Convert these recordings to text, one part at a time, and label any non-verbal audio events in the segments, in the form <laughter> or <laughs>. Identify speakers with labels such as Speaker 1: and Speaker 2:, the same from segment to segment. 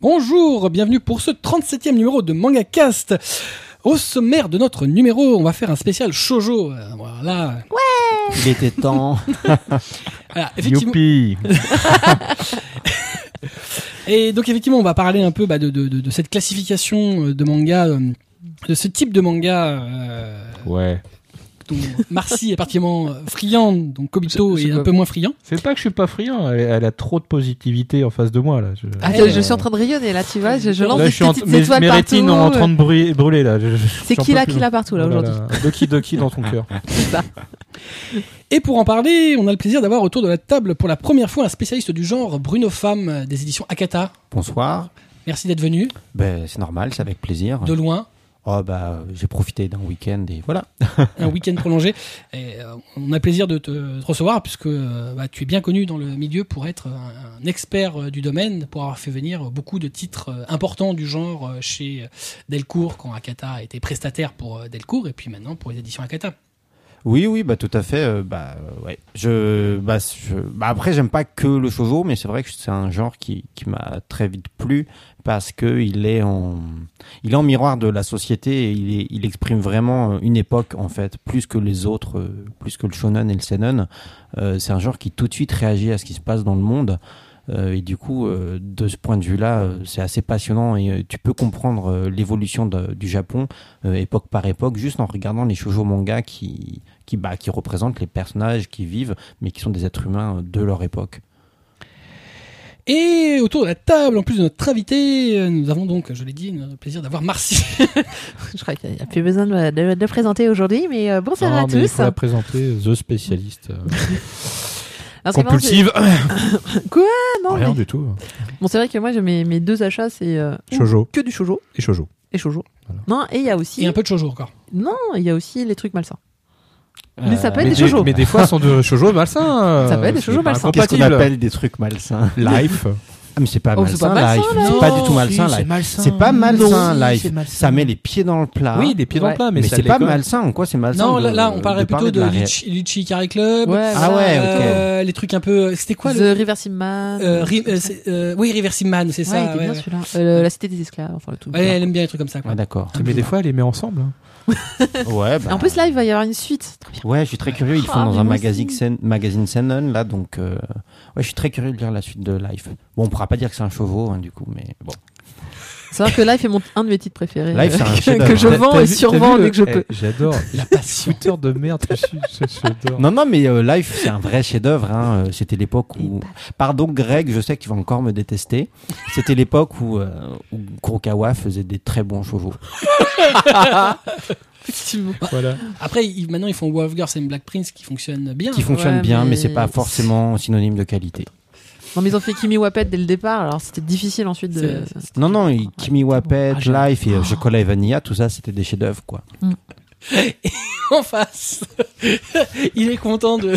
Speaker 1: Bonjour, bienvenue pour ce 37e numéro de Manga Cast. Au sommaire de notre numéro, on va faire un spécial shoujo. Euh, Voilà.
Speaker 2: Il était temps.
Speaker 1: Voilà, <laughs> effectivement.
Speaker 3: Youpi
Speaker 1: Et donc effectivement, on va parler un peu bah, de, de- de- de cette classification euh, de manga, euh, de ce type de manga euh,
Speaker 3: Ouais. <laughs>
Speaker 1: dont Marcy est particulièrement euh, friande, donc Kobito
Speaker 3: C'est-
Speaker 1: est,
Speaker 3: c'est
Speaker 1: un
Speaker 3: quoi
Speaker 1: peu moins friand.
Speaker 3: C'est pas que je suis pas friand, elle, elle a trop de positivité en face de moi là. Je,
Speaker 2: Ah,
Speaker 3: Euh,
Speaker 4: je, je suis en train de rayonner là, tu vois. Je, je lance
Speaker 3: là,
Speaker 4: des
Speaker 3: je suis en-
Speaker 4: petites
Speaker 3: mes,
Speaker 4: étoiles
Speaker 3: mes
Speaker 4: partout. euh.
Speaker 3: rétines sont en train de brûler, brûler, là. Je- je-
Speaker 4: C'est
Speaker 3: j'en
Speaker 4: qui
Speaker 3: peux
Speaker 4: là,
Speaker 3: plus.
Speaker 4: qui là partout là
Speaker 3: Oh là
Speaker 4: aujourd'hui Ah,
Speaker 3: là. Doki Doki dans
Speaker 4: <laughs>
Speaker 3: ton cœur.
Speaker 1: Et pour en parler, on a le plaisir d'avoir autour de la table pour la première fois un spécialiste du genre, Bruno Femme euh, des éditions Akata.
Speaker 2: Bonsoir.
Speaker 1: Merci d'être venu,
Speaker 2: Ben, c'est normal, c'est avec plaisir.
Speaker 1: de loin,
Speaker 2: Oh, bah, j'ai profité d'un week-end et voilà.
Speaker 1: un week-end prolongé. Et, euh, on a plaisir de te, te recevoir puisque euh, bah, tu es bien connu dans le milieu pour être un, un expert euh, du domaine, pour avoir fait venir euh, beaucoup de titres euh, importants du genre euh, chez euh, Delcourt quand Akata était prestataire pour euh, Delcourt et puis maintenant pour les éditions Akata.
Speaker 2: Oui, oui, bah, tout à fait. euh, bah, euh, ouais. Je, bah, je- bah, après, j'aime pas que le shoujo, mais c'est vrai que c'est un genre qui, qui m'a très vite plu parce que il est en, il est en miroir de la société et il, est- il exprime vraiment euh, une époque, en fait, plus que les autres, euh, plus que le shonen et le seinen. Euh, c'est un genre qui tout de suite réagit à ce qui se passe dans le monde. Euh, et du coup, euh, de ce point de vue-là, euh, c'est assez passionnant et euh, tu peux comprendre euh, l'évolution de- du Japon euh, époque par époque, juste en regardant les shoujo manga qui, qui, bah, qui représentent les personnages qui vivent, mais qui sont des êtres humains euh, de leur époque.
Speaker 1: Et autour de la table, en plus de notre invité, euh, nous avons donc, je l'ai dit, le plaisir d'avoir
Speaker 4: <laughs>
Speaker 1: Marcy.
Speaker 4: Je crois qu'il n'y a plus besoin de, de- de présenter aujourd'hui, mais euh, bonsoir
Speaker 3: Non,
Speaker 4: à
Speaker 3: Ah, mais il
Speaker 4: tous. Ah,
Speaker 3: faut la présenter, The Spécialiste. euh,
Speaker 4: Parce que moi,
Speaker 3: compulsive. Ah,
Speaker 4: c'est- non,
Speaker 3: Rien
Speaker 4: mais-
Speaker 3: du tout.
Speaker 4: Bon, c'est vrai que moi, j'ai mes, mes deux achats, c'est euh, ou
Speaker 3: Shoujo
Speaker 4: que du shoujo
Speaker 3: et Shoujo.
Speaker 4: et shoujo.
Speaker 3: Voilà.
Speaker 4: Non, et il y a aussi.
Speaker 1: Et un peu de shoujo encore.
Speaker 4: Non, il y a aussi les trucs malsains. Mais ça peut être
Speaker 3: Euh, mais,
Speaker 4: des shoujo.
Speaker 3: mais des fois, ce sont
Speaker 4: <laughs>
Speaker 3: de Shoujo malsains. euh,
Speaker 4: Ça peut être des shoujo malsains.
Speaker 2: Qu'est-ce qu'on
Speaker 3: Compatible.
Speaker 2: appelle des trucs malsains
Speaker 3: Life.
Speaker 2: Ah, mais c'est pas
Speaker 4: Oh, c'est
Speaker 2: malsain,
Speaker 4: pas malsain,
Speaker 2: live.
Speaker 4: là.
Speaker 2: C'est pas du tout malsain, live. C'est pas malsain, live. Ça met les pieds dans le plat.
Speaker 3: Oui, les pieds dans le
Speaker 4: Ouais.
Speaker 3: plat, mais,
Speaker 2: mais
Speaker 3: ça
Speaker 2: c'est pas
Speaker 3: déconne.
Speaker 2: malsain. En quoi c'est malsain
Speaker 1: non,
Speaker 2: de-
Speaker 1: là, là, on parlerait plutôt
Speaker 2: parler
Speaker 1: de,
Speaker 2: la ré-
Speaker 1: Litchi, Litchi Carré Club.
Speaker 4: Ouais,
Speaker 2: Ah
Speaker 4: voilà.
Speaker 2: ouais, ok.
Speaker 1: euh, les trucs un peu. C'était quoi le.
Speaker 4: The Reversing Man.
Speaker 1: euh, Ri- euh, c'est- euh, oui, Reversing Man, c'est
Speaker 4: Ouais,
Speaker 1: ça.
Speaker 4: il était
Speaker 1: ouais,
Speaker 4: bien
Speaker 1: ouais.
Speaker 4: celui-là. Euh, la cité des esclaves, enfin le tout.
Speaker 1: Ouais, elle aime bien les trucs comme ça. Quoi.
Speaker 2: Ouais, Ah,
Speaker 3: <laughs>
Speaker 2: d'accord.
Speaker 3: Mais des fois, elle les met ensemble. hein.
Speaker 2: ouais, bah,
Speaker 4: Et En plus, là, il va y avoir une suite. Trop bien.
Speaker 2: Ouais, je suis très curieux. Ils le font
Speaker 4: Ah, mais
Speaker 2: dans un
Speaker 4: moi
Speaker 2: magazine,
Speaker 4: aussi.
Speaker 2: sen, magazine Seinen, là, donc. euh, Ouais, je suis très curieux de lire la suite de Life. Bon, on pourra pas dire que c'est un chauveau, hein, du coup, mais bon.
Speaker 4: C'est vrai que Life est mon, un de mes titres préférés.
Speaker 2: Life, c'est un
Speaker 4: <laughs> que,
Speaker 2: chef-d'œuvre.
Speaker 4: que je
Speaker 3: T'as-
Speaker 4: vends
Speaker 3: t'as
Speaker 4: et
Speaker 3: vu- t'as
Speaker 4: survends
Speaker 3: vu
Speaker 4: dès
Speaker 3: le-
Speaker 4: que je
Speaker 3: eh,
Speaker 4: peux.
Speaker 3: J'adore.
Speaker 1: La passion.
Speaker 3: Twitter de merde, je suis- je- j'adore.
Speaker 2: Non, non, mais euh, Life, c'est un vrai chef-d'œuvre. hein. Euh, C'était l'époque où. Pardon, Greg, je sais que tu vas encore me détester. C'était l'époque où, euh, où Kurokawa faisait des très bons chevaux.
Speaker 4: Effectivement.
Speaker 3: Voilà.
Speaker 1: Après, ils- maintenant, ils font Wolf Girls and Black Prince qui fonctionnent bien.
Speaker 2: Qui fonctionnent
Speaker 4: Ouais,
Speaker 2: bien, mais,
Speaker 4: mais
Speaker 2: c'est pas forcément synonyme de qualité.
Speaker 4: Non, mais ils ont fait Kimi Wapet dès le départ, alors c'était difficile ensuite de.
Speaker 2: Non, non, il- Kimi Wapet,
Speaker 1: Ah, j'aime.
Speaker 2: Life et euh, Chocolat et Vanilla, tout ça, c'était des chefs-d'œuvre, quoi.
Speaker 1: <laughs> En face, <laughs> il est content de,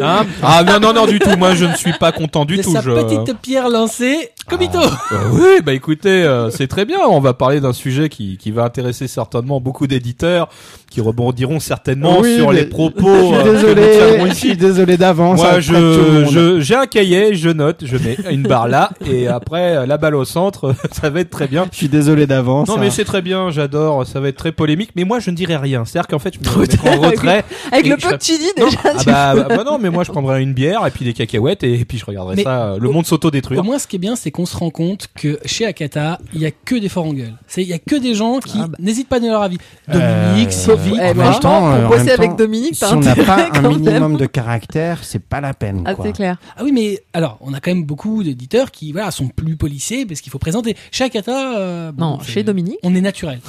Speaker 3: Hein ah non non non du tout. Moi je ne suis pas content du
Speaker 1: de
Speaker 3: tout.
Speaker 1: sa
Speaker 3: je-
Speaker 1: petite pierre lancée. Kobito
Speaker 3: Euh, oui bah écoutez euh, c'est très bien. On va parler d'un sujet qui, qui va intéresser certainement beaucoup d'éditeurs qui rebondiront certainement
Speaker 5: Oui,
Speaker 3: sur
Speaker 5: mais-
Speaker 3: les propos. euh, que nous tiendrons
Speaker 5: Désolé, je
Speaker 3: ici.
Speaker 5: suis désolé d'avance.
Speaker 3: Moi
Speaker 5: après tout le
Speaker 3: je
Speaker 5: monde.
Speaker 3: je- j'ai un cahier, je note, je mets une barre là et après euh, la balle au centre. <laughs> Ça va être très bien.
Speaker 5: Je suis désolé d'avance.
Speaker 3: Non
Speaker 5: hein.
Speaker 3: mais c'est très bien, j'adore, ça va être très polémique, mais moi je ne dirai rien. C'est-à-dire qu'en fait je me mettrai en retrait.
Speaker 4: Avec
Speaker 3: Et je
Speaker 4: le peu
Speaker 3: serais-
Speaker 4: que tu dis
Speaker 3: Non,
Speaker 4: déjà.
Speaker 3: ah bah, bah, bah non, mais moi je prendrai une bière et puis des cacahuètes et, et puis je regarderai
Speaker 1: Mais
Speaker 3: ça, euh, le
Speaker 1: au-
Speaker 3: monde
Speaker 1: Au
Speaker 3: s'auto-détruire.
Speaker 1: moins, ce qui est bien, c'est qu'on se rend compte que chez Akata, il y a que des forts en gueule. C'est- Il y a que des gens qui
Speaker 4: Ah bah.
Speaker 1: n'hésitent pas à donner leur avis. Dominique,
Speaker 2: Euh,
Speaker 1: Sylvie,
Speaker 2: en
Speaker 4: Eh,
Speaker 2: même
Speaker 1: toi.
Speaker 4: franchement,
Speaker 2: temps, euh, en
Speaker 4: pour bosser
Speaker 2: même
Speaker 4: avec
Speaker 2: temps,
Speaker 4: Dominique,
Speaker 2: Si
Speaker 3: hein,
Speaker 4: t'as
Speaker 2: on n'a
Speaker 4: intérêt <laughs>
Speaker 2: pas un
Speaker 4: quand même.
Speaker 2: minimum de caractère, c'est pas la peine,
Speaker 4: Ah,
Speaker 2: quoi.
Speaker 4: c'est clair.
Speaker 1: Ah oui, mais alors, on a quand même beaucoup d'éditeurs qui voilà, sont plus policiers parce qu'il faut présenter. Chez Akata, euh, bon,
Speaker 4: Non,
Speaker 1: c'est-
Speaker 4: chez Dominique.
Speaker 1: on est naturel.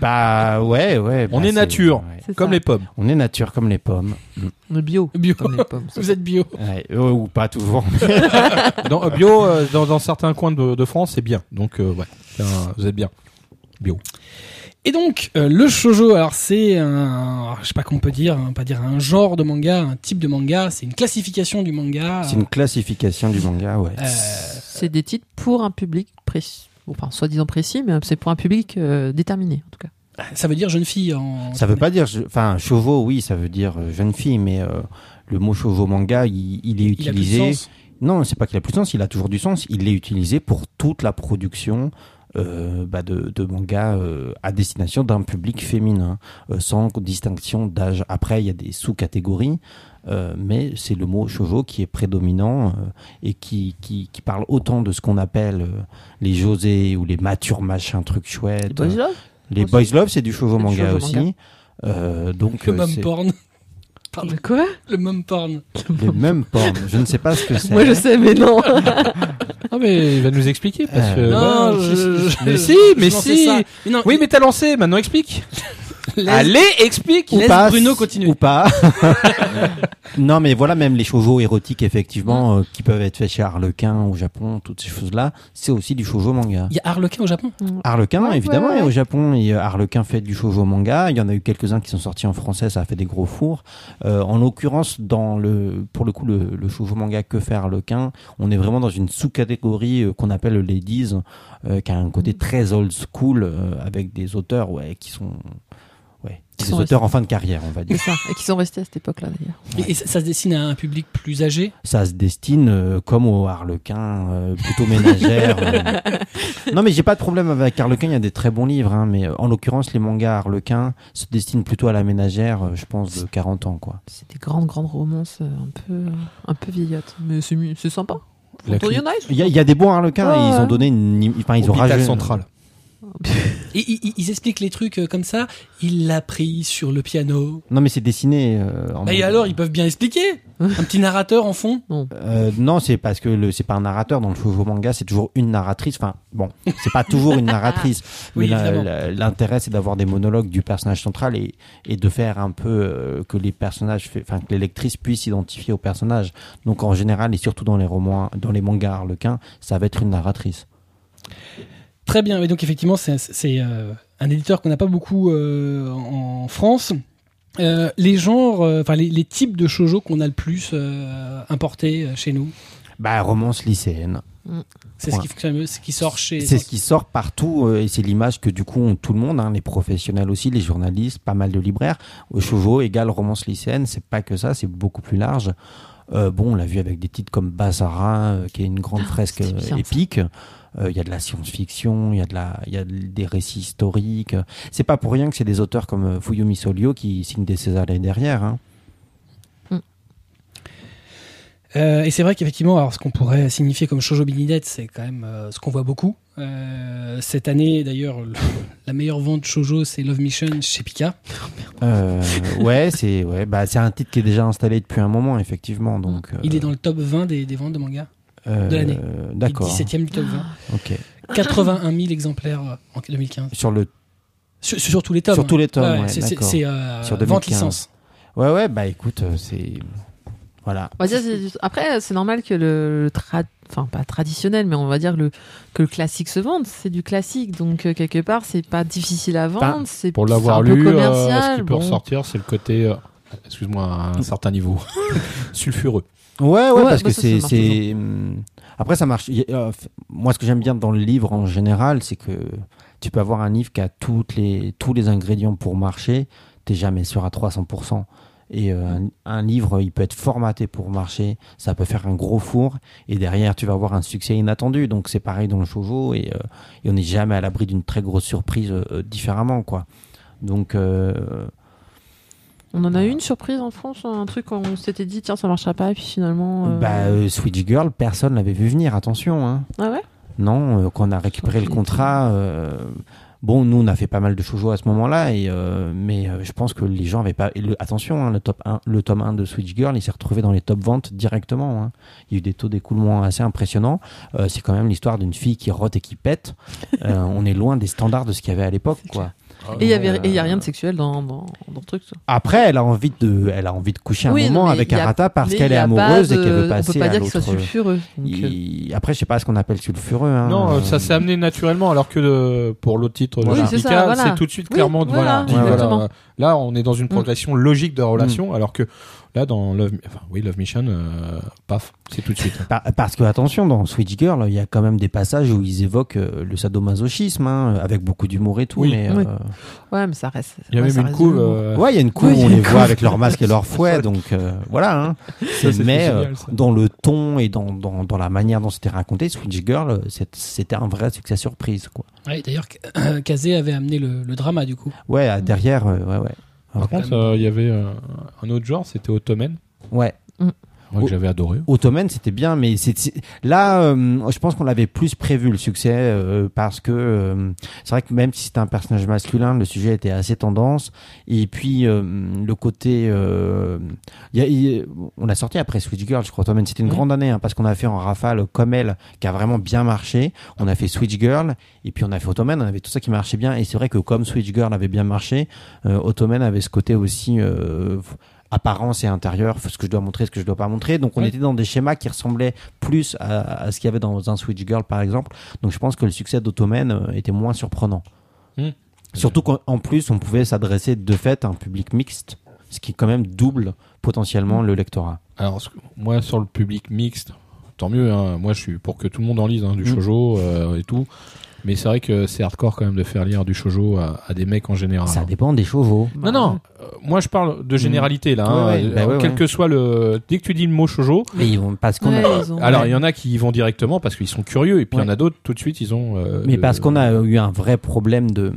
Speaker 2: Bah, ouais, ouais.
Speaker 3: On
Speaker 2: bah,
Speaker 3: est
Speaker 2: c'est-
Speaker 3: nature.
Speaker 2: ouais.
Speaker 4: c'est
Speaker 3: Comme
Speaker 4: ça.
Speaker 2: <laughs>
Speaker 3: les pommes.
Speaker 2: On est nature comme les pommes.
Speaker 4: On
Speaker 2: <laughs>
Speaker 4: est bio.
Speaker 1: Bio.
Speaker 4: Comme les pommes.
Speaker 1: Vous êtes bio.
Speaker 2: Ouais, euh, ou pas toujours.
Speaker 3: Dans, euh, bio, euh, dans, dans certains coins de, de France, c'est bien. Donc, euh, ouais, Euh, vous êtes bien.
Speaker 1: Et donc, euh, le shoujo, alors c'est un, je sais pas qu'on peut dire, hein, pas dire un genre de manga, un type de manga, c'est une classification du
Speaker 4: Ah.
Speaker 1: manga.
Speaker 2: C'est une classification du manga, ouais.
Speaker 1: Euh,
Speaker 4: C'est des titres pour un public précis. Bon, Enfin, soi-disant précis, mais c'est pour un public euh, déterminé, en tout cas.
Speaker 1: ça veut dire jeune fille en.
Speaker 2: Ça veut pas dire, je- enfin, chauveau, oui, ça veut dire euh, jeune fille, mais euh, le mot shoujo manga, il, il est
Speaker 1: Il a plus de
Speaker 2: utilisé.
Speaker 1: sens.
Speaker 2: Non, c'est pas qu'il a plus de sens, il a toujours du sens. Il est utilisé pour toute la production euh, bah, de, de mangas euh, à destination d'un public féminin, euh, sans distinction d'âge. Après, il y a des sous-catégories, euh, mais c'est le mot shoujo qui est prédominant euh, et qui, qui, qui parle autant de ce qu'on appelle euh, les José ou les matures machin truc chouette.
Speaker 4: Boys Love
Speaker 2: Les
Speaker 4: aussi.
Speaker 2: boys love, c'est du shoujo
Speaker 4: C'est du
Speaker 2: manga
Speaker 4: shoujo
Speaker 2: aussi.
Speaker 4: manga.
Speaker 2: Euh, donc
Speaker 1: Le
Speaker 2: euh,
Speaker 1: mom
Speaker 2: c'est-
Speaker 1: porn. <laughs>
Speaker 4: Le quoi
Speaker 1: Le mom porn.
Speaker 2: les
Speaker 4: <laughs>
Speaker 2: mêmes porn. Je ne sais pas ce que c'est.
Speaker 4: Moi je sais, mais non.
Speaker 3: Ah, mais il va nous expliquer parce que.
Speaker 2: Euh,
Speaker 1: Non,
Speaker 3: voilà,
Speaker 1: je- je-
Speaker 3: Mais
Speaker 1: je-
Speaker 3: si,
Speaker 1: je
Speaker 3: mais
Speaker 1: lançais
Speaker 3: si.
Speaker 1: ça. Mais non,
Speaker 3: Oui, mais t'as lancé, maintenant explique.
Speaker 1: laisse-
Speaker 3: Allez, explique.
Speaker 2: ou
Speaker 1: Laisse
Speaker 2: pas,
Speaker 1: Bruno
Speaker 2: s-
Speaker 1: continuer.
Speaker 2: Ou pas. <laughs> non, mais voilà, même les shoujo érotiques, effectivement, euh, qui peuvent être faits chez Harlequin au Japon, toutes ces choses-là, c'est aussi du shoujo manga.
Speaker 1: Il y a Harlequin au Japon.
Speaker 2: Harlequin,
Speaker 4: Ouais,
Speaker 2: évidemment,
Speaker 4: ouais, ouais.
Speaker 2: et au Japon, et, euh, Harlequin fait du shoujo manga. Il y en a eu quelques-uns qui sont sortis en français, ça a fait des gros fours. Euh, en l'occurrence, dans le, pour le coup, le, le shoujo manga que fait Harlequin, on est vraiment dans une sous-catégorie euh, qu'on appelle le ladies, euh, qui a un
Speaker 4: Mm.
Speaker 2: côté très old school, euh, avec des auteurs, ouais, qui sont, ouais,
Speaker 4: Qui
Speaker 2: des
Speaker 4: sont
Speaker 2: auteurs en fin de carrière, on va
Speaker 4: <laughs> C'est
Speaker 2: dire.
Speaker 4: ça. Et qui sont restés à cette époque-là d'ailleurs.
Speaker 1: Et, et ça, ça se dessine à un public plus âgé.
Speaker 2: ça se destine euh, comme au harlequin euh, plutôt
Speaker 4: <laughs>
Speaker 2: ménagère. euh. Non mais j'ai pas de problème avec harlequin, il y a des très bons livres hein, mais euh, en l'occurrence les mangas harlequin se destinent plutôt à la ménagère, euh, je pense de 40 ans quoi.
Speaker 4: C'est des grandes, grandes romances euh, un peu, euh, un peu vieillottes. Mais c'est mieux- c'est sympa.
Speaker 3: La
Speaker 4: Antonio Nice
Speaker 2: Il y, a- il y a des bons harlequins,
Speaker 4: Ouais,
Speaker 2: ils ont
Speaker 4: ouais.
Speaker 2: donné une enfin ils ont
Speaker 3: Hôpital
Speaker 2: rajouté
Speaker 3: central.
Speaker 1: Et, ils- ils- ils expliquent les trucs euh, comme ça. Il l'a pris sur le piano.
Speaker 2: Non mais c'est dessiné euh, en
Speaker 3: Oh
Speaker 1: Bah, et
Speaker 2: manga.
Speaker 1: alors, ils peuvent bien expliquer. un petit narrateur en fond.
Speaker 2: Euh, non, c'est parce que le c'est pas un narrateur dans le shoujo manga, c'est toujours une narratrice. Enfin, bon, c'est pas
Speaker 1: <laughs>
Speaker 2: toujours une narratrice, mais
Speaker 1: Oui,
Speaker 2: la-
Speaker 1: évidemment.
Speaker 2: la- l'intérêt c'est d'avoir des monologues du personnage central et, et de faire un peu euh, que les personnages, fait- enfin que les lectrices puissent s'identifier au personnage. Donc en général et surtout dans les romans, dans les mangas harlequins, ça va être une narratrice.
Speaker 1: Très bien. Et donc, effectivement, c'est- c'est euh, un éditeur qu'on n'a pas beaucoup euh, en en France. Euh, les genres, euh, enfin les, les types de shoujo qu'on a le plus euh, importés euh, chez nous,
Speaker 2: Bah romance lycéenne.
Speaker 1: c'est ce
Speaker 2: Ouais.
Speaker 1: qui fonctionne, le mieux, ce qui sort chez.
Speaker 2: C'est ce qui sort partout euh, et c'est l'image que du coup ont tout le monde, hein, les professionnels aussi, les journalistes, pas mal de libraires. Au Chauveau égale romance lycéenne, c'est pas que ça, c'est beaucoup plus large. Euh, bon, on l'a vu avec des titres comme Bazara, euh, qui est une grande fresque
Speaker 4: c'était Ah, bien,
Speaker 2: euh,
Speaker 4: ça.
Speaker 2: épique. Euh, Il y a de la science-fiction, il y a de la, il y a de- des récits historiques. C'est pas pour rien que c'est des auteurs comme euh, Fuyumi Solio qui signent des Césars l'année dernière. hein.
Speaker 1: Euh, et c'est vrai qu'effectivement, alors ce qu'on pourrait signifier comme shoujo binidette, c'est quand même euh, ce qu'on voit beaucoup. Euh, cette année, d'ailleurs, le- la meilleure vente shoujo, c'est Love Mission chez Pika.
Speaker 2: Euh,
Speaker 1: <laughs>
Speaker 2: ouais, c'est ouais, bah c'est un titre qui est déjà installé depuis un moment effectivement. Donc
Speaker 1: Il
Speaker 2: euh,
Speaker 1: est dans le top 20 des, des ventes de manga.
Speaker 2: euh,
Speaker 1: de l'année. Il est
Speaker 2: D'accord.
Speaker 1: 17e du top 20.
Speaker 2: Ok.
Speaker 1: 81 000 exemplaires euh, en 2015.
Speaker 2: Sur le
Speaker 1: Sur, sur- sur tous les tomes.
Speaker 2: Sur tous les tomes,
Speaker 1: Ouais,
Speaker 2: ouais,
Speaker 1: c'est- c'est
Speaker 2: d'accord.
Speaker 1: c'est, euh,
Speaker 2: Sur
Speaker 1: vente
Speaker 2: 2015.
Speaker 1: licence.
Speaker 2: Ouais, ouais, bah écoute, euh, c'est. Voilà.
Speaker 4: On va dire, c'est du- Après, c'est normal que le, le tra- enfin pas traditionnel, mais on va dire le que le classique se vende. C'est du classique, donc euh, quelque part, c'est pas difficile à vendre.
Speaker 2: Enfin,
Speaker 4: c'est
Speaker 3: Pour
Speaker 4: c'est
Speaker 3: l'avoir
Speaker 4: un peu
Speaker 3: lu, euh,
Speaker 4: commercial,
Speaker 3: ce qui peut
Speaker 4: bon.
Speaker 3: ressortir, c'est le côté, euh, excuse-moi, à un certain niveau, sulfureux.
Speaker 2: Ouais, ouais,
Speaker 4: Ouais,
Speaker 2: parce
Speaker 4: bah
Speaker 2: que
Speaker 4: ça, ça
Speaker 2: c'est.
Speaker 4: marche
Speaker 2: c'est, hum, Après, ça marche. Y- euh, f- Moi, ce que j'aime bien dans le livre en général, c'est que tu peux avoir un livre qui a toutes les, tous les ingrédients pour marcher. T'es jamais sûr à 300%. Et euh, un, un livre, il peut être formaté pour marcher. Ça peut faire un gros four. Et derrière, tu vas avoir un succès inattendu. Donc, c'est pareil dans le shoujo. Et, euh, et on n'est jamais à l'abri d'une très grosse surprise euh, euh, différemment, quoi. Donc. euh,
Speaker 4: On en a eu une surprise en France, un truc où on s'était dit tiens ça marchera pas et puis finalement. euh,
Speaker 2: Bah, euh, Switch Girl, personne l'avait vu venir, attention. Hein.
Speaker 4: Ah ouais.
Speaker 2: Non, euh, quand on a récupéré le contrat, euh, bon, nous, on a fait pas mal de shoujo à ce moment-là, et euh, mais euh, je pense que les gens avaient pas. et le- attention, hein, le, top 1, le tome 1 de Switch Girl, il s'est retrouvé dans les top ventes directement. hein. Il y a eu des taux d'écoulement assez impressionnants. Euh, C'est quand même l'histoire d'une fille qui rote et qui pète. Euh, on est loin des standards de ce qu'il y avait à l'époque, quoi.
Speaker 4: Et il y
Speaker 2: non,
Speaker 4: avait, et il y a
Speaker 2: euh,
Speaker 4: rien de sexuel dans dans, dans le truc. ça.
Speaker 2: Après, elle a envie de, elle a envie de coucher un
Speaker 4: Oui, non,
Speaker 2: moment
Speaker 4: mais
Speaker 2: avec
Speaker 4: il y a-
Speaker 2: Arata parce
Speaker 4: Mais
Speaker 2: qu'elle
Speaker 4: il
Speaker 2: est
Speaker 4: y a
Speaker 2: amoureuse
Speaker 4: pas
Speaker 2: et qu'elle
Speaker 4: de-
Speaker 2: veut
Speaker 4: On
Speaker 2: passer
Speaker 4: peut pas
Speaker 2: à
Speaker 4: dire qu'il soit
Speaker 2: l'autre.
Speaker 4: sulfureux. donc, euh,
Speaker 2: Il- Après, je sais pas ce qu'on appelle sulfureux. Hein.
Speaker 3: Non,
Speaker 2: Euh,
Speaker 3: ça s'est amené naturellement, alors que euh, pour l'autre titre,
Speaker 2: Oui,
Speaker 3: Jacques
Speaker 4: c'est ça,
Speaker 3: Picard,
Speaker 4: voilà. Mm.
Speaker 3: c'est tout de suite clairement
Speaker 4: Oui, voilà,
Speaker 3: dit,
Speaker 2: exactement.
Speaker 3: euh, Là, on est dans une progression logique de la relation, alors que Là, dans Love, enfin, oui, Love Mission, euh, paf, c'est tout de suite.
Speaker 2: Par- parce que attention, dans Switch Girl, il y a quand même des passages où ils évoquent euh, le sadomasochisme, hein, avec beaucoup d'humour et tout.
Speaker 3: Oui.
Speaker 2: mais,
Speaker 4: Oui.
Speaker 2: euh,
Speaker 4: Ouais, mais ça reste.
Speaker 3: Il y a
Speaker 4: ouais,
Speaker 3: même
Speaker 4: ça
Speaker 3: une
Speaker 4: reste
Speaker 3: couve.
Speaker 4: de l'humour.
Speaker 3: euh,
Speaker 2: Ouais, il y a une coupe,
Speaker 4: Oui, il y a
Speaker 2: on les
Speaker 4: une
Speaker 2: voit
Speaker 4: coupe.
Speaker 2: avec leur masque et
Speaker 3: <laughs>
Speaker 2: leur fouet, donc euh, voilà. hein.
Speaker 3: c'est
Speaker 2: Mais euh,
Speaker 3: génial, ça.
Speaker 2: dans le ton et dans, dans, dans la manière dont c'était raconté, Switch Girl, euh, c'est- c'était un vrai succès surprise. Quoi.
Speaker 1: Ouais, D'ailleurs, K- euh, Kazé avait amené le, le drama du coup.
Speaker 2: Ouais, euh, derrière, euh, ouais, ouais.
Speaker 3: Par contre, euh, il y avait euh, un autre genre, c'était Ottoman,
Speaker 2: Ouais,
Speaker 3: moi, que
Speaker 2: Oh.
Speaker 3: j'avais adoré.
Speaker 2: Ottoman, c'était bien, mais c'est- c'est- là, euh, je pense qu'on l'avait plus prévu le succès euh, parce que euh, c'est vrai que même si c'était un personnage masculin, le sujet était assez tendance. Et puis euh, le côté, euh, il y a- il- on a sorti après Switch Girl, je crois. Ottoman, c'était une
Speaker 1: Mhm.
Speaker 2: grande année hein, parce qu'on a fait en rafale comme elle, qui a vraiment bien marché. On a fait Switch Girl et puis on a fait Ottoman. On avait tout ça qui marchait bien. Et c'est vrai que comme Switch Girl avait bien marché, euh, Ottoman avait ce côté aussi. euh, apparence et intérieur, ce que je dois montrer, ce que je dois pas montrer. Donc on
Speaker 1: Ouais.
Speaker 2: était dans des schémas qui ressemblaient plus à, à ce qu'il y avait dans un Switch Girl par exemple. Donc je pense que le succès d'Ottoman euh, était moins surprenant.
Speaker 3: Hmm.
Speaker 2: Surtout qu'en en plus on pouvait s'adresser de fait à un public mixte, ce qui quand même double potentiellement le lectorat.
Speaker 3: Alors, ce que- moi, sur le public mixte, tant mieux. hein. Moi, je suis pour que tout le monde en lise, hein, du
Speaker 2: Mm.
Speaker 3: shojo euh, et tout. Mais c'est vrai que c'est hardcore quand même de faire lire du shojo à, à des mecs en général.
Speaker 2: Ça
Speaker 3: hein.
Speaker 2: dépend des chevaux.
Speaker 3: Non,
Speaker 4: Bah,
Speaker 3: non, euh, moi je parle de généralité là.
Speaker 2: Bah Mm.
Speaker 3: hein.
Speaker 2: Ouais, ouais,
Speaker 3: Euh,
Speaker 2: bah ouais,
Speaker 3: quel
Speaker 2: ouais.
Speaker 3: que soit le. Dès que tu dis le mot shojo,
Speaker 2: Mais ils vont parce qu'on
Speaker 4: Ouais,
Speaker 2: a...
Speaker 4: ils ont-
Speaker 3: alors il y en a qui y vont directement parce qu'ils sont curieux et puis il y en a d'autres tout de suite ils ont. euh,
Speaker 2: Mais
Speaker 3: le-
Speaker 2: parce qu'on a eu un vrai problème de,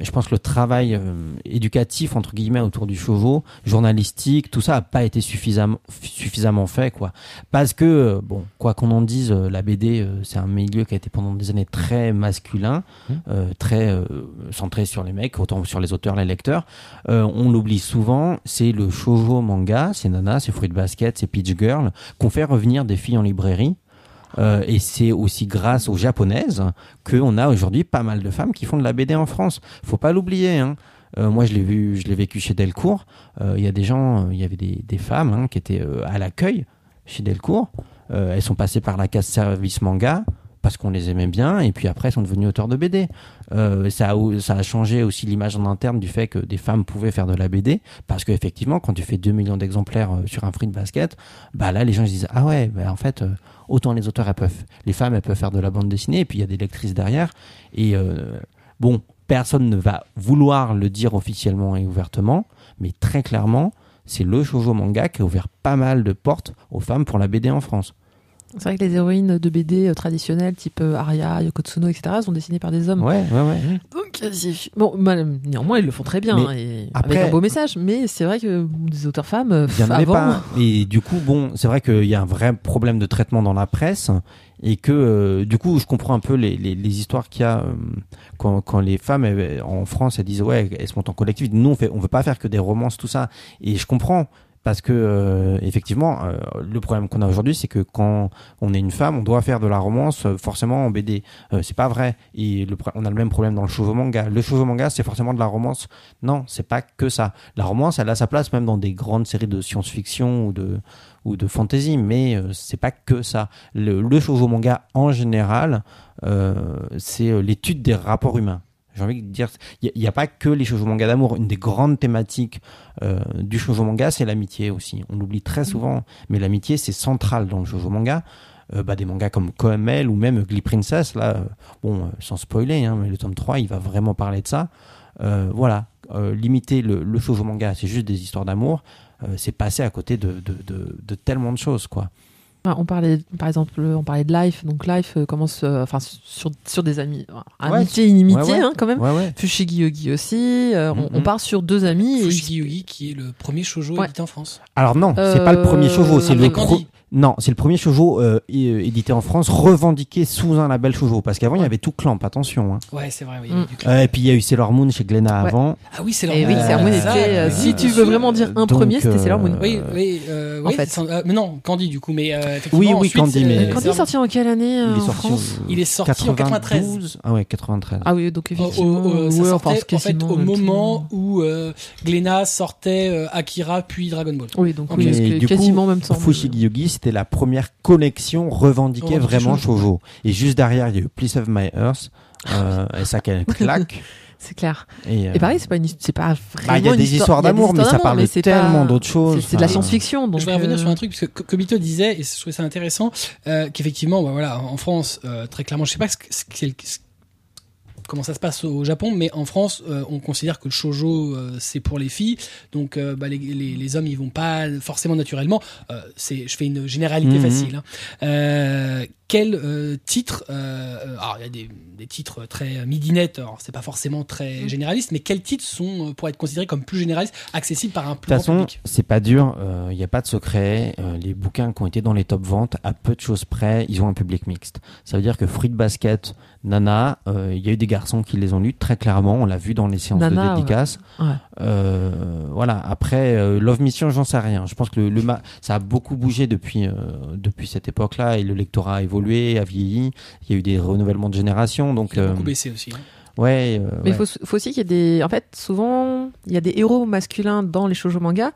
Speaker 2: je pense que le travail euh, éducatif entre guillemets autour du chevaux, journalistique, tout ça a pas été suffisamment suffisamment fait quoi. Parce que euh, bon, quoi qu'on en dise, euh, la BD euh, c'est un milieu qui a été pendant des années très masculin,
Speaker 3: Mmh.
Speaker 2: euh, très euh, centré sur les mecs, autant sur les auteurs, les lecteurs. Euh, on l'oublie souvent, c'est le shoujo manga, c'est Nana, c'est Fruit Basket, c'est Peach Girl, qu'on fait revenir des filles en librairie. Euh, et c'est aussi grâce aux japonaises qu'on a aujourd'hui pas mal de femmes qui font de la BD en France. Faut pas l'oublier. Hein. Euh, moi, je l'ai vu, je l'ai vécu chez Delcourt. Euh, Il y a des gens, euh, il y avait des, des femmes hein, qui étaient euh, à l'accueil chez Delcourt. Euh, elles sont passées par la case service manga parce qu'on les aimait bien et puis après elles sont devenues auteurs de BD. Euh, ça, a, ça a changé aussi l'image en interne du fait que des femmes pouvaient faire de la BD parce qu'effectivement quand tu fais 2 millions d'exemplaires euh, sur un fruit de basket, bah là les gens ils se disent ah ouais bah en fait euh, autant les auteurs elles peuvent, les femmes elles peuvent faire de la bande dessinée et puis il y a des lectrices derrière et euh, bon personne ne va vouloir le dire officiellement et ouvertement mais très clairement c'est le shoujo manga qui a ouvert pas mal de portes aux femmes pour la BD en France.
Speaker 4: C'est vrai que les héroïnes de BD euh, traditionnelles, type euh, Arya, Yoko Tsuno, etc., sont dessinées par des hommes.
Speaker 2: Ouais, ouais, ouais.
Speaker 4: Donc, euh, c'est- bon, mal- néanmoins, ils le font très bien. hein,
Speaker 2: Mais
Speaker 4: et
Speaker 2: après-
Speaker 4: Avec un beau message. Mais c'est vrai que euh, des auteurs femmes, euh,
Speaker 2: Il y en avait
Speaker 4: avant,
Speaker 2: pas. Et du coup, bon, c'est vrai qu'il y a un vrai problème de traitement dans la presse et que euh, du coup, je comprends un peu les, les, les histoires qu'il y a euh, quand, quand les femmes elles, en France elles disent ouais, elles se montent en collectif. Nous, on fait, on veut pas faire que des romances tout ça. Et je comprends. Parce que euh, effectivement, euh, le problème qu'on a aujourd'hui, c'est que quand on est une femme, on doit faire de la romance euh, forcément en BD. Euh, c'est pas vrai. Et le, pro- on a le même problème dans le shoujo manga. Le shoujo manga, c'est forcément de la romance non, c'est pas que ça. La romance, elle a sa place même dans des grandes séries de science-fiction ou de, ou de fantasy, mais euh, c'est pas que ça. Le, le shoujo manga, en général, euh, c'est euh, l'étude des rapports humains. J'ai envie de dire, il n'y a, pas que les shoujo manga d'amour. Une des grandes thématiques euh, du shoujo manga, c'est l'amitié aussi. On l'oublie très souvent, mais l'amitié, c'est central dans le shoujo manga. Euh, bah, des mangas comme Koemel ou même Glee Princess, là, euh, bon, euh, sans spoiler, hein, mais le tome 3, il va vraiment parler de ça. Euh, voilà, euh, limiter le, le shoujo manga, c'est juste des histoires d'amour, euh, c'est passer à côté de, de, de, de tellement de choses, quoi.
Speaker 4: Ah, On parlait, par exemple, on parlait de Life. Donc Life euh, commence, euh, enfin, sur, sur des amis, amitié, inimitié,
Speaker 2: ouais, ouais.
Speaker 4: hein, quand même.
Speaker 2: Ouais, ouais.
Speaker 4: Fushigi Yogi aussi. euh, on,
Speaker 2: Mhm.
Speaker 4: on part sur deux amis. et-
Speaker 1: Fushigi Yugi qui est le premier shoujo
Speaker 4: Ouais.
Speaker 1: édité en France.
Speaker 2: Alors non, c'est pas le premier
Speaker 4: Euh,
Speaker 2: shoujo, c'est le
Speaker 1: Après
Speaker 2: gros.
Speaker 1: Candy.
Speaker 2: Non, c'est le premier shoujo euh, é- euh, édité en France, revendiqué sous un label shoujo, parce qu'avant il y avait tout clamp, attention. hein.
Speaker 1: Ouais, c'est vrai. oui, il y avait du clan.
Speaker 2: Euh, et puis il y a eu Sailor Moon chez Glénat
Speaker 4: Ouais.
Speaker 2: avant.
Speaker 1: Ah oui, c'est leur
Speaker 4: Et Mm. Eh oui,
Speaker 2: Euh,
Speaker 4: c'est Moon
Speaker 2: était,
Speaker 4: était, euh,
Speaker 2: euh,
Speaker 4: si tu veux vraiment dire un
Speaker 2: donc,
Speaker 4: premier, c'était
Speaker 2: euh,
Speaker 4: Sailor Moon.
Speaker 1: Oui, oui, euh,
Speaker 4: en
Speaker 1: oui,
Speaker 4: fait.
Speaker 1: c'est- euh, mais non, Candy du coup, mais euh, effectivement,
Speaker 2: Oui, oui,
Speaker 1: ensuite,
Speaker 2: Candy,
Speaker 1: c'est-
Speaker 2: mais-
Speaker 1: c'est
Speaker 4: Quand il est
Speaker 1: vraiment-
Speaker 4: sorti en quelle année euh,
Speaker 2: il est
Speaker 4: en
Speaker 2: sorti.
Speaker 4: France
Speaker 2: euh,
Speaker 1: il est sorti en 93.
Speaker 2: 92. Ah ouais, 93.
Speaker 4: Ah oui, donc
Speaker 1: Au,
Speaker 4: effectivement,
Speaker 1: au- euh, ça
Speaker 4: ouais,
Speaker 1: sortait,
Speaker 4: enfin,
Speaker 1: en fait,
Speaker 4: quasiment
Speaker 1: au
Speaker 4: même temps.
Speaker 1: moment où euh, Glénat sortait euh, Akira puis Dragon Ball.
Speaker 4: Oui, donc
Speaker 1: Ok.
Speaker 4: oui,
Speaker 1: Mais
Speaker 4: parce que
Speaker 2: du coup,
Speaker 4: quasiment en même temps.
Speaker 2: Fushigi Yogi, c'était la première collection revendiquée
Speaker 1: Revendiquée
Speaker 2: vraiment
Speaker 1: shoujo.
Speaker 4: <laughs>
Speaker 2: shoujo. Et juste derrière, il y a eu Please Have My Earth. Euh, et ça, quelle claque.
Speaker 4: c'est clair.
Speaker 2: Et, euh,
Speaker 4: Ah Et pareil, c'est pas une, c'est pas vraiment.
Speaker 2: bah, il y a
Speaker 4: une
Speaker 2: des histoires
Speaker 4: histoire- il y a des
Speaker 2: d'amour, mais ça
Speaker 4: histoires
Speaker 2: parle de
Speaker 4: c'est
Speaker 2: tellement
Speaker 4: pas-
Speaker 2: d'autres
Speaker 4: c'est-
Speaker 2: choses.
Speaker 4: C'est de la
Speaker 2: Enfin,
Speaker 4: science-fiction. donc,
Speaker 1: Je vais revenir
Speaker 4: euh,
Speaker 1: sur un truc, parce que Comito disait, et je trouvais ça intéressant, euh, qu'effectivement, bah, voilà, en France, euh, très clairement, je sais pas ce que- ce que c'est le- ce- comment ça se passe au Japon, mais en France, euh, on considère que le shoujo, euh, c'est pour les filles, donc euh, bah, les, les- les hommes, ils vont pas forcément naturellement. Euh, c'est, je fais une généralité
Speaker 2: Mhm.
Speaker 1: facile. hein. Euh, quel euh, titre euh, Alors, il y a des, des titres très midinettes, alors c'est pas forcément
Speaker 2: Mhm.
Speaker 1: très généraliste, mais quels titres sont, euh, pour être considérés comme plus généralistes, accessibles par un plus
Speaker 2: De toute
Speaker 1: grand
Speaker 2: façon,
Speaker 1: public
Speaker 2: c'est pas dur, il n'y a pas de secret. euh, les bouquins qui ont été dans les top ventes, à peu de choses près, ils ont un public mixte. Ça veut dire que Fruit Basket, Nana, euh, il y a eu des garçons qui les ont lus très clairement, on l'a vu dans les séances
Speaker 4: Nana,
Speaker 2: de dédicace.
Speaker 4: ouais.
Speaker 2: Euh, voilà, après, euh, Love Mission, j'en sais rien. Je pense que le, le ma- ça a beaucoup bougé depuis, euh, depuis cette époque-là et le lectorat a évolué, a vieilli. Il y a eu des renouvellements de génération, donc.
Speaker 1: Il a
Speaker 2: euh,
Speaker 1: beaucoup baissé aussi. hein.
Speaker 2: ouais, euh,
Speaker 4: Mais il
Speaker 2: ouais.
Speaker 4: faut, faut aussi qu'il y ait des. En fait, souvent, il y a des héros masculins dans les shoujo manga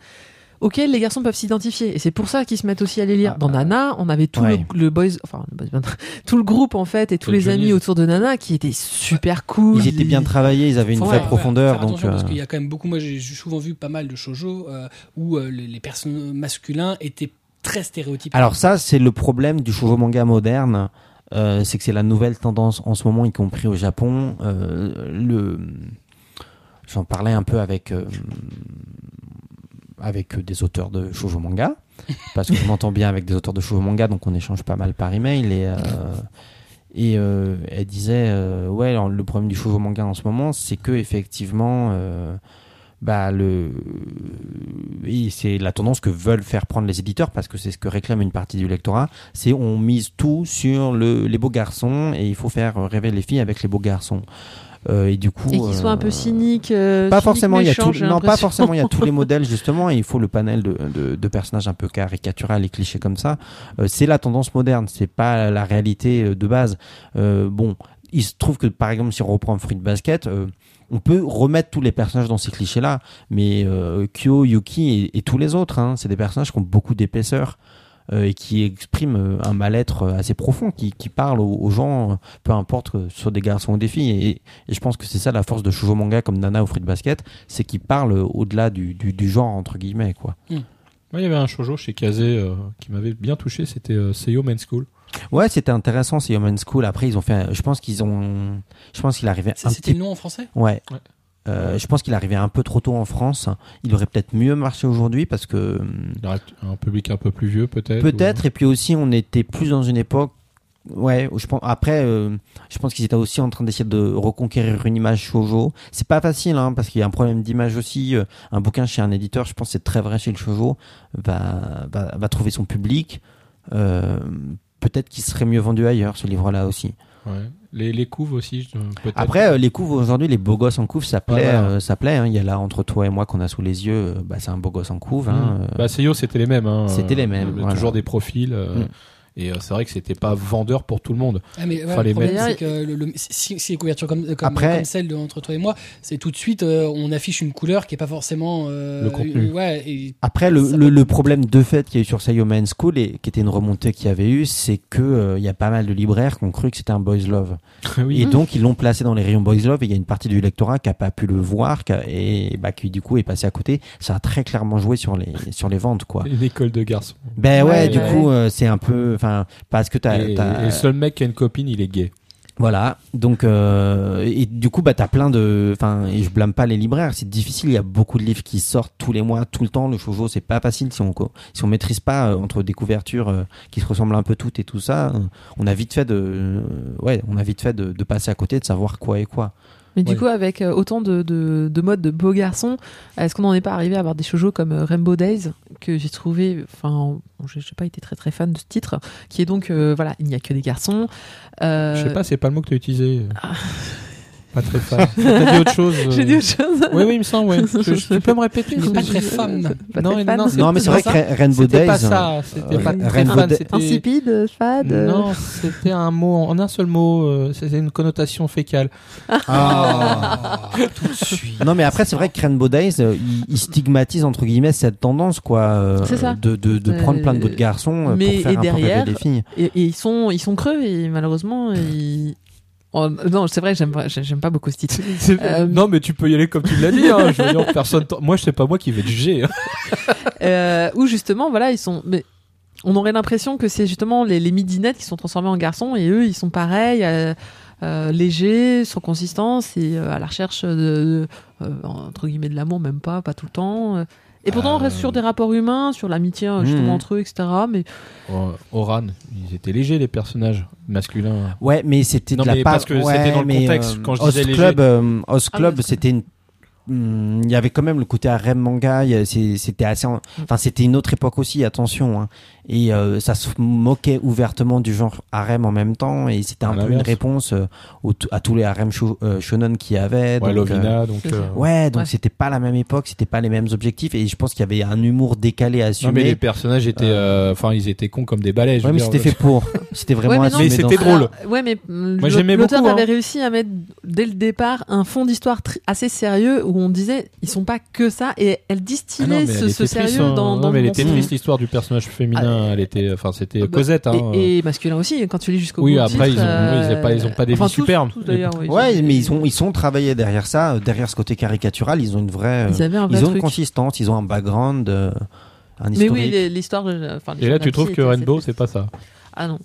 Speaker 4: auxquels les garçons peuvent s'identifier. Et c'est pour ça qu'ils se mettent aussi à les lire.
Speaker 2: Ah,
Speaker 4: dans
Speaker 2: euh,
Speaker 4: Nana, on avait tout
Speaker 2: ouais.
Speaker 4: le, le boys. Enfin, le boys band, <laughs> tout le groupe, en fait, et tous
Speaker 3: Le
Speaker 4: les amis
Speaker 3: Johnny's.
Speaker 4: autour de Nana qui étaient super cool.
Speaker 2: Ils étaient bien travaillés, ils avaient une
Speaker 4: Faut
Speaker 2: vraie
Speaker 4: faire-
Speaker 2: profondeur.
Speaker 1: Faire
Speaker 2: Donc,
Speaker 1: attention, parce
Speaker 2: euh,
Speaker 1: qu'il y a quand même beaucoup. Moi, j'ai j'ai souvent vu pas mal de shoujo euh, où euh, les, les personnages masculins étaient très stéréotypés.
Speaker 2: Alors ça, c'est le problème du shoujo manga moderne. euh, c'est que c'est la nouvelle tendance en ce moment, y compris au Japon. Euh, le, j'en parlais un peu avec euh, avec des auteurs de shoujo manga, parce que je m'entends bien avec des auteurs de shoujo manga, donc on échange pas mal par email et euh, et euh, elle disait euh, ouais, alors, le problème du shoujo manga en ce moment, c'est que effectivement euh, bah le et c'est la tendance que veulent faire prendre les éditeurs parce que c'est ce que réclame une partie du lectorat c'est on mise tout sur le, les beaux garçons et il faut faire rêver les filles avec les beaux garçons Euh, et du coup
Speaker 4: Et qu'ils soient
Speaker 2: euh,
Speaker 4: un peu cyniques. euh,
Speaker 2: pas
Speaker 4: cyniques,
Speaker 2: forcément il y a
Speaker 4: méchants,
Speaker 2: tous-
Speaker 4: j'ai
Speaker 2: non pas
Speaker 4: l'impression.
Speaker 2: forcément il y a
Speaker 4: <laughs>
Speaker 2: tous les modèles justement et il faut le panel de, de, de personnages un peu caricatural et clichés comme ça Euh, c'est la tendance moderne c'est pas la réalité euh, de base Euh, bon il se trouve que par exemple si on reprend Fruit Basket euh, on peut remettre tous les personnages dans ces clichés là mais euh, Kyo Yuki et, et tous les autres hein, c'est des personnages qui ont beaucoup d'épaisseur euh, et qui expriment euh, un mal-être euh, assez profond, qui, qui parlent aux, aux gens, euh, peu importe que ce soit des garçons ou des filles. Et, et je pense que c'est ça la force de shoujo manga comme Nana ou Fruit Basket, c'est qu'ils parlent euh, au-delà du, du, du genre entre guillemets quoi.
Speaker 3: Moi, il y avait un shoujo chez Kazé euh, qui m'avait bien touché, c'était euh, Seiyo Men's School.
Speaker 2: Ouais, c'était intéressant c'est Human School. Après ils ont fait, un- je pense qu'ils ont, je pense qu'il arrivait
Speaker 1: Ça,
Speaker 2: Ah, un
Speaker 1: C'était
Speaker 2: petit,
Speaker 1: le nom en français
Speaker 2: ouais.
Speaker 3: Ouais.
Speaker 2: Euh, je pense qu'il arrivait un peu trop tôt en France. Il aurait peut-être mieux marché aujourd'hui parce que hum,
Speaker 3: Il y aurait un public un peu plus vieux, peut-être.
Speaker 2: Peut-être, et puis aussi, on était plus dans une époque. Ouais, où je pense, après, euh, je pense qu'ils étaient aussi en train d'essayer de reconquérir une image shoujo. C'est pas facile, hein, parce qu'il y a un problème d'image aussi. Euh, Un bouquin chez un éditeur, je pense que c'est très vrai chez le shoujo, va, va, va trouver son public. Euh, Peut-être qu'il serait mieux vendu ailleurs, ce livre-là aussi.
Speaker 3: ou- ouais. Les, les couves aussi, je- peut-être.
Speaker 2: Après, euh, les couves aujourd'hui, les beaux gosses en couve, ça plaît.
Speaker 3: voilà.
Speaker 2: euh, ça plaît hein. Il y a là, entre toi et moi, qu'on a sous les yeux, euh, bah, c'est un beau gosse en couve. Hein,
Speaker 3: Mmh.
Speaker 2: euh,
Speaker 3: Bah, Seiyo, c'était les mêmes. hein.
Speaker 2: C'était les mêmes,
Speaker 3: Il y avait
Speaker 2: voilà.
Speaker 3: Toujours des profils. euh,
Speaker 2: Mmh.
Speaker 3: Et euh, c'est vrai que c'était pas vendeur pour tout
Speaker 2: <laughs>
Speaker 3: le monde.
Speaker 1: Ah, mais ouais,
Speaker 3: Fallait
Speaker 1: le problème,
Speaker 4: mettre-
Speaker 1: c'est que le- le- si, si les couvertures comme, comme,
Speaker 2: Après-
Speaker 1: comme celle de Entre toi et moi, c'est tout de suite, euh, on affiche une couleur qui est pas forcément. euh,
Speaker 3: Le contenu.
Speaker 1: Ouais, et
Speaker 2: Après, le,
Speaker 1: Ça
Speaker 2: le-
Speaker 1: peut-
Speaker 2: le problème de fait qu'il y a eu sur Sayo Man School, et qui était une remontée qu'il y avait eu, c'est que euh, il y a pas mal de libraires qui ont cru que c'était un boys love. Et
Speaker 3: oui.
Speaker 2: donc, ils l'ont placé dans les rayons boys love, et il y a une partie du lectorat qui a pas pu le voir, qui a- et bah, qui du coup est passé à côté. Ça a très clairement joué sur les, sur les ventes, quoi.
Speaker 3: <laughs> Une école de garçons.
Speaker 2: Ben ouais,
Speaker 4: Ouais,
Speaker 2: du
Speaker 4: ouais.
Speaker 2: coup, euh, c'est un peu, enfin, parce que t'as,
Speaker 3: et,
Speaker 2: t'as-
Speaker 3: et le seul mec qui a une copine, il est gay.
Speaker 2: voilà. Donc, euh, et du coup, bah, t'as plein de, enfin, et je blâme pas les libraires. C'est difficile. Il y a beaucoup de livres qui sortent tous les mois, tout le temps. Le shoujo, c'est pas facile si on, co- si on maîtrise pas euh, entre des couvertures euh, qui se ressemblent un peu toutes et tout ça. euh, on a vite fait de, euh, ouais, on a vite fait de, de passer à côté, de savoir quoi et quoi.
Speaker 4: Mais du
Speaker 3: Ouais.
Speaker 4: coup, avec euh, autant de, de, de modes de beaux garçons, est-ce qu'on n'en est pas arrivé à avoir des shoujo comme euh, Rainbow Days, que j'ai trouvé, enfin, bon, j'ai j'ai pas été très très fan de ce titre, qui est donc, euh, voilà, il n'y a que des garçons. Euh, <laughs> Ah.
Speaker 3: Je sais pas, c'est pas le mot que tu as utilisé. <laughs> Pas très fan. T'as dit autre chose. euh.
Speaker 4: <laughs> J'ai dit autre chose.
Speaker 3: Oui,
Speaker 4: <laughs>
Speaker 3: oui, il me semble, oui. Je- je- tu peux me répéter
Speaker 1: Il n'est
Speaker 3: s'il
Speaker 1: pas
Speaker 3: te
Speaker 1: très
Speaker 3: plaît
Speaker 1: femme.
Speaker 4: Pas
Speaker 3: Non,
Speaker 4: très
Speaker 3: non,
Speaker 4: fan.
Speaker 3: non,
Speaker 2: Non, mais c'est vrai que
Speaker 3: ça.
Speaker 2: Ra- Rainbow
Speaker 3: C'était
Speaker 2: Days.
Speaker 3: pas
Speaker 2: euh,
Speaker 3: ça. C'était
Speaker 2: Ra-
Speaker 3: pas très
Speaker 2: Rainbow
Speaker 3: fan,
Speaker 2: Day-
Speaker 3: c'était-
Speaker 4: Insipide, fade. euh,
Speaker 3: Non, c'était un mot, en un seul mot, euh, c'était une
Speaker 2: <laughs>
Speaker 3: connotation fécale.
Speaker 1: tout de suite.
Speaker 2: Ah, Non mais après c'est vrai que Rainbow Days euh, il, il stigmatise entre guillemets cette tendance quoi euh,
Speaker 4: C'est ça.
Speaker 2: de, de, de
Speaker 4: Euh,
Speaker 2: prendre plein de d'autres garçons euh,
Speaker 4: mais-
Speaker 2: pour faire
Speaker 4: et
Speaker 2: un peu rêver
Speaker 4: derrière,
Speaker 2: des filles.
Speaker 4: Et, et ils sont ils sont creux et malheureusement ils Oh, non, c'est vrai, j'aime, j'aime pas beaucoup ce titre. Euh,
Speaker 3: Non, mais tu peux y aller comme tu l'as dit. Hein. Je veux dire, personne. t'en- Moi, je sais pas moi qui vais te juger. hein.
Speaker 4: euh, où justement, voilà, ils sont. Mais on aurait l'impression que c'est justement les, les midinettes qui sont transformées en garçons et eux, ils sont pareils, euh, euh, légers, sans consistance et euh, à la recherche de, de, euh, entre guillemets de l'amour, même pas, pas tout le temps. euh. Et pourtant, on reste
Speaker 3: Euh. Hmm.
Speaker 4: sur des rapports humains, sur l'amitié euh, justement
Speaker 2: Mhm.
Speaker 4: entre eux, etc. Mais
Speaker 3: Oh, Oran, ils étaient légers les personnages masculins.
Speaker 2: Ouais, mais c'était
Speaker 3: Non,
Speaker 2: de la
Speaker 3: mais
Speaker 2: part.
Speaker 3: parce que
Speaker 2: ouais,
Speaker 3: c'était dans le
Speaker 2: mais,
Speaker 3: contexte, quand je
Speaker 2: Host
Speaker 3: disais léger.
Speaker 2: Club, euh, Host
Speaker 4: Ah oui,
Speaker 2: Club,
Speaker 4: Host Club.
Speaker 2: c'était une. Hmm, Il y avait quand même le côté harem manga. il y a- c'est- C'était assez. en- Enfin, c'était une autre époque aussi. Attention. hein. Et euh, ça se moquait ouvertement du genre harem en même temps. Et c'était
Speaker 3: À
Speaker 2: un peu une
Speaker 3: l'inverse.
Speaker 2: réponse euh, au- à tous les harems sho- euh, shonen qu'il y avait.
Speaker 3: Ouais,
Speaker 2: donc, euh,
Speaker 3: Lovina, donc.
Speaker 4: c'est
Speaker 3: euh,
Speaker 4: ça.
Speaker 2: Ouais, donc
Speaker 4: Ouais.
Speaker 2: c'était pas la même époque, c'était pas les mêmes objectifs, et je pense qu'il y avait un humour décalé à assumer.
Speaker 3: Non, mais les personnages étaient. euh, Enfin, ils étaient cons comme des balais. je
Speaker 2: Ouais,
Speaker 3: veux
Speaker 2: mais
Speaker 3: dire. euh,
Speaker 2: c'était fait pour. C'était vraiment
Speaker 4: mais non,
Speaker 2: assumé.
Speaker 3: mais
Speaker 2: dans-
Speaker 3: c'était drôle.
Speaker 4: Alors, ouais, mais mm,
Speaker 3: Moi,
Speaker 4: l'aut-
Speaker 3: j'aimais
Speaker 4: l'auteur
Speaker 3: beaucoup,
Speaker 4: avait
Speaker 3: hein.
Speaker 4: réussi à mettre dès le départ un fond d'histoire tr- assez sérieux où on disait ils sont pas que ça et elle
Speaker 3: Ah non,
Speaker 4: distillait
Speaker 3: mais
Speaker 4: ce,
Speaker 3: elle
Speaker 4: ce
Speaker 3: était
Speaker 4: sérieux
Speaker 3: triste, hein.
Speaker 4: dans,
Speaker 3: Non,
Speaker 4: dans
Speaker 3: mais elle
Speaker 4: dans
Speaker 3: était
Speaker 4: son-
Speaker 3: triste l'histoire du personnage féminin. Elle était. Enfin, c'était
Speaker 4: Bah,
Speaker 3: Cosette. Hein.
Speaker 4: et, et masculin aussi quand tu lis jusqu'au
Speaker 3: Oui,
Speaker 4: bout. du
Speaker 3: après,
Speaker 4: titre,
Speaker 3: ils ont-
Speaker 4: euh,
Speaker 3: oui, ils ont pas- ils ont pas des
Speaker 4: enfin,
Speaker 3: vies
Speaker 4: tous-
Speaker 3: superbes.
Speaker 4: tous, d'ailleurs, oui,
Speaker 2: Ouais,
Speaker 4: Oh, ont-
Speaker 2: mais ils ont, ils sont travaillés derrière ça, euh, derrière ce côté caricatural, ils ont une vraie. euh,
Speaker 4: ils avaient un vrai
Speaker 2: ils ont une
Speaker 4: truc.
Speaker 2: consistance, ils ont un background, euh, un
Speaker 4: Mais
Speaker 2: historique.
Speaker 4: oui, les- l'histoire. euh, enfin, les
Speaker 3: Et là, tu
Speaker 4: journalistes
Speaker 3: trouves que
Speaker 4: étaient assez
Speaker 3: Rainbow,
Speaker 4: tristes.
Speaker 3: c'est pas ça.
Speaker 4: Ah non,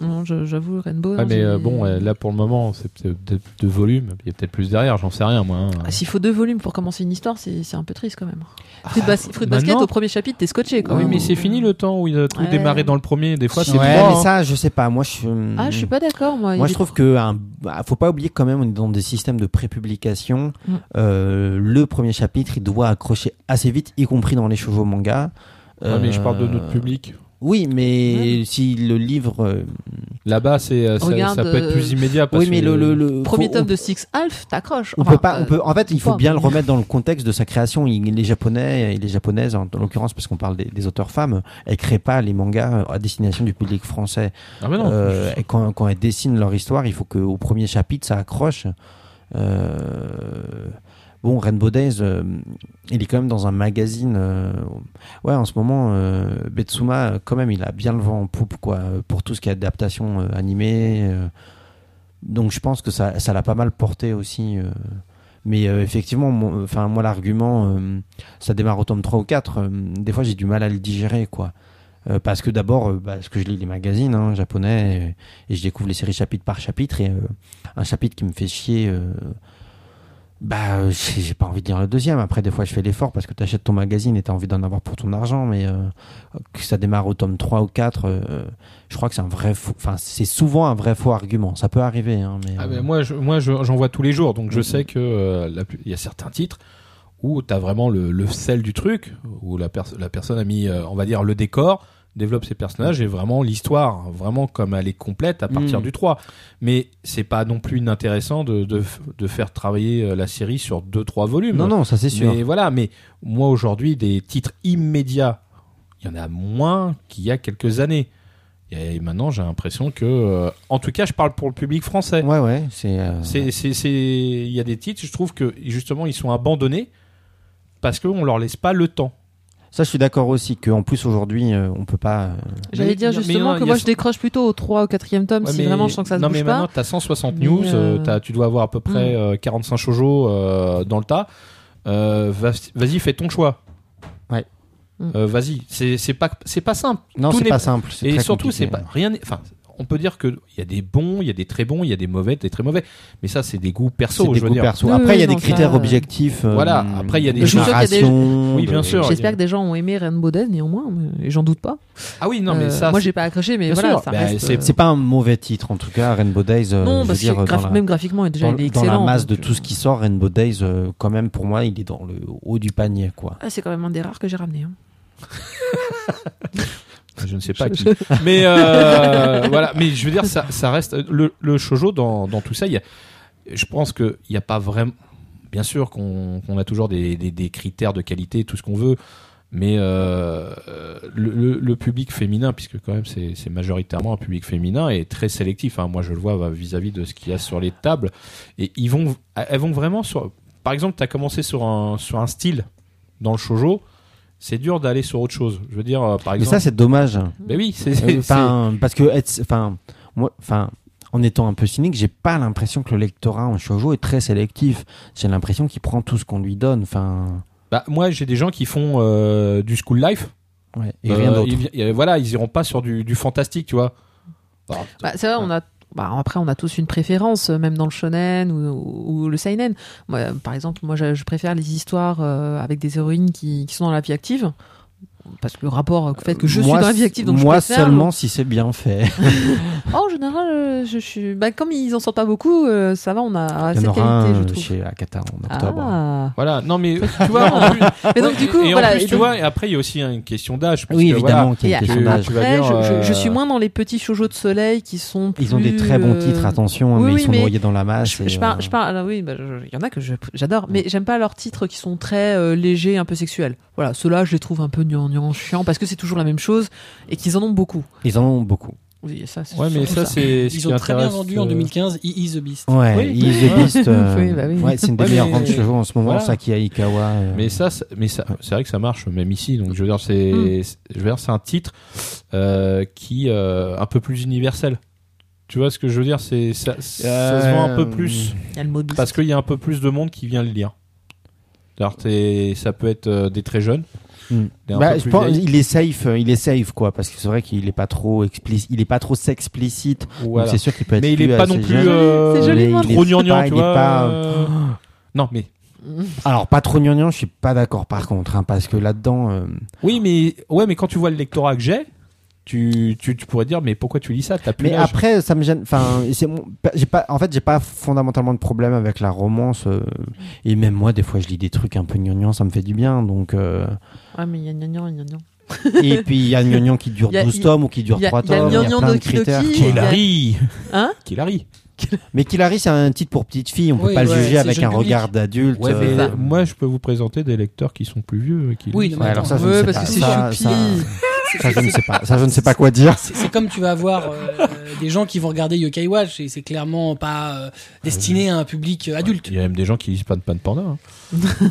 Speaker 4: non, je- j'avoue Rainbow.
Speaker 3: Ah,
Speaker 4: non,
Speaker 3: mais
Speaker 4: j'ai-
Speaker 3: euh, bon, euh, là, pour le moment, c'est peut-être deux- deux volumes. Il y a peut-être plus derrière, j'en sais rien, moi. hein.
Speaker 4: Ah, S'il faut deux volumes pour commencer une histoire, c'est c'est un peu triste quand même. Fruit, Bas- Fruit
Speaker 3: bah
Speaker 4: Basket,
Speaker 3: non.
Speaker 4: au premier chapitre, t'es scotché quand
Speaker 3: Oui,
Speaker 4: même.
Speaker 3: mais c'est fini le temps où ils ont tout
Speaker 4: Ouais.
Speaker 3: démarré dans le premier. Des fois, c'est
Speaker 2: ouais,
Speaker 3: trois,
Speaker 2: mais
Speaker 3: hein.
Speaker 2: ça, je sais pas. Moi, je suis.
Speaker 4: Ah, je suis pas d'accord, moi.
Speaker 2: Moi,
Speaker 4: Il
Speaker 2: je
Speaker 4: est-
Speaker 2: trouve que un- bah, faut pas oublier que quand même, on est dans des systèmes de prépublication.
Speaker 4: Mm.
Speaker 2: Euh, le premier chapitre, il doit accrocher assez vite, y compris dans les shoujo manga.
Speaker 3: Ouais, mais je parle de
Speaker 2: Euh,
Speaker 3: notre public.
Speaker 2: Oui, mais si le livre. euh,
Speaker 3: Là-bas, c'est euh, ça,
Speaker 4: Regarde,
Speaker 3: ça peut être
Speaker 4: euh,
Speaker 3: plus immédiat. Parce
Speaker 2: oui, mais
Speaker 3: que-
Speaker 2: le, le, le-
Speaker 4: Premier
Speaker 2: faut-
Speaker 4: tome de Six Half, t'accroches.
Speaker 2: On
Speaker 4: Enfin,
Speaker 2: peut pas, on
Speaker 4: euh,
Speaker 2: peut, en fait, il faut
Speaker 4: pas. <laughs>
Speaker 2: bien le remettre dans le contexte de sa création. Il, les japonais et les japonaises, en, en l'occurrence, parce qu'on parle des, des auteurs femmes, elles créent pas les mangas à destination du public français.
Speaker 3: Ah, mais non.
Speaker 2: Euh, et quand, quand elles dessinent leur histoire, il faut qu'au premier chapitre, ça accroche. Euh, bon, Rainbow Days, euh, il est quand même dans un magazine. euh, ouais, en ce moment, euh, Betsuma, euh, quand même, il a bien le vent en poupe, quoi, euh, pour tout ce qui est adaptation euh, animée. euh. donc, je pense que ça ça l'a pas mal porté aussi. euh. mais euh, effectivement, mon- enfin, moi, l'argument, euh, ça démarre au tome 3 ou 4. euh, des fois, j'ai du mal à le digérer, quoi. Euh, parce que d'abord, euh, bah, parce que je lis les magazines hein, japonais euh, et je découvre les séries chapitre par chapitre et euh, un chapitre qui me fait chier, euh, bah euh, j'ai j'ai pas envie de lire le deuxième. Après, des fois, je fais l'effort parce que t'achètes ton magazine et t'as envie d'en avoir pour ton argent, mais euh, que ça démarre au tome 3 ou 4, euh, je crois que c'est un vrai, faux- enfin c'est souvent un vrai faux argument. Ça peut arriver, hein, mais,
Speaker 3: Ah
Speaker 2: euh,
Speaker 3: ben moi, je- moi, je- j'en vois tous les jours, donc je
Speaker 2: Mhm.
Speaker 3: sais que euh, la plus- il y a certains titres où t'as vraiment le, le sel du truc, où la, pers- la personne a mis, euh, on va dire, le décor, développe ses personnages et vraiment l'histoire, hein, vraiment comme elle est complète à partir
Speaker 2: Mhm.
Speaker 3: du 3. Mais c'est pas non plus inintéressant de, de, f- de faire travailler euh, la série sur 2-3 volumes.
Speaker 2: non, non, ça c'est sûr.
Speaker 3: Mais voilà, mais moi aujourd'hui, des titres immédiats, il y en a moins qu'il y a quelques années. Et maintenant, j'ai l'impression que, euh, en tout cas, je parle pour le public français.
Speaker 2: Ouais, ouais, c'est. euh,
Speaker 3: C'est, c'est, c'est- il y a des titres, je trouve que justement, ils sont abandonnés parce qu'on leur laisse pas le temps.
Speaker 2: Ça, je suis d'accord aussi qu'en plus aujourd'hui, euh, on peut pas. euh,
Speaker 4: J'allais dire
Speaker 3: Mais- mais il y en
Speaker 4: justement
Speaker 3: a-
Speaker 4: que
Speaker 3: il y
Speaker 4: moi
Speaker 3: a-
Speaker 4: je décroche plutôt au 3 ou 4 tome
Speaker 3: Ouais,
Speaker 4: si
Speaker 3: mais-
Speaker 4: vraiment je sens que ça se
Speaker 3: non,
Speaker 4: bouge
Speaker 3: mais
Speaker 4: pas.
Speaker 3: maintenant, t'as 160
Speaker 4: Mais,
Speaker 3: news,
Speaker 4: euh, Mm.
Speaker 3: euh, t'as- tu dois avoir à peu près euh, 45 shoujo euh, dans le tas. Euh, vas- vas-y, fais ton choix.
Speaker 2: Ouais.
Speaker 4: Mm.
Speaker 3: Euh, vas-y, c'est, c'est pas c'est pas simple.
Speaker 2: Non,
Speaker 3: Tout
Speaker 2: c'est
Speaker 3: n'est
Speaker 2: pas
Speaker 3: pas-
Speaker 2: simple. c'est
Speaker 3: Et
Speaker 2: très
Speaker 3: surtout,
Speaker 2: compliqué.
Speaker 3: c'est pas rien. n'est- Enfin, on peut dire que il y a des bons, il y a des très bons, il y a des mauvais, des très mauvais. Mais ça, c'est des goûts perso.
Speaker 2: C'est
Speaker 3: je
Speaker 2: des
Speaker 3: veux
Speaker 2: goûts
Speaker 3: dire.
Speaker 2: perso.
Speaker 4: Oui,
Speaker 2: Après, il y a
Speaker 4: oui,
Speaker 2: des
Speaker 4: non, ça,
Speaker 2: critères
Speaker 4: euh,
Speaker 2: objectifs. euh,
Speaker 3: Voilà. Après, il y a des
Speaker 2: de
Speaker 4: Je suis sûr qu'il y a des-
Speaker 2: narration,
Speaker 3: Oui, bien
Speaker 2: de-
Speaker 3: sûr.
Speaker 4: J'espère que des gens ont aimé Rainbow Days néanmoins, mais- et j'en doute pas.
Speaker 3: Ah oui, non, mais
Speaker 4: Euh,
Speaker 3: ça.
Speaker 4: moi
Speaker 3: c'est-
Speaker 4: j'ai pas accroché, mais
Speaker 3: Bien
Speaker 4: voilà,
Speaker 3: sûr,
Speaker 4: ça
Speaker 3: bah,
Speaker 4: reste.
Speaker 3: c'est-
Speaker 4: euh,
Speaker 2: C'est pas un mauvais titre en tout cas. Rainbow Days, euh,
Speaker 4: non,
Speaker 2: je
Speaker 4: parce
Speaker 2: veux dire,
Speaker 4: que graph-
Speaker 2: dans la,
Speaker 4: même graphiquement, il est déjà
Speaker 2: dans-
Speaker 4: il est
Speaker 2: dans
Speaker 4: excellent.
Speaker 2: la masse de
Speaker 4: donc, euh,
Speaker 2: tout ce qui sort, Rainbow Days, euh, quand même, pour moi, il est dans le haut du panier, quoi.
Speaker 4: Ah, c'est quand même un des rares que j'ai ramené. hein.
Speaker 3: Ah, Je ne sais pas qui. Mais euh, voilà, mais je veux dire, ça, ça reste le, le shojo dans, dans tout ça. Il y a, je pense que il n'y a pas vraiment. Bien sûr qu'on qu'on a toujours des, des- des critères de qualité, tout ce qu'on veut, mais euh, le, le- le public féminin, puisque quand même c'est c'est majoritairement un public féminin, est très sélectif. hein. Moi, je le vois bah, vis-à-vis de ce qu'il y a sur les tables, et ils vont, elles vont vraiment sur. Par exemple, tu as commencé sur un sur un style dans le shojo. C'est dur d'aller sur autre chose. Je veux dire, euh, par
Speaker 2: Mais
Speaker 3: exemple. <laughs>
Speaker 2: ça, c'est dommage.
Speaker 3: Ben oui, c'est.
Speaker 2: Euh,
Speaker 3: c'est-
Speaker 2: Enfin, parce que, être- enfin, moi, enfin, en étant un peu cynique, j'ai pas l'impression que le lectorat en shoujo est très sélectif. J'ai l'impression qu'il prend tout ce qu'on lui donne. Enfin,
Speaker 3: Bah, moi, j'ai des gens qui font euh, du school life.
Speaker 2: ouais, et
Speaker 3: Euh,
Speaker 2: rien d'autre.
Speaker 3: ils vi- et voilà, ils iront pas sur du, du fantastique, tu vois. Bah,
Speaker 4: Bah, c'est vrai, on a. bah, après, on a tous une préférence, euh, même dans le shonen ou, ou- ou le seinen. Moi, euh, par exemple, moi, je, je préfère les histoires euh, avec des héroïnes qui, qui sont dans la vie active, parce que le rapport au fait que je
Speaker 2: Moi,
Speaker 4: suis dans la vie active, donc
Speaker 2: moi
Speaker 4: je préfère.
Speaker 2: seulement si c'est bien fait.
Speaker 4: Oh, en général, euh, je suis. Bah, comme ils en sortent pas beaucoup, euh, ça va, on a
Speaker 2: Il
Speaker 4: assez
Speaker 2: y
Speaker 4: de
Speaker 2: en
Speaker 4: qualité,
Speaker 2: aura un
Speaker 4: je
Speaker 2: euh,
Speaker 4: trouve.
Speaker 2: chez Akata en octobre.
Speaker 4: Ah.
Speaker 3: Voilà, non mais tu vois, en plus-
Speaker 4: Mais donc du coup,
Speaker 3: <laughs> et en
Speaker 4: voilà.
Speaker 3: plus,
Speaker 4: et
Speaker 3: tu
Speaker 4: donc-
Speaker 3: vois, et après il y a aussi une question d'âge. parce
Speaker 2: Oui,
Speaker 3: que, voilà,
Speaker 2: évidemment qu'il y a
Speaker 4: Et
Speaker 2: des
Speaker 3: tu-
Speaker 2: sondages.
Speaker 3: tu vas
Speaker 4: après,
Speaker 3: dire,
Speaker 4: je, je- je
Speaker 3: euh,
Speaker 4: suis moins dans les petits shoujo de soleil qui sont.
Speaker 2: Ils ont
Speaker 4: plus,
Speaker 2: des très bons
Speaker 4: euh,
Speaker 2: titres, attention, hein,
Speaker 4: oui,
Speaker 2: mais
Speaker 4: oui,
Speaker 2: ils sont
Speaker 4: mais
Speaker 2: noyés dans la masse.
Speaker 4: Je,
Speaker 2: et,
Speaker 4: je parle,
Speaker 2: euh,
Speaker 4: je parle- ah oui, bah, je- je- il y en a que je- j'adore, mais j'aime pas leurs titres qui sont très euh, légers, un peu sexuels. Voilà, ceux-là, je les trouve un peu gnangnan, chiants, parce que c'est toujours la même chose et qu'ils en ont beaucoup.
Speaker 2: Ils en ont beaucoup.
Speaker 4: Oui, ça, c'est
Speaker 3: Ouais, mais
Speaker 4: surtout
Speaker 3: ça c'est ce
Speaker 1: Ils
Speaker 3: qui
Speaker 1: ont très bien
Speaker 3: intéresse,
Speaker 1: vendu en
Speaker 3: euh,
Speaker 1: 2015 E is the Beast.
Speaker 2: Ouais,
Speaker 3: Oui.
Speaker 2: ils The Beast, euh,
Speaker 4: <laughs> Oui, bah oui.
Speaker 2: ouais, c'est une des
Speaker 3: Ouais,
Speaker 2: meilleures
Speaker 3: mais-
Speaker 2: ventes de chevaux en ce moment,
Speaker 3: Voilà.
Speaker 2: Saki Aikawa. euh,
Speaker 3: Mais ça, c'est- mais ça, c'est vrai que ça marche même ici. Donc je veux dire, c'est,
Speaker 4: Hmm.
Speaker 3: je veux dire, c'est un titre euh, qui euh, un peu plus universel. Tu vois ce que je veux dire C'est ça, ça se vend un peu plus
Speaker 2: Euh,
Speaker 4: Il y a le mot de
Speaker 3: parce qu'il y a un peu plus de monde qui vient le lire. Alors t'es- ça peut être euh, des très jeunes.
Speaker 2: Mm.
Speaker 3: des un
Speaker 2: Bah,
Speaker 3: peu
Speaker 2: je
Speaker 3: plus
Speaker 2: pense,
Speaker 3: vieilles.
Speaker 2: il est safe, euh, il est safe quoi, parce que c'est vrai qu'il est pas trop explicite, il est pas trop s'explicite.
Speaker 3: Voilà.
Speaker 2: Donc c'est sûr qu'il peut être.
Speaker 3: Mais il
Speaker 2: lu
Speaker 3: est pas
Speaker 2: assez
Speaker 3: non plus
Speaker 2: jeune.
Speaker 3: euh,
Speaker 4: C'est joliment
Speaker 2: Il est-
Speaker 3: trop
Speaker 2: il est
Speaker 3: gnangnan,
Speaker 2: pas-
Speaker 3: tu
Speaker 2: il est
Speaker 3: vois.
Speaker 2: pas-
Speaker 3: euh, <gasps> Non, mais
Speaker 2: Alors pas trop gnangnan, je suis pas d'accord par contre, hein, parce que là-dedans, euh,
Speaker 3: oui, mais ouais, mais quand tu vois le lectorat que j'ai, tu, tu, tu pourrais dire, mais pourquoi tu lis ça T'as plus
Speaker 2: Mais
Speaker 3: l'âge.
Speaker 2: après, ça me gêne. Enfin, c'est mon- j'ai pas. En fait, j'ai pas fondamentalement de problème avec la romance. euh, et même moi, des fois, je lis des trucs un peu gnangnans, ça me fait du bien. Donc. euh,
Speaker 4: <laughs> Ouais, mais il y a gnangnan, il y a gnangnan.
Speaker 2: et puis il y a gnangnan qui dure
Speaker 4: <laughs> Il y a-
Speaker 2: 12 tomes ou qui dure
Speaker 4: il y a-
Speaker 2: 3
Speaker 4: il y a
Speaker 2: tomes. Il y a
Speaker 4: gnangnan
Speaker 2: plein de
Speaker 4: d'Oki Doki,
Speaker 2: critères.
Speaker 4: il y a-
Speaker 3: Killary, <laughs>
Speaker 4: Hein
Speaker 3: Killary.
Speaker 2: Mais Killary, c'est un titre pour petite fille. On peut
Speaker 1: Oui,
Speaker 2: pas le
Speaker 1: ouais,
Speaker 2: juger
Speaker 1: c'est
Speaker 2: avec
Speaker 1: jeune
Speaker 2: un
Speaker 1: public.
Speaker 2: regard d'adulte.
Speaker 3: Ouais, mais
Speaker 2: euh,
Speaker 3: moi, je peux vous présenter des lecteurs qui sont plus vieux. Qui
Speaker 1: Oui, non, mais
Speaker 2: ouais, alors
Speaker 1: attends.
Speaker 2: ça, je
Speaker 4: Ouais,
Speaker 2: ne sais
Speaker 4: parce
Speaker 2: pas.
Speaker 4: que c'est
Speaker 2: Ça,
Speaker 4: choupi.
Speaker 2: ça, ça, je ne sais pas. Ça, je ne sais pas quoi dire.
Speaker 1: C'est c'est comme tu vas avoir euh, des gens qui vont regarder Yokai Watch et c'est clairement pas euh, destiné à un public euh, adulte.
Speaker 3: Il y a même des gens qui lisent pas de pan de panda. hein.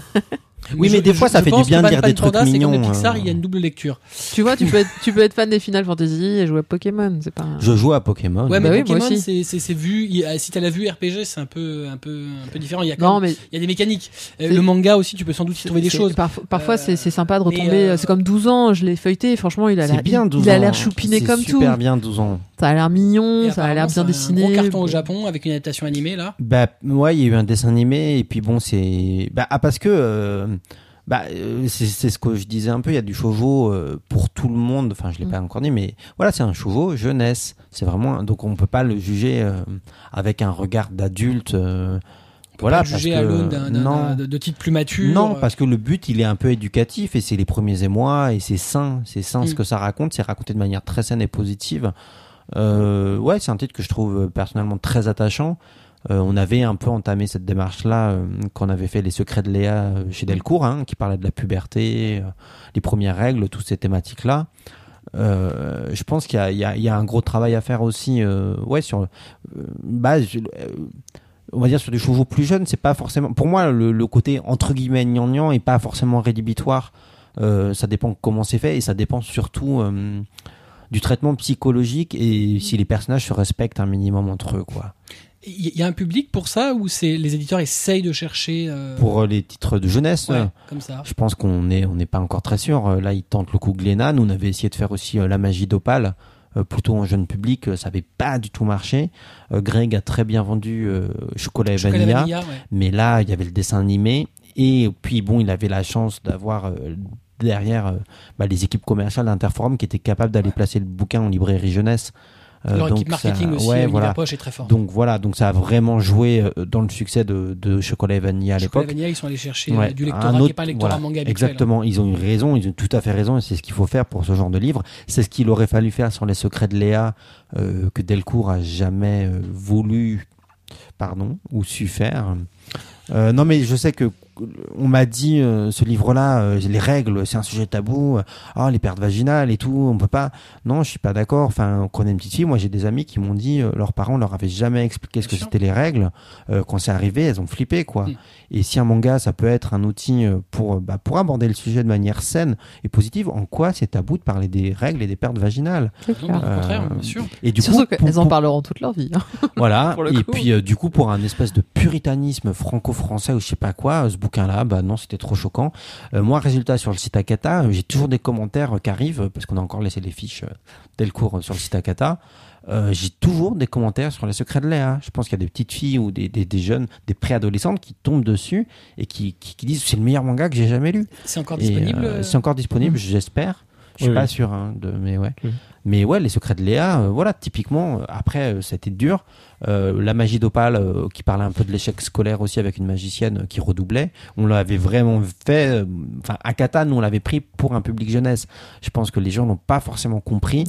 Speaker 2: Oui, mais
Speaker 1: je-
Speaker 2: des fois,
Speaker 1: je-
Speaker 2: ça
Speaker 1: je
Speaker 2: fait du
Speaker 1: pense
Speaker 2: bien
Speaker 1: que
Speaker 2: de dire
Speaker 1: Pan
Speaker 2: des
Speaker 1: Pan
Speaker 2: trucs
Speaker 1: Panda, c'est comme les
Speaker 2: mignons,
Speaker 1: Pixar,
Speaker 2: euh.
Speaker 1: il y a une double lecture.
Speaker 4: Tu vois, tu peux, être, tu peux être fan des Final Fantasy et jouer à Pokémon, c'est pas. un-
Speaker 2: Je joue à Pokémon.
Speaker 1: Ouais, mais
Speaker 4: bah oui, moi
Speaker 1: Pokémon,
Speaker 4: aussi.
Speaker 1: c'est- c'est c'est vu. il y a- Si t'as la vue RPG, c'est un peu, un peu, un peu différent. Il y a quand
Speaker 4: Non,
Speaker 1: même-
Speaker 4: mais
Speaker 1: il y a des mécaniques. Euh,
Speaker 4: C'est-
Speaker 1: Le manga aussi, tu peux sans doute y trouver des
Speaker 4: C'est-
Speaker 1: choses.
Speaker 4: parf- parfois,
Speaker 1: Euh,
Speaker 4: c'est c'est sympa de
Speaker 1: mais,
Speaker 4: retomber.
Speaker 1: euh,
Speaker 4: C'est comme 12 ans, je l'ai feuilleté. Franchement, il a
Speaker 2: C'est
Speaker 4: l'air
Speaker 2: bien 12
Speaker 4: il a
Speaker 2: ans.
Speaker 1: hein.
Speaker 2: hein.
Speaker 4: l'air choupiné
Speaker 2: C'est
Speaker 4: comme
Speaker 2: Super
Speaker 4: tout.
Speaker 2: bien 12 ans.
Speaker 4: Ça a l'air mignon,
Speaker 1: Et
Speaker 4: ça a l'air
Speaker 1: apparemment, c'est
Speaker 4: bien dessiné.
Speaker 1: Un gros carton au
Speaker 4: Bon.
Speaker 1: Japon avec une adaptation animée là.
Speaker 2: Bah ouais, il y a eu un dessin animé et puis bon c'est bah ah, parce que euh, bah euh, c'est c'est ce que je disais un peu, il y a du chauveau pour tout le monde, enfin je l'ai
Speaker 4: Mm.
Speaker 2: pas encore dit mais voilà, c'est un chauveau jeunesse, c'est vraiment donc on peut pas le juger euh, avec un regard d'adulte euh, voilà
Speaker 1: Pas
Speaker 2: parce
Speaker 1: jugé
Speaker 2: que
Speaker 1: à l'aune d'un- d'un-
Speaker 2: non.
Speaker 1: d'un- de, de titres plus matures.
Speaker 2: Non, parce que le but, il est un peu éducatif et c'est les premiers émois et c'est sain. C'est sain ce
Speaker 1: Mm.
Speaker 2: que ça raconte. C'est raconté de manière très saine et positive. Euh, ouais, c'est un titre que je trouve euh, personnellement très attachant. Euh, on avait un peu entamé cette démarche-là euh, quand on avait fait Les Secrets de Léa euh, chez Delcourt, hein, qui parlait de la puberté, euh, les premières règles, toutes ces thématiques-là. Euh, je pense qu'il y, a- il y a- il y a un gros travail à faire aussi, euh, ouais, sur, euh, bah, je- euh, on va dire sur des chevaux plus jeunes, c'est pas forcément. Pour moi, le, le côté entre guillemets gnangnan est pas forcément rédhibitoire. Euh, ça dépend comment c'est fait et ça dépend surtout euh, du traitement psychologique et si les personnages se respectent un minimum entre eux, quoi.
Speaker 1: il y, il y a un public pour ça où c'est les éditeurs essayent de chercher. euh,
Speaker 2: Pour euh, les titres de jeunesse,
Speaker 1: ouais,
Speaker 2: euh,
Speaker 1: comme ça.
Speaker 2: je pense qu'on est on n'est pas encore très sûr. Euh, Là, ils tentent le coup Glénane. On avait essayé de faire aussi euh, la magie d'Opale, euh, plutôt en jeune public. Euh, Ça avait pas du tout marché. Euh, Greg a très bien vendu euh, Chocolat et
Speaker 1: Chocolat
Speaker 2: Vanilla.
Speaker 1: Vanilla, ouais.
Speaker 2: Mais là, il y avait le dessin animé. Et puis, bon, il avait la chance d'avoir euh, derrière euh, bah, les équipes commerciales d'Interforum qui étaient capables d'aller placer le bouquin en librairie jeunesse. Euh,
Speaker 1: Leur équipe
Speaker 2: ça-
Speaker 1: marketing aussi,
Speaker 2: ouais,
Speaker 1: euh,
Speaker 2: voilà.
Speaker 1: Univers Poche est très fort.
Speaker 2: Donc voilà, donc ça a vraiment joué euh, dans le succès de, de Chocolat et Vanilla à
Speaker 1: Chocolat
Speaker 2: l'époque.
Speaker 1: Vanilla, ils sont allés chercher euh,
Speaker 2: Ouais,
Speaker 1: du
Speaker 2: un
Speaker 1: lectorat qui n'est
Speaker 2: autre-
Speaker 1: pas un lectorat
Speaker 2: voilà,
Speaker 1: manga habituel. hein.
Speaker 2: Exactement, ils ont eu raison, ils ont tout à fait raison, et c'est ce qu'il faut faire pour ce genre de livre. C'est ce qu'il aurait fallu faire sur les secrets de Léa, euh, que Delcourt a jamais euh, voulu, pardon, ou su faire. Euh, non, mais je sais que on m'a dit euh, ce livre-là, euh, les règles, c'est un sujet tabou. euh, Ah, les pertes vaginales et tout, on peut pas. Non, je suis pas d'accord. Enfin, on connaît une petite fille. Moi, j'ai des amis qui m'ont dit, euh, leurs parents leur avaient jamais expliqué ce
Speaker 1: Bien
Speaker 2: que
Speaker 1: sûr.
Speaker 2: c'était les règles. Euh, quand c'est arrivé, elles ont flippé, quoi.
Speaker 4: Hmm.
Speaker 1: Mm.
Speaker 2: Et si un manga, ça peut être un outil euh, pour, euh, bah, pour aborder le sujet de manière saine et positive, en quoi c'est tabou de parler des règles et des pertes vaginales
Speaker 4: c'est
Speaker 1: Non,
Speaker 4: clair.
Speaker 1: mais au contraire,
Speaker 2: Euh,
Speaker 1: bien sûr.
Speaker 2: Et du
Speaker 4: Surtout
Speaker 2: coup,
Speaker 4: qu'elles
Speaker 2: pour-
Speaker 4: en
Speaker 2: pour-
Speaker 4: parleront toute leur vie. hein.
Speaker 1: <laughs>
Speaker 2: voilà.
Speaker 4: Pour le
Speaker 2: Et
Speaker 4: coup.
Speaker 2: puis, euh, du coup, pour un espèce de puritanisme franco-français ou je sais pas quoi, euh, ce bouquin-là, bah non, c'était trop choquant. Euh, moi, résultat, sur le site Akata, euh, j'ai toujours des commentaires euh, qui arrivent, euh, parce qu'on a encore laissé les fiches euh, dès le cours euh, sur le site Akata. Euh, j'ai toujours des commentaires sur les secrets de l'air. Je pense qu'il y a des petites filles ou des, des, des jeunes, des préadolescentes qui tombent dessus et qui, qui, qui disent c'est le meilleur manga que j'ai jamais lu.
Speaker 1: C'est encore
Speaker 2: Et,
Speaker 1: disponible.
Speaker 2: euh,
Speaker 1: euh,
Speaker 2: C'est encore disponible, j'espère. Je suis
Speaker 3: Oui,
Speaker 2: pas
Speaker 3: oui.
Speaker 2: sûr, hein, de, mais ouais.
Speaker 3: Oui.
Speaker 2: Mais ouais, les secrets de Léa, euh, voilà, typiquement, euh, après, euh, ça a été dur. Euh, la magie d'Opal, euh, qui parlait un peu de l'échec scolaire aussi avec une magicienne euh, qui redoublait, on l'avait vraiment fait. euh, Enfin, à Akata, nous, on l'avait pris pour un public jeunesse. Je pense que les gens n'ont pas forcément compris.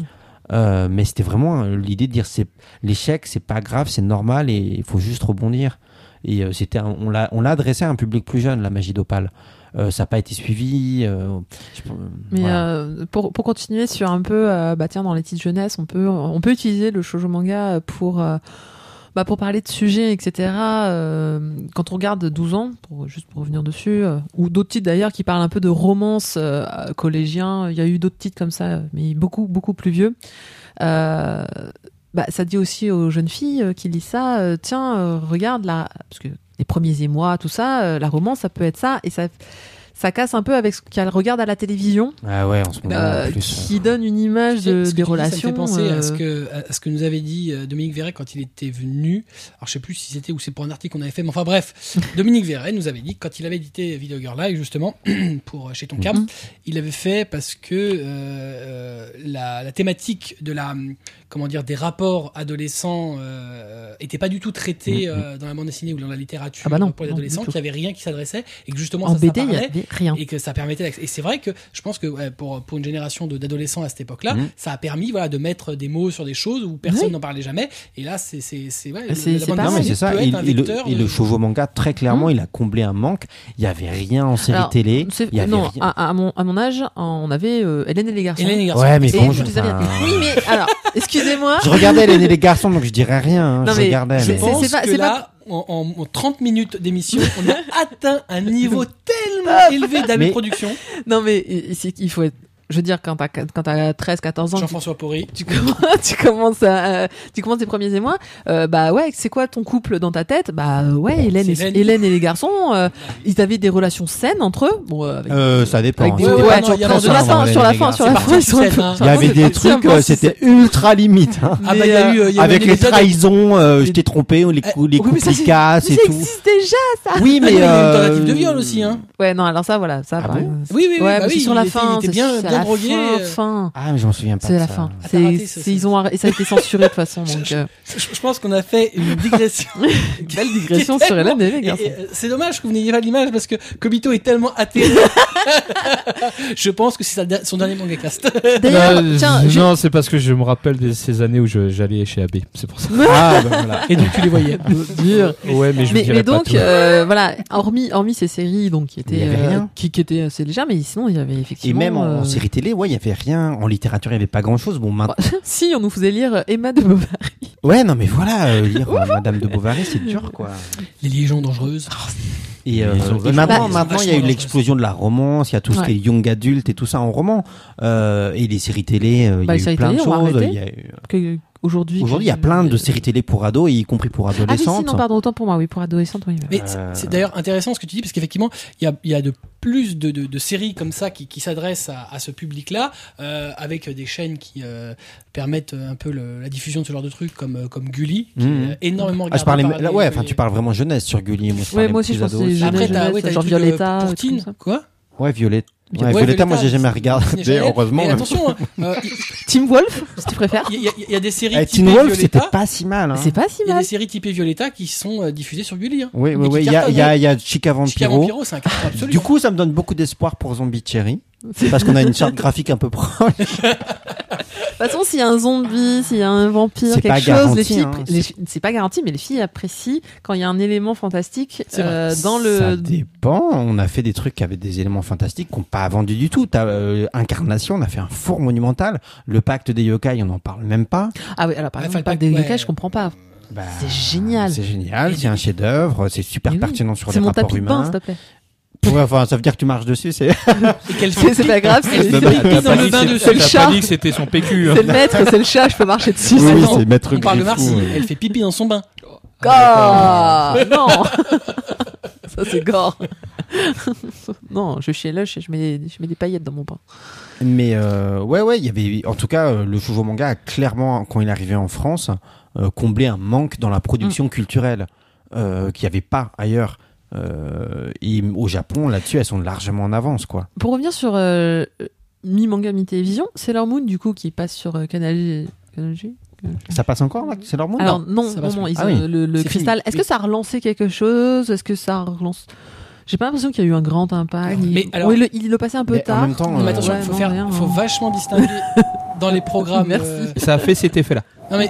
Speaker 2: euh, mais c'était vraiment euh, l'idée de dire c'est l'échec, c'est pas grave, c'est normal et il faut juste rebondir. Et euh, c'était, un- on l'a, on l'a adressé à un public plus jeune, la magie d'Opal. Euh, ça n'a pas été suivi. euh, je-
Speaker 4: Mais
Speaker 2: voilà.
Speaker 4: euh, pour, pour continuer sur un peu, euh, bah tiens, dans les titres jeunesse, on peut, on peut utiliser le shoujo manga pour, euh, bah pour parler de sujets, etc. Euh, quand on regarde 12 ans, pour, juste pour revenir dessus, euh, ou d'autres titres d'ailleurs qui parlent un peu de romance euh, collégien, il y a eu d'autres titres comme ça, mais beaucoup, beaucoup plus vieux. Euh, bah, ça dit aussi aux jeunes filles euh, qui lisent ça, euh, tiens, euh, regarde là, parce que les premiers émois, tout ça, euh, la romance, ça peut être ça, et ça, ça casse un peu avec ce qu'elle regarde à la télévision.
Speaker 2: Ah ouais, en ce moment,
Speaker 4: Euh,
Speaker 2: en plus.
Speaker 4: qui donne une
Speaker 1: tu
Speaker 4: image
Speaker 1: sais,
Speaker 4: de-
Speaker 1: ce que
Speaker 4: des
Speaker 1: tu dis,
Speaker 4: relations.
Speaker 1: Ça me fait penser
Speaker 4: euh,
Speaker 1: à, ce que, à ce que nous avait dit euh, Dominique Verret quand il était venu. Alors, je sais plus si c'était ou c'est pour un article qu'on avait fait, mais enfin
Speaker 4: <laughs>
Speaker 1: bref. Dominique Verret nous avait dit que quand il avait édité Video Girl Live, justement, <clears throat> pour euh, chez Tonkam,
Speaker 4: Mhm.
Speaker 1: il l'avait fait parce que euh, euh, la, la thématique de la, hum, comment dire, des rapports adolescents euh, était pas du tout traitée euh, dans la bande dessinée ou dans la littérature
Speaker 4: Mhm. Ah bah non,
Speaker 1: pour les
Speaker 4: non, du
Speaker 1: adolescents,
Speaker 4: tout.
Speaker 1: qu'il y avait rien qui s'adressait et que justement, ça,
Speaker 4: en
Speaker 1: ça
Speaker 4: BD, il n'y
Speaker 1: parlait
Speaker 4: avait rien.
Speaker 1: et que ça permettait d'acc- et c'est vrai que je pense que ouais, pour pour une génération de- d'adolescents à cette époque-là
Speaker 2: Mhm.
Speaker 1: ça a permis voilà de mettre des mots sur des choses où personne n'en parlait jamais et là c'est c'est c'est ouais, le-
Speaker 4: C'est-
Speaker 1: la
Speaker 4: c'est
Speaker 1: bande
Speaker 4: pas-
Speaker 2: Non, mais
Speaker 1: dessinée
Speaker 2: c'est ça.
Speaker 1: peut
Speaker 2: Et,
Speaker 1: être un
Speaker 2: et le,
Speaker 1: vecteur euh,
Speaker 2: et
Speaker 1: de-
Speaker 2: le shoujo manga, très clairement, il a comblé un manque. Il n'y avait rien en série
Speaker 4: Alors,
Speaker 2: télé.
Speaker 4: C'est-
Speaker 2: Il y avait
Speaker 4: non,
Speaker 2: rien.
Speaker 4: à, à mon, à mon âge, on avait euh, Hélène et les garçons.
Speaker 1: Hélène et les garçons.
Speaker 2: Ouais, mais
Speaker 4: Et
Speaker 2: bon,
Speaker 4: je
Speaker 2: je,
Speaker 4: disais rien.
Speaker 2: enfin,
Speaker 4: Oui, mais alors, excusez-moi.
Speaker 2: je regardais les, les garçons, donc je dirais rien. hein.
Speaker 4: Non,
Speaker 2: je
Speaker 4: mais
Speaker 2: regardais.
Speaker 1: je
Speaker 2: mais-
Speaker 4: c'est-
Speaker 1: pense
Speaker 4: c'est pas-
Speaker 1: que
Speaker 4: c'est pas-
Speaker 1: là en, en- en 30 minutes d'émission on
Speaker 4: <laughs>
Speaker 1: a atteint un niveau tellement élevé d'année de
Speaker 2: Mais-
Speaker 1: production
Speaker 4: Non, mais il c'est- il faut être. Je veux dire, quand t'as quand t'as 13, 14 ans, tu-
Speaker 1: Jean-François Porry
Speaker 4: tu <laughs> commences, tu commences à, euh, tu commences tes premiers émois. euh, bah ouais, c'est quoi ton couple dans ta tête Bah euh, ouais, Hélène et,
Speaker 1: C'est Hélène.
Speaker 4: Hélène et les garçons, euh, ils avaient des relations saines entre eux. Bon, euh, avec-
Speaker 2: Euh, ça dépend.
Speaker 4: avec
Speaker 2: hein.
Speaker 4: des-
Speaker 1: ouais,
Speaker 2: C'était
Speaker 1: ouais,
Speaker 2: pas
Speaker 1: non,
Speaker 2: toujours
Speaker 1: il y a
Speaker 2: très
Speaker 1: un
Speaker 4: sur la
Speaker 2: simple,
Speaker 4: fin,
Speaker 2: les
Speaker 4: sur la
Speaker 2: gars.
Speaker 4: fin, sur la
Speaker 1: C'est
Speaker 4: fin, ils sont un
Speaker 1: parti,
Speaker 4: peu-
Speaker 1: hein.
Speaker 2: Il y avait des
Speaker 4: C'est un
Speaker 2: trucs,
Speaker 4: peu-
Speaker 2: euh, c'était ultra limite. hein.
Speaker 1: ah bah il
Speaker 4: Mais,
Speaker 1: y a eu euh, il y a eu un
Speaker 2: Avec les
Speaker 1: épisode-
Speaker 2: trahisons, euh, je
Speaker 4: Et-
Speaker 2: t'ai trompé, les,
Speaker 1: Eh,
Speaker 2: cou- les
Speaker 4: oui, mais ça,
Speaker 2: couples qui
Speaker 4: c'est-
Speaker 2: cassent
Speaker 4: Mais
Speaker 2: et
Speaker 4: ça
Speaker 2: tout.
Speaker 4: existe déjà.
Speaker 2: Oui,
Speaker 1: Ah, il y
Speaker 2: mais.
Speaker 1: a eu une
Speaker 2: euh,
Speaker 1: tentative de viol aussi hein
Speaker 4: Ouais, non, alors ça, voilà, ça.
Speaker 2: Ah
Speaker 4: par-
Speaker 2: bon
Speaker 1: oui oui oui,
Speaker 4: ouais,
Speaker 1: bah
Speaker 4: mais c'est
Speaker 1: oui,
Speaker 4: sur
Speaker 1: il
Speaker 4: la
Speaker 1: était-
Speaker 4: fin,
Speaker 1: il était
Speaker 4: c'est-
Speaker 1: bien
Speaker 4: c'est à
Speaker 1: bien
Speaker 4: la
Speaker 1: drogué
Speaker 4: Fin,
Speaker 1: euh,
Speaker 4: fin.
Speaker 2: Ah, mais je m'en souviens pas.
Speaker 4: C'est
Speaker 2: de
Speaker 4: la
Speaker 2: ça.
Speaker 4: fin.
Speaker 1: Ah, t'as
Speaker 4: C'est,
Speaker 1: raté, ça,
Speaker 4: c'est-
Speaker 1: ça.
Speaker 4: ils ont arrêt- et ça a été censuré de toute façon. Donc, euh,
Speaker 1: je je pense qu'on a fait <laughs> une digression
Speaker 4: belle digression
Speaker 1: Qui est
Speaker 4: sur Hélène et les
Speaker 1: Et,
Speaker 4: garçons.
Speaker 1: et, euh, C'est dommage que vous n'ayez pas l'image parce que Kobito est tellement <laughs> atterré. je pense que c'est sa der- son dernier manga cast.
Speaker 4: D'ailleurs,
Speaker 3: Bah,
Speaker 4: tiens, je-
Speaker 3: Non, c'est parce que je me rappelle de ces années où je- j'allais chez AB. C'est pour ça.
Speaker 2: Ah, bah voilà.
Speaker 1: <laughs> Et donc tu les voyais.
Speaker 4: Dur.
Speaker 3: <laughs> Ouais, mais je vous
Speaker 4: Mais,
Speaker 3: dirai
Speaker 4: mais
Speaker 3: pas
Speaker 4: donc,
Speaker 3: tout. hein.
Speaker 4: euh, voilà, hormis, hormis ces séries donc, qui
Speaker 2: Il y
Speaker 4: étaient,
Speaker 2: avait rien.
Speaker 4: qui, qui étaient assez légères, mais sinon, il y avait
Speaker 2: Et
Speaker 4: effectivement.
Speaker 2: même en, en
Speaker 4: euh,
Speaker 2: série télé, ouais, il y avait rien. En littérature, il y avait pas grand chose. Bon, maintenant.
Speaker 4: si, on nous faisait lire Emma de Bovary.
Speaker 2: Ouais, non, mais voilà, euh, lire euh, Madame de Bovary, c'est dur, quoi.
Speaker 1: <laughs> Les liaisons dangereuses.
Speaker 2: Et, euh,
Speaker 3: Ils ont
Speaker 2: et
Speaker 1: ils
Speaker 2: maintenant,
Speaker 3: vachement-
Speaker 1: ont
Speaker 2: maintenant, il y a eu
Speaker 1: vachement
Speaker 2: l'explosion de la romance, il y a tout ce qui est young adulte et tout ça en roman. Euh, et les séries télé, euh, il
Speaker 4: Bah, les
Speaker 2: y a
Speaker 4: séries
Speaker 2: eu plein
Speaker 4: télé,
Speaker 2: de
Speaker 4: on va
Speaker 2: choses.
Speaker 4: arrêter.
Speaker 2: il y a eu-
Speaker 4: que- Aujourd'hui,
Speaker 2: Aujourd'hui, il y a
Speaker 4: que-
Speaker 2: plein de séries télé pour ados, et y compris pour
Speaker 4: Ah oui, si,
Speaker 2: adolescentes.
Speaker 4: non, pardon, autant pour moi, oui, pour adolescente, oui.
Speaker 1: Mais
Speaker 2: Euh.
Speaker 1: c'est- c'est d'ailleurs intéressant ce que tu dis parce qu'effectivement, il y a, il y a de plus de, de- de séries comme ça qui, qui s'adressent à, à ce public-là, euh, avec des chaînes qui euh, permettent un peu le- la diffusion de ce genre de trucs comme, euh, comme Gulli, qui
Speaker 2: Mhm.
Speaker 1: est énormément
Speaker 2: Ah, je
Speaker 1: regardé
Speaker 2: parlais,
Speaker 1: par
Speaker 2: là,
Speaker 1: les-
Speaker 2: ouais, enfin,
Speaker 1: les-
Speaker 2: tu parles vraiment jeunesse sur Gulli. Moi, je
Speaker 4: Ouais,
Speaker 2: parlais
Speaker 4: moi aussi,
Speaker 2: plus
Speaker 4: je pense que
Speaker 2: ados.
Speaker 4: c'est
Speaker 1: Après, t'as
Speaker 4: jeunesse,
Speaker 1: ouais, t'as
Speaker 4: genre
Speaker 1: les trucs, euh,
Speaker 4: Violetta,
Speaker 1: pour
Speaker 4: des trucs
Speaker 1: Teen,
Speaker 4: comme ça.
Speaker 1: quoi
Speaker 2: Ouais, Violette.
Speaker 4: Mais
Speaker 2: Ouais,
Speaker 1: Ouais,
Speaker 2: Violetta, moi, j'ai
Speaker 1: Violetta,
Speaker 2: jamais
Speaker 1: c'est- Disney
Speaker 2: regardé,
Speaker 1: Channel.
Speaker 2: heureusement.
Speaker 1: Mais attention, hein, euh,
Speaker 4: Team Wolf, <laughs> si tu préfères.
Speaker 1: il y, a- il y a- il y a des séries
Speaker 2: Eh,
Speaker 1: typées
Speaker 2: Teen Wolf,
Speaker 1: Violetta.
Speaker 2: c'était pas si mal, hein.
Speaker 4: C'est pas si
Speaker 1: Il y a
Speaker 4: mal.
Speaker 1: des séries typées Violetta qui sont euh, diffusées sur Gulli. Hein.
Speaker 2: Oui,
Speaker 1: Mais
Speaker 2: oui,
Speaker 1: qui
Speaker 2: oui. Il y a, il y a,
Speaker 1: cartonnent.
Speaker 2: il y a Chica
Speaker 1: Chica
Speaker 2: Vampiro.
Speaker 1: Vampiro, c'est un carton absolu.
Speaker 2: Du coup, ça me donne beaucoup d'espoir pour Zombie Cherry. C'est parce qu'on a une charte graphique un peu <laughs> proche.
Speaker 4: De toute façon, s'il y a un zombie, s'il y a un vampire,
Speaker 2: C'est
Speaker 4: quelque
Speaker 2: pas
Speaker 4: chose,
Speaker 2: garanti,
Speaker 4: les filles,
Speaker 2: hein,
Speaker 4: les filles- c'est pas garanti, mais les filles apprécient quand il y a un élément fantastique
Speaker 1: C'est vrai.
Speaker 4: euh, dans
Speaker 2: Ça
Speaker 4: le.
Speaker 2: dépend. On a fait des trucs avec des éléments fantastiques qu'on pas vendu du tout. T'as euh, Incarnation, on a fait un four monumental. Le pacte des yokai, on n'en parle même pas.
Speaker 4: Ah oui, alors par
Speaker 1: Ouais,
Speaker 4: exemple,
Speaker 1: enfin,
Speaker 4: le parc des
Speaker 1: ouais.
Speaker 4: yokai, je comprends pas.
Speaker 2: Bah,
Speaker 4: C'est génial.
Speaker 2: C'est génial, c'est un chef-d'œuvre, c'est super
Speaker 4: Mais oui.
Speaker 2: pertinent sur les
Speaker 4: C'est mon
Speaker 2: rapports
Speaker 4: tapis de bain,
Speaker 2: humains.
Speaker 4: s'il te plaît. <laughs>
Speaker 2: Ouais, enfin, ça veut dire que tu marches dessus, c'est
Speaker 1: Et qu'elle
Speaker 4: C'est c'est pas grave, c'est
Speaker 1: Elle
Speaker 4: c'est
Speaker 1: se
Speaker 4: le
Speaker 1: bat.
Speaker 3: T'as
Speaker 1: dans
Speaker 3: pas
Speaker 1: euh, le
Speaker 3: dit
Speaker 1: bain
Speaker 3: que
Speaker 1: de
Speaker 3: c'était-
Speaker 4: seul
Speaker 3: t'as pas
Speaker 4: chat.
Speaker 3: dit que c'était son PQ. hein.
Speaker 4: maître, c'est le chat, je peux marcher dessus.
Speaker 1: Oui,
Speaker 4: <laughs> c'est
Speaker 1: c'est
Speaker 4: bon.
Speaker 2: maître
Speaker 1: On parle de Marcy, elle fait pipi dans son bain.
Speaker 2: <laughs>
Speaker 4: Gore Non <laughs> Ça, c'est gore. <laughs> non, je suis Lush et je mets, je mets des paillettes dans mon pain.
Speaker 2: Mais euh, ouais, ouais, il y avait. En tout cas, euh, le shoujo manga a clairement, quand il est arrivé en France, euh, comblé un manque dans la
Speaker 1: Mm.
Speaker 2: production culturelle euh, qu'il n'y avait pas ailleurs. Euh, et au Japon, là-dessus, elles sont largement en avance, quoi.
Speaker 4: Pour revenir sur euh, Mi Manga Mi Télévision, c'est leur Moon, du coup, qui passe sur euh, Canal J. Canal J
Speaker 2: Ça passe encore, là C'est leur monde
Speaker 4: Alors non,
Speaker 1: ça
Speaker 4: non,
Speaker 1: passe
Speaker 4: non,
Speaker 1: plus.
Speaker 4: ils
Speaker 2: Ah
Speaker 4: ont
Speaker 2: oui.
Speaker 4: le, le
Speaker 1: C'est
Speaker 4: cristal.
Speaker 1: fini.
Speaker 4: Est-ce que ça a relancé quelque chose Est-ce que ça relance J'ai pas l'impression qu'il y a eu un grand impact. Il-
Speaker 1: Mais alors-
Speaker 4: Oui, le- il le passait un peu
Speaker 2: Mais en
Speaker 4: tard.
Speaker 2: même temps,
Speaker 1: Non, mais
Speaker 2: euh,
Speaker 1: attention,
Speaker 2: ouais,
Speaker 1: faut
Speaker 4: non,
Speaker 1: faire,
Speaker 4: rien,
Speaker 1: faut
Speaker 4: hein.
Speaker 1: vachement distinguer dans les programmes.
Speaker 4: Merci.
Speaker 1: euh,
Speaker 3: Ça a fait cet effet-là.
Speaker 1: <laughs> non, mais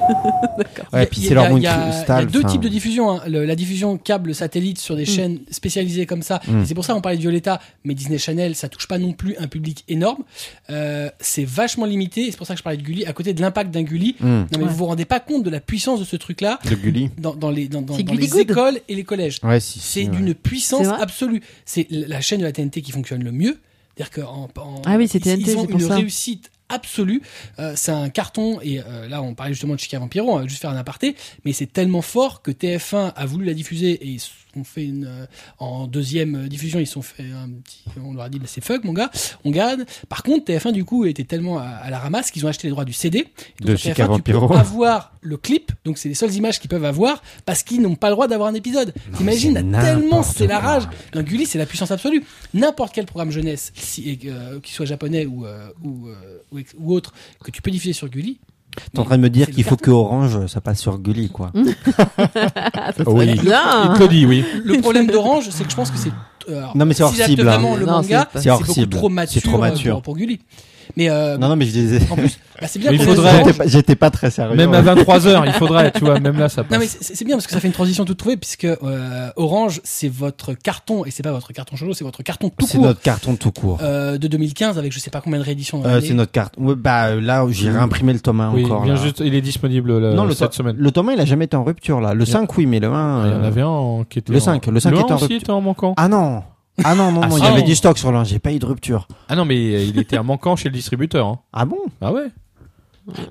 Speaker 2: Ouais,
Speaker 1: Il y a-
Speaker 2: puis
Speaker 1: il y
Speaker 2: c'est
Speaker 1: a-
Speaker 2: leur monde
Speaker 1: Il y a- il y a
Speaker 2: cristal.
Speaker 1: deux
Speaker 2: enfin,
Speaker 1: types de diffusion. hein. Le- la diffusion câble satellite sur
Speaker 4: Mm.
Speaker 1: des chaînes spécialisées comme ça.
Speaker 2: Mm.
Speaker 1: Et C'est pour ça qu'on parlait de Violetta, mais Disney Channel, ça touche pas non plus un public énorme. Euh, c'est vachement limité. et C'est pour ça que je parlais de Gulli. À côté de l'impact d'un Gulli,
Speaker 2: Hmm,
Speaker 1: non mais
Speaker 4: Ouais.
Speaker 1: vous vous rendez pas compte de la puissance de ce truc-là
Speaker 2: de Gulli.
Speaker 1: dans, dans les, dans, dans-
Speaker 4: C'est
Speaker 1: dans
Speaker 4: Gulli
Speaker 1: les
Speaker 4: Good.
Speaker 1: écoles et les collèges.
Speaker 2: Ouais, si. si,
Speaker 1: C'est
Speaker 2: ouais.
Speaker 1: d'une puissance
Speaker 4: C'est vrai
Speaker 1: absolue. C'est l- la chaîne de la TNT qui fonctionne le mieux. C'est-à-dire que en- en-
Speaker 4: Ah oui, c'est
Speaker 1: ils-
Speaker 4: TNT,
Speaker 1: ils ont
Speaker 4: c'est pour
Speaker 1: une
Speaker 4: ça.
Speaker 1: réussite absolue. Euh, c'est un carton, et euh, là on parlait justement de Chica Vampiro, on va juste faire un aparté, mais c'est tellement fort que TF1 a voulu la diffuser et ils se sont fait une, euh, en deuxième euh, diffusion, ils se sont fait un petit. On leur a dit, bah, c'est fuck mon gars, on garde. Par contre, TF1 du coup était tellement à, à la ramasse qu'ils ont acheté les droits du CD. Et donc,
Speaker 2: De
Speaker 1: sur
Speaker 2: Chica
Speaker 1: TF1, tu peux
Speaker 2: Vampiro.
Speaker 1: avoir le clip, donc c'est les seules images qu'ils peuvent avoir parce qu'ils n'ont pas le droit d'avoir un épisode. T'imagines,
Speaker 2: c'est
Speaker 1: là, tellement
Speaker 2: n'importe
Speaker 1: c'est la
Speaker 2: quoi.
Speaker 1: rage. Un Gulli, c'est la puissance absolue. N'importe quel programme jeunesse, si, euh, qu'il soit japonais ou, euh, ou, euh, ou ex- ou autre, que tu peux diffuser sur Gulli.
Speaker 2: T'es en train de me
Speaker 1: C'est
Speaker 2: dire
Speaker 1: le
Speaker 2: qu'il faut
Speaker 1: carton.
Speaker 2: que Orange, ça passe sur Gulli, quoi.
Speaker 3: Oui.
Speaker 4: Bien.
Speaker 2: Ah.
Speaker 3: Il te le dit, oui.
Speaker 1: Le problème d'Orange, c'est que je pense que c'est. euh, alors,
Speaker 2: Non, mais c'est hors
Speaker 1: s'ils adaptent
Speaker 2: cible, hein.
Speaker 1: vraiment le
Speaker 4: Non,
Speaker 1: manga,
Speaker 4: c'est-
Speaker 1: c'est,
Speaker 2: c'est hors
Speaker 1: beaucoup
Speaker 2: cible.
Speaker 1: trop mature,
Speaker 2: C'est trop
Speaker 1: euh,
Speaker 2: mature.
Speaker 1: Pour, pour Gulli. Mais euh,
Speaker 2: Non, non, mais je disais.
Speaker 1: en plus, bah, c'est bien
Speaker 3: Mais il
Speaker 1: qu'on ait-
Speaker 3: faudrait-
Speaker 2: <laughs> J'étais pas- J'étais pas très sérieux. hein.
Speaker 3: Même à 23h, il faudrait, tu vois, même là, ça
Speaker 1: Non mais
Speaker 3: passe.
Speaker 1: c'est c'est bien parce que ça fait une transition toute trouvée puisque euh, Orange c'est votre carton et c'est pas votre carton cholo c'est votre carton tout
Speaker 2: C'est
Speaker 1: court
Speaker 2: notre carton tout court.
Speaker 1: euh, de 2015 avec je sais pas combien de rééditions dans
Speaker 2: Euh,
Speaker 1: l'année.
Speaker 2: c'est notre carte. Ouais, bah euh, là, j'ai réimprimé le tome 1
Speaker 3: Oui,
Speaker 2: encore.
Speaker 3: il vient
Speaker 2: là.
Speaker 3: juste- il est disponible là,
Speaker 2: Non, le
Speaker 3: Euh, cette
Speaker 2: to-
Speaker 3: semaine.
Speaker 2: Le tome 1, il a jamais été en rupture là. Le
Speaker 3: y a- Ah,
Speaker 2: 5 oui, mais le 1
Speaker 3: Il y en
Speaker 2: euh,
Speaker 3: avait un en- qui était
Speaker 2: le
Speaker 3: en-
Speaker 2: 5, le 5
Speaker 3: le
Speaker 2: était en
Speaker 3: 1 aussi
Speaker 2: rupture.
Speaker 3: était en manquant.
Speaker 2: Ah non. Ah non non
Speaker 3: Ah,
Speaker 2: non,
Speaker 3: si.
Speaker 2: il y avait
Speaker 3: Non.
Speaker 2: du stock sur le 1, j'ai pas eu de rupture.
Speaker 3: Ah non, mais euh, il était en manquant chez le distributeur. hein.
Speaker 2: Ah bon
Speaker 3: Ah ouais.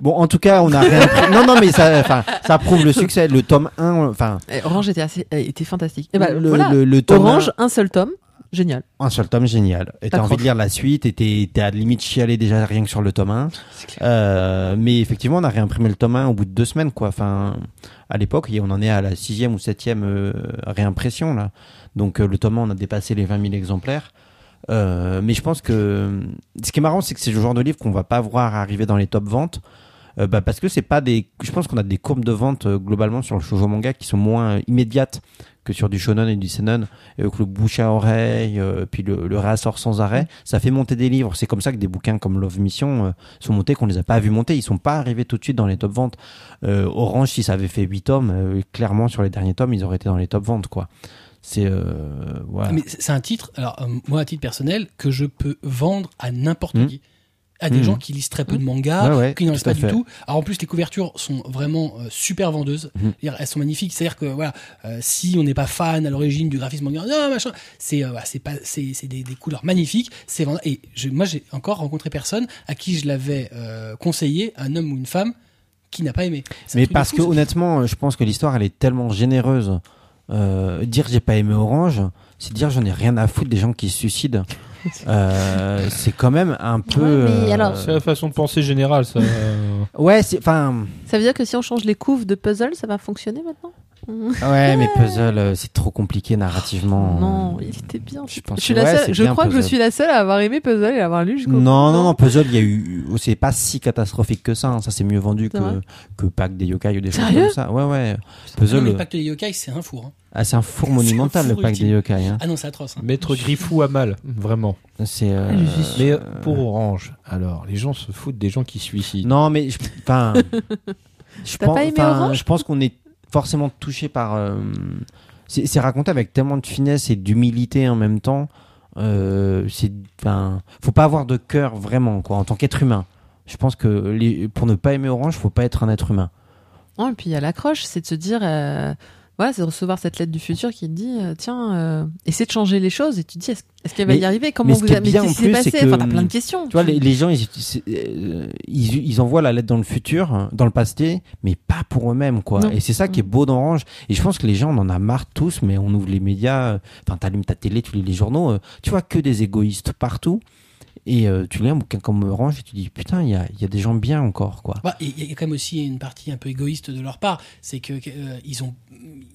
Speaker 2: Bon, en tout cas, on a réimprimé. non non, mais ça enfin, ça prouve le succès le tome 1 enfin
Speaker 4: Eh, Orange était assez, euh, était fantastique. Eh ben,
Speaker 2: le,
Speaker 4: voilà.
Speaker 2: le- le tome
Speaker 4: Orange, un seul tome, génial.
Speaker 2: 1, un seul tome génial. Et T'as
Speaker 4: T'accroches.
Speaker 2: envie de lire la suite et t'es t'es à la limite chialé déjà rien que sur le tome 1. Euh, mais effectivement, on a réimprimé le tome 1 au bout de deux semaines, quoi. Enfin, à l'époque, il y- on en est à la sixième ou septième euh, réimpression, là. Donc, euh, le tome 1, on a dépassé les 20 000 exemplaires. Euh, mais je pense que ce qui est marrant, c'est que c'est le genre de livre qu'on va pas voir arriver dans les top ventes. euh, bah, parce que c'est pas des. Je pense qu'on a des courbes de vente euh, globalement sur le shoujo manga qui sont moins euh, immédiates que sur du shonen et du seinen, euh, que le bouche à oreille, euh, puis le, le réassort sans arrêt, ça fait monter des livres. C'est comme ça que des bouquins comme Love Mission euh, sont montés qu'on les a pas vus monter. Ils sont pas arrivés tout de suite dans les top ventes. Euh, Orange, si ça avait fait 8 tomes, euh, clairement sur les derniers tomes, ils auraient été dans les top ventes, quoi. C'est euh, voilà.
Speaker 1: Mais c'est c'est un titre, alors euh, moi à titre personnel, que je peux vendre à n'importe
Speaker 2: Mm.
Speaker 1: qui. À des
Speaker 2: Mm.
Speaker 1: gens qui lisent très peu de mangas,
Speaker 2: Ouais, ouais,
Speaker 1: qui n'en lisent
Speaker 2: tout à
Speaker 1: pas du
Speaker 2: fait.
Speaker 1: tout. Alors en plus, les couvertures sont vraiment euh, super vendeuses.
Speaker 2: Mm.
Speaker 1: C'est-à-dire, Elles sont magnifiques. C'est-à-dire que voilà, euh, si on n'est pas fan à l'origine du graphisme manga, non, machin, c'est euh, voilà, c'est pas, c'est c'est des, des couleurs magnifiques. C'est vend- et je- moi j'ai encore rencontré personne à qui je l'avais euh, conseillé, un homme ou une femme, qui n'a pas aimé. C'est un
Speaker 2: Mais
Speaker 1: truc de
Speaker 2: parce
Speaker 1: fou,
Speaker 2: que
Speaker 1: ça.
Speaker 2: honnêtement, euh, je pense que l'histoire elle est tellement généreuse. Euh, dire j'ai pas aimé Orange, c'est dire j'en ai rien à foutre des gens qui se
Speaker 4: <laughs>
Speaker 2: suicident. Euh, c'est quand même un peu.
Speaker 4: mais alors-
Speaker 2: euh,
Speaker 3: C'est la façon de penser générale, ça. euh.
Speaker 2: Ouais, c'est enfin.
Speaker 4: Ça veut dire que si on change les couves de puzzle, ça va fonctionner maintenant
Speaker 2: Ouais, mais puzzle, euh, c'est trop compliqué narrativement. Euh,
Speaker 4: Non, il était bien.
Speaker 2: Je pense
Speaker 4: Je, suis
Speaker 2: que
Speaker 4: la
Speaker 2: ouais,
Speaker 4: seule-
Speaker 2: c'est
Speaker 4: je
Speaker 2: bien,
Speaker 4: crois que je
Speaker 2: Puzzle.
Speaker 4: suis la seule à avoir aimé Puzzle et à l'avoir lu jusqu'au
Speaker 2: Non, non,
Speaker 4: bout.
Speaker 2: non, Puzzle, il y a eu, c'est pas si catastrophique que ça. hein. Ça, c'est mieux vendu
Speaker 4: C'est vrai
Speaker 2: que, que Pack des yokai ou des choses
Speaker 4: Sérieux
Speaker 2: comme ça. Ouais, ouais.
Speaker 1: Non, mais
Speaker 2: Puzzle, euh,
Speaker 1: le pacte des yokai, c'est un four. hein.
Speaker 2: ah, c'est un four
Speaker 1: C'est un
Speaker 2: monumental,
Speaker 1: four
Speaker 2: le Pack
Speaker 1: ultime.
Speaker 2: des yokai. hein.
Speaker 1: Ah non, c'est atroce. hein.
Speaker 3: <laughs> Maître Griffou à mal, vraiment.
Speaker 2: C'est. euh,
Speaker 4: Ah, je suis
Speaker 3: Mais euh, pour Orange, alors, les gens se foutent des gens qui suicident.
Speaker 2: Non, mais je- enfin, je
Speaker 4: T'as
Speaker 2: pense,
Speaker 4: pas aimé
Speaker 2: enfin,
Speaker 4: Orange
Speaker 2: je pense qu'on est forcément touché par. euh, c'est c'est raconté avec tellement de finesse et d'humilité en même temps. Euh, c'est, enfin, faut pas avoir de cœur vraiment quoi, en tant qu'être humain. Je pense que les- pour ne pas aimer Orange, faut pas être un être humain.
Speaker 4: Non, et puis il y a l'accroche, c'est de se dire, euh, voilà, c'est de recevoir cette lettre du futur qui te dit, euh, tiens, euh, essaie de changer les choses. Et tu te dis, est-ce, est-ce qu'elle va
Speaker 2: Mais-
Speaker 4: y arriver Comment
Speaker 2: mais ce
Speaker 4: vous
Speaker 2: qui est
Speaker 4: mais
Speaker 2: bien
Speaker 4: qu'est-ce qui
Speaker 2: en
Speaker 4: s'est
Speaker 2: plus, c'est
Speaker 4: passé
Speaker 2: que,
Speaker 4: Enfin, t'as plein de questions.
Speaker 2: Tu vois, les, les gens, ils, c'est- euh, ils, ils envoient la lettre dans le futur, hein, dans le passé, mais pas pour eux-mêmes, quoi.
Speaker 4: Non.
Speaker 2: Et c'est ça qui
Speaker 1: Mm.
Speaker 2: est beau d'Orange. Et je pense que les gens, on en a marre tous, mais on ouvre les médias, euh, enfin, t'allumes ta télé, tu lis les journaux, euh, tu vois que des égoïstes partout. Et euh, tu lis un bouquin comme Orange et tu dis, putain, il y a, il y a des gens bien encore, quoi.
Speaker 1: Bah, et Il y a quand même aussi une partie un peu égoïste de leur part, c'est que euh, ils ont,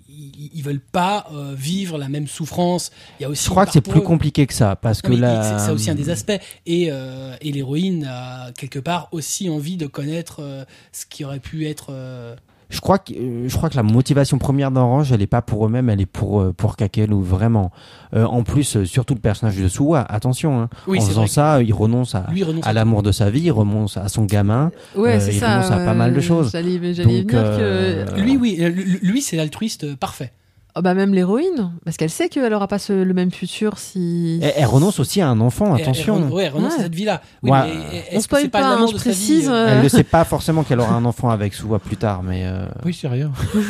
Speaker 1: ils, ils veulent pas euh, vivre la même souffrance. Il y a aussi
Speaker 2: Je crois
Speaker 1: une
Speaker 2: que c'est
Speaker 1: part
Speaker 2: plus
Speaker 1: pour eux.
Speaker 2: compliqué que ça, parce
Speaker 1: Non,
Speaker 2: que hum.
Speaker 1: mais
Speaker 2: là.
Speaker 1: c'est- C'est aussi un des aspects. Et, euh, et l'héroïne a quelque part aussi envie de connaître euh, ce qui aurait pu être. euh,
Speaker 2: Je crois que euh, je crois que la motivation première d'Orange, elle est pas pour eux-mêmes, elle est pour euh, pour Kakel ou vraiment. Euh, en plus, euh, surtout le personnage de Suwa, attention. Hein,
Speaker 1: Oui,
Speaker 2: en
Speaker 1: c'est
Speaker 2: faisant
Speaker 1: vrai.
Speaker 2: ça, euh, il renonce à,
Speaker 1: que Lui renonce
Speaker 2: à l'amour de sa vie, il renonce à son gamin.
Speaker 4: Ouais,
Speaker 2: euh,
Speaker 4: c'est
Speaker 2: il
Speaker 4: ça.
Speaker 2: renonce à pas mal de
Speaker 4: euh,
Speaker 2: choses.
Speaker 4: J'allais, mais j'allais
Speaker 2: Donc,
Speaker 4: venir
Speaker 2: euh,
Speaker 4: que.
Speaker 1: Lui, oui, euh, lui, lui, c'est l'altruiste euh, parfait.
Speaker 4: Ah bah, même l'héroïne, parce qu'elle sait qu'elle aura pas ce- le même futur si.
Speaker 2: Elle, elle renonce aussi à un enfant,
Speaker 1: Elle- elle
Speaker 2: attention.
Speaker 1: ren- ouais, elle renonce
Speaker 4: Ouais.
Speaker 1: à cette vie-là.
Speaker 2: Ouais.
Speaker 1: mais est- est-ce
Speaker 4: On
Speaker 1: que
Speaker 4: spoil
Speaker 1: c'est
Speaker 4: pas, hein,
Speaker 1: l'amour
Speaker 4: je
Speaker 1: de sa vie,
Speaker 4: précise,
Speaker 1: euh,
Speaker 4: euh,
Speaker 2: Elle ne sait pas forcément qu'elle aura un enfant avec Suwa plus tard, mais euh,
Speaker 3: Ah Oui, c'est rien.
Speaker 4: <laughs> non, non,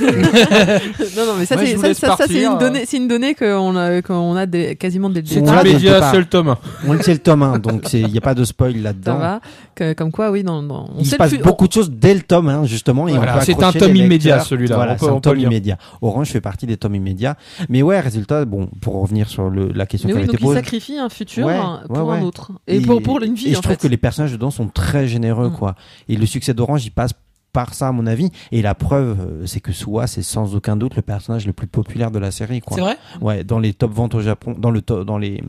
Speaker 4: mais ça,
Speaker 3: Ouais, je
Speaker 4: c'est,
Speaker 3: vous
Speaker 4: ça,
Speaker 3: laisse
Speaker 4: ça- ça, c'est
Speaker 3: partir,
Speaker 4: une
Speaker 3: euh.
Speaker 4: donnée, c'est une donnée qu'on a, qu'on a dès- quasiment dès le
Speaker 2: C'est
Speaker 4: début.
Speaker 2: On l'a dès le
Speaker 3: média
Speaker 2: départ.
Speaker 3: seul tome.
Speaker 2: on le sait le tome 1, donc c'est- il n'y a pas de spoil
Speaker 4: Ça
Speaker 2: là-dedans.
Speaker 4: va. Que- comme quoi, oui, dans, dans- on
Speaker 2: Il
Speaker 4: sait
Speaker 2: se
Speaker 4: le
Speaker 2: passe
Speaker 4: fu-
Speaker 2: beaucoup de choses dès le tome, hein, justement. et on
Speaker 3: Voilà,
Speaker 2: peut
Speaker 3: c'est un
Speaker 2: accrocher
Speaker 3: tome
Speaker 2: les
Speaker 3: immédiat,
Speaker 2: lecteurs.
Speaker 3: celui-là, on
Speaker 2: Voilà,
Speaker 3: peut-
Speaker 2: c'est
Speaker 3: on
Speaker 2: un
Speaker 3: peut
Speaker 2: tome
Speaker 3: le lire.
Speaker 2: immédiat. Orange fait partie des tomes immédiats. Mais ouais, résultat, bon, pour revenir sur le- la question
Speaker 4: Mais
Speaker 2: qui
Speaker 4: oui,
Speaker 2: avait
Speaker 4: donc
Speaker 2: été
Speaker 4: il
Speaker 2: posée.
Speaker 4: sacrifie un futur
Speaker 2: Ouais,
Speaker 4: hein, pour
Speaker 2: ouais,
Speaker 4: un
Speaker 2: ouais.
Speaker 4: autre. Et, pour, pour une
Speaker 2: et
Speaker 4: vie, en
Speaker 2: je trouve
Speaker 4: fait.
Speaker 2: que les personnages dedans sont très généreux,
Speaker 4: Mm.
Speaker 2: quoi. Et le succès d'Orange, il passe par ça, à mon avis. Et la preuve, euh, c'est que Suwa, c'est sans aucun doute le personnage le plus populaire de la série, quoi.
Speaker 1: C'est vrai
Speaker 2: Ouais, dans les top ventes au Japon, dans le to- dans les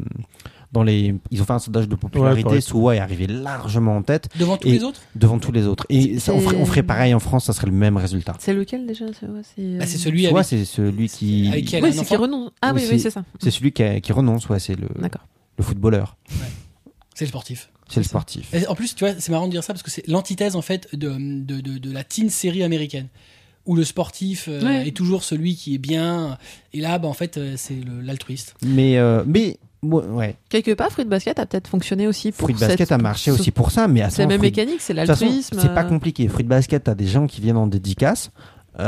Speaker 2: dans les ils ont fait un sondage de popularité,
Speaker 3: correct.
Speaker 2: Suwa est arrivé largement en tête
Speaker 1: Devant tous
Speaker 2: Et-
Speaker 1: les autres
Speaker 2: devant tous les autres. Et ça, on, ferait, on ferait pareil en France, ça serait le même résultat.
Speaker 4: C'est lequel déjà C'est, ouais, c'est,
Speaker 1: Bah, C'est
Speaker 4: euh,
Speaker 1: celui
Speaker 2: Suwa,
Speaker 1: avec.
Speaker 2: c'est celui qui
Speaker 1: avec qui elle-
Speaker 4: Oui,
Speaker 1: un
Speaker 4: c'est
Speaker 1: enfant.
Speaker 4: qui renonce. Ah oui,
Speaker 2: Aussi. Euh.
Speaker 4: oui, c'est ça.
Speaker 2: c'est celui qui, a- qui renonce, ouais, c'est le
Speaker 4: D'accord.
Speaker 2: le footballeur,
Speaker 1: C'est le sportif.
Speaker 2: c'est le sportif.
Speaker 1: Et en plus, tu vois, c'est marrant de dire ça parce que c'est l'antithèse en fait de, de, de- de la teen série américaine où le sportif euh,
Speaker 4: Ouais.
Speaker 1: est toujours celui qui est bien et là, bah, en fait, euh, c'est le- l'altruiste.
Speaker 2: Mais euh, mais moi, ouais,
Speaker 4: Quelque part, Fruit Basket a peut-être fonctionné aussi pour
Speaker 2: Fruit
Speaker 4: cette-
Speaker 2: Basket a marché aussi pour ça, mais à
Speaker 4: C'est la
Speaker 2: son-
Speaker 4: même
Speaker 2: Fruit-
Speaker 4: mécanique, c'est
Speaker 2: De toute façon,
Speaker 4: l'altruisme.
Speaker 2: c'est pas
Speaker 4: euh,
Speaker 2: compliqué. Fruit Basket, t'as des gens qui viennent en dédicace.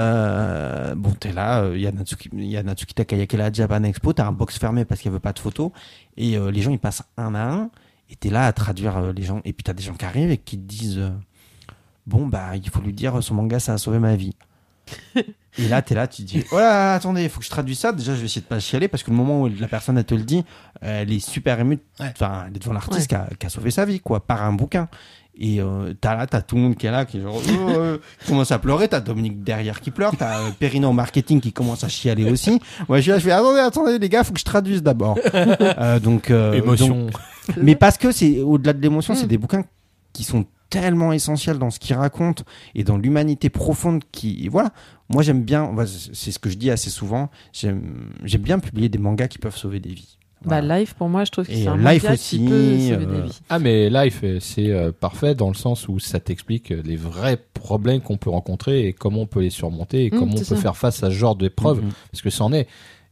Speaker 2: Euh, bon, t'es là, il y a Natsuki, y a Natsuki Takayakela à Japan Expo, t'as un box fermé parce qu'il veut pas de photos, et euh, les gens ils passent un à un, et t'es là à traduire euh, les gens, et puis t'as des gens qui arrivent et qui te disent, euh, bon bah il faut lui dire euh, son manga ça a sauvé ma vie. et là t'es là, tu te dis, oh là, là, attendez, il faut que je traduise ça. Déjà je vais essayer de pas chialer parce que le moment où la personne elle te le dit, elle est super émue,
Speaker 1: Ouais.
Speaker 2: enfin elle est devant l'artiste
Speaker 4: Ouais.
Speaker 2: qui, a, qui a sauvé sa vie quoi, par un bouquin. Et euh, t'as là, t'as tout le monde qui est là, qui, est genre, oh, euh, qui commence à pleurer, t'as Dominique derrière qui pleure, t'as euh, Perrine en marketing qui commence à chialer aussi. Moi je suis là, je fais attendez, attendez les gars, faut que je traduise d'abord. Euh, donc euh, donc-
Speaker 3: Émotion.
Speaker 2: mais parce que c'est au-delà de l'émotion,
Speaker 4: Mm.
Speaker 2: c'est des bouquins qui sont tellement essentiels dans ce qu'ils racontent et dans l'humanité profonde qui voilà moi j'aime bien bah, c'est ce que je dis assez souvent j'aime j'aime bien publier des mangas qui peuvent sauver des vies
Speaker 4: Bah,
Speaker 2: Voilà.
Speaker 4: Life, pour moi, je trouve que
Speaker 2: Et,
Speaker 4: c'est un
Speaker 2: euh,
Speaker 4: manga
Speaker 2: Life
Speaker 4: qui
Speaker 2: aussi,
Speaker 4: peut sauver des
Speaker 2: euh,
Speaker 4: vies.
Speaker 3: Ah mais Life, euh, c'est euh, parfait dans le sens où ça t'explique euh, les vrais problèmes qu'on peut rencontrer et comment on peut les surmonter et
Speaker 4: Mm,
Speaker 3: comment on peut
Speaker 4: c'est ça.
Speaker 3: faire face à ce genre d'épreuve
Speaker 2: Mhm.
Speaker 3: parce que c'en est.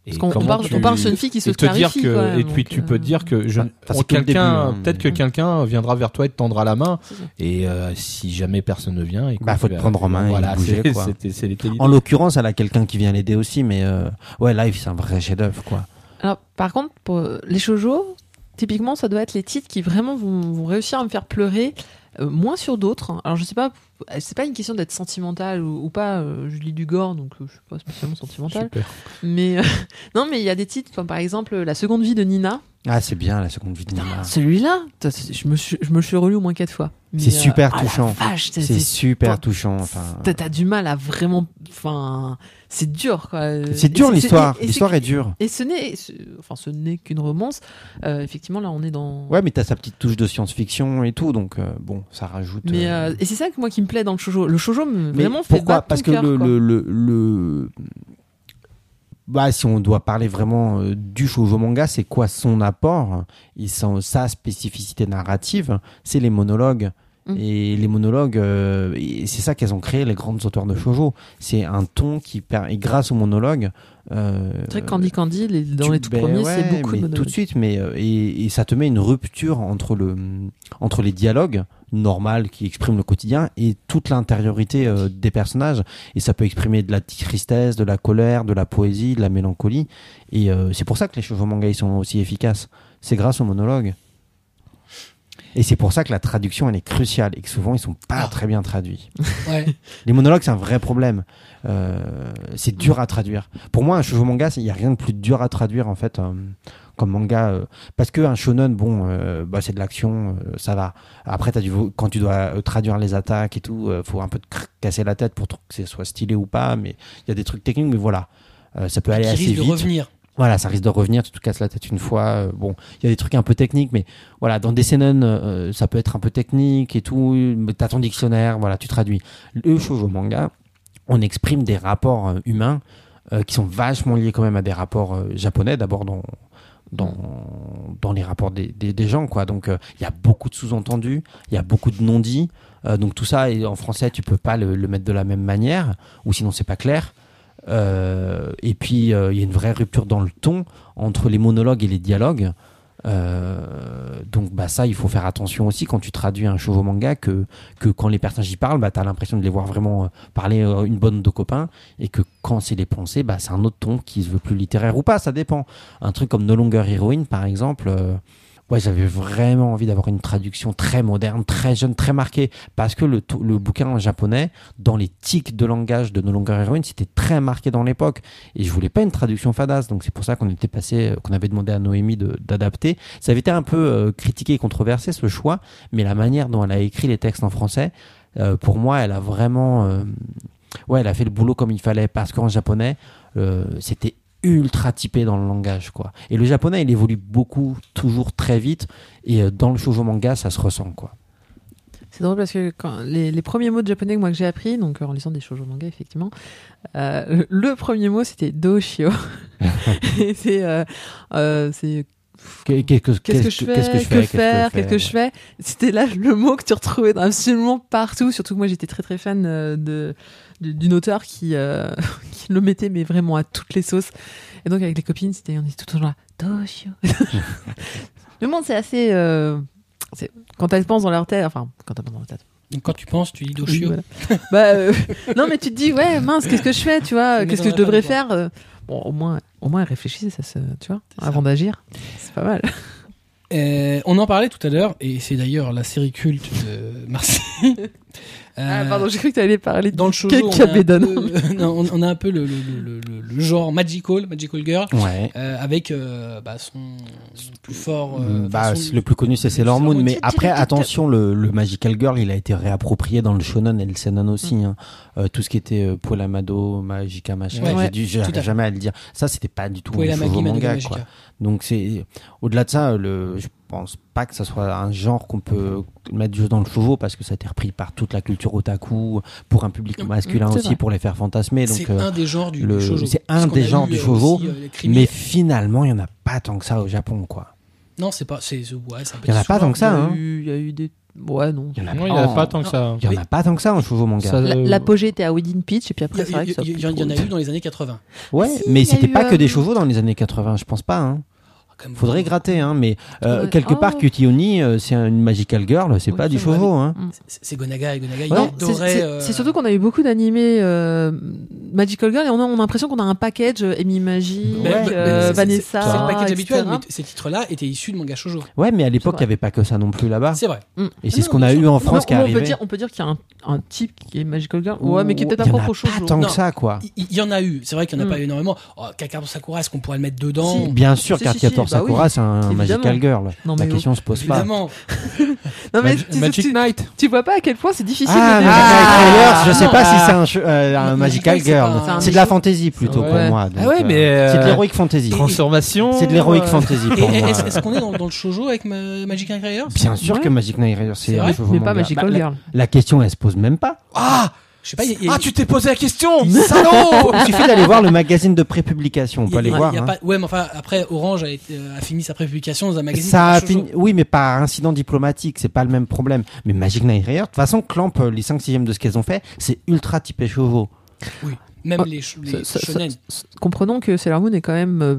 Speaker 3: Et
Speaker 4: Parce qu'on on
Speaker 3: comment
Speaker 4: parle,
Speaker 3: tu-
Speaker 4: on parle sur une fille qui se
Speaker 3: et te dire
Speaker 4: clarifie.
Speaker 3: que
Speaker 4: quoi,
Speaker 3: et puis
Speaker 4: donc,
Speaker 3: tu
Speaker 4: euh,
Speaker 3: peux dire que je
Speaker 2: Enfin, c'est
Speaker 3: on-
Speaker 2: que Bah, le début,
Speaker 3: quelqu'un
Speaker 2: hein,
Speaker 3: peut-être que
Speaker 2: mais-
Speaker 3: quelqu'un viendra vers toi et te tendra la main
Speaker 4: c'est ça.
Speaker 3: et euh, si jamais personne ne vient écoute,
Speaker 2: Bah, faut te
Speaker 3: euh,
Speaker 2: prendre en main et
Speaker 3: voilà
Speaker 2: bouger,
Speaker 3: c'est-
Speaker 2: quoi.
Speaker 3: c'était- c'est les
Speaker 2: en l'occurrence elle a quelqu'un qui vient l'aider aussi mais euh, ouais live c'est un vrai chef d'œuvre quoi
Speaker 4: Alors, par contre, pour les shoujo, typiquement, ça doit être les titres qui vraiment vont, vont réussir à me faire pleurer, euh, moins sur d'autres. Alors, je sais pas, c'est pas une question d'être sentimental ou, ou pas. euh, je lis du gore, donc euh, je suis pas spécialement sentimental.
Speaker 3: Super.
Speaker 4: <laughs> Mais euh, non, mais il y a des titres comme par exemple La Seconde Vie de Nina.
Speaker 2: Ah, c'est bien la seconde vie de Nina.
Speaker 4: Celui-là, t'as- c'est- je me, suis, je me le suis relu au moins quatre fois. Mais,
Speaker 2: C'est
Speaker 4: euh,
Speaker 2: super
Speaker 4: ah, la
Speaker 2: touchant.
Speaker 4: vache, t'as-
Speaker 2: C'est
Speaker 4: t'as-
Speaker 2: super
Speaker 4: t'as-
Speaker 2: touchant. Enfin, euh.
Speaker 4: t'as- T'as du mal à vraiment. Enfin, c'est dur, quoi.
Speaker 2: c'est dur
Speaker 4: Et
Speaker 2: l'histoire.
Speaker 4: et c'est-
Speaker 2: L'histoire est dure.
Speaker 4: Et ce n'est, ce- enfin, ce n'est qu'une romance. Euh, effectivement, là, on est dans.
Speaker 2: Ouais, mais t'as sa petite touche de science-fiction et tout, donc euh, bon, ça rajoute.
Speaker 4: Mais
Speaker 2: euh,
Speaker 4: euh, et c'est ça que moi qui me plaît dans le shoujo. Le shoujo me
Speaker 2: mais
Speaker 4: Euh, vraiment fait
Speaker 2: pourquoi
Speaker 4: battre
Speaker 2: Parce que
Speaker 4: ton cœur,
Speaker 2: le,
Speaker 4: quoi.
Speaker 2: le, le, le- Bah, si on doit parler vraiment euh, du shoujo manga, c'est quoi son apport et son- sa spécificité narrative C'est les monologues.
Speaker 4: Mm.
Speaker 2: Et les monologues, euh, et c'est ça qu'elles ont créé les grandes auteurs de shoujo. C'est un ton qui, per- et grâce aux monologues, euh,
Speaker 4: Très Candy Candy, les- dans
Speaker 2: Tu-
Speaker 4: les tout
Speaker 2: ben
Speaker 4: premiers, c'est
Speaker 2: ouais,
Speaker 4: beaucoup
Speaker 2: mais
Speaker 4: de
Speaker 2: tout
Speaker 4: monologues.
Speaker 2: de suite, mais euh, et, et ça te met une rupture entre le entre les dialogues normales qui expriment le quotidien et toute l'intériorité euh, des personnages et ça peut exprimer de la tristesse, de la colère, de la poésie, de la mélancolie et euh, c'est pour ça que les chevaux manga ils sont aussi efficaces. C'est grâce aux monologues. Et c'est pour ça que la traduction elle est cruciale et que souvent ils sont pas
Speaker 1: Ah.
Speaker 2: très bien traduits.
Speaker 1: Ouais.
Speaker 2: Les monologues, c'est un vrai problème. Euh, c'est dur à traduire. Pour moi, un shoujo manga, c'est- il n'y a rien de plus dur à traduire, en fait, euh, comme manga. euh, parce que un shonen, bon, euh, bah, c'est de l'action, euh, ça va. Après, as du, vo- quand tu dois euh, traduire les attaques et tout, euh, faut un peu te cr- casser la tête pour tr- que ce soit stylé ou pas. Mais il y a des trucs techniques, mais voilà. Euh, ça <laughs> peut aller
Speaker 1: qui
Speaker 2: assez
Speaker 1: risque de
Speaker 2: vite.
Speaker 1: revenir.
Speaker 2: Voilà, ça risque de revenir, tu te casses la tête une fois. euh, bon, il y a des trucs un peu techniques, mais voilà, dans des seinen, euh, ça peut être un peu technique et tout. mais T'as ton dictionnaire, voilà, tu traduis. Le shoujo manga, on exprime des rapports euh, humains euh, qui sont vachement liés quand même à des rapports euh, japonais, d'abord dans, dans, dans les rapports des, des- des gens, quoi. Donc, euh, il y a beaucoup de sous-entendus, il y a beaucoup de non-dits. Euh, donc, tout ça, et en français, tu peux pas le, le mettre de la même manière, ou sinon, c'est pas clair. Euh, et puis, euh, il y a une vraie rupture dans le ton entre les monologues et les dialogues. Euh, donc bah ça il faut faire attention aussi quand tu traduis un shoujo manga que, que quand les personnages y parlent bah t'as l'impression de les voir vraiment euh, parler euh, une bonne de copains et que quand c'est les pensées bah c'est un autre ton qui se veut plus littéraire ou pas ça dépend un truc comme No Longer Heroine par exemple euh, ouais j'avais vraiment envie d'avoir une traduction très moderne très jeune très marquée parce que le, to- le bouquin en japonais dans les tics de langage de No Longer Heroine c'était très marqué dans l'époque et je voulais pas une traduction fadasse donc c'est pour ça qu'on était passé euh, qu'on avait demandé à Noémie de- d'adapter ça avait été un peu euh, critiqué et controversé ce choix mais la manière dont elle a écrit les textes en français euh, pour moi elle a vraiment euh, ouais elle a fait le boulot comme il fallait parce qu'en japonais euh, c'était ultra typé dans le langage quoi et le japonais il évolue beaucoup toujours très vite et euh, dans le shoujo manga ça se ressent quoi
Speaker 4: C'est drôle parce que quand les, les premiers mots de japonais que moi que j'ai appris, donc euh, en lisant des shoujo manga effectivement, euh, <laughs> le- le premier mot c'était
Speaker 2: <laughs>
Speaker 4: doshio. Et c'est euh, euh, c'est
Speaker 2: Qu'est- qu'est-ce que
Speaker 4: Qu'est-ce que
Speaker 2: qu'est-ce
Speaker 4: je
Speaker 2: que-
Speaker 4: fais
Speaker 2: qu'est-ce que je fais
Speaker 4: Que faire Qu'est-ce que je fais C'était là le mot que tu retrouvais dans absolument partout. Surtout que moi, j'étais très très fan euh, de de- d'une auteure qui, euh, <laughs> qui le mettait mais vraiment à toutes les sauces. Et donc avec les copines, c'était on était tout le temps là. <laughs> Doshio. le monde, c'est assez. euh, c'est- quand elles pensent dans leur tête, enfin quand elles pensent dans leur tête.
Speaker 1: Donc quand tu penses, tu dis
Speaker 4: Oui,
Speaker 1: Doshio.
Speaker 4: voilà. <laughs> bah, euh, non, mais tu te dis, ouais, mince, qu'est-ce que je fais, tu vois
Speaker 1: Mais
Speaker 4: Qu'est-ce
Speaker 1: dans
Speaker 4: que
Speaker 1: la
Speaker 4: je devrais
Speaker 1: fin,
Speaker 4: faire euh, Bon, au moins, au moins, réfléchissez, ça, se- tu vois,
Speaker 1: C'est ça.
Speaker 4: avant d'agir. C'est pas mal.
Speaker 1: Euh, on en parlait tout à l'heure, et c'est d'ailleurs la série culte de <laughs> Marseille.
Speaker 4: Ah,
Speaker 1: Euh,
Speaker 4: pardon, j'ai cru que tu allais parler de
Speaker 1: dans le shoujo,
Speaker 4: Quel
Speaker 1: on a un
Speaker 4: cabédon.
Speaker 1: peu- <laughs> non, on, on a un peu le, le- le- le- le genre magical, magical girl,
Speaker 2: ouais
Speaker 1: euh, avec euh, bah, son, son plus fort. euh,
Speaker 2: Bah,
Speaker 1: enfin,
Speaker 2: c'est
Speaker 1: son-
Speaker 2: le plus connu, c'est Sailor
Speaker 1: Sailor
Speaker 2: Moon.
Speaker 1: Moon.
Speaker 2: Mais après, attention, le, le Magical Girl, il a été réapproprié dans le shonen et le seinen aussi. hein. Euh, tout ce qui était euh, Poel Amado, Magica, machin.
Speaker 1: Ouais.
Speaker 2: J'ai dû, j'arrive
Speaker 1: Tout à fait.
Speaker 2: jamais à le dire. Ça, c'était pas du tout
Speaker 1: Poela
Speaker 2: un
Speaker 1: Maki,
Speaker 2: shoujo
Speaker 1: Madoka
Speaker 2: manga.
Speaker 1: Magica.
Speaker 2: Quoi. Donc, c'est au-delà de ça, euh, le, je pense pas que ça soit un genre qu'on peut mettre juste dans le shoujo parce que ça a été repris par toute la culture otaku pour un public
Speaker 1: Mm,
Speaker 2: masculin
Speaker 4: c'est
Speaker 2: aussi
Speaker 4: vrai.
Speaker 2: pour les faire fantasmer. Donc,
Speaker 1: C'est
Speaker 2: euh,
Speaker 1: un des genres du,
Speaker 2: le-
Speaker 1: du shoujo.
Speaker 2: c'est un
Speaker 1: Parce qu'on
Speaker 2: des
Speaker 1: a
Speaker 2: genres
Speaker 1: eu,
Speaker 2: du
Speaker 1: euh,
Speaker 2: shoujo,
Speaker 1: aussi, euh, les crimi-
Speaker 2: mais finalement, il y en a pas tant que ça au Japon, quoi.
Speaker 1: non, c'est pas. c'est- ouais, c'est un peu
Speaker 2: Il y en a
Speaker 1: décevant.
Speaker 2: pas tant que ça. hein.
Speaker 4: Il y a eu des. Ouais, non.
Speaker 2: Il y en a
Speaker 3: Non, il n'y en a
Speaker 2: en-
Speaker 3: pas tant que ça.
Speaker 2: Il y en a pas tant que ça en shoujo manga.
Speaker 3: Ça-
Speaker 4: La-
Speaker 3: Euh,
Speaker 4: L'apogée était à Wedding Pitch, et puis
Speaker 1: Il y,
Speaker 4: après, c'est
Speaker 1: a-
Speaker 4: vrai que
Speaker 1: il y
Speaker 4: ça.
Speaker 1: a- il y en a eu dans les années 80.
Speaker 2: Ouais,
Speaker 4: Si, il
Speaker 2: mais
Speaker 4: y a
Speaker 2: c'était
Speaker 4: eu,
Speaker 2: pas que
Speaker 4: euh,
Speaker 2: des chevaux dans les années 80, je pense pas. Hein.
Speaker 1: Ah, quand même,
Speaker 2: Faudrait gratter, hein, mais euh,
Speaker 4: Ouais.
Speaker 2: quelque
Speaker 4: Oh.
Speaker 2: part, Cutie Oni, euh, c'est une magical girl, c'est
Speaker 1: Oui,
Speaker 2: pas du
Speaker 1: c'est vrai.
Speaker 2: chevaux. Hein.
Speaker 1: C'est c'est Gonaga et Gonaga. il
Speaker 2: Ouais.
Speaker 4: Non, c'est-
Speaker 1: adorait,
Speaker 4: c'est
Speaker 1: euh,
Speaker 4: c'est surtout qu'on a eu beaucoup d'animés euh, Magical Girl et on a, on a l'impression qu'on a un package euh, Amy Magic,
Speaker 2: Ouais,
Speaker 4: euh,
Speaker 1: mais
Speaker 2: c'est-
Speaker 4: Vanessa.
Speaker 1: C'est le package
Speaker 4: etc.
Speaker 1: habituel, mais t- ces titres-là étaient issus de manga shoujo.
Speaker 2: Ouais, mais à l'époque, il
Speaker 4: vrai.
Speaker 2: n'y avait pas que ça non plus là-bas.
Speaker 1: C'est vrai.
Speaker 2: Et c'est
Speaker 4: Non,
Speaker 2: ce qu'on a eu en France
Speaker 4: Non,
Speaker 2: qui est
Speaker 4: on
Speaker 2: arrivé.
Speaker 4: peut dire, on peut dire qu'il y a un, un type qui est Magical Girl, ouais, mais qui est peut-être pas
Speaker 2: Il y en a
Speaker 4: propre au shoujo.
Speaker 2: Tant
Speaker 1: Non.
Speaker 2: que ça, quoi.
Speaker 1: Il- Il y en a eu. C'est vrai qu'il n'y en
Speaker 2: Hmm.
Speaker 1: a
Speaker 4: Mm.
Speaker 1: pas eu énormément. Oh, Kakarot Sakura, est-ce qu'on pourrait le mettre dedans
Speaker 4: Si.
Speaker 2: Bien sûr,
Speaker 4: Si,
Speaker 2: Car
Speaker 4: si, si, bah
Speaker 2: Sakura,
Speaker 4: oui.
Speaker 2: c'est un
Speaker 4: Évidemment.
Speaker 2: Magical Girl.
Speaker 4: Non,
Speaker 2: La
Speaker 4: mais
Speaker 2: question se pose pas.
Speaker 1: Évidemment.
Speaker 4: Non, mais
Speaker 3: Magi-
Speaker 4: tu-
Speaker 3: Magic
Speaker 4: tu,
Speaker 3: Knight.
Speaker 4: tu vois pas à quel point c'est difficile.
Speaker 2: Ah,
Speaker 4: de
Speaker 2: Magical
Speaker 4: Ah,
Speaker 2: Girl, je sais
Speaker 4: non.
Speaker 2: pas si c'est un, che- euh, un
Speaker 1: Non,
Speaker 2: Magical
Speaker 1: Magical, c'est pas
Speaker 2: Girl.
Speaker 4: un-
Speaker 2: C'est de la fantasy plutôt pour
Speaker 3: Ouais.
Speaker 2: moi. donc,
Speaker 3: Ah ouais,
Speaker 2: euh,
Speaker 3: mais, euh,
Speaker 2: C'est de l'heroic fantasy.
Speaker 3: Transformation.
Speaker 2: C'est de l'heroic
Speaker 3: euh,
Speaker 2: fantasy
Speaker 1: Et-
Speaker 4: <laughs>
Speaker 2: pour
Speaker 1: et-
Speaker 2: moi.
Speaker 1: Est-ce est-ce qu'on est dans, dans le shoujo avec Ma- Magic Inquirer
Speaker 2: Bien sûr
Speaker 4: Ouais.
Speaker 2: que Magic Knight Rider, c'est
Speaker 1: C'est
Speaker 2: un
Speaker 1: vrai,
Speaker 2: jeu
Speaker 4: Mais
Speaker 2: manga.
Speaker 4: pas Magical
Speaker 2: Bah, la-
Speaker 4: Girl.
Speaker 2: La question, elle se pose
Speaker 1: <laughs>
Speaker 2: même pas.
Speaker 3: Ah,
Speaker 1: Je sais pas. il y a-
Speaker 3: ah, tu t'es posé la question,
Speaker 1: Il-
Speaker 3: salaud.
Speaker 2: Il suffit d'aller voir le magazine de prépublication. On peut aller
Speaker 1: il y a-
Speaker 2: voir.
Speaker 1: il y a
Speaker 2: hein.
Speaker 1: pas- Ouais, mais enfin, après, Orange a, été- euh, a fini sa prépublication dans un magazine.
Speaker 2: Ça a
Speaker 1: de shoujo.
Speaker 2: fini- Oui, mais par incident diplomatique, c'est pas le même problème. Mais Magic Knight Rider, de toute façon, Clamp, euh, les 5 6 de ce qu'elles ont fait, c'est ultra typé chauveau.
Speaker 1: Même
Speaker 4: Ah,
Speaker 1: les, sh-
Speaker 4: Ça-
Speaker 1: les
Speaker 4: ça- ça-
Speaker 1: shonen.
Speaker 4: ça- comprenons que Sailor Moon est quand même euh,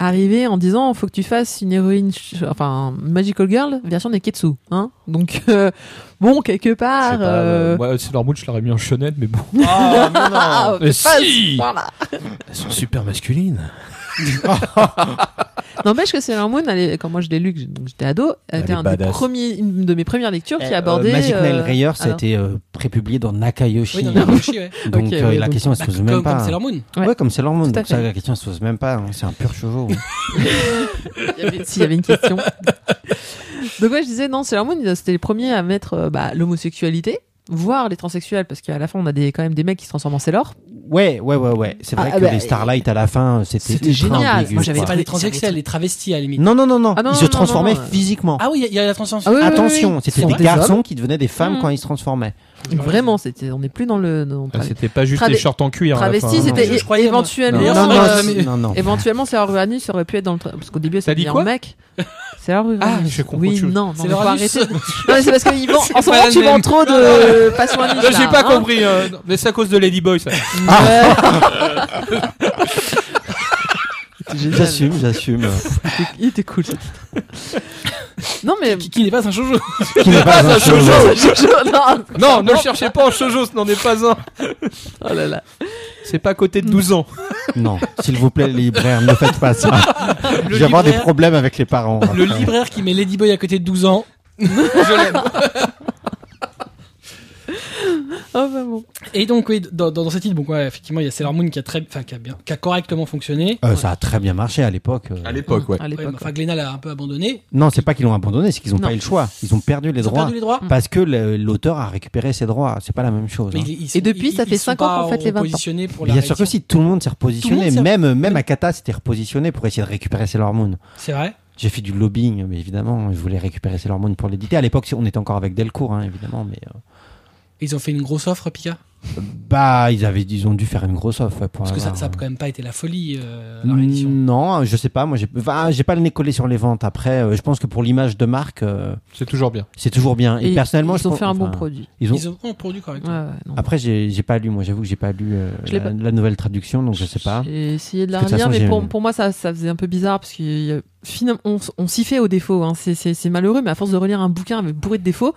Speaker 4: arrivé en disant faut que tu fasses une héroïne, ch- enfin Magical Girl version Neketsu, hein. Donc euh, bon quelque
Speaker 3: Je
Speaker 4: part.
Speaker 3: sais pas,
Speaker 4: euh,
Speaker 3: euh, moi, Sailor Moon, je l'aurais mis en shonen, mais bon.
Speaker 4: Ah,
Speaker 3: Mais
Speaker 4: c'est pas-
Speaker 3: si
Speaker 4: voilà.
Speaker 3: Elles sont super masculines.
Speaker 4: N'empêche que Sailor Moon, elle est- quand moi je l'ai lu, que j- donc j'étais ado,
Speaker 3: Elle
Speaker 4: elle était
Speaker 3: est
Speaker 4: un des
Speaker 3: badass.
Speaker 4: premiers, une de mes premières lectures qui
Speaker 2: Euh,
Speaker 4: abordait.
Speaker 2: Magic Knight
Speaker 4: euh,
Speaker 2: Rider, ça a
Speaker 4: alors.
Speaker 2: été euh, prépublié dans Nakayoshi.
Speaker 1: Oui, dans Nakayoshi, ouais.
Speaker 2: donc
Speaker 4: Ok,
Speaker 2: euh,
Speaker 4: oui,
Speaker 2: la
Speaker 4: donc-
Speaker 2: question, elle se
Speaker 1: Bah,
Speaker 2: pose
Speaker 1: comme,
Speaker 2: même
Speaker 1: comme
Speaker 2: pas.
Speaker 1: Sailor Moon.
Speaker 4: Ouais.
Speaker 2: Ouais, comme Sailor Moon.
Speaker 4: Tout à
Speaker 2: Donc ça,
Speaker 4: fait.
Speaker 2: la question, elle se pose même pas. hein. C'est un pur
Speaker 4: <laughs>
Speaker 2: chevaux.
Speaker 4: Il y avait- S'il y avait une question. Donc ouais, je disais non, Sailor Moon, ils- c'était les premiers à mettre euh, bah, l'homosexualité, voire les transsexuels, parce qu'à la fin on a des, quand même des mecs qui se transforment en Sailor.
Speaker 2: ouais, ouais, ouais, ouais. C'est vrai
Speaker 4: Ah,
Speaker 2: que
Speaker 4: bah,
Speaker 2: les Starlight à la fin, c'était
Speaker 4: c'était
Speaker 2: ultra
Speaker 4: génial.
Speaker 2: ambigu,
Speaker 4: Moi, j'avais
Speaker 1: C'est
Speaker 2: quoi.
Speaker 1: pas
Speaker 4: trouvé-
Speaker 1: les transsexuels,
Speaker 4: j'avais
Speaker 1: les travestis à la limite.
Speaker 2: Non, non, non, non.
Speaker 4: Ah, non,
Speaker 2: ils se
Speaker 4: non, non,
Speaker 2: transformaient
Speaker 4: non, euh,
Speaker 2: physiquement.
Speaker 1: Ah oui, il y, a- il y a la transformation.
Speaker 4: Ah oui, oui, oui,
Speaker 2: Attention,
Speaker 4: oui.
Speaker 2: c'était
Speaker 4: Ils
Speaker 2: des
Speaker 4: sont
Speaker 2: garçons qui devenaient des femmes
Speaker 1: Mm.
Speaker 4: Mhm.
Speaker 2: quand ils se transformaient.
Speaker 1: Bah
Speaker 4: Vraiment, c'était, on n'est plus dans le. dans-
Speaker 3: Ah, C'était pas juste
Speaker 4: Trave-
Speaker 3: les shorts en cuir. hein, à la
Speaker 4: Travesti,
Speaker 3: fin.
Speaker 2: non,
Speaker 4: c'était
Speaker 1: je- je croyais, moi.
Speaker 4: éventuellement.
Speaker 1: Non,
Speaker 2: non,
Speaker 1: non,
Speaker 2: non,
Speaker 1: euh,
Speaker 2: c'est-
Speaker 1: mais-
Speaker 2: non, non.
Speaker 4: Éventuellement, Sailor Uranus aurait pu être dans le. tra- Parce qu'au début,
Speaker 3: T'as
Speaker 4: c'était
Speaker 3: dit
Speaker 4: un
Speaker 3: quoi <laughs>
Speaker 4: mec. Sailor Uranus.
Speaker 3: Ah, je comprends
Speaker 4: Oui,
Speaker 3: autre chose.
Speaker 4: non, non, mais faut
Speaker 1: Sailor Uranus.
Speaker 4: arrêter. Non, mais c'est parce que Yvan, en ce moment,
Speaker 3: pas
Speaker 4: tu
Speaker 3: la
Speaker 4: vends
Speaker 3: même.
Speaker 4: trop de passion à niche,
Speaker 3: Là, J'ai
Speaker 4: là,
Speaker 3: pas
Speaker 4: hein.
Speaker 3: compris, euh, non, mais c'est à cause de Ladyboy ça.
Speaker 4: Ouais.
Speaker 2: J'assume,
Speaker 1: <laughs>
Speaker 2: j'assume.
Speaker 4: Il était- Il était cool. Non, mais.
Speaker 1: Qui, qui n'est pas un shoujo.
Speaker 2: Qui n'est
Speaker 1: Ah,
Speaker 2: pas un shoujo.
Speaker 3: <laughs>
Speaker 4: Non.
Speaker 3: <laughs> Non, ne le cherchez pas en shoujo, ce n'en est pas un.
Speaker 4: Oh là là.
Speaker 3: C'est pas à côté de 12 ans.
Speaker 2: Non, s'il vous plaît, les libraires, ne faites
Speaker 1: <laughs>
Speaker 2: pas ça. Je vais avoir des
Speaker 1: libraire-
Speaker 2: problèmes avec les parents.
Speaker 4: Bah
Speaker 2: Euh,
Speaker 1: Le libraire qui met Ladyboy à côté de 12 ans.
Speaker 3: Je l'aime.
Speaker 4: Oh, bah bon.
Speaker 1: Et donc, oui, dans, dans, dans ce titre, bon, ouais, effectivement, il y a Sailor Moon qui a, très, enfin, qui a, bien, qui a correctement fonctionné.
Speaker 2: Euh, ça a très bien marché à l'époque. euh.
Speaker 3: l'époque,
Speaker 4: À
Speaker 1: Ouais, mais
Speaker 4: l'époque.
Speaker 1: enfin, Glénat l'a un peu abandonné.
Speaker 2: Non, c'est pas qu'ils l'ont abandonné, c'est qu'ils ont
Speaker 4: Non.
Speaker 2: pas eu le choix. Ils ont perdu les
Speaker 1: Ils ont
Speaker 2: droits
Speaker 1: perdu les
Speaker 4: Mmh.
Speaker 1: droits.
Speaker 2: parce que le- l'auteur a récupéré ses droits. C'est pas la même chose.
Speaker 1: Mais
Speaker 2: hein.
Speaker 1: ils- ils sont-
Speaker 4: Et depuis,
Speaker 1: ils-
Speaker 4: ça
Speaker 1: ils
Speaker 4: fait
Speaker 1: sont
Speaker 4: cinq ans
Speaker 1: pas
Speaker 4: qu'on fête les 20 ans.
Speaker 1: repositionnés pour la
Speaker 2: Bien sûr que
Speaker 1: réédition.
Speaker 2: si, tout le monde s'est
Speaker 1: Tout
Speaker 2: repositionné.
Speaker 1: le monde s'est-
Speaker 2: Même, même
Speaker 1: Oui.
Speaker 2: Akata s'était repositionné pour essayer de récupérer Sailor Moon.
Speaker 1: C'est vrai.
Speaker 2: J'ai fait du lobbying, mais évidemment, je voulais récupérer Sailor Moon pour l'éditer. À l'époque, on était encore avec Delcourt, hein, évidemment, mais euh,
Speaker 1: Ils ont fait une grosse offre, Pika.
Speaker 2: bah ils avaient, ils ont dû faire une grosse offre ouais, pour
Speaker 1: Parce que ça,
Speaker 2: avoir,
Speaker 1: ça a
Speaker 2: euh,
Speaker 1: quand même pas été la folie, euh,
Speaker 4: Mmh.
Speaker 1: la réédition.
Speaker 2: Non, je sais pas. Moi, j'ai enfin, j'ai pas le nez collé sur les ventes. Après, euh, je pense que pour l'image de marque, euh,
Speaker 3: C'est toujours bien.
Speaker 2: c'est toujours bien. Et,
Speaker 4: Et
Speaker 2: personnellement,
Speaker 4: ils
Speaker 2: je
Speaker 4: ont
Speaker 2: pense-
Speaker 4: fait un bon
Speaker 2: enfin,
Speaker 4: produit.
Speaker 2: Ils ont...
Speaker 1: Ils ont vraiment produit correctement.
Speaker 4: Ouais, ouais, non.
Speaker 2: Après, j'ai j'ai pas lu. Moi, j'avoue que j'ai pas lu euh,
Speaker 4: Je l'ai
Speaker 2: la,
Speaker 4: pas.
Speaker 2: la nouvelle traduction, donc je sais pas.
Speaker 4: J'ai essayé de la
Speaker 2: Parce que de toute
Speaker 4: relire,
Speaker 2: façon,
Speaker 4: mais pour,
Speaker 2: j'ai-
Speaker 4: pour moi, ça, ça faisait un peu bizarre parce que finalement, on, s- on s'y fait aux défauts. Hein. C'est- C'est c'est malheureux, mais à force de relire un bouquin avec bourré de défauts,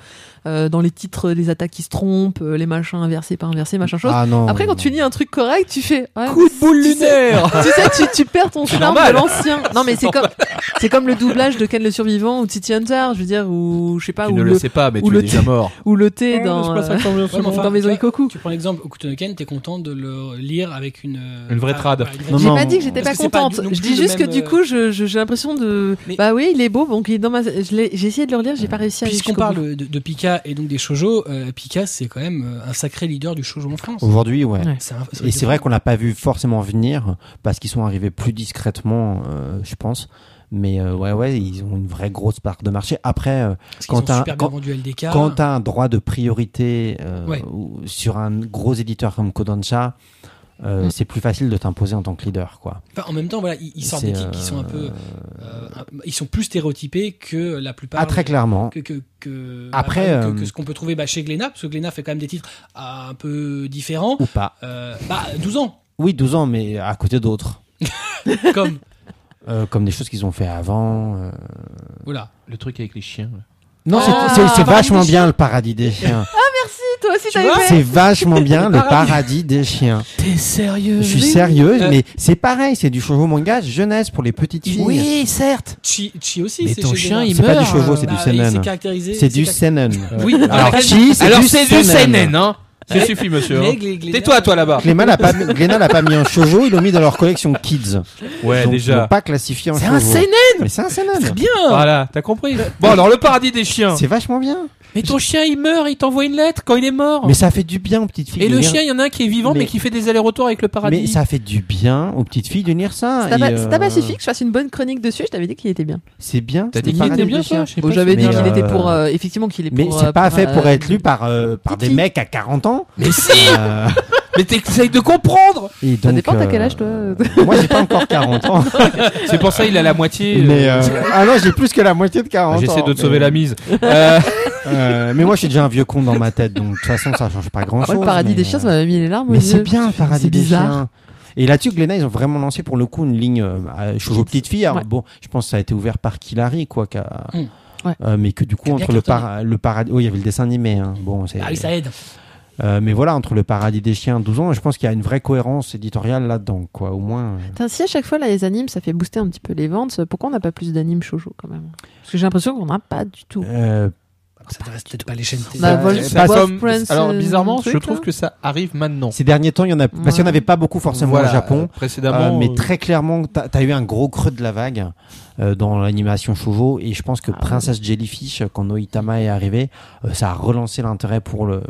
Speaker 4: euh, dans les titres, les attaques qui se trompent, euh, les machins inversés, pas inversés, machin chose.
Speaker 2: Ah non.
Speaker 4: Après, quand tu lis un truc correct, tu fais ouais,
Speaker 3: Coup de boule
Speaker 4: tu sais-
Speaker 3: lunaire
Speaker 4: <laughs> tu sais, tu, tu perds ton charme de
Speaker 3: normal.
Speaker 4: l'ancien. Non,
Speaker 2: <laughs>
Speaker 4: mais c'est comme, c'est comme le doublage de Ken le Survivant ou Titi Hunter, je veux dire, ou je sais pas,
Speaker 3: Tu
Speaker 4: ou
Speaker 3: ne
Speaker 4: le,
Speaker 3: le sais pas, mais
Speaker 4: ou
Speaker 3: tu
Speaker 4: le
Speaker 3: es <laughs> déjà mort.
Speaker 4: ou le thé dans, euh,
Speaker 1: Ouais, mais enfin,
Speaker 4: dans Maison
Speaker 1: tu vois,
Speaker 4: Ikoku.
Speaker 1: Tu prends l'exemple Okutonoken, t'es content de le lire avec une. euh,
Speaker 3: Une vraie trad.
Speaker 1: ouais, une vraie
Speaker 2: Non,
Speaker 4: J'ai
Speaker 2: non.
Speaker 4: pas dit que j'étais pas
Speaker 1: Parce que c'est pas
Speaker 4: contente.
Speaker 1: du- non
Speaker 4: je
Speaker 1: plus
Speaker 4: dis
Speaker 1: le
Speaker 4: juste que
Speaker 1: même, euh,
Speaker 4: du coup, je- je- j'ai l'impression de.
Speaker 1: Mais-
Speaker 4: Bah oui, il est beau, donc il est dans ma. je l'ai- J'ai essayé de le relire, j'ai pas réussi à. aller
Speaker 1: Puisqu'on
Speaker 4: jusqu'au bout.
Speaker 1: parle de, de Pika et donc des shoujo, euh, Pika c'est quand même euh, un sacré leader du shoujo en France.
Speaker 2: Aujourd'hui, ouais.
Speaker 4: Ouais.
Speaker 1: C'est un-
Speaker 2: Et c'est vrai qu'on l'a pas vu forcément venir parce qu'ils sont arrivés plus discrètement, euh, je pense. Mais euh, ouais, ouais, ils ont une vraie grosse part de marché. Après, euh,
Speaker 1: Parce
Speaker 2: quand
Speaker 1: qu'ils ont
Speaker 2: un-
Speaker 1: super
Speaker 2: quand-
Speaker 1: bien vendu LDK.
Speaker 2: Quand tu as un droit de priorité euh,
Speaker 1: Ouais.
Speaker 2: ou- sur un gros éditeur comme Kodansha, euh,
Speaker 4: Mm.
Speaker 2: c'est plus facile de t'imposer en tant que leader. Quoi.
Speaker 1: Enfin, en même temps, voilà, ils, ils sortent des
Speaker 2: C'est,
Speaker 1: titres qui sont un peu,
Speaker 2: euh,
Speaker 1: euh, un- ils sont plus stéréotypés que la plupart.
Speaker 2: ah, très
Speaker 1: des-
Speaker 2: clairement.
Speaker 1: Que, que, que-
Speaker 2: Après,
Speaker 1: que- que,
Speaker 2: euh,
Speaker 1: ce qu'on peut trouver bah, chez Glénat, parce que Glénat fait quand même des titres ah, un peu différents.
Speaker 2: Ou pas.
Speaker 1: Euh, bah, 12 ans,
Speaker 2: Oui, 12 ans, mais à côté d'autres.
Speaker 1: comme.
Speaker 2: Euh, comme des choses qu'ils ont fait avant. euh.
Speaker 1: voilà.
Speaker 3: Le truc avec les chiens.
Speaker 2: Non, c'est-
Speaker 4: Ah,
Speaker 2: c'est c'est
Speaker 4: Paradis
Speaker 2: vachement
Speaker 4: des Ah,
Speaker 2: bien le paradis des chiens.
Speaker 4: toi aussi,
Speaker 1: Tu
Speaker 4: t'as
Speaker 1: vois
Speaker 4: aimé.
Speaker 2: C'est vachement bien le
Speaker 1: Paradis.
Speaker 2: paradis des chiens.
Speaker 1: T'es sérieux
Speaker 2: Je suis
Speaker 1: Léo
Speaker 2: sérieuse,
Speaker 1: Euh,
Speaker 2: mais c'est pareil, c'est du shoujo manga jeunesse pour les petites filles.
Speaker 3: certes.
Speaker 1: Chi, Chi aussi.
Speaker 3: Mais
Speaker 1: c'est
Speaker 3: ton
Speaker 1: chez
Speaker 3: chien,
Speaker 1: Glénat.
Speaker 3: il
Speaker 2: C'est pas
Speaker 3: meurt.
Speaker 2: du shoujo, c'est du
Speaker 3: euh,
Speaker 1: Bah, il s'est
Speaker 2: seinen.
Speaker 1: caractérisé.
Speaker 2: C'est du
Speaker 1: s'est
Speaker 2: seinen.
Speaker 1: car- Oui.
Speaker 3: Alors,
Speaker 1: mais-
Speaker 2: chi, c'est
Speaker 3: Alors
Speaker 2: du
Speaker 3: c'est du
Speaker 2: seinen.
Speaker 3: CNN, hein Ça suffit, monsieur.
Speaker 1: mais
Speaker 3: hein.
Speaker 1: Glé- Glénat-
Speaker 3: Tais-toi, toi, là-bas.
Speaker 2: Glénat l'a pas, Glénat l'a pas mis en shoujo, ils l'ont mis dans leur collection kids. Donc, ils
Speaker 3: Ouais,
Speaker 2: l'ont
Speaker 3: déjà.
Speaker 2: pas classifié en
Speaker 3: C'est
Speaker 2: shoujo.
Speaker 3: un CNN
Speaker 2: Mais c'est un
Speaker 1: Très
Speaker 2: seinen.
Speaker 1: bien.
Speaker 3: Voilà, t'as compris. Bon, alors, le paradis des chiens.
Speaker 2: C'est vachement bien.
Speaker 3: Mais ton chien, il meurt, il t'envoie une lettre quand il est mort.
Speaker 2: Mais ça fait du bien aux petites filles.
Speaker 3: Oh. Et
Speaker 2: de
Speaker 3: le
Speaker 2: lire-
Speaker 3: chien, il y en a un qui est vivant, mais,
Speaker 2: mais
Speaker 3: qui fait des allers-retours avec le paradis.
Speaker 2: Mais ça fait du bien aux petites filles de lire ça.
Speaker 4: C'est pas-
Speaker 2: Et, euh,
Speaker 4: c'est pas pacifique, je fasse une bonne chronique dessus, je t'avais dit qu'il était bien.
Speaker 2: C'est bien.
Speaker 3: T'as
Speaker 2: c'est
Speaker 3: dit
Speaker 2: le
Speaker 3: qu'il
Speaker 2: paradis
Speaker 3: était bien,
Speaker 2: des
Speaker 3: ça
Speaker 2: chiens.
Speaker 3: Je sais pas.
Speaker 4: J'avais
Speaker 2: mais,
Speaker 4: dit qu'il
Speaker 2: euh,
Speaker 4: était pour, euh, effectivement, qu'il est
Speaker 2: Mais
Speaker 4: pour.
Speaker 2: c'est
Speaker 4: euh,
Speaker 2: pas fait pour
Speaker 4: euh,
Speaker 2: être lu par, euh, par des
Speaker 4: Titi.
Speaker 2: mecs à 40 ans.
Speaker 3: Mais si
Speaker 2: Euh,
Speaker 3: Mais t'essayes de comprendre
Speaker 2: et
Speaker 4: Ça
Speaker 2: donc,
Speaker 4: dépend, t'as
Speaker 2: euh,
Speaker 4: quel âge, toi
Speaker 2: Moi, j'ai pas encore 40
Speaker 4: <laughs>
Speaker 2: ans.
Speaker 3: C'est pour ça il a la moitié.
Speaker 2: mais euh,
Speaker 3: <laughs>
Speaker 2: ah non, j'ai plus que la moitié de 40 ans.
Speaker 3: J'essaie de te
Speaker 2: mais-
Speaker 3: sauver la mise. Euh,
Speaker 2: Euh, mais moi, je suis déjà un vieux con dans ma tête, donc de toute façon, ça change pas grand
Speaker 4: Ah,
Speaker 2: chose.
Speaker 4: moi, le paradis des chiens, ça m'a mis les larmes aux
Speaker 2: Mais c'est
Speaker 4: yeux.
Speaker 2: bien, le paradis
Speaker 4: C'est
Speaker 2: des
Speaker 4: bizarre.
Speaker 2: chiens. Et là-dessus, Glénat, ils ont vraiment lancé pour le coup une ligne euh, à- chez aux petites filles. Alors,
Speaker 4: Ouais.
Speaker 2: bon, je pense que ça a été ouvert par Kilari, quoi. qu'a-
Speaker 1: Mm.
Speaker 4: Ouais.
Speaker 2: Euh, mais que du coup,
Speaker 1: Bien
Speaker 2: entre le, par- le paradis. Oh, il y avait le dessin animé. hein. Bon, c'est-
Speaker 1: Ah oui, ça aide.
Speaker 2: Euh, mais voilà, entre le paradis des chiens 12 ans, je pense qu'il y a une vraie cohérence éditoriale là-dedans, quoi. Au moins. euh.
Speaker 4: Putain, si à chaque fois là, les animes, ça fait booster un petit peu les ventes, pourquoi on n'a pas plus d'animes shoujo quand même Parce que j'ai l'impression qu'on n'en a pas du tout.
Speaker 2: Euh,
Speaker 1: Ça t'intéresse peut-être pas les chaînes télé.
Speaker 4: Bah,
Speaker 3: ça-
Speaker 4: Wolf-
Speaker 3: ça
Speaker 4: Wolf
Speaker 3: somme-
Speaker 4: Prince,
Speaker 3: alors
Speaker 4: euh,
Speaker 3: bizarrement,
Speaker 4: truc,
Speaker 3: je trouve
Speaker 4: là.
Speaker 3: que ça arrive maintenant.
Speaker 2: ces derniers temps, il y en a. Parce qu'il n'y en avait pas beaucoup forcément
Speaker 3: Voilà,
Speaker 2: au Japon.
Speaker 3: euh, précédemment.
Speaker 2: Euh, mais
Speaker 3: euh,
Speaker 2: très clairement, t'as as eu un gros creux de la vague euh, dans l'animation shoujo et je pense que
Speaker 4: Ah ouais.
Speaker 2: Princess Jellyfish, euh, quand Noitama est arrivé, euh, ça a relancé l'intérêt pour le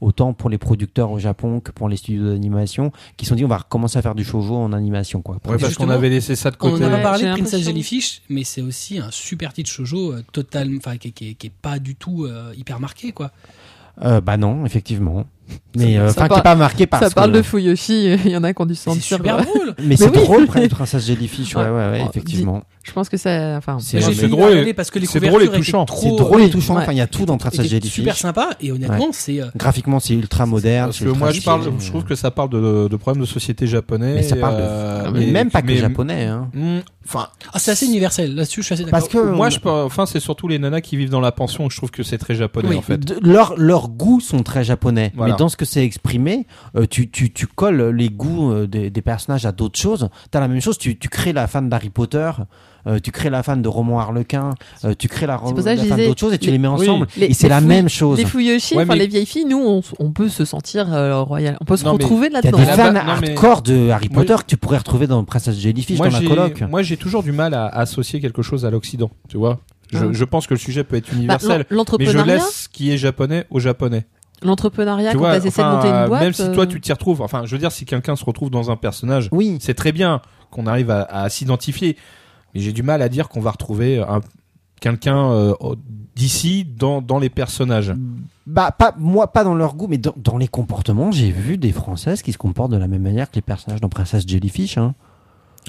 Speaker 2: autant pour les producteurs au Japon que pour les studios d'animation qui se sont dit on va recommencer à faire du shoujo en animation quoi.
Speaker 3: ouais, bah- parce qu'on
Speaker 1: justement,
Speaker 3: avait laissé ça de
Speaker 1: On en
Speaker 3: côté.
Speaker 1: a
Speaker 4: Ouais,
Speaker 1: parlé
Speaker 4: j'ai
Speaker 1: de Princess
Speaker 4: l'impression.
Speaker 1: Jellyfish, mais c'est aussi un super titre shoujo euh, total, enfin qui, qui, qui est pas du tout euh, hyper marqué quoi.
Speaker 2: Euh, bah non, effectivement. Mais
Speaker 1: Ça-
Speaker 2: euh,
Speaker 1: ça
Speaker 2: enfin qui
Speaker 4: par-
Speaker 2: est pas marqué parce
Speaker 4: Ça parle
Speaker 2: que
Speaker 4: de Fuyoshi, <laughs> il y en a qui ont dû se
Speaker 1: C'est
Speaker 4: sentir.
Speaker 1: super drôle.
Speaker 2: mais c'est
Speaker 4: Mais oui.
Speaker 2: drôle
Speaker 4: <laughs>
Speaker 2: Prin- Princess Jellyfish, ouais ouais, ouais
Speaker 4: Oh,
Speaker 2: effectivement.
Speaker 4: Je pense que ça. Enfin,
Speaker 2: C'est
Speaker 1: Mais J'ai
Speaker 3: Ouais,
Speaker 1: fini
Speaker 3: <laughs> c'est
Speaker 1: de
Speaker 3: drôle et-
Speaker 1: regarder parce que les
Speaker 3: c'est
Speaker 1: couvertures
Speaker 3: drôle et
Speaker 1: étaient
Speaker 3: touchant.
Speaker 1: trop-
Speaker 2: C'est drôle et touchant,
Speaker 4: oh, ouais.
Speaker 2: enfin il y a tout dans Princess
Speaker 1: étaient super
Speaker 2: Jellyfish.
Speaker 1: sympa et honnêtement c'est euh,
Speaker 2: Graphiquement, c'est ultra moderne,
Speaker 3: Parce
Speaker 2: c'est
Speaker 3: que
Speaker 2: ultra
Speaker 3: moi, je, parle,
Speaker 2: stylé.
Speaker 3: je trouve que ça parle de, de problèmes de société japonais.
Speaker 2: mais ça parle de... Ah,
Speaker 3: euh,
Speaker 2: mais
Speaker 3: et-
Speaker 2: même pas que
Speaker 3: mais-
Speaker 2: japonais hein.
Speaker 3: Hmm, Enfin,
Speaker 1: ah, c'est assez universel là-dessus je suis assez d'accord.
Speaker 2: Parce que
Speaker 3: moi,
Speaker 2: on-
Speaker 3: je, peux- enfin, c'est surtout les nanas qui vivent dans la pension que je trouve que c'est très japonais
Speaker 1: Oui.
Speaker 3: en fait.
Speaker 2: de- leurs leurs goûts sont très japonais.
Speaker 3: Voilà.
Speaker 2: Mais dans ce que c'est exprimé, euh, tu, tu, tu colles les goûts euh, des, des personnages à d'autres choses. T'as la même chose, tu, tu crées la fan d'Harry Potter, euh, tu crées la fan de Roman Harlequin, euh, tu crées la,
Speaker 4: C'est pour ça que
Speaker 2: la
Speaker 4: je
Speaker 2: fan
Speaker 4: disais,
Speaker 2: d'autres choses et tu
Speaker 4: les-
Speaker 2: les, mets
Speaker 3: oui.
Speaker 2: ensemble.
Speaker 4: Les-
Speaker 2: et c'est
Speaker 4: les
Speaker 2: la
Speaker 4: fouilles-
Speaker 2: même chose.
Speaker 4: Les Fuyoshi,
Speaker 3: Ouais,
Speaker 4: enfin
Speaker 3: mais-
Speaker 4: les vieilles filles, nous, on, s- on peut se sentir euh, royal. On peut se
Speaker 3: Non, mais-
Speaker 4: retrouver
Speaker 2: Il y a
Speaker 4: là-dedans.
Speaker 2: des
Speaker 3: Là-bas,
Speaker 2: fans
Speaker 3: non, mais-
Speaker 2: hardcore de Harry
Speaker 3: Moi,
Speaker 2: Potter que tu pourrais retrouver dans Princess Jellyfish,
Speaker 3: moi,
Speaker 2: dans la
Speaker 3: j'ai-
Speaker 2: coloc.
Speaker 3: Moi, j'ai toujours du mal à associer quelque chose à l'Occident, tu vois. Je,
Speaker 4: Ah.
Speaker 3: je pense que le sujet peut être
Speaker 4: Bah,
Speaker 3: universel,
Speaker 4: l'en-
Speaker 3: mais je
Speaker 4: L'entrepreneuriat,
Speaker 3: laisse ce qui est japonais aux japonais.
Speaker 4: l'entrepreneuriat,
Speaker 3: Tu
Speaker 4: quand
Speaker 3: vois,
Speaker 4: t'as essayé de
Speaker 3: enfin,
Speaker 4: monter une boîte.
Speaker 3: même si toi
Speaker 4: euh,
Speaker 3: tu t'y retrouves, enfin, je veux dire, si quelqu'un se retrouve dans un personnage,
Speaker 2: Oui,
Speaker 3: c'est très bien qu'on arrive à, à s'identifier, mais j'ai du mal à dire qu'on va retrouver un- quelqu'un euh, d'ici dans, dans les personnages.
Speaker 2: bah pas moi pas dans leur goût, mais dans, dans les comportements, j'ai vu des Françaises qui se comportent de la même manière que les personnages dans Princess Jellyfish. Hein.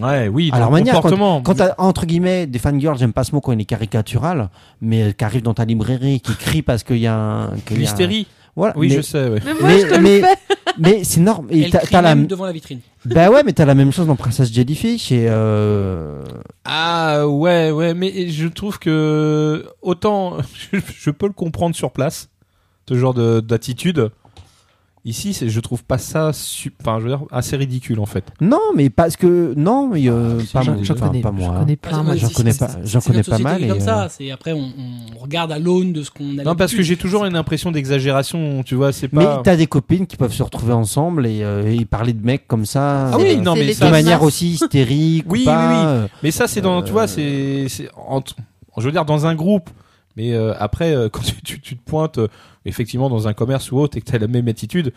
Speaker 3: Ouais, oui, dans
Speaker 2: Alors,
Speaker 3: le
Speaker 2: manière,
Speaker 3: comportement.
Speaker 2: Quand t'as, entre guillemets, des fangirls, j'aime pas ce mot quand il est caricatural, mais euh, qui arrive dans ta librairie, qui crie parce qu'il y a un. qu'il y a un-
Speaker 3: L'hystérie.
Speaker 2: Voilà.
Speaker 3: Oui,
Speaker 2: mais,
Speaker 3: je sais, ouais.
Speaker 4: Mais moi,
Speaker 2: mais-
Speaker 4: je te
Speaker 2: mais-
Speaker 4: le fais.
Speaker 2: mais c'est normal. Et
Speaker 1: Elle
Speaker 2: t'as,
Speaker 1: crie
Speaker 2: t'as la...
Speaker 1: même devant la vitrine.
Speaker 2: Bah ouais, mais t'as la même chose dans Princess Jellyfish et. Euh...
Speaker 3: Ah ouais, ouais, mais je trouve que autant <laughs> je, je peux le comprendre sur place, ce genre de- d'attitude. Ici, c'est- je trouve pas ça su- enfin, je veux dire, assez ridicule en fait.
Speaker 2: Non, mais parce que. Non, mais. euh,
Speaker 3: Ah,
Speaker 2: pas,
Speaker 3: j'en-
Speaker 2: moi,
Speaker 3: j'en
Speaker 2: enfin,
Speaker 4: connais-
Speaker 2: pas moi.
Speaker 4: Je
Speaker 2: hein.
Speaker 4: connais
Speaker 1: Ah,
Speaker 4: plein.
Speaker 1: moi,
Speaker 4: moi,
Speaker 2: j'en
Speaker 1: c'est-
Speaker 2: connais
Speaker 1: c'est-
Speaker 2: pas-
Speaker 1: c'est
Speaker 2: j'en
Speaker 1: notre
Speaker 2: connais pas
Speaker 1: société
Speaker 2: mal
Speaker 1: qui est
Speaker 2: et,
Speaker 1: Comme
Speaker 2: euh,
Speaker 1: ça, c'est après on, on regarde à l'aune de ce qu'on a.
Speaker 3: Non, parce que
Speaker 1: l'habitude.
Speaker 3: j'ai toujours une impression d'exagération, tu vois, c'est
Speaker 2: Mais
Speaker 3: pas.
Speaker 2: t'as des copines qui peuvent se retrouver ensemble et, euh, et parler de mecs comme ça.
Speaker 3: Ah oui,
Speaker 2: euh,
Speaker 3: non, mais
Speaker 2: De
Speaker 3: ça-
Speaker 2: manière aussi hystérique.
Speaker 3: Oui,
Speaker 2: ou pas,
Speaker 3: oui, oui.
Speaker 2: euh,
Speaker 3: Mais ça, c'est dans, tu
Speaker 2: Euh,
Speaker 3: vois, c'est, c'est en- je veux dire, dans un groupe. Mais euh, après, euh, <laughs> quand tu, tu- tu te pointes, euh, effectivement, dans un commerce ou autre, et que t'as la même attitude,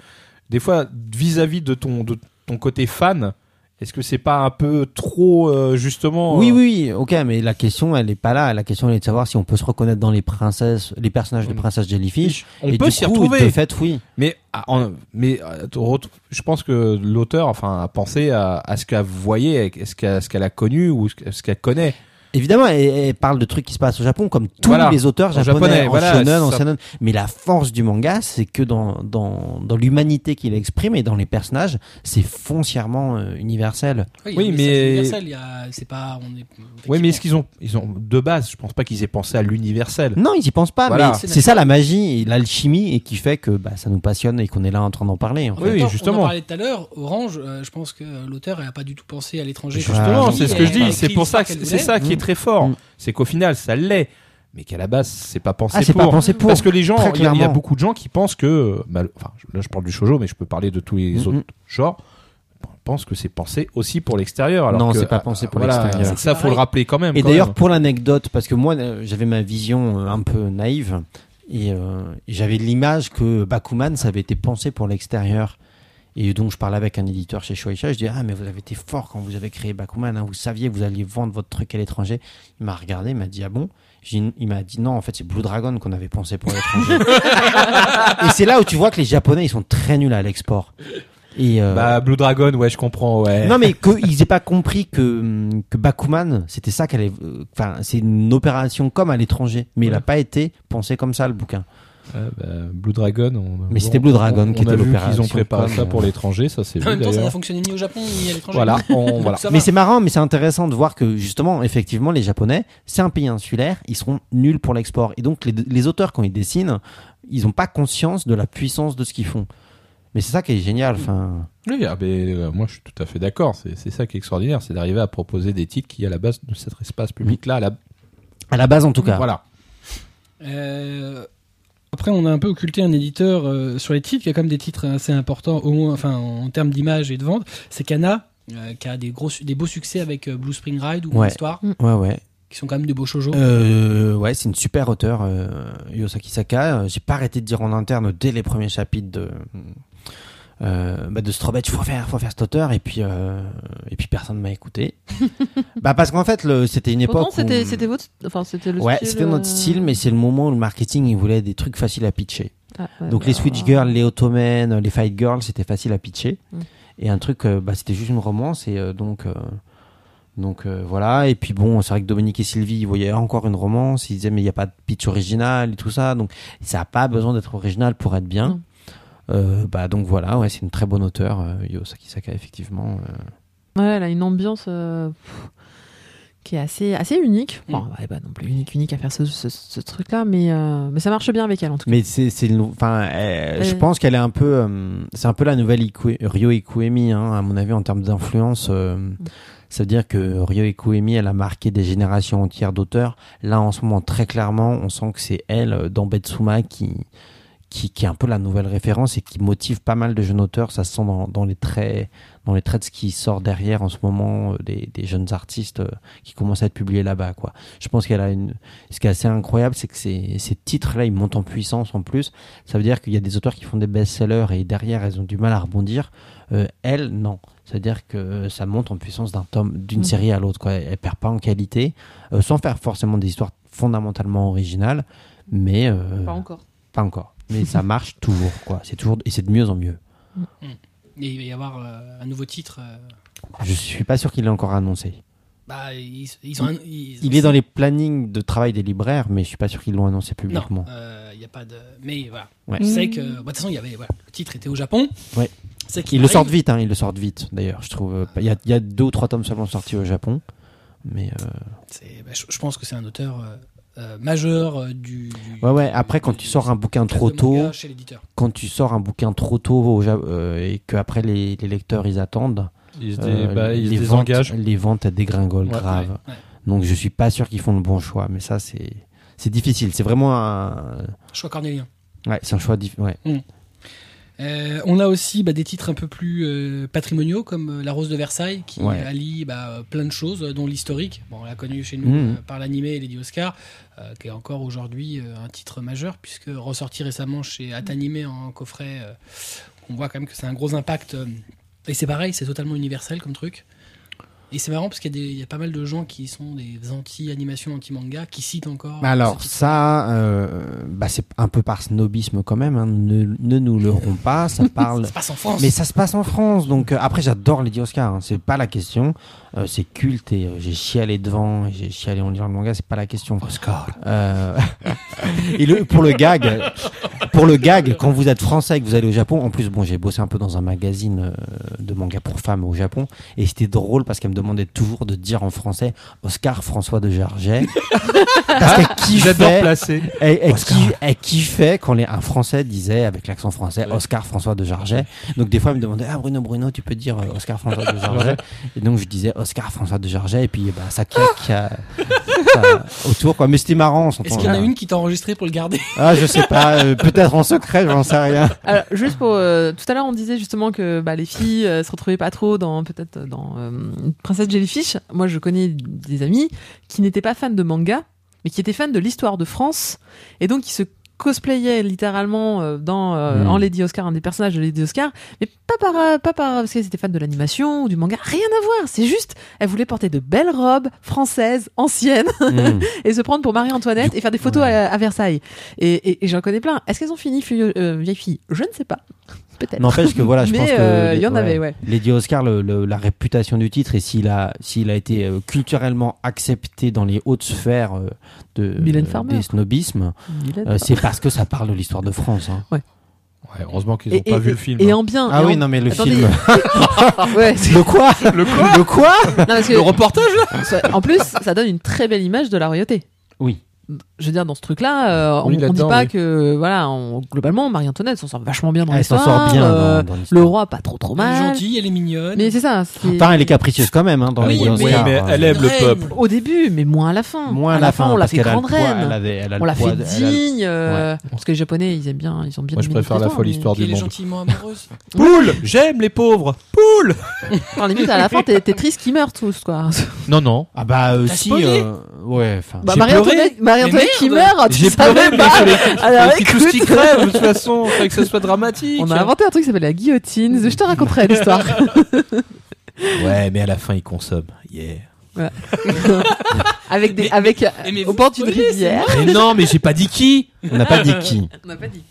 Speaker 3: des fois, vis-à-vis de ton, de ton côté fan, est-ce que c'est pas un peu trop, euh, justement
Speaker 2: Oui,
Speaker 3: euh,
Speaker 2: oui, ok, mais la question, elle est pas là. La question, elle est de savoir si on peut se reconnaître dans les princesses, les personnages de
Speaker 3: Mm.
Speaker 2: Princesse Jellyfish.
Speaker 3: On
Speaker 2: Et
Speaker 3: peut
Speaker 2: du
Speaker 3: s'y
Speaker 2: coup,
Speaker 3: retrouver.
Speaker 2: De fait, oui.
Speaker 3: Mais, ah, en- mais euh, re- je pense que l'auteur, enfin, a pensé à, à ce qu'elle voyait, à ce qu'elle, ce qu'elle a connu ou ce qu'elle- ce qu'elle connaît.
Speaker 2: Et évidemment, elle, elle parle de trucs qui se passent au Japon, comme tous
Speaker 3: Voilà.
Speaker 2: les auteurs
Speaker 3: En
Speaker 2: japonais,
Speaker 3: japonais,
Speaker 2: en
Speaker 3: voilà,
Speaker 2: shonen, en
Speaker 3: ça-
Speaker 2: seinen. Mais la force du manga, c'est que dans, dans, dans l'humanité qu'il exprime et dans les personnages, c'est foncièrement euh, universel.
Speaker 1: mais
Speaker 3: Oui, mais-
Speaker 1: c'est universel, il y a- c'est pas. On est,
Speaker 3: Oui, mais est-ce qu'ils ont, ils ont de base, je pense pas qu'ils aient pensé à l'universel.
Speaker 2: Non, ils y pensent pas,
Speaker 3: Voilà.
Speaker 2: mais c'est ça la magie et l'alchimie et qui fait que bah, ça nous passionne et qu'on est là en train d'en parler. en
Speaker 1: En
Speaker 2: fait.
Speaker 1: même
Speaker 3: Oui,
Speaker 1: temps, On
Speaker 3: justement.
Speaker 1: en parlait tout à l'heure, Orange, euh, je pense que euh, l'auteur n'a pas du tout pensé à l'étranger.
Speaker 2: Justement,
Speaker 3: Justement,
Speaker 2: Ah,
Speaker 3: c'est
Speaker 2: oui,
Speaker 3: ce que je
Speaker 2: elle
Speaker 3: dis.
Speaker 2: a
Speaker 3: C'est pour ça que c'est ça qui est
Speaker 2: Mm.
Speaker 3: très fort.
Speaker 2: Mm.
Speaker 3: C'est qu'au final, ça l'est, mais qu'à la base, c'est pas pensé
Speaker 2: Ah, c'est
Speaker 3: pour.
Speaker 2: pas pensé pour.
Speaker 3: Parce que les gens,
Speaker 2: Très
Speaker 3: il y a- il y, a
Speaker 2: clairement.
Speaker 3: beaucoup de gens qui pensent que, euh, bah, enfin, je- là je parle du shojo, mais je peux parler de tous les
Speaker 2: Mhm.
Speaker 3: autres genres. Ils pensent que c'est pensé aussi pour l'extérieur. alors
Speaker 2: Non,
Speaker 3: que,
Speaker 2: c'est pas
Speaker 3: ah,
Speaker 2: pensé pour
Speaker 3: voilà,
Speaker 2: l'extérieur.
Speaker 3: Ça, faut le rappeler quand même.
Speaker 2: Et
Speaker 3: quand
Speaker 2: d'ailleurs,
Speaker 3: même.
Speaker 2: pour l'anecdote, parce que moi, euh, j'avais ma vision euh, un peu naïve et, euh, et j'avais l'image que Bakuman, ça avait été pensé pour l'extérieur. Et donc, je parlais avec un éditeur chez Shueisha, je dis Ah, mais vous avez été fort quand vous avez créé Bakuman, hein, vous saviez que vous alliez vendre votre truc à l'étranger. Il m'a regardé, il m'a dit Ah bon J'ai- Il m'a dit Non, en fait, c'est Blue Dragon qu'on avait pensé pour l'étranger. et c'est là où tu vois que les Japonais, ils sont très nuls à l'export. Et, euh,
Speaker 3: bah, Blue Dragon, ouais, je comprends. Ouais.
Speaker 2: non mais qu'ils aient pas compris que, que Bakuman, c'était ça qu'elle est. euh, Enfin, c'est une opération comme à l'étranger, mais il
Speaker 3: Ouais.
Speaker 2: n'a pas été pensé comme ça le bouquin.
Speaker 3: Ouais, bah, Blue Dragon. on-
Speaker 2: Mais
Speaker 3: on-
Speaker 2: c'était Blue Dragon
Speaker 3: on-
Speaker 2: qui
Speaker 3: on a
Speaker 2: était
Speaker 3: vu qu'ils
Speaker 2: l'opération
Speaker 3: ont préparé
Speaker 2: com,
Speaker 3: ça pour
Speaker 2: euh.
Speaker 3: l'étranger, ça c'est
Speaker 1: En
Speaker 3: vu
Speaker 1: même temps, ça n'a
Speaker 3: d'ailleurs.
Speaker 1: fonctionné ni au Japon ni à l'étranger.
Speaker 3: Voilà, on,
Speaker 1: <laughs> Donc,
Speaker 3: voilà.
Speaker 1: ça
Speaker 2: mais
Speaker 1: va.
Speaker 2: c'est marrant, mais c'est intéressant de voir que justement, effectivement, les Japonais, c'est un pays insulaire, ils seront nuls pour l'export. Et donc les, les auteurs quand ils dessinent, ils n'ont pas conscience de la puissance de ce qu'ils font. Mais c'est ça qui est génial. Enfin,
Speaker 3: Oui, ah, mais, euh, moi je suis tout à fait d'accord. C'est c'est ça qui est extraordinaire, c'est d'arriver à proposer des titres qui à la base de cet espace public là, à la...
Speaker 2: à la base en tout cas.
Speaker 3: voilà.
Speaker 1: Euh, après, on a un peu occulté un éditeur euh, sur les titres. Il y a quand même des titres assez importants, au moins, enfin, en termes d'image et de vente. C'est Kana, euh, qui a des, gros, su- des beaux succès avec euh, Blue Spring Ride ou
Speaker 2: Ouais.
Speaker 1: Histoire,
Speaker 2: Ouais ouais.
Speaker 1: qui sont quand même de beaux shoujo.
Speaker 2: Euh, ouais, c'est une super auteure, euh, Yosaki Saka. Euh, J'ai pas arrêté de dire en interne dès les premiers chapitres de, euh, bah de Strobetch, faut faire, faut faire cet auteur, et puis, euh, et puis personne m'a
Speaker 4: <laughs>
Speaker 2: écouté. bah parce qu'en fait, le- c'était une époque.
Speaker 4: Pourtant, c'était
Speaker 2: où-
Speaker 4: c'était votre, enfin c'était le
Speaker 2: Ouais,
Speaker 4: style,
Speaker 2: c'était notre
Speaker 4: euh,
Speaker 2: style, mais c'est le moment où le marketing il voulait des trucs faciles à pitcher.
Speaker 4: ah, ouais,
Speaker 2: Donc
Speaker 4: bah,
Speaker 2: les Switch Girls, les Ottomen, les Fight Girls, c'était facile à pitcher.
Speaker 4: Mm.
Speaker 2: Et un truc, euh, bah, c'était juste une romance. Et euh, donc, euh, donc euh, voilà. Et puis bon, c'est vrai que Dominique et Sylvie, ils voyaient encore une romance. Ils disaient, mais il n'y a pas de pitch original et tout ça. Donc ça n'a pas besoin d'être original pour être bien.
Speaker 4: Non.
Speaker 2: Euh, bah donc voilà, ouais, c'est une très bonne auteure, euh, Yo Sakisaka, effectivement. euh.
Speaker 4: Ouais, elle a une ambiance euh, pff, qui est assez assez unique. Bon,
Speaker 1: Mm.
Speaker 4: elle est pas non plus unique unique à faire ce, ce- ce truc-là, mais euh, mais ça marche bien avec elle en tout cas.
Speaker 2: Mais c'est, c'est une- enfin, euh, je
Speaker 4: Euh.
Speaker 2: pense qu'elle est un peu, euh, c'est un peu la nouvelle Iku- Ryo Ikuemi, hein, à mon avis, en termes d'influence. euh,
Speaker 4: Mm.
Speaker 2: ça veut dire que Ryo Ikuemi, elle a marqué des générations entières d'auteurs. Là, en ce moment, très clairement, on sent que c'est elle, euh, dans Betsuma, qui, qui, qui est un peu la nouvelle référence et qui motive pas mal de jeunes auteurs. Ça se sent dans, dans les traits, dans les traits de ce qui sort derrière en ce moment, euh, des, des jeunes artistes euh, qui commencent à être publiés là-bas, quoi. Je pense qu'elle a une, ce qui est assez incroyable, c'est que ces, ces titres-là, ils montent en puissance en plus. Ça veut dire qu'il y a des auteurs qui font des best-sellers et derrière, elles ont du mal à rebondir. Euh, elles, non. C'est-à-dire que ça monte en puissance d'un tome, d'une
Speaker 4: Mhm.
Speaker 2: série à l'autre. quoi. Elle, elle perd pas en qualité, euh, sans faire forcément des histoires fondamentalement originales, mais euh,
Speaker 4: Pas encore.
Speaker 2: pas encore. Mais ça marche toujours, quoi. C'est toujours et c'est de mieux en mieux.
Speaker 1: Et il va y avoir euh, un nouveau titre. euh,
Speaker 2: Je suis pas sûr qu'il l'ait encore annoncé.
Speaker 1: bah, ils, ils ont un- ils-
Speaker 2: Il est dans les plannings de travail des libraires, mais je suis pas sûr qu'ils l'ont annoncé
Speaker 1: Non, euh,
Speaker 2: publiquement.
Speaker 1: il n'y a pas de. Mais voilà.
Speaker 2: Ouais.
Speaker 1: Je sais que. bah, De toute façon, il y avait. Voilà, le titre était au Japon.
Speaker 2: Ouais.
Speaker 1: C'est qu'il
Speaker 2: Ils le
Speaker 1: arrive.
Speaker 2: sortent vite, hein, ils le sortent vite d'ailleurs, je trouve. Il y, a, il y a deux ou trois tomes seulement sortis au Japon. Mais euh,
Speaker 1: C'est- bah, je, je pense que c'est un auteur euh, euh, majeur euh, du, du-
Speaker 2: ouais, ouais, après, quand
Speaker 1: du-
Speaker 2: tu sors un bouquin
Speaker 1: classe
Speaker 2: trop
Speaker 1: de manga
Speaker 2: tôt,
Speaker 1: Chez l'éditeur.
Speaker 2: quand tu sors un bouquin trop tôt au Ja- euh, et qu'après les, les lecteurs ils attendent,
Speaker 3: Ils se,
Speaker 2: euh,
Speaker 3: dé- bah, ils se
Speaker 2: les, ventes,
Speaker 3: désengagent.
Speaker 2: les ventes elles dégringolent
Speaker 3: Ouais,
Speaker 2: grave.
Speaker 1: Ouais.
Speaker 2: Donc je suis pas sûr qu'ils font le bon choix, mais ça c'est c'est difficile. C'est vraiment un
Speaker 1: Choix cornélien.
Speaker 2: ouais, c'est un choix difficile. Ouais.
Speaker 1: Euh, on a aussi bah, des titres un peu plus euh, patrimoniaux comme euh, La Rose de Versailles qui
Speaker 2: Ouais.
Speaker 1: allie bah, euh, plein de choses, euh, dont l'historique. Bon, on l'a connu chez nous
Speaker 2: Mhm.
Speaker 1: euh, par l'animé Lady Oscar, euh, qui est encore aujourd'hui euh, un titre majeur puisque ressorti récemment chez Atanimé en coffret, euh, on voit quand même que c'est un gros impact. euh, et c'est pareil, c'est totalement universel comme truc. Et c'est marrant parce qu'il y, a des- il y a pas mal de gens qui sont des anti-animations, anti-manga, qui citent encore.
Speaker 2: Bah alors ça, euh, bah c'est un peu par snobisme quand même. hein, ne, ne nous leurrons pas. Ça parle.
Speaker 1: Ça se passe en France.
Speaker 2: Mais ça se passe en France, donc euh, après j'adore les Oscars, hein, c'est pas la question. Euh, c'est culte et euh, j'ai chialé devant, et j'ai chialé en lisant le manga, c'est pas la question. Oscar. <laughs> et le, pour le gag, euh, pour le gag, quand vous êtes français et que vous allez au Japon, en plus bon j'ai bossé un peu dans un magazine euh, de manga pour femmes au Japon et c'était drôle parce qu'elle me demandait toujours de dire en français Oscar François de Jarget. parce qu'elle
Speaker 3: J'adore
Speaker 2: kiffait-
Speaker 3: placer.
Speaker 2: elle, elle
Speaker 3: Oscar.
Speaker 2: ki- elle kiffait quand les- un Français disait, avec l'accent français, Oscar François de Jarget. Donc des fois, elle me demandait, ah Bruno, Bruno, tu peux dire euh, Oscar François de Jarget. Et donc je disais Oscar François de Jarget, et puis bah, ça claque euh, ça- autour. Quoi. Mais c'était marrant. on s'entend,
Speaker 1: Est-ce qu'il y en a
Speaker 2: là.
Speaker 1: une qui t'a enregistré pour le garder
Speaker 2: ah, Je sais pas, euh, peut-être en secret, j'en sais <laughs> rien.
Speaker 4: Alors, juste pour euh, tout à l'heure, on disait justement que bah, les filles euh, se retrouvaient pas trop dans peut-être euh, dans euh, Princesse Jellyfish. Moi, je connais des amis qui n'étaient pas fans de manga, mais qui étaient fans de l'histoire de France et donc qui se cosplayaient littéralement euh, dans euh,
Speaker 2: Mm.
Speaker 4: en Lady Oscar, un des personnages de Lady Oscar, mais pas par euh, pas par parce qu'elles étaient fans de l'animation ou du manga, rien à voir. C'est juste, elles voulaient porter de belles robes françaises anciennes
Speaker 2: Mm.
Speaker 4: et se prendre pour Marie-Antoinette et faire des photos à, à Versailles. Et, et- et j'en connais plein. Est-ce qu'elles ont fini Furieux- euh, Vieille Fille Je ne sais pas. Peut-être.
Speaker 2: N'empêche que voilà, je
Speaker 4: Mais
Speaker 2: pense que
Speaker 4: euh, il y en
Speaker 2: ouais,
Speaker 4: avait, ouais.
Speaker 2: Lady Oscar, le- le- la réputation du titre et s'il a s'il a été euh, culturellement accepté dans les hautes sphères euh, de
Speaker 4: Mylène Farmer.
Speaker 2: des snobismes,
Speaker 4: Il est-
Speaker 2: Euh, c'est parce que ça parle de l'histoire de France. hein.
Speaker 3: Ouais, heureusement qu'ils
Speaker 4: et,
Speaker 3: n'ont pas
Speaker 4: et-
Speaker 3: vu le film.
Speaker 4: et
Speaker 3: hein.
Speaker 4: en bien.
Speaker 2: Ah
Speaker 4: et
Speaker 2: oui,
Speaker 4: en-
Speaker 2: non mais le
Speaker 4: Attendez.
Speaker 2: film.
Speaker 4: <laughs> Ouais, c'est-
Speaker 2: Le quoi Le quoi Le quoi
Speaker 4: non, parce que-
Speaker 1: Le reportage là
Speaker 4: ça- en plus, ça donne une très belle image de la royauté.
Speaker 2: Oui.
Speaker 4: Je veux dire, dans ce truc-là, euh,
Speaker 3: Oui,
Speaker 4: on- on ne dit
Speaker 3: là-dedans,
Speaker 4: pas
Speaker 3: oui.
Speaker 4: que, voilà, on- globalement, Marie-Antoinette s'en sort vachement bien dans
Speaker 2: Elle s'en
Speaker 4: l'histoire.
Speaker 2: sort bien hein.
Speaker 4: euh,
Speaker 2: dans, dans
Speaker 4: le
Speaker 2: l'histoire.
Speaker 4: roi, pas trop trop
Speaker 1: Elle est
Speaker 4: mal.
Speaker 1: gentille, elle est mignonne.
Speaker 4: Mais c'est ça. hein, c'est-
Speaker 2: Enfin, elle est capricieuse quand même hein, dans
Speaker 1: Oui,
Speaker 2: les
Speaker 1: mais-
Speaker 3: Ouais,
Speaker 2: Oscars.
Speaker 3: mais
Speaker 2: hein.
Speaker 3: elle aime le
Speaker 1: Reine.
Speaker 3: peuple.
Speaker 4: Au début, mais moins à la fin.
Speaker 2: moins
Speaker 4: à la fin, on l'a
Speaker 2: parce
Speaker 4: fait
Speaker 2: qu'elle a le
Speaker 4: grande
Speaker 2: poids,
Speaker 4: reine.
Speaker 2: elle avait- elle a
Speaker 4: On
Speaker 2: le
Speaker 4: l'a
Speaker 2: poids
Speaker 4: fait
Speaker 2: de- elle a le-
Speaker 4: digne, euh, parce que les Japonais, ils aiment bien, ils ont bien.
Speaker 3: Moi, je
Speaker 4: dominé
Speaker 3: préfère la
Speaker 4: l'histoire,
Speaker 3: folle
Speaker 4: mais-
Speaker 3: histoire du
Speaker 1: Qu'elle est
Speaker 3: monde.
Speaker 1: gentiment
Speaker 4: <laughs>
Speaker 1: amoureuse.
Speaker 3: Poule J'aime les pauvres Poule
Speaker 4: Enfin, limite, à la fin, t'es t'es triste qu'ils meurent tous, quoi.
Speaker 3: Non, non.
Speaker 2: Ah bah euh,
Speaker 1: T'as
Speaker 2: si.
Speaker 1: spoilé
Speaker 2: euh, ouais.
Speaker 4: <laughs>
Speaker 2: Enfin.
Speaker 4: Bah,
Speaker 3: J'ai
Speaker 4: Marie-Antoinette, Marie-Antoinette
Speaker 1: Mais
Speaker 4: qui
Speaker 1: merde.
Speaker 4: meurt, Ah, tu
Speaker 3: J'ai pleuré,
Speaker 4: savais
Speaker 3: mais
Speaker 4: pas.
Speaker 3: sur
Speaker 4: <laughs>
Speaker 3: les-
Speaker 4: Alors,
Speaker 3: Et puis tout ce qui
Speaker 4: écoute,
Speaker 3: crève, de toute façon, faut que ce soit dramatique.
Speaker 4: on a inventé un truc qui s'appelle la guillotine. Je te
Speaker 1: <laughs>
Speaker 4: raconterai l'histoire.
Speaker 3: Ouais, mais à la fin, ils consomment. Yeah.
Speaker 4: avec des,
Speaker 1: Mais-
Speaker 4: avec, euh,
Speaker 1: mais
Speaker 4: au
Speaker 1: vous
Speaker 4: bord d'une
Speaker 1: spoilez, c'est
Speaker 4: rivière.
Speaker 3: Mais non, mais j'ai pas dit qui.
Speaker 2: On n'a
Speaker 4: <laughs>
Speaker 2: pas dit qui.
Speaker 4: On n'a pas dit.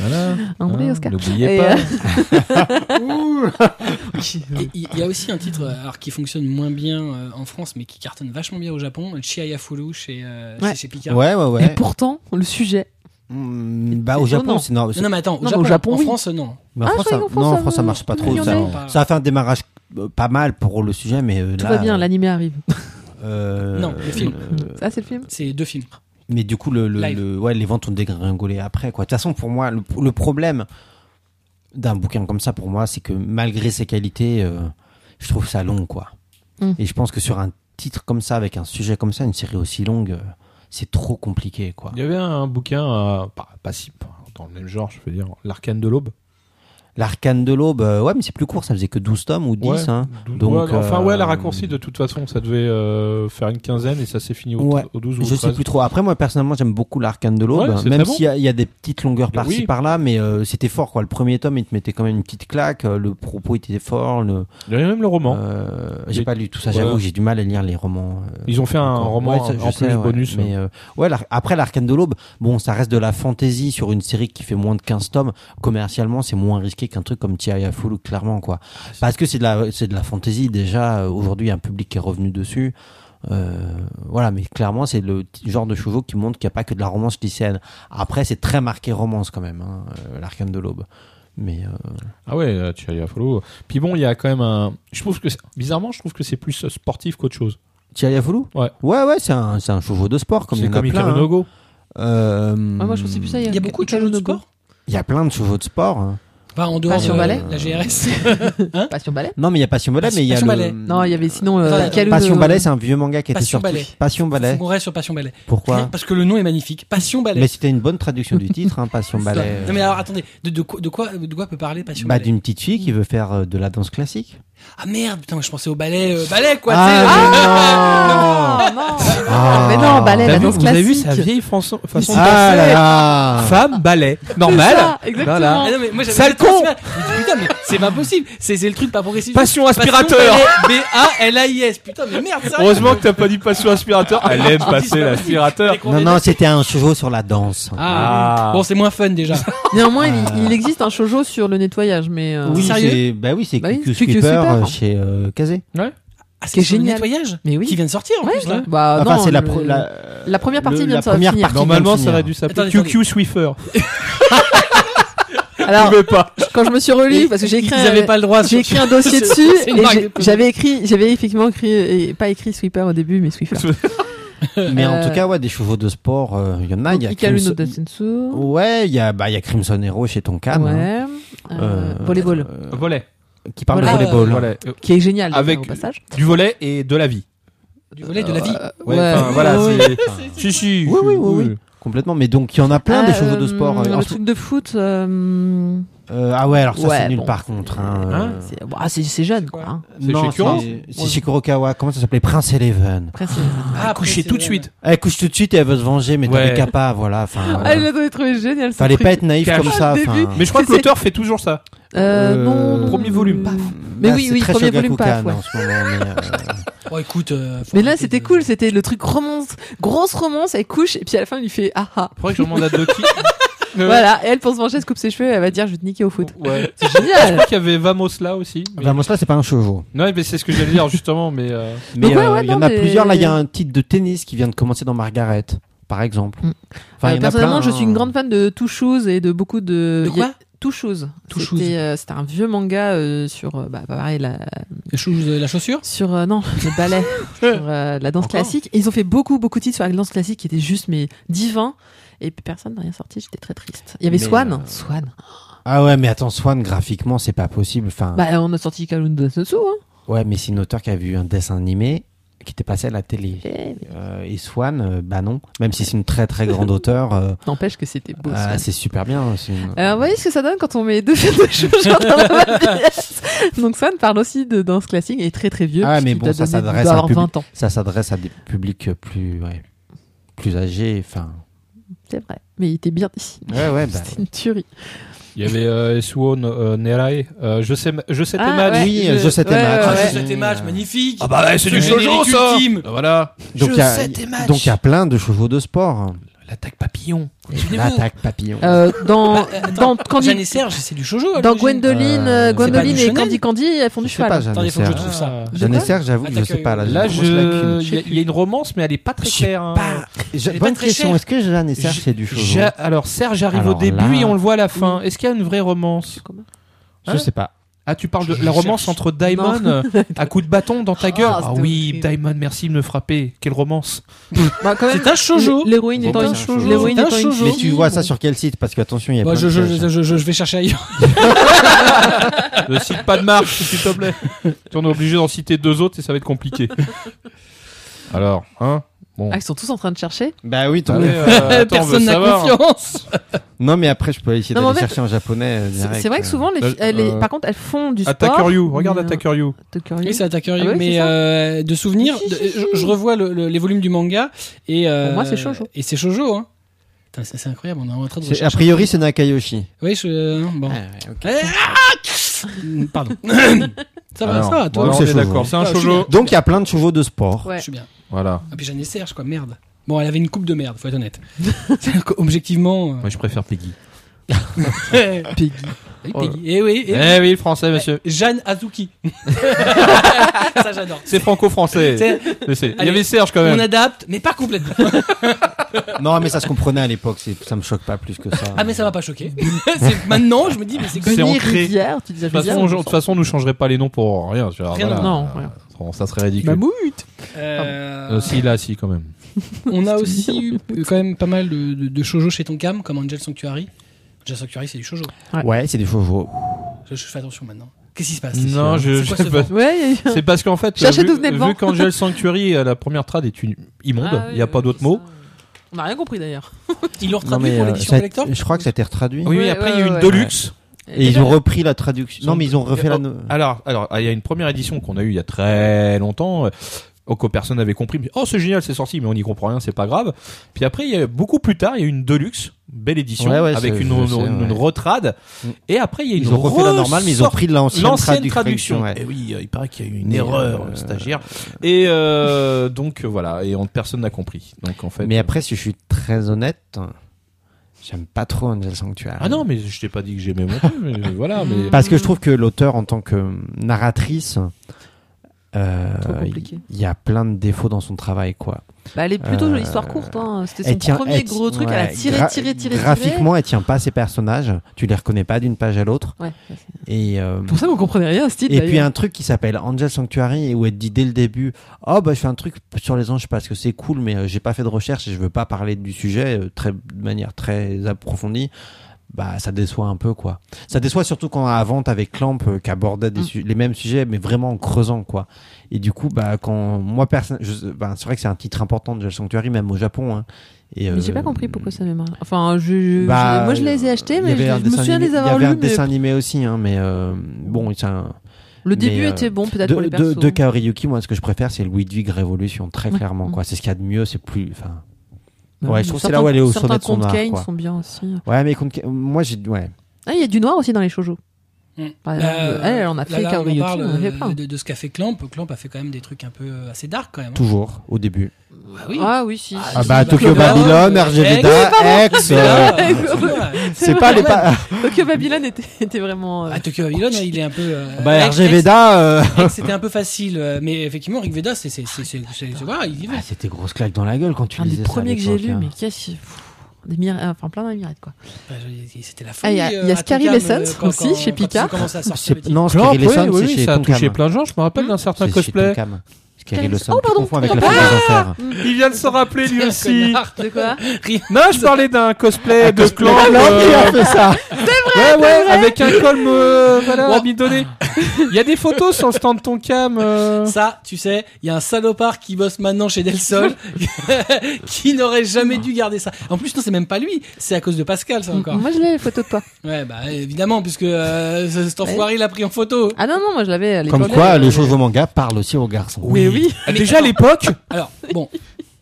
Speaker 3: Voilà.
Speaker 4: On
Speaker 3: Hein,
Speaker 2: Ah,
Speaker 4: oublie Oscar.
Speaker 3: N'oubliez
Speaker 4: Et,
Speaker 3: pas.
Speaker 4: euh,
Speaker 1: Et Il il y a aussi un titre euh, alors, qui fonctionne moins bien euh, en France, mais qui cartonne vachement bien au Japon, Chiayafulu chez, euh,
Speaker 4: Ouais.
Speaker 1: chez, chez Picard.
Speaker 2: Ouais ouais
Speaker 4: Et
Speaker 2: ouais.
Speaker 4: pourtant, le sujet.
Speaker 2: Mm, bah au
Speaker 4: C'est
Speaker 2: Japon
Speaker 4: étonnant.
Speaker 2: c'est non. c'est-
Speaker 1: Non, non, mais attends, au
Speaker 4: Non, mais
Speaker 1: Japon,
Speaker 4: au Japon,
Speaker 1: en
Speaker 4: oui.
Speaker 1: France, non.
Speaker 2: mais en
Speaker 4: Ah, je
Speaker 2: France,
Speaker 4: croyais
Speaker 2: ça,
Speaker 4: qu'en France,
Speaker 2: non, en
Speaker 4: ça-
Speaker 2: France ça marche pas
Speaker 4: tout
Speaker 2: trop.
Speaker 4: le
Speaker 2: Ça,
Speaker 1: monde est-
Speaker 2: ça a fait un démarrage euh, pas mal pour le sujet, mais euh,
Speaker 4: Tout
Speaker 2: là,
Speaker 4: va bien,
Speaker 2: euh,
Speaker 4: l'animé arrive.
Speaker 2: euh,
Speaker 1: Non, le film.
Speaker 2: euh,
Speaker 4: Ça, c'est le film.
Speaker 1: C'est deux films.
Speaker 2: Mais du coup, le, le-
Speaker 1: Live.
Speaker 2: le- ouais, les ventes ont dégringolé après. quoi. De toute façon, pour moi, le, le problème d'un bouquin comme ça, pour moi, c'est que malgré ses qualités, euh, je trouve ça long. quoi.
Speaker 4: Mm.
Speaker 2: Et je pense que sur un titre comme ça, avec un sujet comme ça, une série aussi longue, euh, c'est trop compliqué. quoi.
Speaker 3: Il y avait un bouquin, euh, pas, pas si, dans le même genre, je veux dire, L'Arcane de l'Aube.
Speaker 2: L'Arcane de l'Aube, euh, ouais, mais c'est plus court, ça faisait que 12 tomes ou 10.
Speaker 3: Ouais.
Speaker 2: hein.
Speaker 3: Dou-
Speaker 2: Donc,
Speaker 3: ouais, enfin, ouais, la
Speaker 2: euh,
Speaker 3: raccourcie, de toute façon, ça devait euh, faire une quinzaine et ça s'est fini au,
Speaker 2: Ouais.
Speaker 3: au 12 ou au
Speaker 2: Je
Speaker 3: 13.
Speaker 2: sais plus trop. Après, moi, personnellement, j'aime beaucoup l'Arcane de l'Aube.
Speaker 3: Ouais, c'est
Speaker 2: même
Speaker 3: très bon.
Speaker 2: s'il y, a- il y a des petites longueurs par-ci,
Speaker 3: Oui.
Speaker 2: par-là, mais euh, c'était fort, quoi. Le premier tome, il te mettait quand même une petite claque. euh, Le propos était fort. Le,
Speaker 3: Il y avait même le roman.
Speaker 2: euh, j'ai
Speaker 3: Et-
Speaker 2: pas lu tout ça, j'avoue.
Speaker 3: voilà.
Speaker 2: J'ai du mal à lire les romans. euh,
Speaker 3: Ils ont fait un
Speaker 2: encore.
Speaker 3: roman
Speaker 2: Ouais, ça, je
Speaker 3: en
Speaker 2: sais,
Speaker 3: plus
Speaker 2: ouais.
Speaker 3: bonus. hein.
Speaker 2: Mais, euh, ouais, l'Ar- après, l'Arcane de l'Aube, bon, ça reste de la fantaisie sur une série qui fait moins de 15 tomes. Commercialement, c'est moins risqué qu'un truc comme Tiaïafoulou, clairement, quoi.
Speaker 3: Ah,
Speaker 2: Parce que c'est de la, c'est de la fantaisie. Déjà, euh, aujourd'hui, il y a un public qui est revenu dessus. Euh, voilà, mais clairement, c'est le t- genre de chevaux qui montre qu'il n'y a pas que de la romance lycéenne. Après, c'est très marqué romance quand même, hein, euh, l'Arcane de l'Aube. Mais euh,
Speaker 3: Ah ouais, euh, Thierry Affolou. Puis bon, il y a quand même un. Je trouve que c'est- bizarrement, je trouve que c'est plus euh, sportif qu'autre chose.
Speaker 2: Tiaïafoulou
Speaker 3: Ouais.
Speaker 2: ouais, ouais, c'est un, c'est un chevaux de sport comme il y en
Speaker 3: c'est
Speaker 2: a
Speaker 3: comme
Speaker 2: plein.
Speaker 3: Ikaru
Speaker 2: hein.
Speaker 3: no Go.
Speaker 2: Euh,
Speaker 4: Ouais, moi, je pensais plus ça.
Speaker 1: Il y a beaucoup de
Speaker 4: Ikaru
Speaker 1: choses de
Speaker 4: no Go.
Speaker 1: sport.
Speaker 2: Il y a plein de chevaux de sport. hein.
Speaker 1: Bah, en dehors
Speaker 4: Passion
Speaker 1: de
Speaker 4: Ballet
Speaker 1: la GRS. <laughs>
Speaker 4: Passion Ballet.
Speaker 2: Non, mais il y a Passion Ballet,
Speaker 1: Passion-
Speaker 2: mais il y a
Speaker 1: Passion
Speaker 2: le...
Speaker 1: Ballet.
Speaker 4: Non, il y avait sinon. euh,
Speaker 1: Attends,
Speaker 4: Passion
Speaker 1: Calou
Speaker 2: Passion Ballet, c'est un vieux manga qui était
Speaker 1: Passion
Speaker 2: sorti.
Speaker 1: Ballet.
Speaker 2: Passion Ballet.
Speaker 1: On reste sur Passion Ballet.
Speaker 2: Pourquoi
Speaker 1: Parce que le nom est magnifique. Passion Ballet.
Speaker 2: Mais c'était une bonne traduction du titre, hein, Passion Ballet.
Speaker 1: Non mais alors attendez, de, de quoi, de quoi de quoi peut parler Passion
Speaker 2: Bah,
Speaker 1: Ballet
Speaker 2: d'une petite fille qui veut faire euh, de la danse classique.
Speaker 1: Ah merde, putain, je pensais au ballet, euh, ballet quoi. tu sais, euh, le-
Speaker 2: Ah,
Speaker 4: Ah, non
Speaker 2: Ah.
Speaker 4: Mais non, ballet,
Speaker 3: T'as
Speaker 4: la
Speaker 3: vu,
Speaker 4: danse
Speaker 3: vous avez vu
Speaker 4: classique.
Speaker 3: sa vieille façon, façon de
Speaker 2: non. Ah
Speaker 3: danser
Speaker 2: là là.
Speaker 3: Femme <laughs> ballet. Normal.
Speaker 4: ça, exactement.
Speaker 1: Ah non, mais moi, j'avais
Speaker 3: Sale
Speaker 1: cette pensée-là.
Speaker 3: con
Speaker 1: Je me dis, Putain, mais c'est pas possible. C'est c'est le truc pas progressif.
Speaker 3: Passion aspirateur.
Speaker 1: B-A-L-A-I-S. Putain, mais merde, ça.
Speaker 3: Heureusement que t'as pas dit passion aspirateur. Elle aime passer l'aspirateur.
Speaker 2: Non, non, c'était un shoujo sur la danse.
Speaker 1: Ah,
Speaker 3: Ah.
Speaker 1: bon, c'est moins fun déjà.
Speaker 4: Néanmoins,
Speaker 2: Ah.
Speaker 4: il, il existe un shoujo sur le nettoyage, mais euh,
Speaker 2: Oui,
Speaker 1: Sérieux
Speaker 2: c'est bah oui, c'est
Speaker 4: Bah oui,
Speaker 2: QQ
Speaker 4: QQ
Speaker 2: Sweeper
Speaker 4: Sweeper.
Speaker 2: euh, chez euh, Kazé.
Speaker 1: Ah,
Speaker 4: C'est
Speaker 1: c'est génial.
Speaker 4: génial.
Speaker 1: nettoyage
Speaker 4: Mais oui.
Speaker 1: Qui vient de sortir en
Speaker 4: Ouais,
Speaker 1: plus là.
Speaker 4: bah,
Speaker 2: Enfin,
Speaker 4: non,
Speaker 2: c'est la,
Speaker 4: le-
Speaker 2: pro- la,
Speaker 4: la première partie
Speaker 2: le-
Speaker 4: vient
Speaker 2: la
Speaker 4: de ça,
Speaker 2: première
Speaker 4: finir.
Speaker 2: partie. <laughs>
Speaker 3: Normalement,
Speaker 2: vient de
Speaker 3: ça aurait
Speaker 2: finir.
Speaker 3: dû s'appeler
Speaker 1: Attendez,
Speaker 3: QQ Swiffer.
Speaker 4: Alors,
Speaker 3: Je pas.
Speaker 4: quand je me suis relu, parce que j'ai écrit,
Speaker 1: Ils avaient
Speaker 4: un-
Speaker 1: pas le droit.
Speaker 4: j'ai
Speaker 1: sur-
Speaker 4: écrit un dossier
Speaker 1: <laughs> C'est-
Speaker 4: dessus,
Speaker 1: c'est une
Speaker 4: et
Speaker 1: marque
Speaker 4: j'ai-
Speaker 1: de-
Speaker 4: j'avais écrit, j'avais effectivement écrit, euh, et pas écrit Sweeper au début, mais Swiffer.
Speaker 2: Mais en
Speaker 4: Euh,
Speaker 2: tout cas, ouais, des chevaux de sport, euh, il y en a. Il y a Crimson...
Speaker 4: Ikaruno Dasensu.
Speaker 2: Ouais, il y a bah il y a Crimson Hero chez Tonkan. hein.
Speaker 4: Ouais. Euh,
Speaker 2: Euh,
Speaker 4: Volleyball.
Speaker 2: euh,
Speaker 3: Volet.
Speaker 2: qui parle
Speaker 4: Voilà.
Speaker 2: de volleyball.
Speaker 3: Volet. Euh,
Speaker 4: Qui est génial, d'ailleurs,
Speaker 3: Avec-
Speaker 4: au passage.
Speaker 3: Du volet et de la vie.
Speaker 1: Du volet de la vie. Ah,
Speaker 4: Euh,
Speaker 3: Ouais, enfin, voilà,
Speaker 4: ouais.
Speaker 3: c'est. <laughs> Si, si.
Speaker 2: Oui, oui, oui, oui. Complètement. Mais donc il y en a plein des
Speaker 4: Ah,
Speaker 2: chevaux de
Speaker 4: euh,
Speaker 2: sport. euh,
Speaker 4: Le
Speaker 2: en-
Speaker 4: truc de foot, euh,
Speaker 2: euh, ah ouais, alors ça
Speaker 4: Ouais,
Speaker 2: c'est nul
Speaker 4: bon.
Speaker 2: par contre. hein,
Speaker 3: Hein
Speaker 2: euh,
Speaker 4: c'est bah, c'est- c'est jeune, quoi. hein.
Speaker 3: C'est
Speaker 2: non,
Speaker 3: chez Kuro
Speaker 2: c'est- C'est chez Kurokawa. Comment ça s'appelait Prince Eleven.
Speaker 4: Après, c'est-
Speaker 1: Ah,
Speaker 3: Coucher
Speaker 1: c'est
Speaker 3: tout de
Speaker 1: vrai,
Speaker 3: suite.
Speaker 2: Elle couche tout de suite et elle veut se venger, mais
Speaker 3: Ouais.
Speaker 2: t'avais qu'à pas, voilà. Enfin,
Speaker 4: Ah,
Speaker 2: euh,
Speaker 4: je l'avais trouvé génial. ce
Speaker 2: fallait
Speaker 4: truc.
Speaker 2: pas être naïf
Speaker 3: Cache.
Speaker 2: comme ça.
Speaker 4: Au début.
Speaker 2: enfin.
Speaker 3: Mais je crois que
Speaker 4: C'est-
Speaker 3: l'auteur fait toujours ça.
Speaker 4: Euh,
Speaker 2: Euh,
Speaker 4: non, non,
Speaker 3: premier
Speaker 4: non,
Speaker 3: volume,
Speaker 4: non,
Speaker 3: paf.
Speaker 4: non. Mais
Speaker 2: Là,
Speaker 4: oui,
Speaker 2: Bah, c'est
Speaker 4: oui,
Speaker 2: très
Speaker 4: premier
Speaker 2: Shogakukan
Speaker 4: volume, paf. ouais.
Speaker 2: en ce moment. mais,
Speaker 4: <laughs>
Speaker 2: euh,
Speaker 1: ouais. Bon, écoute. euh, faut
Speaker 4: Mais là,
Speaker 1: arrêter
Speaker 4: c'était
Speaker 1: de-
Speaker 4: cool, c'était le truc romance, grosse romance, elle couche, et puis à la fin, il lui fait ah ah.
Speaker 3: Faudrait que je <laughs> demande à Doki.
Speaker 4: Voilà, et elle, pour se manger, elle se coupe ses cheveux, elle va dire je vais te niquer au foot.
Speaker 3: Ouais.
Speaker 4: C'est
Speaker 3: Je
Speaker 4: génial!
Speaker 3: crois qu'il y avait Vamos là aussi. mais-
Speaker 2: Vamos là, bah, c'est pas un shoujo.
Speaker 3: Non, mais c'est ce que j'allais dire justement, mais. euh,
Speaker 2: Mais
Speaker 4: ouais,
Speaker 2: euh,
Speaker 4: ouais,
Speaker 2: il y en
Speaker 4: non,
Speaker 2: a
Speaker 4: mais-
Speaker 2: plusieurs. Là, il y a un titre de tennis qui vient de commencer dans Margaret, par exemple.
Speaker 4: Mm.
Speaker 2: Enfin, il y en
Speaker 4: Euh,
Speaker 2: a
Speaker 4: personnellement,
Speaker 2: plein,
Speaker 4: je suis
Speaker 2: hein.
Speaker 4: une grande fan de Two Shoes et de beaucoup de.
Speaker 1: De
Speaker 4: il y a-
Speaker 1: quoi
Speaker 4: Two Shoes.
Speaker 1: Two
Speaker 4: C'était,
Speaker 1: Shoes.
Speaker 4: euh, C'était un vieux manga euh, sur. euh, Bah, bah, pareil, la,
Speaker 1: La chose- La chaussure
Speaker 4: sur euh, non le ballet
Speaker 2: <laughs>
Speaker 4: sur euh, la danse
Speaker 1: Encore
Speaker 4: classique et ils ont fait beaucoup beaucoup de titres sur la danse classique qui étaient juste mais divins et puis personne n'a rien sorti j'étais très triste il y avait
Speaker 2: Mais,
Speaker 4: Swan
Speaker 2: euh,
Speaker 4: Swan
Speaker 2: Ah ouais, mais attends, Swan, graphiquement, c'est pas possible. Enfin,
Speaker 4: bah on a sorti Kaloun de Sosu hein
Speaker 2: ouais, mais c'est une auteure qui a vu un dessin animé qui était passé à la télé.
Speaker 4: Eh, mais
Speaker 2: Euh, et Swan, euh, bah non. Même si c'est une très très
Speaker 4: <laughs>
Speaker 2: grande auteure, euh,
Speaker 4: n'empêche que c'était beau
Speaker 2: ah,
Speaker 4: Swan.
Speaker 2: c'est super bien. c'est une-
Speaker 4: alors vous voyez ce que ça donne quand on met deux films de <laughs> chaussures dans la même pièce donc Swan parle aussi de danse classique et est très très vieux
Speaker 2: Ah, mais
Speaker 4: puisqu'il
Speaker 2: bon,
Speaker 4: doit
Speaker 2: ça
Speaker 4: donner- il
Speaker 2: s'adresse
Speaker 4: doit
Speaker 2: à un
Speaker 4: avoir
Speaker 2: public.
Speaker 4: 20 ans
Speaker 2: Ça s'adresse à des publics plus, ouais, plus âgés. Enfin,
Speaker 4: c'est vrai mais il était bien ici
Speaker 2: ouais, ouais, bah,
Speaker 4: c'était une tuerie
Speaker 2: <laughs>
Speaker 3: Il y avait euh, Suo no- euh, Nerae. Euh, je sais, je sais
Speaker 4: Ah,
Speaker 3: tes matchs.
Speaker 4: ouais.
Speaker 2: oui, euh,
Speaker 4: je-
Speaker 2: je sais tes
Speaker 4: ouais,
Speaker 2: matchs.
Speaker 4: ouais,
Speaker 1: Ah,
Speaker 4: Euh, ouais.
Speaker 1: je sais tes matchs, magnifique.
Speaker 3: Ah bah ouais, c'est
Speaker 1: Le
Speaker 3: du shoujo
Speaker 1: générique
Speaker 3: ça. Bah,
Speaker 1: ultime.
Speaker 3: Voilà.
Speaker 2: Donc il y a, donc il y a plein de chevaux de sport.
Speaker 3: L'attaque papillon.
Speaker 1: Imaginez-vous.
Speaker 2: L'attaque papillon.
Speaker 4: Euh, dans dans quand
Speaker 1: Jeanne et Serge, c'est du shoujo. à
Speaker 4: dans
Speaker 1: l'origine.
Speaker 4: Gwendoline,
Speaker 2: Euh,
Speaker 4: euh, Gwendoline
Speaker 1: c'est
Speaker 4: et
Speaker 1: pas du
Speaker 4: Candy Candy, elles font du
Speaker 2: je sais pas,
Speaker 4: cheval.
Speaker 2: Jeanne
Speaker 1: Attendez,
Speaker 2: et
Speaker 1: faut que je
Speaker 2: Serge.
Speaker 1: trouve ça.
Speaker 3: Ah.
Speaker 2: Jeanne et Serge, j'avoue que je
Speaker 1: Attaque,
Speaker 2: sais pas.
Speaker 1: euh,
Speaker 3: Là,
Speaker 2: j'ai
Speaker 3: je,
Speaker 2: une grosse lacune.
Speaker 3: il y a- il y, a une romance, mais elle est pas très
Speaker 2: Je sais
Speaker 3: claire. hein.
Speaker 1: Bah,
Speaker 2: Je-
Speaker 1: Elle est pas
Speaker 2: Bonne
Speaker 1: très
Speaker 2: question.
Speaker 1: chère.
Speaker 2: Est-ce que Jeanne et Serge
Speaker 3: Je-
Speaker 2: c'est du shoujo
Speaker 3: J'a- Alors Serge arrive au
Speaker 2: Alors
Speaker 3: début
Speaker 2: là-
Speaker 3: et on le voit à la fin. Est-ce qu'il y a une vraie romance
Speaker 2: Je sais pas.
Speaker 3: Ah, tu parles de
Speaker 1: Je
Speaker 3: la romance
Speaker 1: cherche. Oh,
Speaker 3: entre Daimon euh, à coup de bâton dans ta gueule.
Speaker 4: Ah,
Speaker 3: Ah
Speaker 4: c'était
Speaker 3: oui,
Speaker 4: horrible.
Speaker 3: Daimon, merci de me frapper. Quelle romance.
Speaker 1: C'est un shoujo.
Speaker 4: L'héroïne
Speaker 2: Bon,
Speaker 4: étant
Speaker 2: bah,
Speaker 4: une
Speaker 2: c'est un shoujo.
Speaker 4: l'héroïne
Speaker 1: C'est un
Speaker 4: étant une
Speaker 1: shoujo.
Speaker 2: Mais
Speaker 1: Oui,
Speaker 2: tu vois ça sur quel site Parce que attention, il y a
Speaker 1: Bah,
Speaker 2: plein
Speaker 1: je,
Speaker 2: de
Speaker 1: je,
Speaker 2: choses.
Speaker 1: je, je- je- je vais chercher ailleurs.
Speaker 3: ne cite pas de marche, s'il te <laughs> plaît. on est obligé d'en citer deux autres et ça va être <laughs> compliqué. Alors, hein Bon.
Speaker 4: Ah, ils sont tous en train de chercher.
Speaker 2: Bah oui, tout
Speaker 3: Ah
Speaker 2: le
Speaker 3: ouais,
Speaker 2: monde.
Speaker 3: euh, attends, on veut
Speaker 1: Personne n'a <laughs>
Speaker 3: savoir.
Speaker 1: confiance.
Speaker 2: Non, mais après, je peux essayer
Speaker 4: Non, mais
Speaker 2: d'aller
Speaker 4: en fait,
Speaker 2: chercher en japonais. euh,
Speaker 4: C'est
Speaker 2: direct,
Speaker 4: c'est vrai que
Speaker 2: euh.
Speaker 4: souvent, les,
Speaker 3: Euh,
Speaker 4: elles- les-
Speaker 3: euh,
Speaker 4: par contre, elles font du sport.
Speaker 3: Attacker You, regarde
Speaker 4: mais, euh,
Speaker 3: Attacker You.
Speaker 4: Attacker You.
Speaker 1: Oui, c'est Attacker You,
Speaker 4: Ah ouais, c'est
Speaker 1: mais
Speaker 4: ça.
Speaker 1: euh, de souvenir,
Speaker 4: Si, si,
Speaker 1: de-
Speaker 4: si, si.
Speaker 1: je, je revois le- le- les volumes du manga et euh,
Speaker 4: Pour moi, c'est shoujo.
Speaker 1: Et c'est shoujo, hein. Putain, C'est c'est incroyable, on est en train de
Speaker 2: C'est- A
Speaker 1: rechercher.
Speaker 2: priori, Ah, c'est Nakayoshi.
Speaker 1: Oui, je, euh, bon. Eh, Ah Pardon. <laughs> ça va,
Speaker 3: Alors,
Speaker 1: ça va, toi.
Speaker 2: Donc
Speaker 3: on
Speaker 2: c'est
Speaker 3: est
Speaker 2: shoujo.
Speaker 3: d'accord, c'est un
Speaker 1: Ah, je suis
Speaker 3: shoujo.
Speaker 2: Donc il y a plein de chevaux de sport.
Speaker 4: Ouais.
Speaker 1: Je suis bien.
Speaker 3: Voilà.
Speaker 1: Ah, puis j'en ai Serge, quoi, merde. Bon, elle avait une coupe de merde, faut être honnête. C'est-à-dire que, Objectivement.
Speaker 3: Moi, je préfère Peggy.
Speaker 1: euh, <laughs> Peggy. Oui, Peggy. Eh oui, eh oui.
Speaker 3: Eh oui, le français,
Speaker 1: <laughs>
Speaker 3: monsieur.
Speaker 1: Jeanne Azuki. ça, j'adore.
Speaker 3: C'est franco-français.
Speaker 1: C'est-
Speaker 3: Mais c'est- Il y
Speaker 1: Allez,
Speaker 3: avait Serge quand
Speaker 1: On
Speaker 3: même.
Speaker 1: adapte, mais pas complètement.
Speaker 2: Non, mais ça se comprenait à l'époque. c'est- Ça me choque pas plus que ça.
Speaker 1: Ah, mais ça m'a pas choqué. C'est- Maintenant, je me dis, mais c'est quoi
Speaker 3: C'est
Speaker 4: Bunny,
Speaker 3: ancré.
Speaker 4: Rivière, tu disais
Speaker 3: De toute
Speaker 4: Rivière.
Speaker 3: façon, on- de toute façon, on nous changerait pas les noms pour rien. tu vois,
Speaker 1: Rien,
Speaker 3: voilà.
Speaker 4: non, ouais.
Speaker 3: Bon, Ça serait ridicule.
Speaker 4: Mammouth.
Speaker 1: Euh,
Speaker 3: Euh, si, là, si, quand même.
Speaker 1: On a aussi eu euh, quand même pas mal de, de, de shoujo chez Tonkam, comme Angel Sanctuary. Angel Sanctuary, c'est du shoujo.
Speaker 2: Ouais, c'est des chevaux.
Speaker 1: Je, je fais attention maintenant. Qu'est-ce qui se passe
Speaker 3: Non, je,
Speaker 1: C'est quoi
Speaker 3: je-
Speaker 1: ce vent
Speaker 4: Ouais, il y a eu un-
Speaker 3: <laughs> C'est parce qu'en fait,
Speaker 4: Cherchez
Speaker 3: euh, vu,
Speaker 4: d'où venait le vent.
Speaker 3: vu qu'Angel Sanctuary, euh, la première trad est une immonde, il
Speaker 4: Ah,
Speaker 3: n'y a
Speaker 4: oui,
Speaker 3: pas
Speaker 4: oui,
Speaker 3: d'autre
Speaker 4: c'est
Speaker 3: mot.
Speaker 4: ça. On n'a rien compris d'ailleurs.
Speaker 1: Ils l'ont
Speaker 2: Non,
Speaker 1: retraduit
Speaker 2: mais
Speaker 1: pour
Speaker 2: euh,
Speaker 1: l'édition
Speaker 2: ça a-
Speaker 1: collector
Speaker 2: je crois que ça a été retraduit.
Speaker 3: Oui, mais
Speaker 4: Ouais,
Speaker 3: après, il
Speaker 4: ouais,
Speaker 3: y a eu une
Speaker 4: ouais.
Speaker 3: Deluxe
Speaker 2: Et ils ont repris la traduction.
Speaker 3: Ils
Speaker 2: Non,
Speaker 3: ont-
Speaker 2: mais ils ont refait la.
Speaker 3: Oh, Alors, alors, il y a une première édition qu'on a eue il y a très longtemps. euh, que personne n'avait compris. Mais, oh, c'est génial, c'est sorti, mais on n'y comprend rien, c'est pas grave. Puis après, il y a, beaucoup plus tard, il y a eu une deluxe, belle édition,
Speaker 2: Ouais, ouais,
Speaker 3: avec
Speaker 2: c'est-
Speaker 3: une,
Speaker 2: je sais,
Speaker 3: une- une
Speaker 2: ouais.
Speaker 3: retrade.
Speaker 2: Mm.
Speaker 3: Et après, il y a une
Speaker 2: Ils ont refait la normale, mais ils ont
Speaker 3: ressortie
Speaker 2: pris l'ancienne,
Speaker 3: l'ancienne
Speaker 2: tradu-
Speaker 3: traduction.
Speaker 2: ouais.
Speaker 3: Et oui, euh, il paraît qu'il y a eu une,
Speaker 2: Une
Speaker 3: erreur,
Speaker 2: erreur,
Speaker 3: euh, stagiaire. Et euh, donc euh, voilà, et on- personne n'a compris. Donc en fait.
Speaker 2: Mais après, si je suis très honnête, j'aime pas trop Angel Sanctuary.
Speaker 3: ah non, mais je t'ai pas dit que j'aimais mon truc, mais euh, voilà, mais
Speaker 2: Parce que je trouve que l'auteur, en tant que narratrice, euh,
Speaker 4: Trop compliqué.
Speaker 2: il y a plein de défauts dans son travail, quoi.
Speaker 4: Bah, elle est plutôt
Speaker 2: Euh,
Speaker 4: l'histoire courte. Hein. C'était
Speaker 2: Elle
Speaker 4: son
Speaker 2: tient-
Speaker 4: premier
Speaker 2: elle-
Speaker 4: gros truc. Elle a
Speaker 2: ouais,
Speaker 4: tiré,
Speaker 2: gra-
Speaker 4: tiré, tiré,
Speaker 2: Graphiquement, elle tient pas ses personnages. Tu les reconnais pas d'une page à l'autre.
Speaker 4: tiré. Ouais.
Speaker 2: Et, euh,
Speaker 4: Pour ça, vous comprenez rien à ce titre.
Speaker 2: et puis
Speaker 4: d'ailleurs.
Speaker 2: un truc qui s'appelle Angel Sanctuary et où elle dit dès le début Oh, bah je fais un truc sur les anges parce que c'est cool, mais euh, j'ai pas fait de recherche et je veux pas parler du sujet euh, très, de manière très approfondie. Bah, ça déçoit un peu, quoi. Ça déçoit surtout quand avant t'avais Clamp euh, qui abordait des
Speaker 4: Mm.
Speaker 2: su- les mêmes sujets, mais vraiment en creusant, quoi. Et du coup, bah, quand moi, personne. je- bah, c'est vrai que c'est un titre important de Angel Sanctuary, même au Japon. Hein. Et,
Speaker 4: Mais j'ai
Speaker 2: euh,
Speaker 4: pas compris pourquoi ça m'émarre. Enfin, je, je-
Speaker 2: bah,
Speaker 4: moi je les ai achetés,
Speaker 2: il y
Speaker 4: mais je,
Speaker 2: avait un
Speaker 4: je me
Speaker 2: dessin
Speaker 4: souviens
Speaker 2: animé-
Speaker 4: les
Speaker 2: Il
Speaker 4: avoir
Speaker 2: y avait
Speaker 4: lus.
Speaker 2: un
Speaker 4: Mais
Speaker 2: dessin animé aussi, hein, mais euh, bon, c'est un.
Speaker 4: le début
Speaker 2: mais, euh,
Speaker 4: était bon, peut-être
Speaker 2: De,
Speaker 4: pour les
Speaker 2: de,
Speaker 4: persos.
Speaker 2: de Kaoriyuki, moi, ce que je préfère, c'est Ludwig Revolution, très
Speaker 4: Ouais.
Speaker 2: clairement.
Speaker 4: Mm.
Speaker 2: quoi. C'est ce qu'il y a de mieux, c'est plus. enfin
Speaker 4: Mais
Speaker 2: ouais,
Speaker 4: oui,
Speaker 2: je trouve que c'est
Speaker 4: Euh, certains-
Speaker 2: là où elle est au
Speaker 4: certains
Speaker 2: sommet de son
Speaker 4: contes
Speaker 2: art,
Speaker 4: Kane
Speaker 2: quoi.
Speaker 4: sont bien aussi.
Speaker 2: Ouais, mais contre- moi, j'ai. Ouais.
Speaker 4: Ah, il y a du noir aussi dans les shoujo.
Speaker 1: Hmm.
Speaker 4: Par
Speaker 1: Bah,
Speaker 4: exemple, elle, elle en a
Speaker 1: là,
Speaker 4: fait
Speaker 1: là,
Speaker 4: Kaori
Speaker 1: on en
Speaker 4: Yuki,
Speaker 1: parle
Speaker 4: on en avait
Speaker 1: euh,
Speaker 4: plein.
Speaker 1: de, de ce qu'a fait Clamp. Clamp a fait quand même des trucs un peu euh, assez dark quand même. hein.
Speaker 2: Toujours, au début.
Speaker 1: Bah oui.
Speaker 4: Ah oui, si.
Speaker 1: Ah, bah, Tokyo Babylon,
Speaker 4: Eh,
Speaker 2: Babylone,
Speaker 1: Argeleda,
Speaker 2: Ex.
Speaker 4: Bah,
Speaker 1: Ah,
Speaker 2: <laughs> C'est pas
Speaker 4: <laughs>
Speaker 2: les. pas-
Speaker 4: Tokyo Babylon euh, était, était vraiment. euh,
Speaker 1: Ah, Tokyo Babylon, il est un peu. euh,
Speaker 2: Bah,
Speaker 1: Ex-
Speaker 2: Argeleda. euh,
Speaker 1: Ex- Ex, C'était un peu facile, euh, mais effectivement, Rick Veda, c'est. c'est- c'est- c'est- c'est- c'est- Voilà, il y va.
Speaker 2: Ah, C'était grosse claque dans la gueule quand tu
Speaker 4: eh, bah, un
Speaker 2: lisais
Speaker 4: des
Speaker 2: ça à
Speaker 4: premiers que j'ai
Speaker 2: l'époque,
Speaker 4: lu,
Speaker 2: hein.
Speaker 4: mais qu'est-ce que- pfff, des mir- enfin plein d'amirates quoi.
Speaker 1: Bah, je- C'était la
Speaker 4: Ah,
Speaker 1: folie.
Speaker 4: il y a- il y a
Speaker 1: euh, à
Speaker 4: Scary
Speaker 1: Tonkam,
Speaker 4: Lessons
Speaker 1: euh, quand-
Speaker 4: aussi,
Speaker 1: quand-
Speaker 4: chez
Speaker 1: quand ils ont
Speaker 4: Pika.
Speaker 3: Ah,
Speaker 1: commencé à sortir
Speaker 2: C'est-
Speaker 1: les titres.
Speaker 2: Non,
Speaker 3: Clamp,
Speaker 2: Scary
Speaker 3: oui,
Speaker 2: Lesson,
Speaker 3: oui,
Speaker 2: c'est
Speaker 3: oui,
Speaker 2: chez
Speaker 3: ça a touché
Speaker 2: Tonkam.
Speaker 3: plein de gens. Je me rappelle d'un certain
Speaker 2: C'est chez
Speaker 3: cosplay.
Speaker 2: Tonkam. Scary
Speaker 4: Scary
Speaker 2: Lesson,
Speaker 4: Lesson. Oh,
Speaker 2: tu
Speaker 4: pardon,
Speaker 2: confonds avec
Speaker 4: pardon.
Speaker 2: la femme des enfers.
Speaker 3: Il vient de se rappeler
Speaker 4: <laughs>
Speaker 3: lui aussi.
Speaker 1: Connard.
Speaker 4: De quoi
Speaker 3: Non, je parlais d'un cosplay de clan.
Speaker 2: <laughs> Qui a fait ça
Speaker 3: ouais, ouais, avec un colme euh, voilà, abidonné. Il y a des photos sur le stand de ton cam.
Speaker 4: Ah.
Speaker 3: euh.
Speaker 1: Ça, tu sais, il y a un salopard qui bosse maintenant chez Del Sol
Speaker 4: <laughs>
Speaker 1: <laughs> qui n'aurait jamais dû garder ça. En plus, non, c'est même pas lui, c'est à cause de Pascal, ça encore.
Speaker 4: Moi je l'ai les photos de toi.
Speaker 1: Ouais, bah évidemment, puisque euh, ce- cet enfoiré l'a pris en photo.
Speaker 4: Bah, Ah non non, moi je l'avais à l'époque.
Speaker 2: Comme quoi, le shoujo manga parle aussi aux garçons.
Speaker 4: Mais oui.
Speaker 3: Ah, Déjà à l'époque,
Speaker 1: Alors, bon,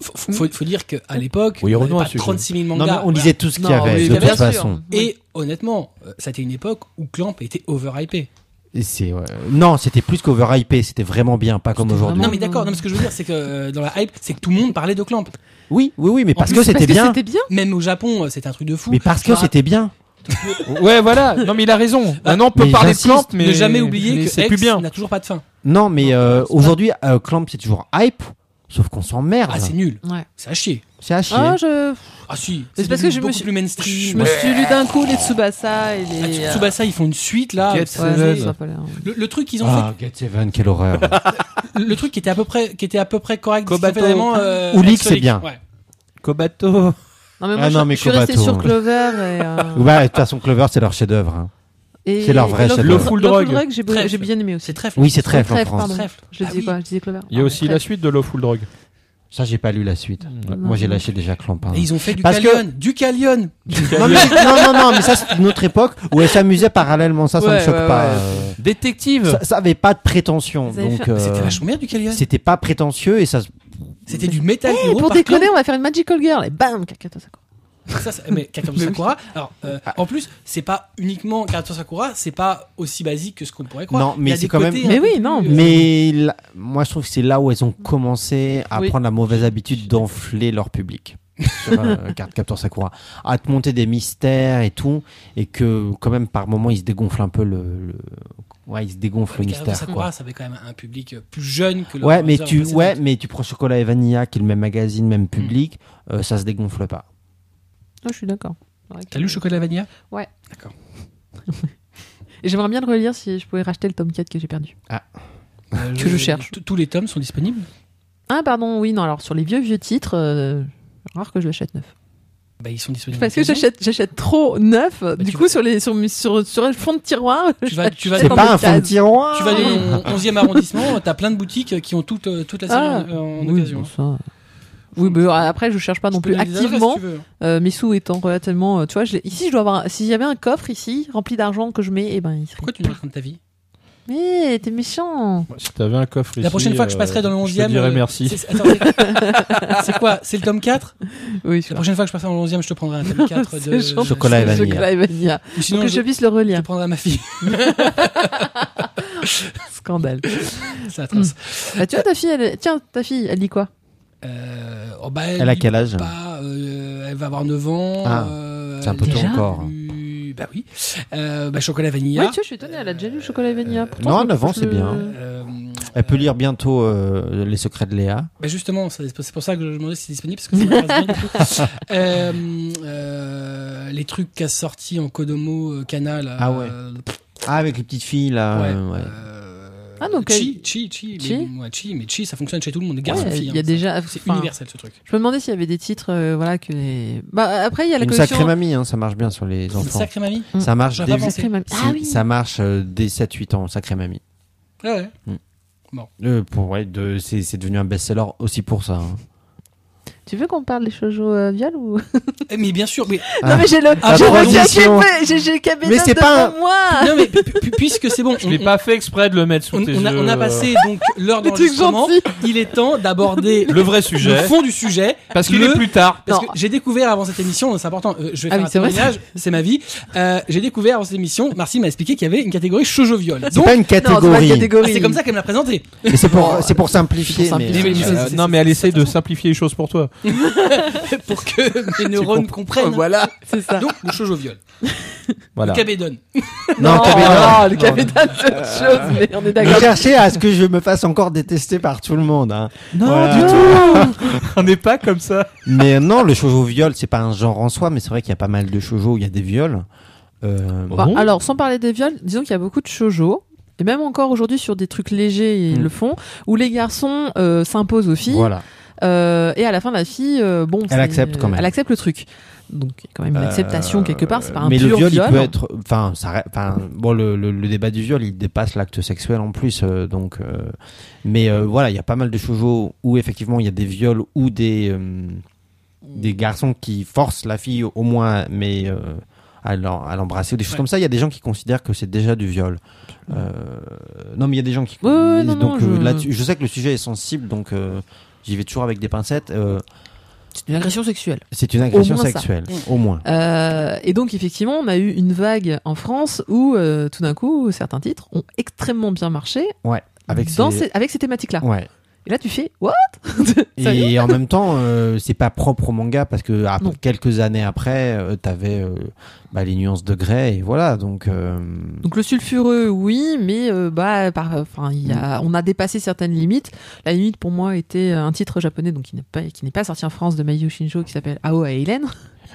Speaker 1: faut, faut- faut- faut dire qu'à l'époque,
Speaker 3: Oui,
Speaker 1: on
Speaker 3: revenons
Speaker 1: avait
Speaker 3: à
Speaker 1: pas
Speaker 3: ce sujet.
Speaker 1: 36 000
Speaker 2: Non,
Speaker 1: mangas.
Speaker 2: mais on
Speaker 1: Voilà.
Speaker 2: lisait tout ce qu'il y
Speaker 4: Non,
Speaker 2: avait,
Speaker 1: oui,
Speaker 2: de
Speaker 1: bien
Speaker 2: toute
Speaker 1: sûr.
Speaker 2: façon.
Speaker 1: Et honnêtement, euh, ça a été une époque où Clamp était overhypé.
Speaker 2: Et c'est, ouais. Non, c'était plus qu'overhypé, c'était vraiment bien, pas comme
Speaker 4: C'était
Speaker 2: aujourd'hui.
Speaker 4: Non,
Speaker 1: Non, mais d'accord, non, mais ce que je veux dire, c'est que euh, dans la hype, c'est que tout le monde parlait de Clamp.
Speaker 2: Oui, oui, oui, mais parce
Speaker 1: plus,
Speaker 2: que c'était bien.
Speaker 4: C'était bien.
Speaker 1: Même au Japon, euh, c'est un truc de fou.
Speaker 2: Mais parce que
Speaker 1: Enfin,
Speaker 2: c'était bien.
Speaker 3: ouais, voilà. Bah, Non, mais il a <laughs> raison. Maintenant, on peut
Speaker 2: Mais
Speaker 3: parler de
Speaker 2: j'insiste,
Speaker 3: Clamp, mais
Speaker 1: Ne jamais oublier
Speaker 3: mais
Speaker 1: que
Speaker 3: c'est plus
Speaker 1: X
Speaker 3: bien.
Speaker 1: n'a toujours pas de fin. Ah,
Speaker 2: Non, mais euh,
Speaker 1: c'est pas-
Speaker 2: aujourd'hui, euh, Clamp, c'est toujours hype, sauf qu'on s'emmerde.
Speaker 1: Ah, c'est nul.
Speaker 4: Ouais.
Speaker 1: C'est à chier.
Speaker 2: c'est à chier.
Speaker 4: Ah je,
Speaker 1: Ah si,
Speaker 4: Mais c'est parce que je me
Speaker 1: beaucoup
Speaker 4: suis-
Speaker 1: plus
Speaker 4: je
Speaker 1: mainstream.
Speaker 4: me euh, suis lu d'un coup les Tsubasa et
Speaker 1: Ah,
Speaker 4: les.
Speaker 1: Tsubasa, ils font une suite là.
Speaker 3: Get
Speaker 1: C'est-
Speaker 4: Ouais,
Speaker 1: c'est-
Speaker 4: non,
Speaker 3: Seven.
Speaker 4: ça a pas l'air.
Speaker 1: le, le truc qu'ils ont
Speaker 2: Ah, Get Seven, quelle horreur. <laughs>
Speaker 1: fait, le truc qui était à peu près, qui était à peu près correct.
Speaker 3: Kobato.
Speaker 1: finalement, euh,
Speaker 2: Ou Lick,
Speaker 1: Axel
Speaker 2: Ah. c'est
Speaker 1: Lick.
Speaker 2: bien.
Speaker 1: Ouais.
Speaker 3: Kobato.
Speaker 4: Non mais moi
Speaker 2: Ah
Speaker 4: je,
Speaker 2: non, mais
Speaker 4: je suis resté
Speaker 2: Kobato.
Speaker 4: sur Clover et.
Speaker 2: <laughs>
Speaker 4: euh,
Speaker 2: bah, de toute façon, Clover, c'est leur chef-d'œuvre. hein.
Speaker 4: et-
Speaker 2: c'est leur vrai
Speaker 4: et Love-
Speaker 2: chef-d'œuvre.
Speaker 4: Love-
Speaker 3: Le Full
Speaker 4: Love
Speaker 3: Drug.
Speaker 4: Drug, j'ai beau-
Speaker 1: Trèfle.
Speaker 4: j'ai bien aimé aussi.
Speaker 1: C'est trèfle.
Speaker 2: Oui, c'est trèfle en
Speaker 4: Trèfle,
Speaker 2: France.
Speaker 4: pardon.
Speaker 1: Trèfle.
Speaker 4: Je le
Speaker 1: Ah
Speaker 4: disais
Speaker 1: oui.
Speaker 4: quoi Je disais Clover.
Speaker 3: <laughs> Il y a
Speaker 4: Ah,
Speaker 3: aussi la
Speaker 4: Trèfle.
Speaker 3: suite de Lawful Drug.
Speaker 2: Ça, j'ai pas lu la suite.
Speaker 3: Ouais.
Speaker 2: Moi, j'ai lâché déjà Clamp. hein.
Speaker 1: Et ils ont fait du
Speaker 2: Parce que-
Speaker 1: Calion. Du Calion.
Speaker 2: Non, mais, non, non, non, mais ça, c'est une autre époque où elle s'amusait parallèlement. Ça, ça me
Speaker 4: Ouais,
Speaker 2: choque
Speaker 4: ouais,
Speaker 2: pas.
Speaker 4: ouais.
Speaker 2: euh.
Speaker 3: Détective.
Speaker 2: Ça, ça avait pas de prétention.
Speaker 4: Vous avez
Speaker 2: Donc,
Speaker 4: fait-
Speaker 2: euh,
Speaker 1: C'était vachement bien du Calion.
Speaker 2: c'était pas prétentieux et ça. se-
Speaker 1: C'était du métal.
Speaker 4: Eh, pour déconner, on va faire une Magical Girl et bam, Kakato Sakura.
Speaker 1: Ça, ça- mais
Speaker 2: <laughs>
Speaker 1: Kakato Sakura. Alors, euh,
Speaker 2: Ah.
Speaker 1: en plus, c'est pas uniquement Kakato Sakura, c'est pas aussi basique que ce qu'on pourrait croire.
Speaker 2: Non,
Speaker 1: Il
Speaker 2: mais
Speaker 1: y a
Speaker 2: c'est
Speaker 1: des
Speaker 2: quand même-
Speaker 1: côtés un
Speaker 4: Mais
Speaker 1: peu
Speaker 4: oui,
Speaker 1: plus,
Speaker 4: non,
Speaker 1: euh,
Speaker 2: Mais là- moi, je trouve que c'est là où elles ont commencé à
Speaker 4: Oui.
Speaker 2: prendre la mauvaise habitude d'enfler leur public. <laughs> sur euh, carte Capteur Sakura, à te monter des mystères et tout, et que quand même par moment ils se dégonflent un peu le, le- ouais ils se dégonflent le
Speaker 1: mais Kakato
Speaker 2: mystère
Speaker 1: Sakura,
Speaker 2: quoi.
Speaker 1: ça avait quand même un public euh, plus jeune que. leurs
Speaker 2: Ouais, mais
Speaker 1: œuvres
Speaker 2: tu
Speaker 1: précédentes.
Speaker 2: ouais, mais tu prends Chocolat et Vanilla qui est le même magazine,
Speaker 1: Mm.
Speaker 2: même public, euh, ça se dégonfle pas.
Speaker 4: Ah, je suis d'accord. Ouais,
Speaker 1: T'as lu Chocolat
Speaker 2: <laughs>
Speaker 1: Vanilla
Speaker 4: Et J'aimerais bien le relire si je pouvais racheter le tome 4 que j'ai perdu.
Speaker 1: Euh,
Speaker 4: Que je cherche.
Speaker 1: t- Tous les tomes sont disponibles.
Speaker 4: Ah pardon, oui, non, alors sur les vieux vieux titres, euh, rare que je l'achète neuf.
Speaker 1: Bah, ils sont disponibles.
Speaker 4: Parce que
Speaker 1: en occasion.
Speaker 4: j'achète j'achète trop neuf, du
Speaker 1: Bah, tu
Speaker 4: coup sur les sur mes- sur sur le fond de tiroir.
Speaker 1: Tu vas, tu vas,
Speaker 2: C'est
Speaker 4: Attends,
Speaker 2: pas
Speaker 4: mais
Speaker 2: un fond de
Speaker 4: t'as-
Speaker 2: tiroir.
Speaker 1: tu vas
Speaker 2: Ah.
Speaker 1: dans le 11e arrondissement, t'as plein de boutiques qui ont toute, euh, toute la série
Speaker 4: Ah.
Speaker 1: en, en
Speaker 4: Oui,
Speaker 1: occasion.
Speaker 4: bon, ça, Oui, mais après, je cherche pas non
Speaker 1: Je peux
Speaker 4: plus
Speaker 1: donner des adresses,
Speaker 4: activement.
Speaker 1: si tu veux.
Speaker 4: Euh, mes sous étant relativement, euh, tu vois, je l'ai- ici je dois avoir, un- s'il y avait un coffre ici rempli d'argent que je mets, et eh ben il serait.
Speaker 1: Pourquoi tu nous racontes ta vie
Speaker 4: Mais t'es méchant.
Speaker 3: Si t'avais un coffre euh,
Speaker 1: La prochaine
Speaker 2: euh,
Speaker 1: fois que je passerai dans le 11 e
Speaker 3: je te dirais merci.
Speaker 1: C'est attends, c'est- c'est quoi <laughs> C'est le tome 4
Speaker 4: Oui, je
Speaker 1: La prochaine fois que je passerai dans le 11 e je te prendrai un tome 4 de
Speaker 4: <laughs> C'est gentil.
Speaker 2: Chocolat et vanille.
Speaker 4: Chocolat et vanilla.
Speaker 1: Ou
Speaker 4: Pour
Speaker 1: Sinon,
Speaker 4: que
Speaker 1: je,
Speaker 4: je puisse le
Speaker 1: je
Speaker 4: relire. <laughs>
Speaker 1: prendrai à ma fille. <laughs>
Speaker 4: Scandale.
Speaker 1: C'est
Speaker 2: Mm.
Speaker 1: atroce.
Speaker 4: Bah, tu vois, ta fille, elle, tiens, ta fille, elle dit quoi
Speaker 1: Euh, oh, bah,
Speaker 2: Elle a
Speaker 1: lit
Speaker 2: quel âge
Speaker 1: pas, euh, Elle va avoir 9 ans.
Speaker 2: Ah,
Speaker 1: euh,
Speaker 2: c'est un peu
Speaker 1: elle
Speaker 4: tôt
Speaker 1: lit
Speaker 2: encore.
Speaker 1: du- Bah oui. Euh, bah, chocolat
Speaker 4: Oui,
Speaker 1: vanilla.
Speaker 4: tu vois, je suis étonnée, elle a déjà lu Chocolat et vanilla. Pourtant,
Speaker 2: non,
Speaker 4: je-
Speaker 2: neuf ans,
Speaker 4: je
Speaker 2: c'est
Speaker 4: le-
Speaker 2: bien.
Speaker 1: Euh,
Speaker 2: Elle peut lire bientôt euh, Les Secrets de Léa.
Speaker 1: Bah justement, c'est c'est pour ça que je demandais si c'est disponible parce que ça m'intéresse bien, du coup.
Speaker 2: <laughs>
Speaker 1: Euh, euh, les trucs qu'a sorti en Kodomo euh, Canal.
Speaker 2: Ah ouais. Ah, avec les petites filles là. euh, ouais.
Speaker 1: euh,
Speaker 4: Ah, donc,
Speaker 1: chi, chi, chi,
Speaker 4: Chi
Speaker 1: mais, ouais, chi, mais chi, ça fonctionne chez tout le monde,
Speaker 4: Ouais,
Speaker 1: garçon, fille.
Speaker 4: il y a
Speaker 1: hein,
Speaker 4: déjà.
Speaker 1: ça. C'est
Speaker 4: enfin,
Speaker 1: universel ce truc.
Speaker 4: Je me demandais s'il y avait des titres, euh, voilà, que. les- Bah, après, il y a la
Speaker 2: Une
Speaker 4: collection.
Speaker 2: sacrée mamie, hein, ça marche bien sur les
Speaker 1: C'est
Speaker 2: enfants.
Speaker 1: sacré mamie.
Speaker 2: Ça marche
Speaker 1: J'aurais
Speaker 2: dès,
Speaker 1: pas pensé.
Speaker 4: Sacrée mamie. Ah
Speaker 2: si,
Speaker 4: oui.
Speaker 2: ça marche euh, dès 7-8 ans, sacrée mamie.
Speaker 1: Ah ouais.
Speaker 2: Euh, pour, ouais, de- c'est c'est devenu un best-seller aussi pour ça. hein.
Speaker 4: Tu veux qu'on parle des shoujo euh, viol ou
Speaker 1: Eh, Mais bien sûr, mais,
Speaker 2: Ah.
Speaker 4: <laughs> Non mais j'ai le.
Speaker 1: Ah,
Speaker 4: j'ai
Speaker 1: pardon,
Speaker 4: reçu à
Speaker 2: attention.
Speaker 4: quel point j'ai j'ai Cabezas
Speaker 2: Mais c'est pas
Speaker 4: devant moi.
Speaker 1: non, mais pu- pu- puisque c'est bon,
Speaker 3: Je
Speaker 1: on,
Speaker 3: l'ai pas fait exprès de le mettre sous
Speaker 1: on-
Speaker 3: tes
Speaker 1: on a,
Speaker 3: yeux,
Speaker 1: on a
Speaker 3: euh,
Speaker 1: passé donc
Speaker 4: <laughs>
Speaker 1: l'heure
Speaker 4: Des trucs
Speaker 1: d'enregistrement.
Speaker 4: gentils.
Speaker 1: Il est temps
Speaker 2: <laughs>
Speaker 1: d'aborder
Speaker 3: le vrai
Speaker 1: le
Speaker 3: sujet.
Speaker 1: fond du sujet.
Speaker 3: Parce qu'il
Speaker 1: le-
Speaker 3: est plus tard.
Speaker 1: Parce
Speaker 4: Non.
Speaker 1: que j'ai découvert avant cette émission, c'est important, euh, je vais
Speaker 4: Ah
Speaker 1: faire
Speaker 4: oui,
Speaker 1: un
Speaker 4: c'est vrai,
Speaker 1: témoignage, c'est ma vie. Euh, j'ai découvert avant cette émission, Marcy m'a expliqué qu'il y avait une catégorie shoujo viol.
Speaker 2: C'est
Speaker 1: Donc,
Speaker 2: pas une
Speaker 4: Non, c'est pas une
Speaker 2: catégorie.
Speaker 1: ah,
Speaker 4: catégorie.
Speaker 1: c'est comme ça qu'elle me l'a présenté.
Speaker 2: mais c'est pour,
Speaker 4: Oh,
Speaker 2: c'est pour simplifier.
Speaker 4: pour
Speaker 2: mais-
Speaker 4: simplifier.
Speaker 1: Mais- mais-
Speaker 3: Euh,
Speaker 1: c'est-
Speaker 3: non
Speaker 1: c'est-
Speaker 3: mais elle
Speaker 1: c'est-
Speaker 3: essaye
Speaker 1: c'est-
Speaker 3: de simplifier les choses pour toi.
Speaker 1: pour
Speaker 4: <laughs>
Speaker 1: que mes neurones comprennent.
Speaker 3: Voilà.
Speaker 4: C'est ça.
Speaker 1: Donc, le shoujo viol.
Speaker 3: Voilà.
Speaker 1: Le cabédon.
Speaker 2: Non, Cabezas.
Speaker 4: non, ah, le Cabezas, c'est autre
Speaker 2: Euh,
Speaker 4: chose. Mais on est
Speaker 2: Vous
Speaker 4: d'accord.
Speaker 2: cherchez à ce que je me fasse encore détester par tout le monde. hein.
Speaker 4: Non,
Speaker 2: Voilà.
Speaker 4: du tout.
Speaker 3: On n'est pas comme ça.
Speaker 2: Mais non, le shoujo viol, c'est pas un genre en soi, mais c'est vrai qu'il y a pas mal de shoujo où il y a des viols. Euh,
Speaker 4: Bah,
Speaker 3: bon
Speaker 4: alors, sans parler des viols, disons qu'il y a beaucoup de shoujo. Et même encore aujourd'hui sur des trucs légers, ils
Speaker 2: Mm.
Speaker 4: le font, où les garçons euh, s'imposent aux filles,
Speaker 2: voilà.
Speaker 4: euh, et à la fin la fille, euh, bon, c'est-
Speaker 2: accepte quand même.
Speaker 4: elle accepte le truc. Donc il y a quand même une acceptation
Speaker 2: Euh,
Speaker 4: quelque part, c'est pas un
Speaker 2: mais
Speaker 4: pur
Speaker 2: le viol, il peut être. Enfin, ça, re- enfin, bon, le, le- le débat du viol, il dépasse l'acte sexuel en plus. euh, donc, euh, mais euh, voilà, il y a pas mal de shoujo où effectivement il y a des viols ou des euh, des garçons qui forcent la fille au moins, mais euh, à l'en- à l'embrasser ou des choses
Speaker 1: Ouais.
Speaker 2: comme ça. Il y a des gens qui considèrent que c'est déjà du viol. Euh, non, mais il y a des gens qui.
Speaker 4: Ouais, ouais, non,
Speaker 2: donc
Speaker 4: non,
Speaker 2: euh,
Speaker 4: je-
Speaker 2: là-dessus- je... sais que le sujet est sensible, donc euh, j'y vais toujours avec des pincettes. euh,
Speaker 4: C'est une agression sexuelle.
Speaker 2: c'est une agression
Speaker 4: moins ça. Mm.
Speaker 2: sexuelle, au moins.
Speaker 4: Euh, et donc effectivement, on a eu une vague en France où euh, tout d'un coup, certains titres ont extrêmement bien marché
Speaker 2: Ouais. Avec
Speaker 4: dans
Speaker 2: ces-
Speaker 4: ces- avec ces thématiques-là.
Speaker 2: Ouais.
Speaker 4: Et là, tu fais what <laughs> Sérieux
Speaker 2: Et en même temps, euh, c'est pas propre au manga parce que à-
Speaker 4: Non.
Speaker 2: quelques années après, euh, t'avais euh, bah, les nuances de grès et voilà. Donc, euh,
Speaker 4: Donc le sulfureux, oui, mais euh, bah, par- enfin, il y a,
Speaker 2: Mm.
Speaker 4: on a dépassé certaines limites. La limite pour moi était euh, un titre japonais, donc qui n'est pas qui n'est pas sorti en France de Mayu Shinjo, qui s'appelle Ao à Hélène.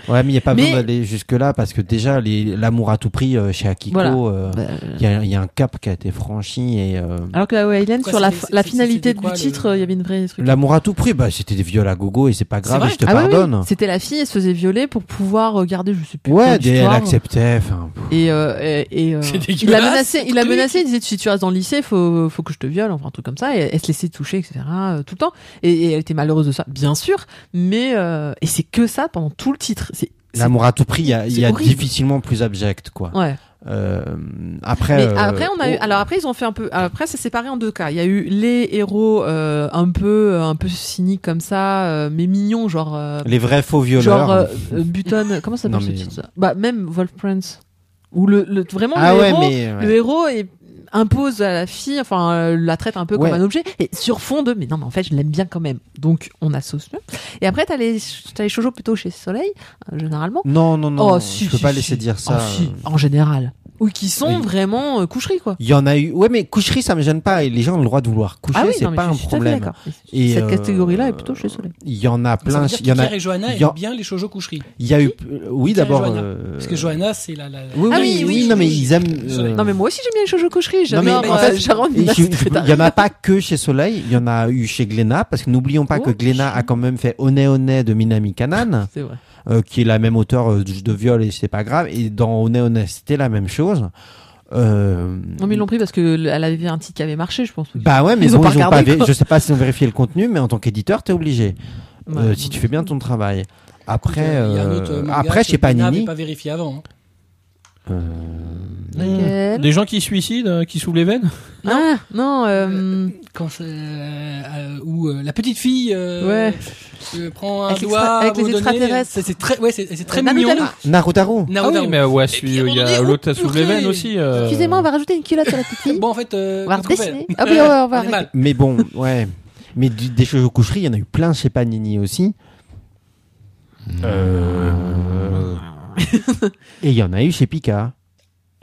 Speaker 2: ouais, mais il y a pas
Speaker 4: Mais-
Speaker 2: besoin d'aller jusque là parce que déjà les- l'amour à tout prix euh, chez Akiko,
Speaker 4: Voilà.
Speaker 2: euh,
Speaker 4: Bah,
Speaker 2: il y a- il y, a un cap qui a été franchi et euh,
Speaker 4: alors que la Ao à Hélène,
Speaker 1: Quoi,
Speaker 4: sur la,
Speaker 1: c'était-
Speaker 4: f- la
Speaker 1: c'était- c'était
Speaker 4: finalité
Speaker 1: quoi,
Speaker 4: du
Speaker 1: le-
Speaker 4: titre, il y avait une vraie truc.
Speaker 2: l'amour à tout prix, bah c'était des viols à gogo et c'est pas grave,
Speaker 1: vrai
Speaker 2: je te
Speaker 4: Ah oui, oui.
Speaker 2: pardonne.
Speaker 4: C'était la fille, elle se faisait violer pour pouvoir garder, je sais plus.
Speaker 2: Ouais,
Speaker 4: quelle
Speaker 2: des- elle
Speaker 4: histoire.
Speaker 2: acceptait. enfin, pff.
Speaker 4: Et, euh, et, et, euh,
Speaker 1: C'est
Speaker 4: il
Speaker 1: dégueulasse,
Speaker 4: a menacé, il a
Speaker 1: truc.
Speaker 4: menacé, il disait si tu restes dans le lycée, faut, faut que je te viole, enfin un truc comme ça. Et elle se laissait toucher, etc. euh, tout le temps. Et, et elle était malheureuse de ça, bien sûr. Mais euh, et c'est que ça pendant tout le titre. C'est c'est-
Speaker 2: L'amour à tout prix, il y a, il y a
Speaker 4: c'est horrible.
Speaker 2: difficilement plus abject quoi.
Speaker 4: ouais.
Speaker 2: Euh, après,
Speaker 4: Mais
Speaker 2: euh,
Speaker 4: après on a eu,
Speaker 2: oh,
Speaker 4: alors après ils ont fait un peu, après c'est séparé en deux cas. Il y a eu les héros euh, un peu, un peu cyniques comme ça, euh, mais mignons, genre. euh,
Speaker 2: les vrais faux violeurs.
Speaker 4: Genre euh, euh, Button, comment ça
Speaker 2: Non,
Speaker 4: s'appelle ce
Speaker 2: mais-
Speaker 4: titre ça Bah même Wolf Prince ou le, le- vraiment
Speaker 2: ah
Speaker 4: le
Speaker 2: ouais,
Speaker 4: héros,
Speaker 2: mais ouais.
Speaker 4: le héros est- impose à la fille, enfin euh, la traite un peu
Speaker 2: Ouais.
Speaker 4: comme un objet et sur fond de mais non mais en fait je l'aime bien quand même. Donc on associe. Et après t'as les t'as les shoujo plutôt chez Soleil euh, généralement.
Speaker 2: Non, non, non.
Speaker 4: Oh,
Speaker 2: non,
Speaker 4: si,
Speaker 2: je peux
Speaker 4: si,
Speaker 2: pas
Speaker 4: si.
Speaker 2: laisser dire ça. euh,
Speaker 4: Ah, si, en général. Ou qui sont
Speaker 2: Oui.
Speaker 4: vraiment euh, coucheries quoi.
Speaker 2: Il y en a eu. Ouais, mais coucherie, ça me gêne pas. Et les gens ont le droit de vouloir coucher,
Speaker 4: ah oui,
Speaker 2: c'est
Speaker 4: non, mais
Speaker 2: pas
Speaker 4: je
Speaker 2: un
Speaker 4: suis tout à fait
Speaker 2: problème.
Speaker 4: d'accord.
Speaker 2: Et,
Speaker 4: Cette
Speaker 2: euh,
Speaker 4: catégorie là est plutôt chez Soleil.
Speaker 2: Il y en a plein.
Speaker 1: Plein,
Speaker 2: Il y en a.
Speaker 1: et Johanna
Speaker 2: il y en-
Speaker 1: aiment bien les shoujo coucheries.
Speaker 2: Il y a eu. euh, Oui,
Speaker 1: Pierre et
Speaker 2: d'abord.
Speaker 1: Johanna.
Speaker 2: euh,
Speaker 1: Parce que Johanna, c'est la, la, la-
Speaker 2: Oui,
Speaker 4: Ah
Speaker 2: oui,
Speaker 4: oui,
Speaker 2: oui,
Speaker 4: oui,
Speaker 2: non, mais
Speaker 1: oui.
Speaker 2: ils aiment.
Speaker 1: Désolé.
Speaker 2: euh,
Speaker 4: Non mais moi aussi j'aime bien les shoujo coucheries.
Speaker 2: Non, mais
Speaker 4: J'adore
Speaker 1: en
Speaker 4: euh,
Speaker 1: fait,
Speaker 4: Sharon
Speaker 2: et je- je-
Speaker 4: Minas-
Speaker 2: Il y en a pas que chez Soleil, il y en a eu chez Glénat, parce que n'oublions pas
Speaker 4: Oh,
Speaker 2: que Glénat a quand même fait Oné Oné de Minami Kanan,
Speaker 4: C'est vrai.
Speaker 2: euh, qui est la même auteur euh, de de viol et c'est pas grave, et dans Oné Oné c'était la même chose. Euh,
Speaker 4: Non, mais ils l'ont pris parce qu'elle avait un titre qui avait marché, je pense.
Speaker 2: Bah ouais, mais
Speaker 4: Ils ont
Speaker 2: bon,
Speaker 4: pas
Speaker 2: ils ont
Speaker 4: regardé,
Speaker 2: pas vé-
Speaker 4: quoi.
Speaker 2: je sais pas s'ils ont vérifié le contenu, mais en tant qu'éditeur, t'es obligé. euh,
Speaker 4: Ouais.
Speaker 2: si tu fais bien ton travail. Après,
Speaker 1: Il y a un autre
Speaker 2: euh,
Speaker 1: manga
Speaker 2: après
Speaker 1: que
Speaker 2: chez
Speaker 1: n'avait
Speaker 2: Panini,
Speaker 1: pas vérifié avant. hein.
Speaker 2: euh,
Speaker 4: Lequel
Speaker 3: Des gens qui se suicident, euh, qui s'ouvrent les veines
Speaker 4: Ah, non, euh,
Speaker 1: Quand c'est, euh, euh, où euh, la petite fille euh,
Speaker 4: ouais.
Speaker 1: euh, prend un
Speaker 4: Avec
Speaker 1: doigt
Speaker 4: l'extra- avec
Speaker 1: à un
Speaker 4: les
Speaker 1: moment donné,
Speaker 4: extraterrestres.
Speaker 1: C'est c'est très, ouais, c'est c'est très
Speaker 4: Naruto.
Speaker 1: mignon.
Speaker 2: Narutaro.
Speaker 1: Naruto.
Speaker 3: Ah oui, mais ouais,
Speaker 1: puis, à un
Speaker 3: celui- il y
Speaker 1: moment
Speaker 3: a
Speaker 1: donné,
Speaker 3: l'autre
Speaker 1: oh,
Speaker 3: qui s'ouvre les
Speaker 1: purée.
Speaker 3: veines aussi. euh.
Speaker 5: Excusez-moi, on va rajouter une culotte à la petite fille.
Speaker 1: Bon, en fait, euh,
Speaker 5: on va
Speaker 1: petite coupelle.
Speaker 5: redessiner. Ah oui, ouais,
Speaker 1: <laughs>
Speaker 5: on va
Speaker 1: On est
Speaker 5: arrêter.
Speaker 1: mal.
Speaker 2: Mais bon, ouais. Mais du- des choses aux coucheries, il y en a eu plein chez Panini aussi. Euh, Et il y en a eu chez Pika.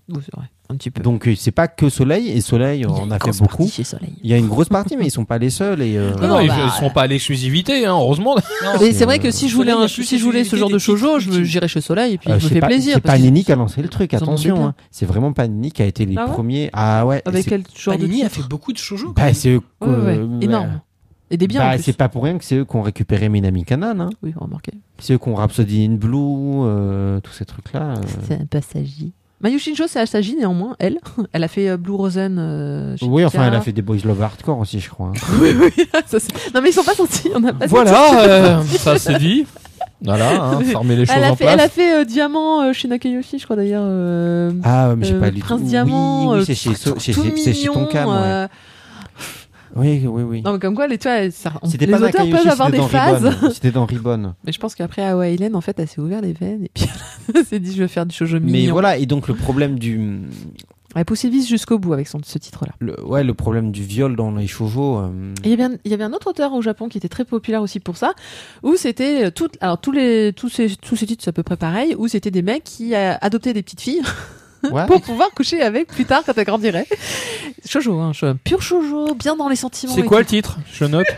Speaker 4: Oui, c'est vrai, un petit peu.
Speaker 2: Donc euh, c'est pas que Soleil, et Soleil, on en a fait beaucoup.
Speaker 4: Chez Soleil.
Speaker 2: Il y a une grosse partie, mais ils sont pas les seuls. Et, euh,
Speaker 3: Non, non, ils
Speaker 4: bah,
Speaker 3: ils sont pas à l'exclusivité, hein, heureusement.
Speaker 1: Non,
Speaker 4: Mais c'est vrai
Speaker 2: euh,
Speaker 4: que si je voulais,
Speaker 1: Soleil, il y
Speaker 4: un,
Speaker 1: a plus
Speaker 4: si je voulais ce genre de
Speaker 1: possibilité
Speaker 4: shoujo, je
Speaker 1: d'équipe.
Speaker 4: me- j'irais chez Soleil et puis
Speaker 2: euh,
Speaker 4: je me
Speaker 2: c'est
Speaker 4: fais
Speaker 2: pas-
Speaker 4: plaisir.
Speaker 2: C'est
Speaker 4: parce que-
Speaker 2: Panini qui a lancé le truc,
Speaker 4: ils en ont
Speaker 2: attention.
Speaker 4: bien.
Speaker 2: hein. C'est vraiment Panini qui a été les
Speaker 4: Ah ouais
Speaker 2: premiers. Ah ouais. et
Speaker 4: Avec
Speaker 2: c'est-
Speaker 4: quel genre de
Speaker 1: Panini a
Speaker 4: titre
Speaker 1: fait beaucoup de shoujo. quand
Speaker 2: bah,
Speaker 1: même.
Speaker 2: c'est eux
Speaker 4: Ouais, ouais,
Speaker 2: euh,
Speaker 4: énorme. Et des biens
Speaker 2: bah,
Speaker 4: en plus.
Speaker 2: c'est pas pour rien que c'est eux qui ont récupéré Minami Kanan. hein.
Speaker 4: Oui, remarquez.
Speaker 2: C'est eux qui ont Rhapsody in Blue, euh, tous ces trucs-là. euh.
Speaker 5: C'est un passagi.
Speaker 4: Mayu Shinjo, c'est Asagi néanmoins, elle. <laughs> Elle a fait euh, Blue Rosen. euh, chez
Speaker 2: Oui, enfin,
Speaker 4: Pika.
Speaker 2: elle a fait des Boys Love Hardcore aussi, je crois. hein.
Speaker 4: oui, oui. <laughs> ça, c'est- non, mais ils sont pas sortis. On a pas
Speaker 3: Voilà,
Speaker 4: <laughs>
Speaker 3: euh, ça c'est dit. Voilà, hein, ça remet les choses
Speaker 4: Elle a,
Speaker 3: en
Speaker 4: fait, elle a
Speaker 3: place.
Speaker 4: fait euh, Diamant euh, chez Nakayoshi, je crois d'ailleurs. euh,
Speaker 2: Ah, mais j'ai
Speaker 4: euh,
Speaker 2: pas lu.
Speaker 4: Prince
Speaker 2: tout.
Speaker 4: Diamant.
Speaker 2: Oui,
Speaker 4: euh,
Speaker 2: oui, c'est chez,
Speaker 4: tout-
Speaker 2: c'est
Speaker 4: tout
Speaker 2: chez, c'est chez
Speaker 4: mignon,
Speaker 2: Tonkam, ouais.
Speaker 4: euh,
Speaker 2: Oui, oui, oui.
Speaker 4: Non, mais comme quoi, les, tu vois, ça- on-
Speaker 2: C'était
Speaker 4: les
Speaker 2: pas
Speaker 4: auteurs
Speaker 2: Nakayoshi,
Speaker 4: peuvent avoir
Speaker 2: c'était
Speaker 4: des
Speaker 2: dans
Speaker 4: phases. <laughs>
Speaker 2: Ribbon. C'était dans Ribbon.
Speaker 4: Mais je pense qu'après Hawaii Island, en fait, elle s'est ouvert les veines et puis elle <laughs> s'est dit, je vais faire du shoujo mignon.
Speaker 2: Mais voilà, et donc le problème du,
Speaker 4: Elle a poussé vice jusqu'au bout avec son, ce titre-là.
Speaker 2: le- ouais, le problème du viol dans les shoujo. euh,
Speaker 4: Et Il y, avait un, il y avait un autre auteur au Japon qui était très populaire aussi pour ça, où c'était euh, tout, alors tous les tous ces tous ces titres c'est à peu près pareil, où c'était des mecs qui euh, adoptaient des petites filles
Speaker 2: ouais.
Speaker 4: <laughs> pour pouvoir coucher avec plus tard quand elles grandiraient. Shoujo, hein, shou- pur shoujo, bien dans les sentiments.
Speaker 3: C'est
Speaker 4: et
Speaker 3: quoi le
Speaker 4: tout.
Speaker 3: titre Je note.
Speaker 4: <laughs>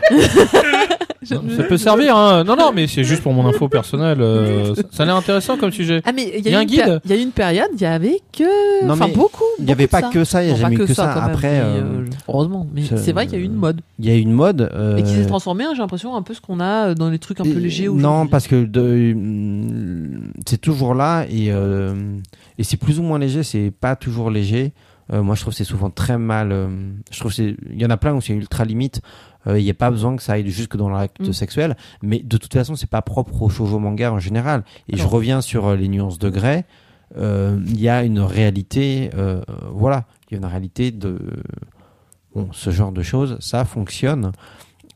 Speaker 4: Je-
Speaker 3: Ça peut servir. Hein. Non, non, mais c'est juste pour mon info personnelle. euh, ça- ça a l'air intéressant comme sujet.
Speaker 4: Ah mais
Speaker 3: Il
Speaker 4: il y
Speaker 3: y a
Speaker 4: a
Speaker 3: un
Speaker 4: eu une péri-
Speaker 3: guide
Speaker 4: il y a eu une période, il y avait que
Speaker 2: Non,
Speaker 4: enfin
Speaker 2: mais
Speaker 4: beaucoup.
Speaker 2: Il n'y avait
Speaker 4: beaucoup de
Speaker 2: pas que ça, il n'y a
Speaker 4: Enfin,
Speaker 2: jamais eu que ça.
Speaker 4: quand même,
Speaker 2: Après,
Speaker 4: mais,
Speaker 2: euh,
Speaker 4: euh, heureusement, mais
Speaker 2: ça-
Speaker 4: c'est vrai qu'il y a eu une mode
Speaker 2: il y a une mode. euh,
Speaker 4: et qui s'est transformée. hein, J'ai l'impression un peu ce qu'on a euh, dans les trucs un peu
Speaker 2: et-
Speaker 4: légers.
Speaker 2: Non,
Speaker 4: aujourd'hui.
Speaker 2: parce que de- hum, c'est toujours là et, euh, et c'est plus ou moins léger, c'est pas toujours léger. Euh, moi, je trouve que c'est souvent très mal. euh, je trouve que c'est- il y en a plein où c'est ultra limite. Euh, Il n'y a pas besoin que ça aille jusque dans l'acte
Speaker 4: Mm.
Speaker 2: sexuel, mais de toute façon, c'est pas propre au shoujo manga en général. Et je
Speaker 4: Alors.
Speaker 2: reviens sur euh, les nuances de grès. Euh, Il y a une réalité, euh, voilà, il y a une réalité de bon, ce genre de choses, ça fonctionne.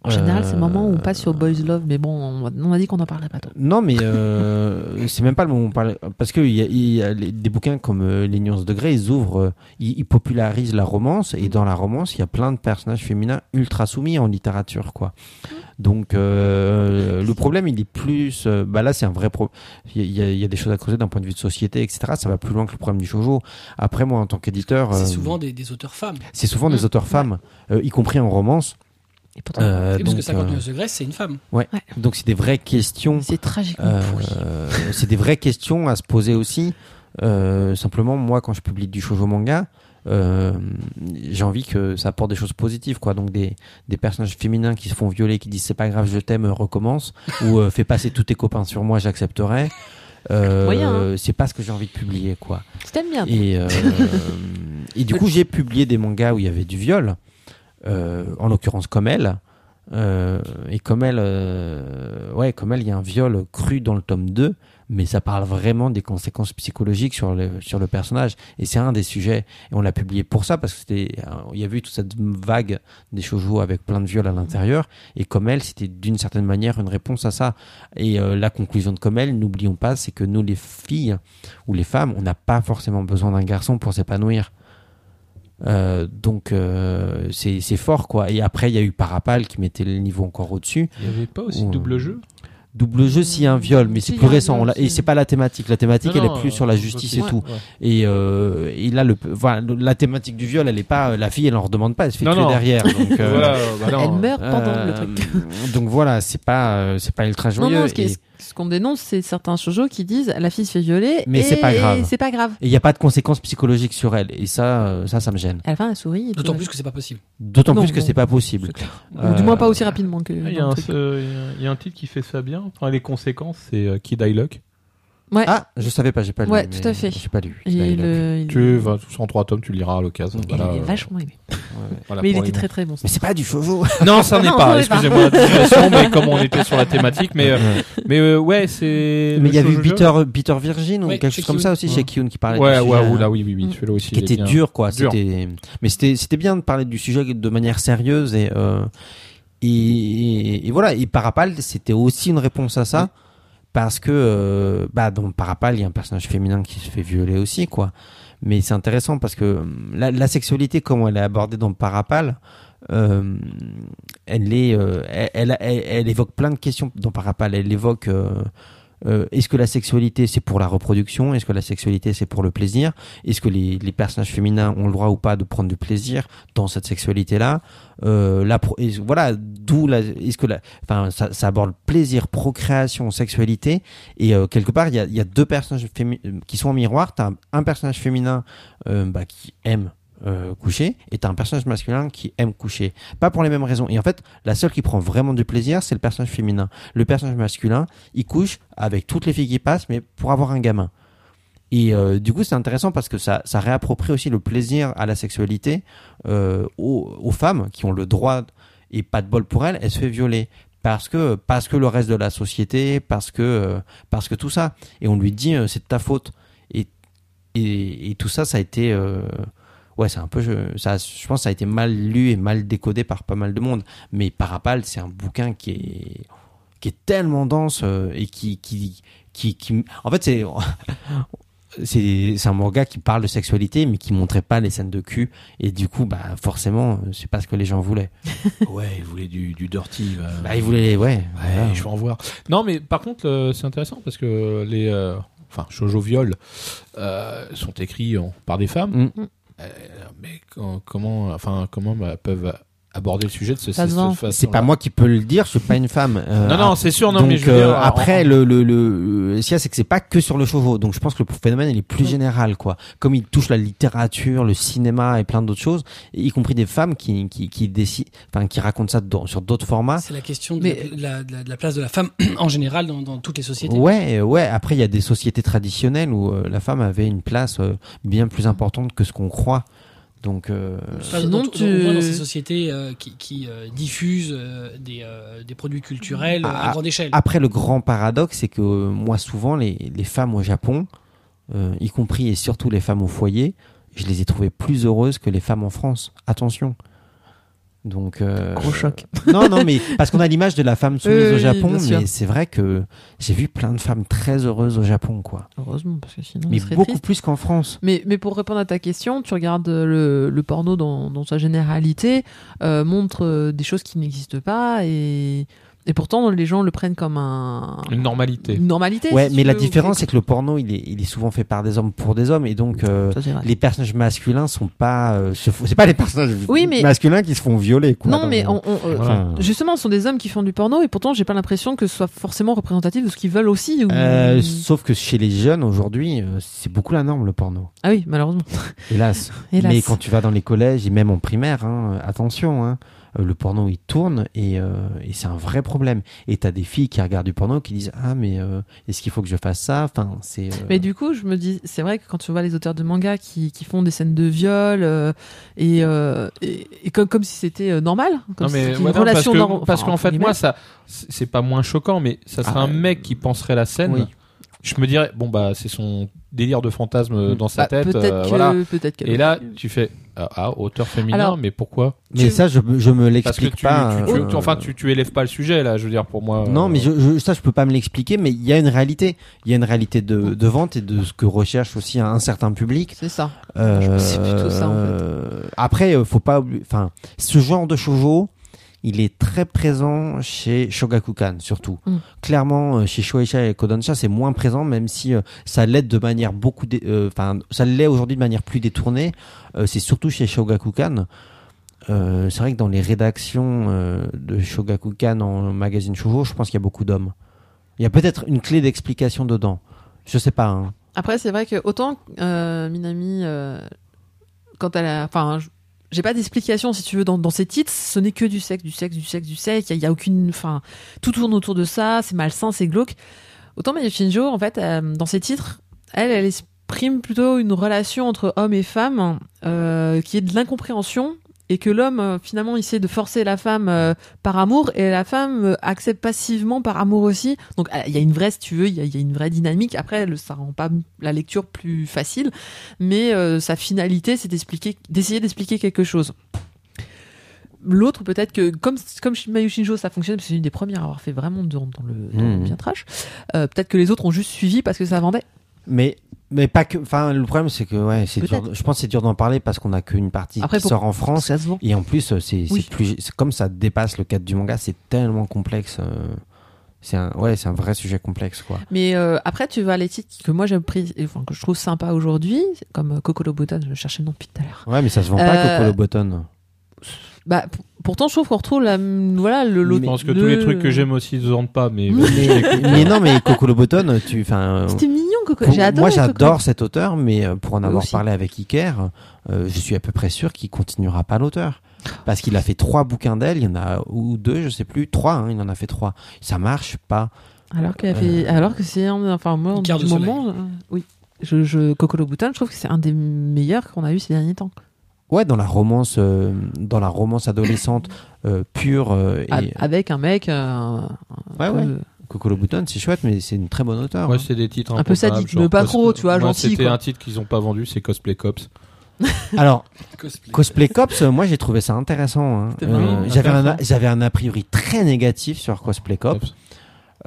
Speaker 4: En général, c'est le moment où on
Speaker 2: Euh,
Speaker 4: passe sur Boys Love, mais bon, on, on a dit qu'on en parlerait pas trop.
Speaker 2: non, mais euh, <laughs> c'est même pas le moment où on parle. Parce que il y a, il y a les- des bouquins comme euh, Les Nuances de Grey, ils ouvrent, euh, ils, ils popularisent la romance. Et dans la romance, il y a plein de personnages féminins ultra soumis en littérature, quoi. Donc, euh, le problème, il est plus. euh, bah là, c'est un vrai problème. Il y, a- il y a des choses à creuser d'un point de vue de société, etc. Ça va plus loin que le problème du shoujo. Après, moi, en tant qu'éditeur. euh,
Speaker 1: C'est souvent des, des auteurs femmes.
Speaker 2: c'est souvent des auteurs femmes, euh, y compris en romance.
Speaker 4: Et pourtant,
Speaker 2: Euh,
Speaker 1: Parce que
Speaker 2: donc,
Speaker 1: 59
Speaker 2: euh,
Speaker 1: degrés, c'est une femme.
Speaker 2: donc, c'est des vraies questions.
Speaker 4: c'est tragiquement
Speaker 2: Euh,
Speaker 4: pourri.
Speaker 2: <laughs> c'est des vraies questions à se poser aussi. Euh, simplement, moi, quand je publie du shoujo manga, euh, j'ai envie que ça apporte des choses positives, quoi. Donc des, des personnages féminins qui se font violer, qui disent c'est pas grave, je t'aime, recommence, ou euh, fais passer tous tes copains sur moi, j'accepterai. Euh,
Speaker 4: Moyen, hein.
Speaker 2: C'est pas ce que j'ai envie de publier, quoi.
Speaker 4: C'était bien.
Speaker 2: Et, euh, et du coup, j'ai publié des mangas où il y avait du viol, euh, en l'occurrence comme elle. Euh, et comme elle, euh, ouais, comme elle, il y a un viol cru dans le tome 2, mais ça parle vraiment des conséquences psychologiques sur le, sur le personnage. Et c'est un des sujets. Et on l'a publié pour ça, parce que c'était, euh, il y avait eu toute cette vague des shoujo avec plein de viols à l'intérieur. Et comme elle, c'était d'une certaine manière une réponse à ça. Et euh, la conclusion de comme elle, n'oublions pas, c'est que nous, les filles, où les femmes, on n'a pas forcément besoin d'un garçon pour s'épanouir. Euh, donc euh, c'est c'est fort quoi. Et après il y a eu Parapal qui mettait le niveau encore au-dessus.
Speaker 3: Il n'y avait pas
Speaker 2: aussi double
Speaker 3: jeu
Speaker 2: Double jeu s'il y a un viol, mais
Speaker 4: Si,
Speaker 2: c'est
Speaker 4: il y
Speaker 2: plus
Speaker 4: a un
Speaker 2: récent.
Speaker 4: viol,
Speaker 2: On l'a- et
Speaker 4: c'est-
Speaker 2: c'est pas la thématique. La thématique elle est plus
Speaker 4: euh,
Speaker 3: euh,
Speaker 2: sur la justice et
Speaker 4: ouais.
Speaker 2: tout. Et, euh, et là le voilà, le- la thématique du viol elle est pas la fille elle en redemande pas elle se fait
Speaker 3: Non,
Speaker 2: tuer
Speaker 3: non. <laughs>
Speaker 2: derrière. Donc, euh,
Speaker 3: Voilà, bah non.
Speaker 4: Elle meurt
Speaker 2: euh,
Speaker 4: pendant le truc.
Speaker 2: <laughs> donc voilà c'est pas euh, c'est pas ultra
Speaker 4: Non,
Speaker 2: joyeux.
Speaker 4: non, ce qui
Speaker 2: et-
Speaker 4: est- ce qu'on dénonce, c'est certains shoujo qui disent la fille se fait violer,
Speaker 2: Mais
Speaker 4: et-
Speaker 2: c'est pas grave.
Speaker 4: et C'est pas grave.
Speaker 2: et il n'y a pas de conséquences psychologiques sur elle. Et ça euh, ça ça me gêne.
Speaker 4: À la fin, elle sourit. et puis
Speaker 1: D'autant
Speaker 4: voilà.
Speaker 1: plus que c'est pas possible.
Speaker 2: D'autant
Speaker 4: Non,
Speaker 2: plus que
Speaker 4: non.
Speaker 2: c'est pas possible.
Speaker 4: Ou du moins pas
Speaker 2: Euh,
Speaker 4: aussi rapidement que.
Speaker 3: Il y,
Speaker 4: dans
Speaker 3: a
Speaker 4: le
Speaker 3: un,
Speaker 4: truc.
Speaker 3: euh, il y a un- il y a un titre qui fait ça bien. Enfin, les conséquences, c'est euh, Kid I Luck.
Speaker 4: Ouais.
Speaker 2: Ah, bah, je savais pas, j'ai pas lu.
Speaker 4: Ouais, tout
Speaker 2: mais
Speaker 4: à fait.
Speaker 2: J'ai pas lu.
Speaker 4: Et
Speaker 2: J'ai pas lu.
Speaker 4: le- il,
Speaker 3: Tu vas en trois tomes, tu le liras à l'occasion. euh,
Speaker 4: il est vachement aimé.
Speaker 2: Ouais, ouais.
Speaker 3: Voilà
Speaker 4: Mais il
Speaker 3: Bah, pour
Speaker 4: était
Speaker 3: les-
Speaker 4: très très bon.
Speaker 2: Mais c'est pas du shoujo.
Speaker 3: <laughs> Non, ça n'est
Speaker 4: Non,
Speaker 3: pas.
Speaker 4: ça n'est pas.
Speaker 3: Excusez-moi la <laughs> digression, mais comme on était sur la thématique, mais euh,
Speaker 2: Ouais.
Speaker 3: mais euh, ouais, c'est.
Speaker 2: Mais il y a
Speaker 3: le
Speaker 2: eu
Speaker 3: shoujo.
Speaker 2: Bitter, Bitter Virgin ou
Speaker 1: Ouais,
Speaker 2: quelque
Speaker 1: chez
Speaker 2: chose comme
Speaker 1: Kyun.
Speaker 2: ça aussi
Speaker 3: Ouais.
Speaker 2: chez Kyun qui parlait
Speaker 3: Ouais,
Speaker 2: du
Speaker 3: ouais,
Speaker 2: sujet,
Speaker 3: oula, oui, oui, oui,
Speaker 4: Mm.
Speaker 3: celui-là aussi.
Speaker 2: qui
Speaker 3: il est
Speaker 2: était
Speaker 3: bien.
Speaker 2: dur quoi.
Speaker 3: Dur.
Speaker 2: C'était, mais c'était, c'était bien de parler du sujet de manière sérieuse et euh, et, et- et voilà. Et Parapal, c'était aussi une réponse à ça. Parce que euh, bah dans Parapal, il y a un personnage féminin qui se fait violer aussi quoi. Mais c'est intéressant parce que euh, la, la sexualité, comment elle est abordée dans Parapal, euh, elle, est, euh, elle, elle- elle- elle évoque plein de questions dans Parapal. Elle évoque euh, euh, est-ce que la sexualité c'est pour la reproduction Est-ce que la sexualité c'est pour le plaisir Est-ce que les, les personnages féminins ont le droit ou pas de prendre du plaisir dans cette sexualité-là Euh, la pro- et Voilà, d'où la. Est-ce que la. Enfin, ça, ça aborde plaisir, procréation, sexualité. Et euh, quelque part, il y a, il y a deux personnages fémi- euh, qui sont en miroir. T'as un, un personnage féminin euh, bah, qui aime euh, coucher et t'as un personnage masculin qui aime coucher. Pas pour les mêmes raisons. Et en fait, la seule qui prend vraiment du plaisir, c'est le personnage féminin. Le personnage masculin, il couche avec toutes les filles qui passent, mais pour avoir un gamin. Et euh, du coup, c'est intéressant parce que ça, ça réapproprie aussi le plaisir à la sexualité euh, aux, aux femmes qui ont le droit et pas de bol pour elles, elles se fait violer parce que parce que le reste de la société, parce que euh, parce que tout ça. Et on lui dit euh, c'est de ta faute. Et, et et tout ça, ça a été euh, ouais, c'est un peu je, ça, je pense que ça a été mal lu et mal décodé par pas mal de monde. Mais Parapal, c'est un bouquin qui est qui est tellement dense euh, et qui qui qui, qui en fait c'est c'est c'est un manga qui parle de sexualité mais qui montrait pas les scènes de cul et du coup bah forcément euh, c'est pas ce que les gens voulaient
Speaker 3: Ouais, il voulait du, du dirty. euh,
Speaker 2: bah ils voulaient ouais,
Speaker 3: Ouais,
Speaker 2: voilà.
Speaker 3: je vais en voir. Non, mais par contre, euh, c'est intéressant parce que les, euh, enfin, shoujo viol euh, sont écrits en- par des femmes.
Speaker 2: Mm.
Speaker 3: Euh, mais quand- comment, enfin, comment bah, peuvent aborder le sujet de ce
Speaker 4: Ça se
Speaker 3: cette
Speaker 4: vend.
Speaker 3: façon-là
Speaker 2: c'est pas moi qui peux le dire je suis pas une femme euh,
Speaker 3: Non, non, c'est sûr. Non,
Speaker 2: donc,
Speaker 3: mais je veux
Speaker 2: euh,
Speaker 3: dire, en-
Speaker 2: après,
Speaker 3: en-
Speaker 2: le, le, le, ce qu'il y a, c'est que c'est pas que sur le chevaux. Donc, je pense que le phénomène, il est plus général, quoi. Comme il touche la littérature, le cinéma et plein d'autres choses, y compris des femmes qui, qui, qui décident, enfin, qui racontent ça dans- sur d'autres formats.
Speaker 1: C'est la question de,
Speaker 4: Mais-
Speaker 1: la, de la- de la place de la femme <clears throat> en général dans, dans toutes les sociétés.
Speaker 2: Ouais, euh, ouais. Après, il y a des sociétés traditionnelles où euh, la femme avait une place euh, bien plus importante que ce qu'on croit. Donc, euh,
Speaker 1: Enfin,
Speaker 4: Sinon,
Speaker 1: dans, tout-
Speaker 4: tu-
Speaker 1: au moins dans ces sociétés euh, qui, qui, euh, diffusent euh, des, euh, des produits culturels euh, à
Speaker 2: Ah,
Speaker 1: grande échelle.
Speaker 2: après, le grand paradoxe, c'est que euh, moi, souvent, les, les femmes au Japon, euh, y compris et surtout les femmes au foyer, je les ai trouvées plus heureuses que les femmes en France. Attention. Donc, euh,
Speaker 4: Gros choc.
Speaker 2: <laughs> Non, non, mais parce qu'on a l'image de la femme soumise
Speaker 4: Oui,
Speaker 2: au
Speaker 4: oui,
Speaker 2: Japon,
Speaker 4: bien sûr.
Speaker 2: mais c'est vrai que j'ai vu plein de femmes très heureuses au Japon, quoi.
Speaker 4: Heureusement, parce que sinon,
Speaker 2: Mais
Speaker 4: on serait
Speaker 2: beaucoup
Speaker 4: triste.
Speaker 2: plus qu'en France.
Speaker 4: Mais, mais pour répondre à ta question, tu regardes euh, le, le porno dans, dans sa généralité, euh, montre euh, des choses qui n'existent pas et, et pourtant les gens le prennent comme un,
Speaker 3: une normalité.
Speaker 4: une normalité.
Speaker 2: Ouais,
Speaker 4: si
Speaker 2: mais
Speaker 4: tu
Speaker 2: la
Speaker 4: veux, ou-
Speaker 2: différence, c'est que le porno, il est, il est souvent fait par des hommes pour des hommes, et donc euh,
Speaker 4: Ça, c'est vrai.
Speaker 2: les personnages masculins sont pas, euh, se font- c'est pas les personnages
Speaker 4: <laughs> Oui, mais-
Speaker 2: masculins qui se font violer. Quoi,
Speaker 4: Non,
Speaker 2: dans-
Speaker 4: mais on, on, euh,
Speaker 2: Enfin,
Speaker 4: justement, ce sont des hommes qui font du porno et pourtant j'ai pas l'impression que ce soit forcément représentatif de ce qu'ils veulent aussi. ou-
Speaker 2: euh, sauf que chez les jeunes aujourd'hui, euh, c'est beaucoup la norme le porno.
Speaker 4: Ah oui, malheureusement.
Speaker 2: Hélas.
Speaker 4: Hélas.
Speaker 2: Mais quand tu vas dans les collèges et même en primaire, hein, euh, attention, hein, euh, le porno il tourne et, euh, et c'est un vrai problème. Et t'as des filles qui regardent du porno qui disent ah mais euh, est-ce qu'il faut que je fasse ça Enfin c'est. euh,
Speaker 4: Mais du coup, je me dis, c'est vrai que quand tu vois les auteurs de manga qui, qui font des scènes de viol euh, et, euh, et, et comme, comme si c'était euh, normal,
Speaker 3: Non,
Speaker 4: comme si
Speaker 3: mais
Speaker 4: c'était
Speaker 3: ouais,
Speaker 4: une
Speaker 3: non, parce
Speaker 4: relation
Speaker 3: que-
Speaker 4: norm-
Speaker 3: parce
Speaker 4: enfin,
Speaker 3: qu'en fait,
Speaker 4: entre
Speaker 3: moi, ça, c'est c'est pas moins choquant, mais ça serait
Speaker 2: Ah,
Speaker 3: un mec qui penserait la scène.
Speaker 2: oui.
Speaker 3: Je me dirais, bon bah, c'est son délire de fantasme
Speaker 2: Mm.
Speaker 3: euh, dans sa
Speaker 4: Bah,
Speaker 3: tête.
Speaker 4: Peut-être
Speaker 3: euh,
Speaker 4: que.
Speaker 3: voilà.
Speaker 4: peut-être que-
Speaker 3: Et là, tu fais ah, ah, auteur féminin,
Speaker 4: Alors-
Speaker 3: mais pourquoi
Speaker 2: Mais
Speaker 4: tu-
Speaker 2: ça je, je me
Speaker 3: Parce que
Speaker 2: l'explique
Speaker 3: tu,
Speaker 2: pas.
Speaker 3: tu- tu-
Speaker 2: euh,
Speaker 3: tu- enfin, tu, tu élèves pas le sujet là. Je veux dire, pour moi.
Speaker 2: Non,
Speaker 3: euh,
Speaker 2: mais je, je- ça, je peux pas me l'expliquer, mais il y a une réalité. Il y a une réalité de, de vente et de ce que recherche aussi un, un certain public.
Speaker 4: C'est ça.
Speaker 2: Euh,
Speaker 4: C'est plutôt ça, en fait.
Speaker 2: Après, euh, faut pas oublier. Enfin, ce genre de shoujo, il est très présent chez Shogakukan, surtout.
Speaker 4: Mm.
Speaker 2: Clairement, euh, chez Shueisha et Kodansha, c'est moins présent, même si euh, ça l'est de manière beaucoup. dé- euh, Enfin, ça l'est aujourd'hui de manière plus détournée. Euh, c'est surtout chez Shogakukan. Euh, c'est vrai que dans les rédactions euh, de Shogakukan en magazine shoujo, je pense qu'il y a beaucoup d'hommes. Il y a peut-être une clé d'explication dedans. Je sais pas. hein.
Speaker 4: Après, c'est vrai que autant euh, Minami, euh, quand elle a. Enfin, j- j'ai pas d'explication, si tu veux, dans, dans ses titres, ce n'est que du sexe, du sexe, du sexe, du sexe. Il y a- il y, a aucune. Enfin, tout tourne autour de ça, c'est malsain, c'est glauque. Autant Mayu Shinjo, en fait, euh, dans ses titres, elle, elle exprime plutôt une relation entre homme et femme euh, qui est de l'incompréhension et que l'homme, euh, finalement, essaie de forcer la femme euh, par amour et la femme euh, accepte passivement par amour aussi. Donc, euh, il y a une vraie, si tu veux, il y a, il y a une vraie dynamique. Après, le- ça rend pas la lecture plus facile, mais euh, sa finalité, c'est d'expliquer, d'essayer d'expliquer quelque chose. L'autre, peut-être que, comme, comme Mayu Shinjo, ça fonctionne, parce que c'est une des premières à avoir fait vraiment dans, dans le, dans le
Speaker 2: Mhm.
Speaker 4: bien trash. Euh, peut-être que les autres ont juste suivi parce que ça vendait.
Speaker 2: Mais mais pas que. Enfin, le problème c'est que ouais, c'est
Speaker 4: Peut-être.
Speaker 2: dur. Je pense que c'est dur d'en parler parce qu'on a qu'une partie
Speaker 4: Après,
Speaker 2: qui
Speaker 4: pour-
Speaker 2: sort en France.
Speaker 4: Ça se vend.
Speaker 2: Et en plus, euh, c'est c'est
Speaker 4: Oui.
Speaker 2: plus c'est- comme ça dépasse le cadre du manga, c'est tellement complexe. euh, c'est un ouais, c'est un vrai sujet complexe quoi.
Speaker 4: Mais euh, après, tu vois les titres que moi j'aime pris, et, enfin, que je trouve sympa aujourd'hui, comme euh, Kokoro Button, je cherchais le nom depuis tout à l'heure.
Speaker 2: Ouais, mais ça se vend
Speaker 4: Euh,
Speaker 2: pas que pour le button.
Speaker 4: Bah, pour- pourtant, je trouve qu'on retrouve la, voilà, le
Speaker 3: Je
Speaker 4: l'autre-
Speaker 3: pense que
Speaker 4: le-
Speaker 3: tous les trucs que j'aime aussi ne se vendent pas,
Speaker 4: <laughs>
Speaker 3: mais.
Speaker 2: mais, mais non, mais Coco le button, tu
Speaker 3: hein.
Speaker 2: enfin euh,
Speaker 4: C'était mignon, Coco.
Speaker 2: Pour-
Speaker 4: J'ai adoré
Speaker 2: Moi,
Speaker 4: Coco.
Speaker 2: j'adore cet auteur, mais euh, pour en
Speaker 4: Moi
Speaker 2: avoir
Speaker 4: aussi.
Speaker 2: parlé avec Iker, euh, je suis à peu près sûr qu'il continuera pas l'auteur. Parce qu'il a fait trois bouquins d'elle, il y en a ou deux, je sais plus, trois, hein, il en a fait trois. Ça marche pas.
Speaker 4: Alors, qu'elle fait,
Speaker 2: Euh.
Speaker 4: alors que c'est un. Enfin, moi,
Speaker 1: Une carte
Speaker 4: du
Speaker 1: de soleil.
Speaker 4: moment. euh, oui. Je, je, Kokoro Button, je trouve que c'est un des meilleurs qu'on a eu ces derniers temps.
Speaker 2: Ouais, dans la romance, euh, dans la romance adolescente euh, pure euh,
Speaker 4: A-
Speaker 2: et
Speaker 4: Avec un mec. euh, un
Speaker 2: Ouais,
Speaker 4: peu-
Speaker 2: ouais. Coco le button, c'est chouette, mais c'est une très bonne auteur.
Speaker 3: Ouais,
Speaker 2: hein.
Speaker 3: c'est des titres
Speaker 4: Un peu
Speaker 3: improbables,
Speaker 4: sadique,
Speaker 3: genre
Speaker 4: mais pas
Speaker 3: Cos-
Speaker 4: trop, tu vois,
Speaker 3: Moi,
Speaker 4: gentil,
Speaker 3: C'était
Speaker 4: quoi.
Speaker 3: un titre qu'ils n'ont pas vendu, c'est Cosplay Cops.
Speaker 2: hein. Alors,
Speaker 1: Cosplay.
Speaker 2: Cosplay Cops, euh, moi j'ai trouvé ça intéressant. hein.
Speaker 1: C'était vraiment
Speaker 2: j'avais un a-
Speaker 3: intéressant.
Speaker 2: j'avais un a priori très négatif sur Cosplay Cops,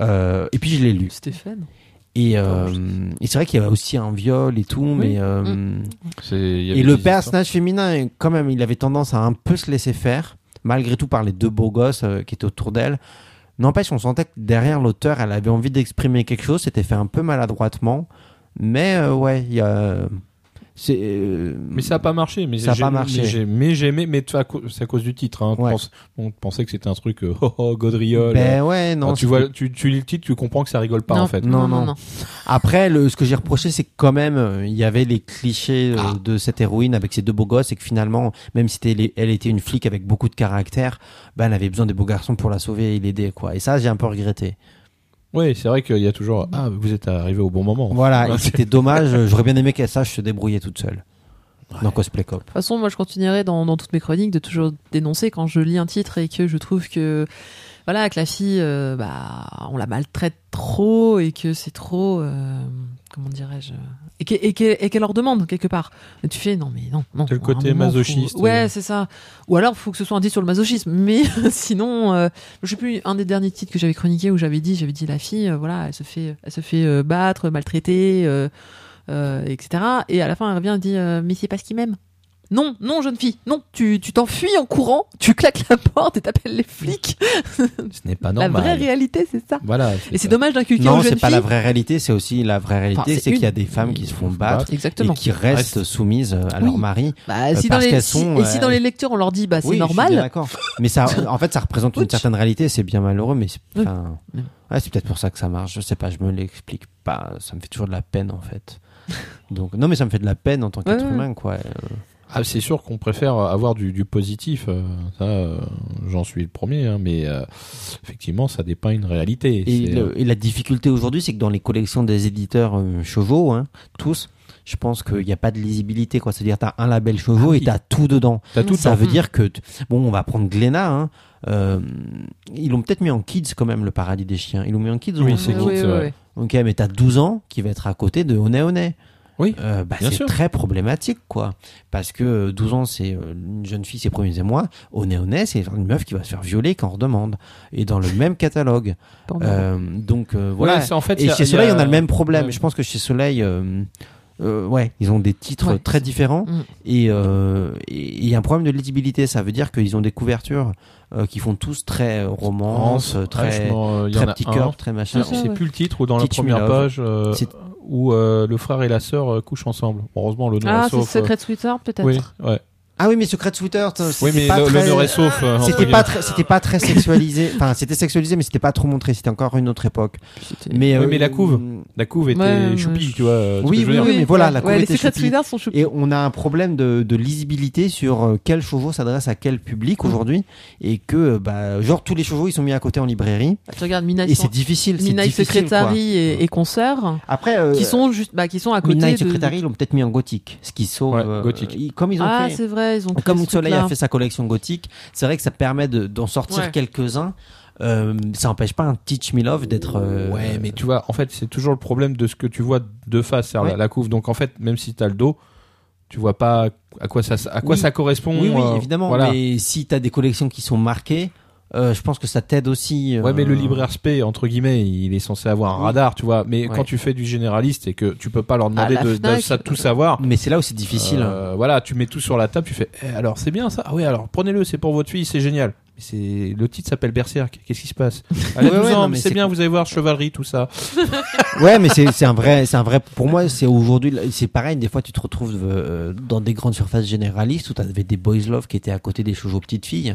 Speaker 2: euh, et puis je l'ai lu.
Speaker 4: Stéphane.
Speaker 2: Et, euh, et c'est vrai qu'il y avait aussi un viol et tout, mais euh,
Speaker 3: C'est- il y avait
Speaker 2: et le
Speaker 3: des histoires.
Speaker 2: personnage féminin, quand même, il avait tendance à un peu se laisser faire, malgré tout par les deux beaux gosses euh, qui étaient autour d'elle. N'empêche, on sentait que derrière l'auteur, elle avait envie d'exprimer quelque chose, c'était fait un peu maladroitement, mais euh, ouais, il y a. C'est. euh,
Speaker 3: Mais ça n'a pas marché. Mais
Speaker 2: Ça a
Speaker 3: j'ai-
Speaker 2: pas marché.
Speaker 3: mais j'ai- Mais j'aimais, mais tu vois, à cau- c'est à cause du titre. hein. On
Speaker 2: Ouais.
Speaker 3: pense- on pensait que c'était un truc euh, <laughs> oh, oh, Godriol.
Speaker 2: Ben ouais, non.
Speaker 3: Quand tu
Speaker 2: c'était-
Speaker 3: vois, tu, tu lis le titre, tu comprends que ça rigole pas
Speaker 4: non,
Speaker 3: en fait.
Speaker 4: Non, non,
Speaker 2: Non,
Speaker 4: non.
Speaker 2: non. Après, le, ce que j'ai reproché, c'est que quand même, euh, il y avait les clichés
Speaker 3: Ah.
Speaker 2: euh, de cette héroïne avec ses deux beaux gosses et que finalement, même si t'es- elle était une flic avec beaucoup de caractère, bah, elle avait besoin des beaux garçons pour la sauver et l'aider, quoi. Et ça, j'ai un peu regretté.
Speaker 3: Oui, c'est vrai qu'il y a toujours ah vous êtes arrivé au bon moment.
Speaker 2: Voilà,
Speaker 3: Ouais.
Speaker 2: et c'était dommage. euh, J'aurais bien aimé qu'elle sache se débrouiller toute seule. Dans Cosplay Cop.
Speaker 4: De toute façon, moi, je continuerai dans, dans toutes mes chroniques de toujours dénoncer quand je lis un titre et que je trouve que, voilà, que la fille, euh, bah, on la maltraite trop et que c'est trop, euh, comment dirais-je, et que- et que- et qu'elle leur demande quelque part. Et tu fais, non, mais non, non.
Speaker 3: C'est le
Speaker 4: à un
Speaker 3: côté
Speaker 4: moment,
Speaker 3: masochiste. euh.
Speaker 4: faut- Ouais, c'est ça. Ou alors, faut que ce soit un dit sur le masochisme. Mais <laughs> sinon, euh, je sais plus, un des derniers titres que j'avais chroniqué où j'avais dit, j'avais dit la fille, euh, voilà, elle se fait, elle se fait euh, battre, maltraiter, euh, euh, etc. Et à la fin, elle revient et dit, euh, mais c'est parce qu'il m'aime. Non, non, jeune fille, non, tu tu t'enfuis en courant, tu claques la porte et t'appelles les flics.
Speaker 3: Ce n'est pas
Speaker 4: la
Speaker 3: normal.
Speaker 4: vraie réalité, c'est ça.
Speaker 3: Voilà.
Speaker 4: Et c'est dommage d'inculquer aux
Speaker 2: Non,
Speaker 4: jeunes
Speaker 2: c'est pas
Speaker 4: filles.
Speaker 2: la vraie réalité. C'est aussi la vraie réalité,
Speaker 4: Enfin, c'est
Speaker 2: c'est qu'il y a
Speaker 4: une.
Speaker 2: des femmes qui se font battre. Et
Speaker 4: Exactement.
Speaker 2: qui restent
Speaker 3: Reste.
Speaker 2: soumises à
Speaker 4: Oui.
Speaker 2: leur mari.
Speaker 4: Bah, si dans
Speaker 2: parce
Speaker 4: les
Speaker 2: qu'elles
Speaker 4: si,
Speaker 2: sont,
Speaker 4: et si
Speaker 2: euh,
Speaker 4: dans les lectures on leur dit bah c'est
Speaker 2: Oui, je suis bien
Speaker 4: normal,
Speaker 2: D'accord. Mais
Speaker 4: <laughs>
Speaker 2: ça, en fait, ça représente une
Speaker 4: Ouch.
Speaker 2: certaine réalité. C'est bien malheureux, mais c'est,
Speaker 4: Oui.
Speaker 2: enfin,
Speaker 4: Oui.
Speaker 2: ouais, c'est peut-être pour ça que ça marche. Je sais pas. Je me l'explique pas. Ça me fait toujours de la peine, en fait. Donc non, mais ça me fait de la peine en tant qu'être
Speaker 4: Ouais, ouais.
Speaker 2: humain, quoi. Euh,
Speaker 3: Ah, c'est sûr qu'on préfère avoir du, du positif. euh, ça, euh, j'en suis le premier. hein, mais euh, effectivement, ça dépeint une réalité.
Speaker 2: Et,
Speaker 3: C'est- euh,
Speaker 2: le- et la difficulté aujourd'hui, c'est que dans les collections des éditeurs euh, Chauveau, hein, tous, je pense qu'il n'y a pas de lisibilité, quoi. C'est-à-dire, t'as un label Chauveau
Speaker 3: Ah oui.
Speaker 2: et t'as tout dedans.
Speaker 3: T'as tout
Speaker 2: ça
Speaker 3: dedans. Mmh.
Speaker 2: veut
Speaker 4: Mm.
Speaker 2: dire que t- bon on va prendre Glénat hein. Euh, ils l'ont peut-être mis en kids quand même le paradis des chiens ils l'ont mis en kids ou
Speaker 3: Oui,
Speaker 2: en-
Speaker 3: c'est
Speaker 4: Ouais,
Speaker 3: kids,
Speaker 4: ouais,
Speaker 3: c'est
Speaker 4: ouais,
Speaker 3: vrai.
Speaker 4: ouais.
Speaker 2: Ok, mais t'as 12 ans qui va être à côté de Oné Oné.
Speaker 3: Oui,
Speaker 2: Euh, bah,
Speaker 3: bien
Speaker 2: c'est
Speaker 3: sûr.
Speaker 2: très problématique, quoi. Parce que euh, 12 ans, c'est euh, une jeune fille, ses premiers émois. Oné Oné, c'est une meuf qui va se faire violer quand on redemande. Et dans le même catalogue.
Speaker 4: Pardon.
Speaker 2: Euh, donc, euh, voilà.
Speaker 3: Ouais, c'est- en fait,
Speaker 2: Et
Speaker 3: y a-
Speaker 2: chez
Speaker 3: y a-
Speaker 2: Soleil, on a le même problème.
Speaker 3: Ouais.
Speaker 2: Je pense que chez Soleil, euh, euh, ouais, ils ont des titres
Speaker 4: Ouais.
Speaker 2: très différents
Speaker 4: Mm.
Speaker 2: et euh, et il y a un problème de lisibilité. Ça veut dire qu'ils ont des couvertures euh, qui font tous très euh, romance,
Speaker 3: Ouais,
Speaker 2: très,
Speaker 3: ah, je m'en- il y en
Speaker 2: très
Speaker 3: a
Speaker 2: petit
Speaker 3: un.
Speaker 2: cœur, très machin.
Speaker 3: Je
Speaker 4: Ah, ça,
Speaker 3: sais
Speaker 4: ouais.
Speaker 3: plus le titre ou dans la
Speaker 2: Teach me
Speaker 3: première
Speaker 2: love.
Speaker 3: page euh,
Speaker 2: C'est-
Speaker 3: où euh, le frère et la sœur euh, couchent ensemble. Heureusement, le nom
Speaker 4: Ah,
Speaker 3: est
Speaker 4: c'est
Speaker 3: sauf. euh,
Speaker 4: Secret Sweetheart peut-être.
Speaker 3: Oui, ouais.
Speaker 2: Ah oui, mais Secret Sweetheart, c'était
Speaker 3: Oui, mais
Speaker 2: pas
Speaker 3: le-
Speaker 2: très...
Speaker 3: l'honneur est sauf. euh, entre
Speaker 2: C'était
Speaker 3: guillemets.
Speaker 2: pas, très, c'était pas très sexualisé. Enfin, c'était sexualisé, mais c'était pas trop montré. C'était encore une autre époque. Mais,
Speaker 3: Oui,
Speaker 2: euh,
Speaker 3: mais la couve. La couve était
Speaker 4: Ouais,
Speaker 3: choupie,
Speaker 4: mais-
Speaker 3: tu vois. euh, ce
Speaker 2: Oui,
Speaker 3: que je veux
Speaker 2: oui,
Speaker 3: dire.
Speaker 2: oui. mais voilà, la
Speaker 4: ouais, les
Speaker 2: couette est
Speaker 4: secrets de
Speaker 2: choupie.
Speaker 4: Sweetheart sont choupis.
Speaker 2: Et on a un problème de, de lisibilité sur euh, quel chauveau s'adresse à quel public
Speaker 4: Mm.
Speaker 2: aujourd'hui. Et que, euh, bah, genre, tous les chevaux ils sont mis à côté en librairie.
Speaker 4: Tu regardes Midnight,
Speaker 2: Bah, Et c'est difficile. c'est
Speaker 4: Midnight
Speaker 2: difficile, quoi.
Speaker 4: Secretary et, et consorts,
Speaker 2: Après, euh,
Speaker 4: qui sont juste, bah, qui sont à côté
Speaker 2: Midnight
Speaker 4: de-
Speaker 2: Secretary, ils l'ont peut-être mis en gothique. Ce qui sauve.
Speaker 3: Ouais,
Speaker 2: euh,
Speaker 3: gothique.
Speaker 2: ils- comme ils ont
Speaker 4: Ah,
Speaker 2: fait.
Speaker 4: c'est vrai, ils ont créé
Speaker 2: Comme
Speaker 4: ce
Speaker 2: Soleil
Speaker 4: truc-là.
Speaker 2: a fait sa collection gothique, c'est vrai que ça permet de- d'en sortir
Speaker 4: Ouais.
Speaker 2: quelques-uns. Euh, ça n'empêche pas un Teach Me Love d'être. euh,
Speaker 3: Ouais, mais tu vois, en fait, c'est toujours le problème de ce que tu vois de face,
Speaker 2: Ouais.
Speaker 3: c'est-à-dire la, la couve. Donc, en fait, même si t'as le dos, tu vois pas à quoi ça, à quoi
Speaker 2: Oui.
Speaker 3: ça correspond.
Speaker 2: Oui, oui,
Speaker 3: euh,
Speaker 2: évidemment.
Speaker 3: voilà.
Speaker 2: Mais si tu as des collections qui sont marquées, euh, je pense que ça t'aide aussi. euh,
Speaker 3: Ouais, mais le libraire spé entre guillemets, il est censé avoir un
Speaker 2: Oui.
Speaker 3: radar, tu vois. Mais
Speaker 2: Ouais.
Speaker 3: quand tu fais du généraliste et que tu peux pas leur demander
Speaker 4: la
Speaker 3: de, de
Speaker 4: Fnac,
Speaker 3: ça- tout savoir,
Speaker 2: Mais c'est là où c'est euh, difficile.
Speaker 3: euh, voilà, tu mets tout sur la table, tu fais. eh, alors, c'est bien ça. Ah oui, alors prenez-le, c'est pour votre fille, c'est génial. Mais c'est le titre s'appelle Berserk. Qu'est-ce qui
Speaker 2: <laughs>
Speaker 3: se passe Allez,
Speaker 2: Ouais, ouais, non, mais
Speaker 3: c'est
Speaker 2: c'est
Speaker 3: bien,
Speaker 2: cool.
Speaker 3: vous allez voir chevalerie, tout ça.
Speaker 2: Ouais, mais c'est c'est un vrai, c'est un vrai. Pour moi, c'est aujourd'hui, c'est pareil. Des fois, tu te retrouves euh, dans des grandes surfaces généralistes où t'avais des boys love qui étaient à côté des shoujo petites filles.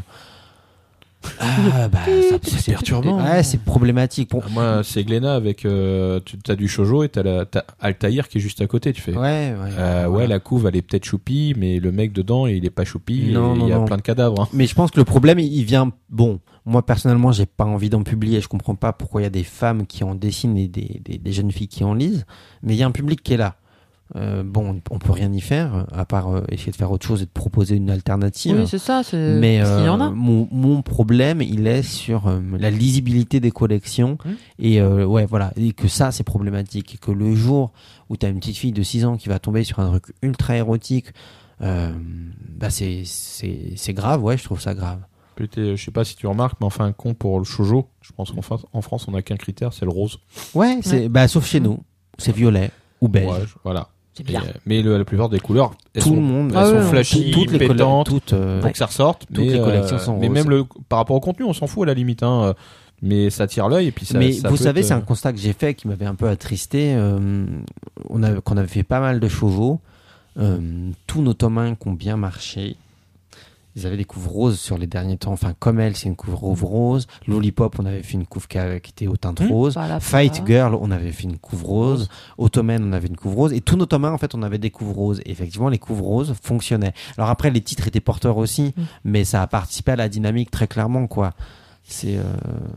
Speaker 2: Ah bah, ça- c'est Ah,
Speaker 3: perturbant.
Speaker 2: Ouais, c'est problématique. Bon,
Speaker 3: Ah, Moi, c'est Glénat avec. euh, tu as du shojo et t'as la- t'as Altaïr qui est juste à côté. Tu fais.
Speaker 2: Ouais,
Speaker 3: Ouais,
Speaker 2: Euh, ouais.
Speaker 3: ouais,
Speaker 2: voilà.
Speaker 3: la couve, elle est peut-être choupie, mais le mec dedans, il est pas choupie. et
Speaker 2: Non, non,
Speaker 3: Il y a
Speaker 2: non.
Speaker 3: plein de cadavres. hein.
Speaker 2: Mais je pense que le problème, il il vient. Bon, moi personnellement, j'ai pas envie d'en publier. Je comprends pas pourquoi il y a des femmes qui en dessinent et des, des- des jeunes filles qui en lisent. Mais il y a un public qui est là. Euh, bon, on peut rien y faire, euh, à part euh, essayer de faire autre chose et de proposer une alternative.
Speaker 4: Oui, c'est ça, c'est.
Speaker 2: Mais
Speaker 4: parce qu'il y en
Speaker 2: euh,
Speaker 4: a.
Speaker 2: mon, mon problème, il est sur euh, la lisibilité des collections.
Speaker 4: Mmh.
Speaker 3: Mhm.
Speaker 2: Et euh, ouais, voilà. Et que ça, c'est problématique. Et que le jour où tu as une petite fille de 6 ans qui va tomber sur un truc ultra érotique, euh, bah c'est- c'est c'est grave. Ouais, je trouve ça grave.
Speaker 3: Puis t'es- Je sais pas si tu remarques, mais enfin, con pour le shojo. Je pense qu'en France, en France, on a qu'un critère, c'est le rose.
Speaker 2: Ouais, c'est bah, sauf
Speaker 4: Mmh.
Speaker 2: chez nous, c'est violet ou beige.
Speaker 3: Ouais, je- voilà.
Speaker 4: C'est bien.
Speaker 3: Et, euh, mais le- la plupart des couleurs, elles
Speaker 2: Tout
Speaker 3: sont,
Speaker 2: le monde.
Speaker 3: elles
Speaker 4: Ah
Speaker 3: sont
Speaker 4: ouais, ouais.
Speaker 3: flashy,
Speaker 2: toutes les couleurs.
Speaker 3: pétantes,
Speaker 2: Toutes. euh,
Speaker 3: pour que ça ressorte.
Speaker 2: Toutes
Speaker 3: mais,
Speaker 2: les
Speaker 3: euh,
Speaker 2: collections sont
Speaker 3: Mais
Speaker 2: roses.
Speaker 3: même le, par rapport au contenu, on s'en fout à la limite. hein, euh, Mais ça tire l'œil et puis ça.
Speaker 2: mais
Speaker 3: ça
Speaker 2: vous
Speaker 3: peut euh,
Speaker 2: savez,
Speaker 3: te-
Speaker 2: c'est un constat que j'ai fait qui m'avait un peu attristé. euh, on a, qu'on avait fait pas mal de chevaux. euh, tous nos tomes 1 qui ont bien marché. Ils avaient des couves roses sur les derniers temps. Enfin, comme elle, c'est une couve rose rose. Lollipop, on avait fait une couve qui a- qui était aux teintes
Speaker 3: Hmm.
Speaker 2: roses.
Speaker 4: Voilà,
Speaker 2: Fight
Speaker 4: voilà.
Speaker 2: Girl, on avait fait une couve rose. Ottoman, on avait une couve rose. Et tous nos tomes 1, en fait, on avait des couves roses. Et effectivement, les couves roses fonctionnaient. Alors après, les titres étaient porteurs aussi,
Speaker 4: Mm.
Speaker 2: mais ça a participé à la dynamique très clairement, quoi. C'est. euh,
Speaker 3: euh,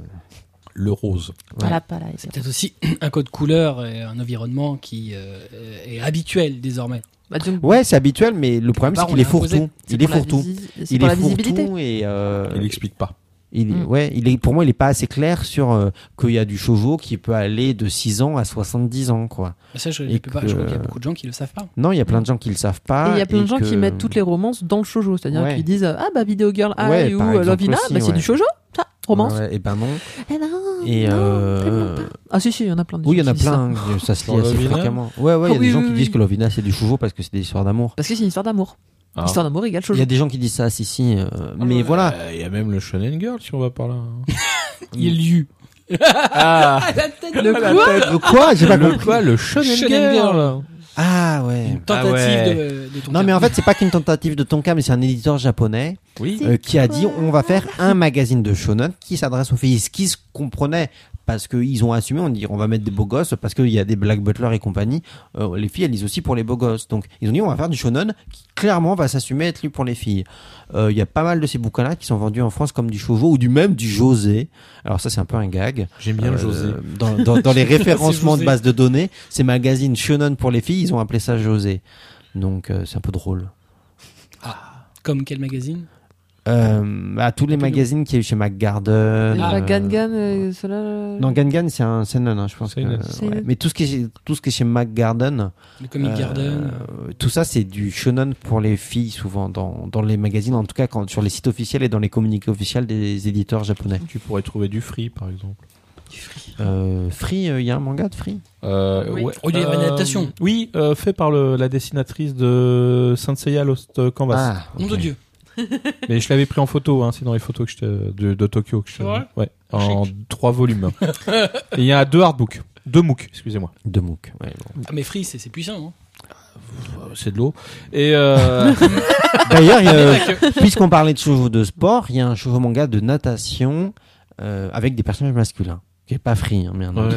Speaker 3: le rose.
Speaker 4: Voilà, voilà,
Speaker 1: C'est peut-être aussi <clears throat> un code couleur et un environnement qui euh, est habituel désormais.
Speaker 4: Bah, donc,
Speaker 2: Ouais, c'est habituel, mais le problème,
Speaker 1: Bah,
Speaker 2: c'est
Speaker 1: on
Speaker 2: qu'il est
Speaker 1: l'a imposé.
Speaker 2: fourre-tout.
Speaker 4: c'est
Speaker 2: Il est
Speaker 4: pour la
Speaker 2: fourre-tout.
Speaker 4: visi- C'est
Speaker 2: Il
Speaker 4: pour la
Speaker 2: est
Speaker 4: visibilité.
Speaker 2: fourre-tout et. euh,
Speaker 3: Il explique pas.
Speaker 2: il-
Speaker 4: Mm.
Speaker 2: ouais, il est, pour moi, il est pas assez clair sur euh, qu'il y a du chauveau qui peut aller de 6 ans à 70 ans, quoi.
Speaker 1: Mais ça, je,
Speaker 2: Et
Speaker 1: je peux pas, je
Speaker 2: que-
Speaker 1: crois qu'il y a beaucoup de gens qui le savent pas.
Speaker 2: Non, il y a plein de gens qui le savent
Speaker 4: Et
Speaker 2: pas.
Speaker 4: il y a plein de gens
Speaker 2: que-
Speaker 4: qui mettent toutes les romances dans le shoujo, c'est-à-dire
Speaker 2: Ouais.
Speaker 4: qui disent euh, ah bah Video Girl High
Speaker 2: Ouais,
Speaker 4: ou
Speaker 2: par
Speaker 4: euh,
Speaker 2: exemple
Speaker 4: Love Hina,
Speaker 2: aussi,
Speaker 4: bah, c'est
Speaker 2: ouais.
Speaker 4: du shoujo, ça, romance.
Speaker 2: Ouais, et ben non.
Speaker 4: Eh ben,
Speaker 2: Et
Speaker 4: non,
Speaker 2: euh,
Speaker 4: tellement pas. Ah si si, il y en a plein. des
Speaker 2: Oui, il y
Speaker 4: gens
Speaker 2: en a
Speaker 4: qui disent ça.
Speaker 2: plein, hein, ça se
Speaker 3: Dans
Speaker 2: lit assez
Speaker 3: Lovina
Speaker 2: fréquemment. Ouais, ouais, il y a des
Speaker 4: Ah oui,
Speaker 2: gens
Speaker 4: oui,
Speaker 2: qui
Speaker 4: oui.
Speaker 2: disent que Lovina c'est du choujo parce que c'est des histoires d'amour.
Speaker 4: Parce que c'est une histoire d'amour.
Speaker 3: Ah.
Speaker 4: Histoire d'amour égale
Speaker 2: Il y
Speaker 4: shoujo.
Speaker 2: a des gens qui disent ça, si, si. euh,
Speaker 4: Ah
Speaker 2: mais voilà.
Speaker 4: <laughs>
Speaker 3: Euh, Il y a même le Shonen Girl si on va par là. hein.
Speaker 1: Il y a le lieu.
Speaker 3: Ah,
Speaker 1: Le
Speaker 4: quoi
Speaker 2: Le quoi J'ai pas
Speaker 3: le
Speaker 2: compris.
Speaker 3: quoi Le Shonen,
Speaker 1: Shonen
Speaker 3: Girl,
Speaker 1: Girl.
Speaker 2: Ah ouais.
Speaker 1: Une tentative
Speaker 3: Ah ouais.
Speaker 1: de, de ton
Speaker 2: Non, mais en fait, c'est pas qu'une tentative de Tonka, mais c'est un éditeur japonais
Speaker 3: Oui.
Speaker 2: euh, qui a dit on va faire un magazine de shonen qui s'adresse aux filles. Ce qui se comprenait parce qu'ils ont assumé, on dit on va mettre des beaux gosses parce qu'il y a des Black Butler et compagnie. Euh, les filles, elles lisent aussi pour les beaux gosses. Donc, ils ont dit on va faire du shonen qui clairement va s'assumer être lu pour les filles. Euh, Il y a pas mal de ces bouquins-là qui sont vendus en France comme du Chauveau ou du même du José. Alors ça, c'est un peu un gag.
Speaker 3: J'aime bien
Speaker 2: Euh,
Speaker 3: le José.
Speaker 2: Dans, dans-
Speaker 1: <laughs>
Speaker 2: dans les référencements
Speaker 1: José.
Speaker 2: de base de données, ces magazines shonen pour les filles, ils ont appelé ça José. Donc euh, c'est un peu drôle.
Speaker 1: Comme quel magazine
Speaker 2: Euh, à tous les magazines qui est chez McGarden.
Speaker 4: Ah,
Speaker 2: euh,
Speaker 4: Gangan, euh, cela. euh,
Speaker 2: Non, Gangan, c'est un seinen, hein, je pense. Que,
Speaker 3: C'est une-
Speaker 2: ouais.
Speaker 4: C'est une-
Speaker 2: Mais tout ce qui est chez, tout ce qui est chez McGarden,
Speaker 1: Le Comic
Speaker 2: euh,
Speaker 1: Garden
Speaker 2: tout ça, c'est du shonen pour les filles souvent dans, dans les magazines, en tout cas quand, sur les sites officiels et dans les communiqués officiels des éditeurs japonais.
Speaker 3: Tu pourrais trouver du Free par exemple.
Speaker 2: Euh, Free, euh, il y a un manga de Free.
Speaker 3: Euh,
Speaker 4: Oui.
Speaker 3: ouais.
Speaker 1: Oh, il y a une
Speaker 3: Euh,
Speaker 1: adaptation.
Speaker 3: Oui, euh, fait par le- la dessinatrice de Saint Seiya Lost Canvas.
Speaker 1: Nom de
Speaker 2: Ah, ok.
Speaker 1: Dieu.
Speaker 3: Mais je l'avais pris en photo, hein, c'est dans les photos que je te- de, de Tokyo que je te-
Speaker 1: C'est vrai
Speaker 3: ouais, en trois volumes. Et il y a deux hardbooks, deux MOOC, excusez-moi.
Speaker 2: De MOOC. ouais, bon.
Speaker 1: Ah, mais Free, c'est c'est puissant. hein.
Speaker 3: c'est de l'eau. Et euh,
Speaker 2: D'ailleurs, il y a- euh, puisqu'on parlait de shoujo de sport, il y a un shoujo manga de natation euh, avec des personnages masculins. Qui est pas free, hein, mais un
Speaker 3: <laughs> <laughs> ouais.
Speaker 2: autre.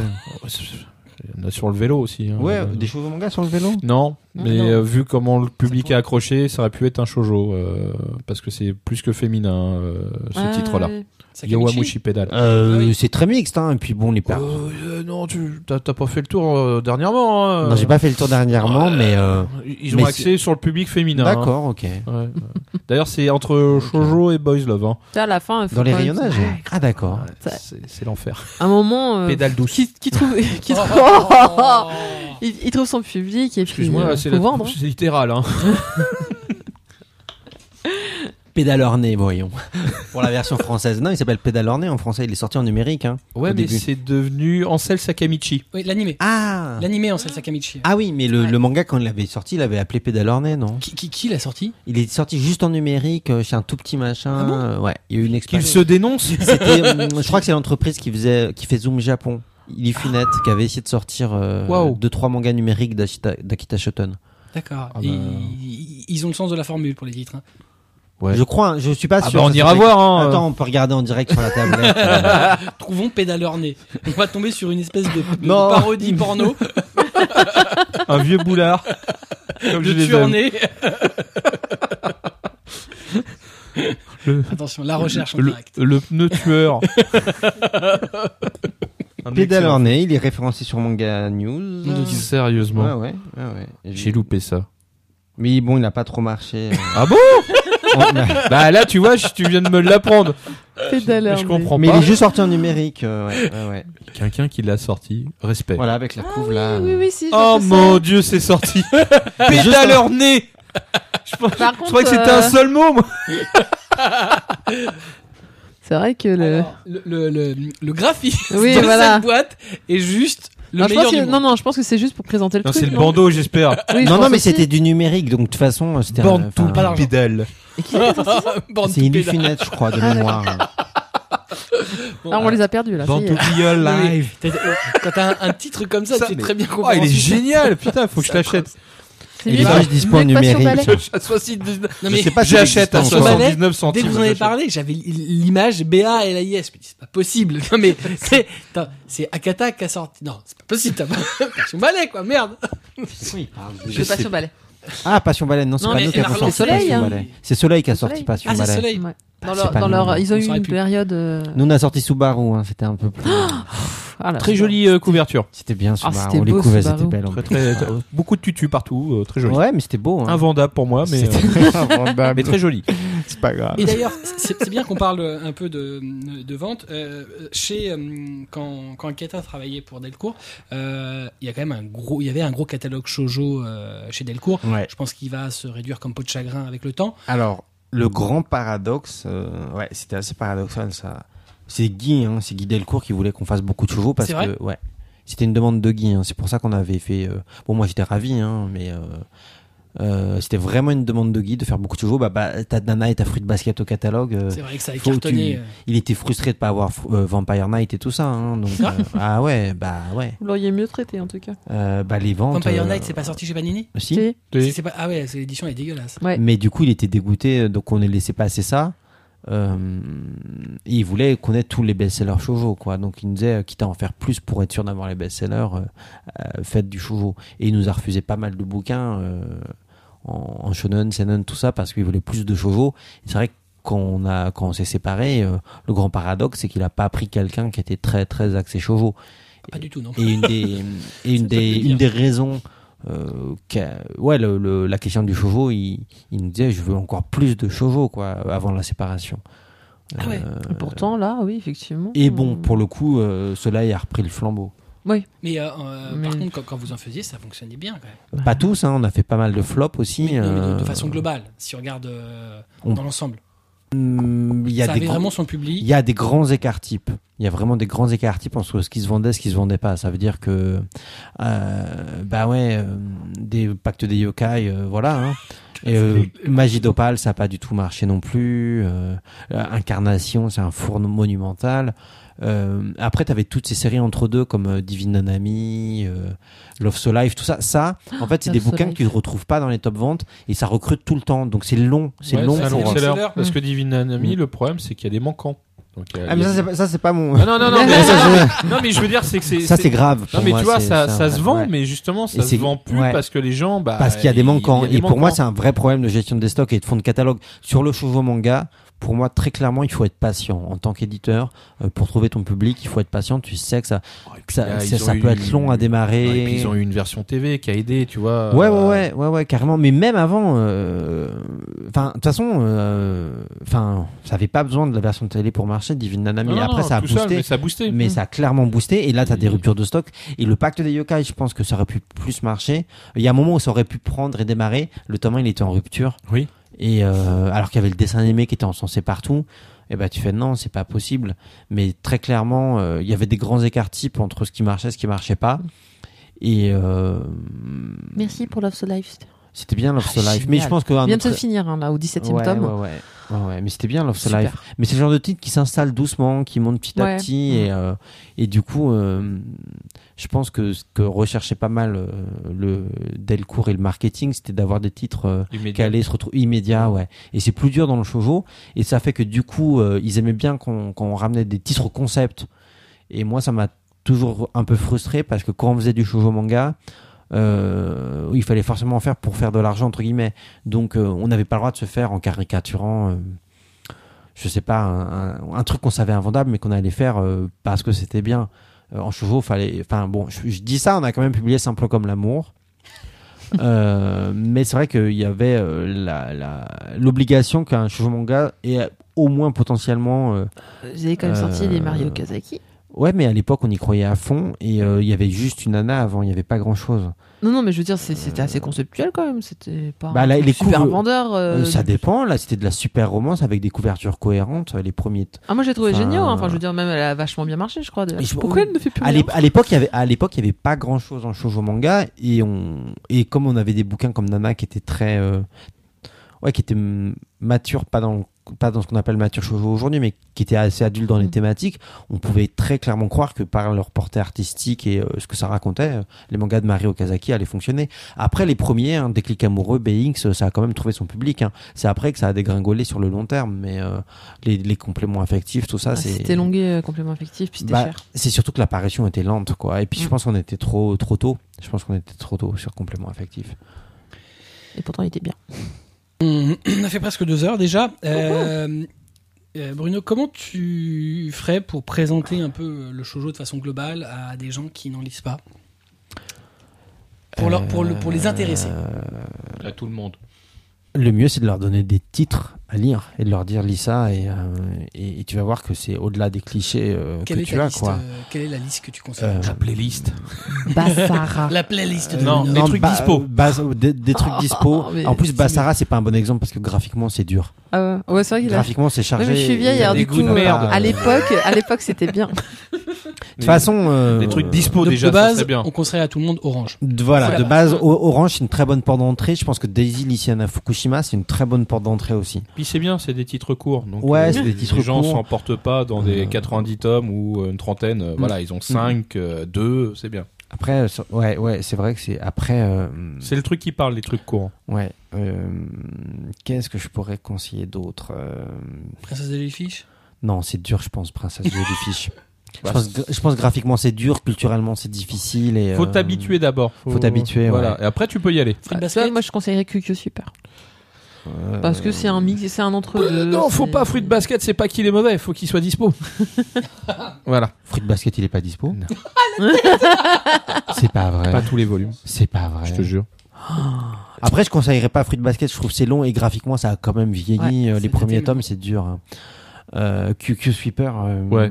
Speaker 3: Il y en a sur le vélo aussi. hein.
Speaker 2: Ouais,
Speaker 3: Euh,
Speaker 2: des shoujo manga sur le vélo
Speaker 3: Non,
Speaker 4: Non,
Speaker 3: mais
Speaker 4: non.
Speaker 3: euh, vu comment le public
Speaker 4: pour-
Speaker 3: est accroché, ça aurait pu être un shoujo euh, parce que c'est plus que féminin euh, ce
Speaker 4: Ah,
Speaker 3: titre-là.
Speaker 4: ouais.
Speaker 1: Sakamichi
Speaker 3: Yowamushi Pedal.
Speaker 2: Euh,
Speaker 1: Ah oui.
Speaker 2: C'est très mixte, hein. Et puis bon, les
Speaker 3: Ah.
Speaker 2: pères.
Speaker 3: Hein Oh, euh, non, tu t'as pas fait le tour euh, dernièrement.
Speaker 2: Non, j'ai pas fait le tour dernièrement,
Speaker 3: euh,
Speaker 2: mais. euh,
Speaker 3: Ils
Speaker 2: Mais
Speaker 3: ont axé sur le public féminin. hein.
Speaker 2: D'accord, ok.
Speaker 3: Ouais, ouais. <laughs> D'ailleurs, c'est entre shoujo et boys love. hein.
Speaker 4: Ça, à la fin, il faut
Speaker 2: Dans les
Speaker 4: quand même-
Speaker 2: rayonnages Ah, d'accord.
Speaker 3: Ouais,
Speaker 4: Ça-
Speaker 3: c'est c'est l'enfer.
Speaker 4: Un moment. euh,
Speaker 3: Pédale douce.
Speaker 4: Qui, qui trouve. <laughs>
Speaker 2: <laughs>
Speaker 4: qui
Speaker 1: Oh,
Speaker 4: trouve- <laughs>
Speaker 1: oh, oh, oh. <laughs>
Speaker 4: il, il trouve son public et puis.
Speaker 3: Excuse-moi,
Speaker 4: euh,
Speaker 3: c'est
Speaker 4: faut
Speaker 3: la-
Speaker 4: vendre.
Speaker 3: c'est littéral. Hein.
Speaker 2: Pédale Ornée, voyons. <laughs> Pour la version française. Non, il s'appelle Pédale Ornée. En français, il est sorti en numérique. Hein,
Speaker 3: Ouais,
Speaker 2: au
Speaker 3: mais
Speaker 2: début.
Speaker 3: c'est devenu Ansel Sakamichi.
Speaker 1: Oui, l'animé.
Speaker 2: Ah
Speaker 1: L'animé en scène Sakamichi.
Speaker 2: Ah oui, mais le, le manga, quand il l'avait sorti, il l'avait appelé Pédale Ornée, non
Speaker 1: Qui, qui, qui l'a sorti
Speaker 2: Il est sorti juste en numérique, euh, chez un tout petit machin.
Speaker 1: Ah bon
Speaker 2: euh, ouais, il y a eu une
Speaker 3: Qu'il
Speaker 2: expérience.
Speaker 3: se <laughs> dénonce
Speaker 2: C'était, hum, je crois que c'est l'entreprise qui faisait, qui fait Zoom Japon. Ilifunette, qui avait essayé de sortir euh,
Speaker 3: Wow.
Speaker 2: deux trois mangas numériques d'Akita, d'Akita Shoten.
Speaker 1: D'accord. ben.
Speaker 3: Ah bah.
Speaker 1: ils, ils ont le sens de la formule pour les titres. hein.
Speaker 3: Ouais.
Speaker 2: Je crois, hein, je suis pas
Speaker 3: Ah
Speaker 2: sûr.
Speaker 3: bah, on
Speaker 2: ça
Speaker 3: ira
Speaker 2: s'appelle-
Speaker 3: voir. Hein.
Speaker 2: Attends, on peut regarder en direct sur la tablette. euh.
Speaker 1: Trouvons pédaleur né. On va tomber sur une espèce de, de
Speaker 2: Non.
Speaker 1: parodie porno
Speaker 3: un vieux <laughs> boulard. Comme je
Speaker 1: de
Speaker 3: les aime. <laughs>
Speaker 1: Turné.
Speaker 3: Le-
Speaker 1: Attention, la recherche en
Speaker 3: le,
Speaker 1: direct.
Speaker 3: le
Speaker 1: <laughs>
Speaker 3: pneu tueur. Un
Speaker 2: Pédale
Speaker 3: excellent-
Speaker 2: Ornée, il est référencé sur Manga News.
Speaker 3: Sérieusement.
Speaker 2: Ouais, ouais, ouais, ouais. Et
Speaker 3: J'ai
Speaker 2: j'ai- <laughs>
Speaker 3: loupé ça.
Speaker 2: Mais bon, il n'a pas trop marché. euh.
Speaker 3: Ah bon Bah là, tu vois, je- tu viens de me l'apprendre.
Speaker 4: Pédaleur,
Speaker 3: Je
Speaker 4: mais-
Speaker 3: comprends
Speaker 2: Mais il
Speaker 3: pas.
Speaker 2: est juste sorti en numérique. euh, ouais, ouais, ouais.
Speaker 3: Quelqu'un qui l'a sorti. Respect.
Speaker 2: Voilà, avec la couve là. euh.
Speaker 4: Oui, oui, si. je
Speaker 3: Oh
Speaker 4: sais ça.
Speaker 3: mon dieu, c'est sorti. <laughs> Pédale Ornée Je pense-
Speaker 4: Par
Speaker 3: je
Speaker 4: contre,
Speaker 3: croyais que c'était un
Speaker 4: euh,
Speaker 3: seul mot, moi.
Speaker 4: C'est vrai que le.
Speaker 1: Alors, le, le, le- le graphiste
Speaker 4: Oui,
Speaker 1: de
Speaker 4: voilà.
Speaker 1: cette boîte est juste le
Speaker 4: Non, je
Speaker 1: meilleur
Speaker 4: pense
Speaker 1: du
Speaker 4: que-
Speaker 1: monde.
Speaker 4: non, non, je pense que c'est juste pour présenter le
Speaker 3: Non,
Speaker 4: truc.
Speaker 3: c'est le bandeau, j'espère.
Speaker 4: Oui, je
Speaker 2: Non, non,
Speaker 4: pense
Speaker 2: mais
Speaker 4: aussi.
Speaker 2: c'était du numérique, donc de toute façon, euh, c'était. un-
Speaker 1: Bande tout,
Speaker 2: enfin,
Speaker 1: pas l'argent.
Speaker 3: Pédale.
Speaker 4: Et qui c'est qui a sorti ça
Speaker 1: Bande
Speaker 2: C'est
Speaker 1: de pédales.
Speaker 2: Illufinette, je crois, de
Speaker 4: Ah,
Speaker 2: mémoire.
Speaker 1: Bon,
Speaker 4: Ah, on
Speaker 1: voilà.
Speaker 4: les a perdus là. ça y est.
Speaker 3: Bandoubillol
Speaker 1: Non, mais
Speaker 3: live.
Speaker 1: t'as- t'as- Quand t'as un, un titre comme ça,
Speaker 3: Ça,
Speaker 1: c'est
Speaker 3: mais-
Speaker 1: très bien
Speaker 3: Oh, il
Speaker 1: compris.
Speaker 3: est génial, putain, faut que je l'achète.
Speaker 4: C'est
Speaker 2: Et
Speaker 4: mieux
Speaker 2: les
Speaker 4: que-
Speaker 2: pages dispo en
Speaker 4: mieux que Passion
Speaker 2: numérique.
Speaker 4: Ballet.
Speaker 3: À 79.
Speaker 1: Non, mais
Speaker 2: sais pas si
Speaker 3: J'achète à
Speaker 2: ça existe
Speaker 1: encore.
Speaker 3: 79
Speaker 1: dès
Speaker 3: centimes.
Speaker 1: que vous en avez parlé, j'avais l'image BA et la IS. Mais c'est pas possible. Non, mais c'est attends, c'est Akata qui a sorti. Non, c'est pas possible. T'as pas. <laughs> Passion balai, quoi, merde.
Speaker 4: Je passe au ballet.
Speaker 2: Ah, Passion Baleine, non, c'est
Speaker 4: Non,
Speaker 2: pas
Speaker 4: mais
Speaker 2: nous qui
Speaker 1: elle a
Speaker 2: avons sorti
Speaker 1: relancé
Speaker 4: Soleil,
Speaker 2: Passion
Speaker 4: hein.
Speaker 2: Baleine. C'est Soleil qui a
Speaker 4: C'est
Speaker 2: sorti
Speaker 4: Soleil.
Speaker 2: Passion
Speaker 1: Ah, c'est
Speaker 2: Baleine.
Speaker 1: soleil.
Speaker 4: Ouais. Dans
Speaker 2: C'est
Speaker 4: leur,
Speaker 2: pas
Speaker 4: dans leur-
Speaker 2: nous.
Speaker 4: ils ont
Speaker 1: On
Speaker 4: eu
Speaker 1: s'aurait
Speaker 4: une
Speaker 1: pu.
Speaker 4: période. euh,
Speaker 2: Nous, on a sorti Subaru, hein, c'était un peu plus.
Speaker 4: ah là,
Speaker 3: Très
Speaker 4: c'est
Speaker 3: jolie euh, couverture.
Speaker 2: C'était bien
Speaker 4: Ah,
Speaker 2: Subaru,
Speaker 4: c'était
Speaker 2: les
Speaker 4: beau,
Speaker 2: couves, elles
Speaker 4: Subaru.
Speaker 2: étaient belles. en
Speaker 3: Très,
Speaker 2: plus.
Speaker 3: très, très- Euh, beaucoup de tutus partout, euh, très joli.
Speaker 2: Ouais, mais c'était beau. hein.
Speaker 3: Invendable pour moi, mais, euh,
Speaker 2: C'était invendable.
Speaker 3: mais très joli.
Speaker 2: c'est pas grave.
Speaker 1: Et d'ailleurs, Ah. <laughs> c'est c'est bien qu'on parle euh, un peu de, de vente. Euh, chez euh, quand quand Akata travaillait pour Delcourt, euh, il y a quand même un gros, il y avait un gros catalogue shojo euh, chez Delcourt.
Speaker 2: Ouais.
Speaker 1: Je pense qu'il va se réduire comme peau de chagrin avec le temps.
Speaker 2: Alors, le grand paradoxe, euh, ouais, c'était assez paradoxal ça. C'est Guy, hein, c'est Guy Delcourt qui voulait qu'on fasse beaucoup de chevaux parce
Speaker 1: C'est vrai
Speaker 2: que, ouais, c'était une demande de Guy. hein, c'est pour ça qu'on avait fait. euh, bon, moi j'étais ravi, hein, mais euh, euh, c'était vraiment une demande de Guy de faire beaucoup de chevaux. Bah, bah, ta Nana et ta fruit de basket au catalogue. euh,
Speaker 1: C'est vrai que ça a
Speaker 2: faut que
Speaker 1: cartonné.
Speaker 2: tu-
Speaker 1: euh.
Speaker 2: il était frustré de pas avoir euh, Vampire Night et tout ça. hein, donc,
Speaker 1: <laughs> C'est vrai
Speaker 2: euh, ah ouais, bah ouais.
Speaker 4: Vous l'auriez mieux traité en tout cas.
Speaker 2: Euh, bah les ventes.
Speaker 1: Vampire
Speaker 2: euh,
Speaker 1: Night, c'est pas sorti chez Panini.
Speaker 2: si.
Speaker 4: Si.
Speaker 1: C'est- c'est pas- Ah ouais, c'est- l'édition est dégueulasse.
Speaker 4: Ouais.
Speaker 2: Mais du coup, il était dégoûté, donc on ne laissait passer ça. Euh, et il voulait connaître tous les best-sellers shoujo, quoi. Donc il nous disait, euh, quitte à en faire plus pour être sûr d'avoir les best-sellers, euh, euh, faites du shoujo. Et il nous a refusé pas mal de bouquins euh, en, en shonen, seinen, tout ça, parce qu'il voulait plus de shoujo. Et C'est vrai que quand on, a- quand on s'est séparés, euh, le grand paradoxe, c'est qu'il n'a pas pris quelqu'un qui était très, très axé shoujo.
Speaker 1: Pas du tout, non.
Speaker 2: Et une des, et
Speaker 1: Ça
Speaker 2: une
Speaker 1: peut
Speaker 2: des,
Speaker 1: te dire.
Speaker 2: une des raisons, euh, qu'a- ouais, le, le- la question du shoujo, il, il nous disait je veux encore plus de shoujo quoi, avant la séparation. Euh,
Speaker 1: Ah ouais.
Speaker 4: Et pourtant là, oui, effectivement.
Speaker 2: et bon, pour le coup, euh, Soleil a repris le flambeau.
Speaker 1: Mais, euh, euh,
Speaker 4: Mais-
Speaker 1: par contre, quand, quand vous en faisiez, ça fonctionnait bien quand même.
Speaker 2: Pas tous, hein, on a fait pas mal de flops aussi.
Speaker 1: Mais non, mais de, de
Speaker 2: euh,
Speaker 1: façon globale, si on regarde euh,
Speaker 2: on-
Speaker 1: dans l'ensemble.
Speaker 2: hum, Il y, a
Speaker 1: Ça
Speaker 2: des
Speaker 1: avait
Speaker 2: grands-
Speaker 1: vraiment son
Speaker 2: il
Speaker 1: public.
Speaker 2: y a des grands écarts types. il y a vraiment des grands écarts types entre ce qui se vendait et ce qui se vendait pas. Ça veut dire que, euh, bah ouais, euh, des pactes des yokai, euh, voilà. hein. Et euh, Magie d'Opale, ça n'a pas du tout marché non plus. Euh, Incarnation, c'est un four monumental. Euh, après, tu avais toutes ces séries entre deux comme euh, Divine Nanami, euh, Love So Life, tout ça. Ça, en fait, c'est
Speaker 4: Love
Speaker 2: des
Speaker 4: So
Speaker 2: bouquins
Speaker 4: Life.
Speaker 2: que tu ne retrouves pas dans les top ventes et ça recrute tout le temps. Donc c'est long, c'est
Speaker 3: Ouais,
Speaker 2: long.
Speaker 3: c'est un
Speaker 2: pour-
Speaker 3: long
Speaker 1: euh,
Speaker 3: seller.
Speaker 1: seller.
Speaker 3: Parce que Divine Enemy,
Speaker 2: Mm.
Speaker 3: le problème, c'est qu'il y a des manquants. Donc, euh,
Speaker 2: Ah, mais
Speaker 3: il y a-
Speaker 2: ça, c'est pas- ça, c'est pas mon.
Speaker 3: Ah,
Speaker 2: <laughs>
Speaker 3: non, non, non, mais,
Speaker 2: Ça, c'est-
Speaker 3: non, mais je veux dire, c'est que c'est.
Speaker 2: ça, c'est grave.
Speaker 3: Non,
Speaker 2: pour
Speaker 3: mais
Speaker 2: moi,
Speaker 3: tu vois,
Speaker 2: c'est-
Speaker 3: ça,
Speaker 2: c'est un
Speaker 3: ça
Speaker 2: vrai-
Speaker 3: se vend,
Speaker 2: ouais.
Speaker 3: mais justement,
Speaker 2: Et
Speaker 3: ça se
Speaker 2: c'est-
Speaker 3: vend plus
Speaker 2: ouais.
Speaker 3: parce que les gens. Bah,
Speaker 2: Parce qu'il y a des manquants.
Speaker 3: il y a des
Speaker 2: et pour moi,
Speaker 3: manquants.
Speaker 2: c'est un vrai problème de gestion des stocks et de fonds de catalogue. Sur le shoujo manga, pour moi, très clairement, il faut être patient. En tant qu'éditeur, euh, pour trouver ton public, il faut être patient. Tu sais que ça,
Speaker 3: Oh, et
Speaker 2: que
Speaker 3: puis
Speaker 2: ça,
Speaker 3: là,
Speaker 2: ça-
Speaker 3: ils
Speaker 2: ça
Speaker 3: ont
Speaker 2: peut
Speaker 3: eu-
Speaker 2: être long à
Speaker 3: Ouais, et puis
Speaker 2: démarrer.
Speaker 3: ils ont eu une version TV qui a aidé, tu vois.
Speaker 2: Ouais, ouais,
Speaker 3: euh,
Speaker 2: ouais, ouais, ouais, carrément. Mais même avant, euh, enfin, de toute façon, euh, enfin, ça avait pas besoin de la version de télé pour marcher, Divine Nanami.
Speaker 3: non, non,
Speaker 2: Après,
Speaker 3: non,
Speaker 2: ça a
Speaker 3: tout seul,
Speaker 2: boosté.
Speaker 3: mais ça a
Speaker 4: Mhm.
Speaker 3: boosté. Mm.
Speaker 2: mais ça a clairement boosté et là tu as des
Speaker 3: Et-
Speaker 2: ruptures de stock et le pacte des yokai je pense que ça aurait pu plus marcher il y a un moment où ça aurait pu prendre et démarrer le tome un, il était en rupture
Speaker 3: Oui.
Speaker 2: et euh, alors qu'il y avait le dessin animé qui était encensé partout et ben tu fais non c'est pas possible mais très clairement euh, il y avait des grands écarts types entre ce qui marchait ce qui marchait pas et euh,
Speaker 4: Merci pour Love So Life.
Speaker 2: c'était bien Love So
Speaker 4: Ah,
Speaker 2: Life mais
Speaker 4: génial.
Speaker 2: je pense que un
Speaker 4: Vient de se
Speaker 2: autre-
Speaker 4: finir, hein, là, au 17 e
Speaker 2: ouais,
Speaker 4: tome.
Speaker 2: ouais, ouais. Ouais, ouais, mais c'était bien Love So
Speaker 4: Super.
Speaker 2: Life mais c'est le genre de titre qui s'installe doucement, qui monte petit
Speaker 4: Ouais.
Speaker 2: à petit. Et, euh, et du coup, euh, je pense que ce que recherchait pas mal euh, le Delcourt et le marketing, c'était d'avoir des titres euh, qui
Speaker 3: Immédiat.
Speaker 2: allaient se retrouver immédiats. Ouais. Et c'est plus dur dans le shoujo. Et ça fait que du coup, euh, ils aimaient bien qu'on qu'on ramenait des titres concept. Et moi, ça m'a toujours un peu frustré parce que quand on faisait du shoujo manga, euh, il fallait forcément en faire pour faire de l'argent entre guillemets. Donc euh, on n'avait pas le droit de se faire en caricaturant, euh, je sais pas, un, un- un truc qu'on savait invendable mais qu'on allait faire euh, parce que c'était bien. Euh, en chevaux, fallait. Enfin bon, je, je dis ça, on a quand même publié Simple comme l'amour. Euh, mais c'est vrai qu'il y avait euh, la- la- l'obligation qu'un shoujo manga ait au moins potentiellement euh,
Speaker 4: Vous avez quand même sorti
Speaker 2: Euh,
Speaker 4: les Mario Kazaki.
Speaker 2: Ouais, mais à l'époque, on y croyait à fond et euh, il y avait juste une nana avant, il n'y avait pas grand chose.
Speaker 4: Non, non, mais je veux dire, c'est- c'était assez conceptuel quand même. C'était pas
Speaker 2: Bah,
Speaker 4: Euh, un
Speaker 2: là,
Speaker 4: truc
Speaker 2: les
Speaker 4: super
Speaker 2: coups-
Speaker 4: vendeur. euh,
Speaker 2: ça dépend, là, c'était de la super romance avec des couvertures cohérentes, les premiers. t-
Speaker 4: Ah, moi, j'ai trouvé
Speaker 2: Enfin, euh.
Speaker 4: génial. hein. Enfin, je veux dire, même, elle a vachement bien marché, je crois. d'ailleurs.
Speaker 2: Mais je- bah,
Speaker 4: Pourquoi elle ne fait plus
Speaker 2: À
Speaker 4: rien
Speaker 2: l'ép- à l'époque, il y avait, à l'époque, il y avait pas grand chose en shoujo manga et on, et comme on avait des bouquins comme Nana qui étaient très, euh, ouais, qui étaient mm, matures, pas dans, le- pas dans ce qu'on appelle mature shoujo aujourd'hui, mais qui étaient assez adultes dans les
Speaker 4: Mm.
Speaker 2: thématiques, on pouvait très clairement croire que par leur portée artistique et euh, ce que ça racontait, euh, les mangas de Mario Okazaki allaient fonctionner. Après les premiers, hein, Déclic amoureux, BX, euh, ça a quand même trouvé son public. hein. C'est après que ça a dégringolé sur le long terme, mais euh, les, les compléments affectifs, tout ça,
Speaker 4: Ah,
Speaker 2: c'est
Speaker 4: C'était longué, euh, complément affectif, puis c'était
Speaker 2: bah,
Speaker 4: cher.
Speaker 2: C'est surtout que l'apparition était lente, quoi. Et puis je
Speaker 4: Mm.
Speaker 2: pense qu'on était trop, trop tôt. Je pense qu'on était trop tôt sur complément affectif.
Speaker 4: Et pourtant, il
Speaker 2: <laughs>
Speaker 4: était bien.
Speaker 1: On on a fait presque deux heures déjà. Euh, euh, Bruno, comment tu ferais pour présenter un peu le shoujo de façon globale à des gens qui n'en lisent pas pour, leur, pour, le- pour les intéresser.
Speaker 3: À tout le monde.
Speaker 2: Euh, Le mieux, c'est de leur donner des titres à lire et de leur dire lis ça et, euh, et, et tu vas voir que c'est au-delà des clichés euh, que
Speaker 1: Quelle est,
Speaker 2: tu
Speaker 1: ta
Speaker 2: as,
Speaker 1: liste,
Speaker 2: quoi.
Speaker 1: euh, quelle est la liste que tu conseilles
Speaker 2: Euh,
Speaker 3: La playlist.
Speaker 4: Bah, Bassara.
Speaker 1: La playlist de
Speaker 3: non,
Speaker 1: Bruno.
Speaker 3: des trucs dispo.
Speaker 2: bas- euh, des, des trucs dispo.
Speaker 4: mais
Speaker 2: en plus,
Speaker 4: c'est
Speaker 2: Bassara, c'est pas un bon exemple parce que graphiquement, c'est dur.
Speaker 4: Ah ouais, ouais, c'est vrai qu'il a.
Speaker 2: Graphiquement, c'est chargé.
Speaker 4: Ouais, mais je suis vieille,
Speaker 2: Il y a
Speaker 4: alors
Speaker 2: des
Speaker 4: du
Speaker 2: goûts
Speaker 4: coup, euh,
Speaker 2: de merde.
Speaker 4: à l'époque, à l'époque, c'était <laughs> bien. Bah,
Speaker 2: De toute façon, euh,
Speaker 3: Des trucs dispo
Speaker 1: Donc,
Speaker 3: déjà,
Speaker 1: de
Speaker 3: ça
Speaker 1: base,
Speaker 3: serait bien.
Speaker 1: on conseillerait à tout le monde Orange.
Speaker 2: De- Voilà,
Speaker 1: Voilà.
Speaker 2: de base, O- Orange, c'est une très bonne porte d'entrée. Je pense que Daisy, Lyciana, Fukushima, c'est une très bonne porte d'entrée aussi.
Speaker 3: Puis c'est bien, c'est des titres courts. Donc
Speaker 2: Ouais,
Speaker 3: euh,
Speaker 2: c'est des titres
Speaker 3: Les gens
Speaker 2: courts.
Speaker 3: s'en portent pas dans
Speaker 2: Euh,
Speaker 3: des 90 tomes ou une trentaine. euh,
Speaker 2: Mmh.
Speaker 3: Voilà, ils ont 5, 2, c'est bien.
Speaker 2: Après, euh, sur- ouais, ouais, c'est vrai que c'est après. euh,
Speaker 3: C'est le truc qui parle, les trucs courts.
Speaker 2: ouais. euh, Qu'est-ce que je pourrais conseiller d'autre Euh,
Speaker 1: Princesse de Jellyfish.
Speaker 2: Non, c'est dur, je pense, Princesse
Speaker 3: <laughs>
Speaker 2: Jellyfish. je,
Speaker 3: Bah,
Speaker 2: pense, gra- je pense graphiquement c'est dur, culturellement c'est difficile et.
Speaker 3: Faut
Speaker 2: euh,
Speaker 3: t'habituer d'abord.
Speaker 2: faut t'habituer,
Speaker 3: Voilà.
Speaker 2: ouais.
Speaker 3: Et après, tu peux y aller.
Speaker 1: Fruit
Speaker 4: Ah, tu
Speaker 1: Basket.
Speaker 4: vois, moi, je conseillerais QQ Super.
Speaker 2: euh,
Speaker 4: Parce que c'est un mix, c'est un entre-deux.
Speaker 3: Euh, Non, faut
Speaker 4: c'est-
Speaker 3: pas fruit de basket, c'est pas qu'il est mauvais, faut qu'il
Speaker 2: <laughs>
Speaker 3: soit dispo. voilà.
Speaker 2: Fruit Basket, il est pas
Speaker 3: <laughs>
Speaker 2: dispo. c'est pas
Speaker 3: Ah, Pas
Speaker 2: vrai.
Speaker 3: tous les volumes,
Speaker 2: C'est pas vrai.
Speaker 3: je te jure.
Speaker 2: Après, je conseillerais pas Fruit Basket. Je trouve que c'est long et graphiquement, ça a quand même vieilli.
Speaker 4: Ouais,
Speaker 2: Euh, les
Speaker 4: c'est
Speaker 2: premiers
Speaker 1: terrible.
Speaker 2: tomes, c'est dur. hein. Euh, QQ Sweeper. euh,
Speaker 3: Ouais.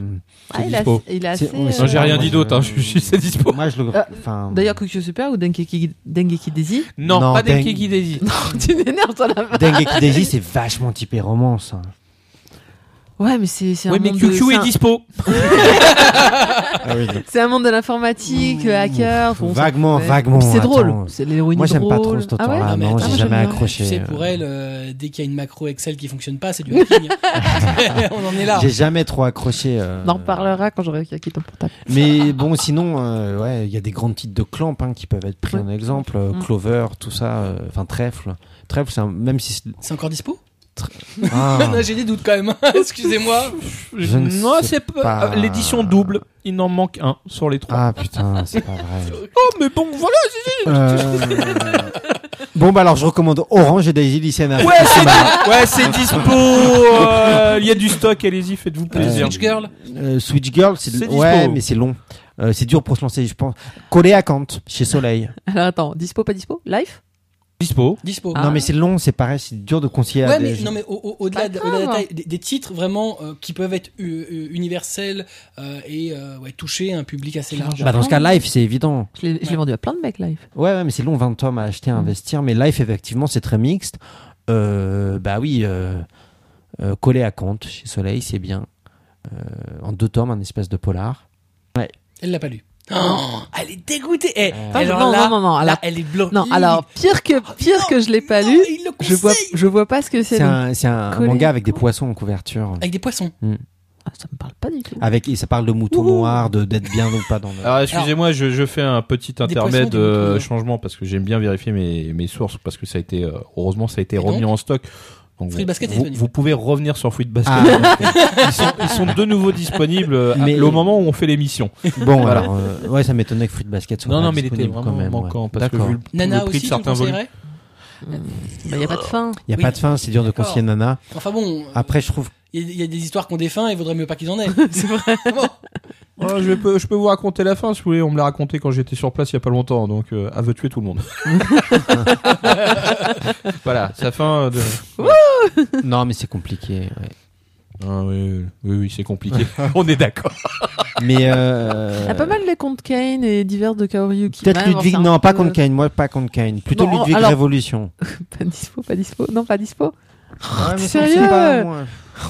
Speaker 4: Ah, il a,
Speaker 3: dispo.
Speaker 4: il a
Speaker 2: C'est-
Speaker 4: assez.
Speaker 2: ouais, c'est-
Speaker 3: Non, j'ai
Speaker 4: euh,
Speaker 3: rien dit d'autre, hein, je suis juste à dispo.
Speaker 2: Moi, je le.
Speaker 4: Euh,
Speaker 2: Enfin.
Speaker 4: D'ailleurs, QQ Super ou Dengeki, Dengeki
Speaker 2: <laughs>
Speaker 4: Daisy.
Speaker 3: Non,
Speaker 2: Non,
Speaker 3: pas des
Speaker 2: dingue.
Speaker 3: Kiki Daisy.
Speaker 4: tu m'énerves, toi, là-bas.
Speaker 2: Dengeki Daisy, c'est vachement typé romance. hein.
Speaker 4: Ouais, mais c'est c'est
Speaker 3: Ouais,
Speaker 4: un
Speaker 3: mais
Speaker 4: monde de-
Speaker 3: QQ
Speaker 4: c'est
Speaker 3: est
Speaker 4: un-
Speaker 3: dispo.
Speaker 2: Ah oui, donc,
Speaker 4: C'est un monde de l'informatique,
Speaker 2: Ouh,
Speaker 4: euh, hacker. bon, ça-
Speaker 2: vaguement,
Speaker 4: ouais.
Speaker 2: vaguement.
Speaker 4: Puis C'est drôle.
Speaker 2: attends.
Speaker 4: C'est l'héroïne
Speaker 2: Moi,
Speaker 4: drôle.
Speaker 2: j'aime pas trop cet auteur-là.
Speaker 4: Ah
Speaker 2: Ah, non,
Speaker 4: ouais
Speaker 1: mais
Speaker 2: j'ai
Speaker 1: attends,
Speaker 2: jamais
Speaker 1: moi, j'aime
Speaker 2: accroché.
Speaker 1: bien. Tu sais, pour elle, euh, dès qu'il y a une macro Excel qui fonctionne pas, c'est du hacking. On en est là.
Speaker 2: <laughs> J'ai jamais trop accroché. euh,
Speaker 4: On en reparlera quand j'aurai quelqu'un ton portable.
Speaker 2: Mais bon, sinon, euh, ouais, il y a des grands titres de Clamp hein, qui peuvent être pris
Speaker 4: Ouais.
Speaker 2: en exemple. euh,
Speaker 4: Mm.
Speaker 2: Clover, tout ça. euh, Enfin, Trèfle. Trèfle, c'est un- même
Speaker 4: <laughs>
Speaker 2: si. c'est-
Speaker 1: C'est encore dispo
Speaker 2: Ah.
Speaker 1: Non, J'ai des doutes quand même. hein, <laughs> Excusez-moi.
Speaker 2: Je ne
Speaker 3: non,
Speaker 2: sais
Speaker 3: c'est pas-
Speaker 2: pas.
Speaker 3: Euh, l'édition double. Il en manque un sur les trois.
Speaker 2: Ah putain, c'est pas <laughs> vrai.
Speaker 3: Oh, mais bon, voilà.
Speaker 2: Euh, Bon bah alors je recommande Orange et Daisy Lycéenne.
Speaker 3: Ouais,
Speaker 2: <laughs>
Speaker 3: c'est ouais, c'est dispo. euh, Il y a du stock. Allez-y, faites-vous plaisir.
Speaker 1: Switch Girl.
Speaker 2: Euh, Switch Girl, c'est
Speaker 3: C'est dispo.
Speaker 2: ouais, mais c'est long. Euh, c'est dur pour se lancer, je pense. Coléa Kant chez Soleil.
Speaker 4: <laughs> Alors attends, dispo, pas dispo Life
Speaker 3: Dispo.
Speaker 1: Dispo.
Speaker 4: Ah.
Speaker 2: Non mais c'est long, c'est pareil, c'est dur de concilier. à
Speaker 1: Ouais,
Speaker 2: des-
Speaker 1: mais, non, mais au- au-
Speaker 4: pas
Speaker 1: au-delà de- au-delà de la
Speaker 4: grave.
Speaker 1: taille, des, des titres vraiment euh, qui peuvent être u- u- universels euh, et euh, ouais, toucher un public assez large.
Speaker 2: Bah, dans ce cas, Life, c'est évident.
Speaker 4: Je l'ai je l'ai
Speaker 1: Ouais.
Speaker 4: vendu à plein de mecs, Life.
Speaker 2: Ouais, ouais, mais c'est long, 20 tomes à acheter, à
Speaker 4: Mm.
Speaker 2: investir. Mais Life, effectivement, c'est très mixte. Euh, bah oui, euh, euh, Coléa Kant chez Soleil, c'est bien. Euh, en deux tomes, un espèce de polar.
Speaker 1: Elle l'a pas lu. Oh, elle est dégoûtée. Eh,
Speaker 2: Euh,
Speaker 1: alors
Speaker 4: Ah. non,
Speaker 1: là,
Speaker 4: non, non, non,
Speaker 1: là,
Speaker 4: là-
Speaker 1: elle est bloquée.
Speaker 4: Non, alors pire que pire que je l'ai pas
Speaker 1: Non,
Speaker 4: lu,
Speaker 1: il le
Speaker 4: je vois
Speaker 1: conseille.
Speaker 4: je vois pas ce que c'est.
Speaker 2: C'est un, c'est un
Speaker 4: Coléa
Speaker 2: manga avec des
Speaker 4: Kant.
Speaker 2: poissons en couverture.
Speaker 1: Avec des poissons.
Speaker 4: Ah, ça me parle pas du tout.
Speaker 2: Avec, et ça parle de moutons
Speaker 4: Ouhou.
Speaker 2: noirs, de d'être bien ou pas dans le.
Speaker 3: Alors, excusez-moi, je, je fais un petit intermède
Speaker 1: poissons, des
Speaker 3: euh,
Speaker 1: moutons.
Speaker 3: changement parce que j'aime bien vérifier mes, mes sources parce que ça a été euh, heureusement ça a été
Speaker 1: Et donc
Speaker 3: remis en stock. Donc,
Speaker 1: Fruit
Speaker 3: vous-
Speaker 1: Basket est
Speaker 3: vous,
Speaker 1: disponible.
Speaker 3: vous pouvez revenir sur Fruit Basket.
Speaker 2: Ah.
Speaker 3: ils, sont, <laughs> ils sont de nouveau disponibles euh, à-
Speaker 2: Mais-
Speaker 3: au moment où on fait l'émission.
Speaker 2: Bon,
Speaker 3: Voilà.
Speaker 2: alors, euh, ouais, ça m'étonnait que Fruit Basket soit
Speaker 3: Non,
Speaker 2: pas
Speaker 3: non, mais il était
Speaker 2: disponible
Speaker 3: vraiment
Speaker 2: quand même. ouais.
Speaker 3: manquant parce que
Speaker 2: D'accord.
Speaker 3: vu le,
Speaker 1: Nana
Speaker 3: le
Speaker 1: aussi,
Speaker 3: prix de
Speaker 1: tu le
Speaker 3: certains volumes.
Speaker 1: conseillerais
Speaker 4: Il y a pas de fin.
Speaker 2: Il n'y a
Speaker 1: Oui.
Speaker 2: pas de fin, c'est dur de
Speaker 1: D'accord.
Speaker 2: concilier Nana.
Speaker 1: Enfin bon, euh,
Speaker 2: Après, je trouve.
Speaker 1: il y, a- il y a des histoires qui ont des fins et il vaudrait mieux pas qu'ils en aient.
Speaker 4: <laughs> C'est vrai.
Speaker 1: Bon.
Speaker 3: Oh, je, peux, je peux vous raconter la fin si vous voulez. On me l'a raconté quand j'étais sur place il y a pas longtemps. Donc, euh, à veut tuer tout le monde. <laughs> voilà, sa fin. De...
Speaker 2: non, mais c'est compliqué. ouais.
Speaker 3: Ah, oui, oui, oui, oui, c'est <laughs> compliqué. on est d'accord.
Speaker 2: Mais. Euh...
Speaker 4: Il y a pas mal les contes Kane et divers de Kaoriyuki.
Speaker 2: Peut-être
Speaker 4: Man,
Speaker 2: Ludwig.
Speaker 4: enfin,
Speaker 2: Non, pas
Speaker 4: euh,
Speaker 2: contre Kane. Moi, pas contre Kane. Plutôt
Speaker 4: Non,
Speaker 2: Ludwig
Speaker 4: alors-
Speaker 2: Révolution.
Speaker 4: <laughs> Pas dispo, pas dispo. Non, pas dispo.
Speaker 2: Ouais,
Speaker 4: t'es
Speaker 2: mais ça,
Speaker 4: Oh, sérieux
Speaker 2: c'est pas moi.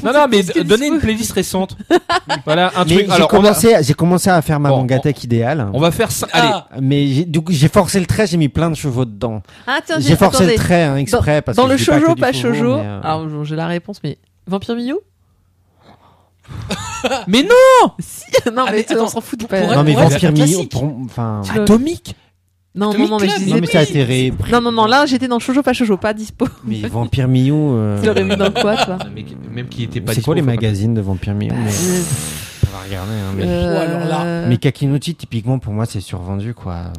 Speaker 3: Non, non, mais
Speaker 4: Qu'est-ce qu'elle
Speaker 3: donnez
Speaker 4: se
Speaker 3: une playlist récente. <laughs> voilà, un
Speaker 2: Mais
Speaker 3: truc.
Speaker 2: j'ai
Speaker 3: Alors, on, va-
Speaker 2: commencé, à- j'ai commencé à faire ma
Speaker 3: Bon,
Speaker 2: mangatech idéale.
Speaker 3: on va faire ça. Allez,
Speaker 1: Ah,
Speaker 2: Mais j'ai- du coup, j'ai forcé le trait, j'ai mis plein de chevaux dedans.
Speaker 4: Ah, tiens,
Speaker 2: J'ai forcé le trait hein, exprès parce
Speaker 4: Dans
Speaker 2: que
Speaker 4: le
Speaker 2: je dis
Speaker 4: shoujo,
Speaker 2: que du
Speaker 4: pas
Speaker 2: shoujo,
Speaker 4: shoujo.
Speaker 2: mais, euh,
Speaker 3: Ah,
Speaker 4: Alors, Ah, bon, j'ai la réponse, mais. Vampire Miyo
Speaker 3: Mais
Speaker 4: <laughs> Si Non,
Speaker 1: Ah,
Speaker 4: mais,
Speaker 1: mais
Speaker 4: toi, on
Speaker 1: attends,
Speaker 4: s'en fout, tu
Speaker 1: pour- pour
Speaker 4: peux.
Speaker 2: non mais
Speaker 1: Ouais, c'est
Speaker 2: Vampire
Speaker 1: un
Speaker 2: Million,
Speaker 1: classique.
Speaker 2: pour- enfin,
Speaker 4: Tu le-
Speaker 3: Atomique
Speaker 4: Non, non,
Speaker 1: Atomic
Speaker 4: non, mais je
Speaker 1: Club,
Speaker 4: disais.
Speaker 2: non mais ça a
Speaker 1: oui.
Speaker 2: été réépris.
Speaker 4: <laughs> Non, non, non, là, j'étais dans shoujo, pas shoujo, pas dispo.
Speaker 2: Mais Vampire Millon.
Speaker 4: Tu l'aurais mis dans quoi, toi
Speaker 3: Même qui était pas
Speaker 2: C'est quoi
Speaker 3: dispo,
Speaker 2: les
Speaker 3: faut pas-
Speaker 2: magazines de Vampire Million mais...
Speaker 4: Euh,
Speaker 2: On va regarder. hein, mais...
Speaker 4: euh,
Speaker 1: alors là.
Speaker 2: mais Kakinuchi, typiquement, pour moi, c'est survendu, quoi.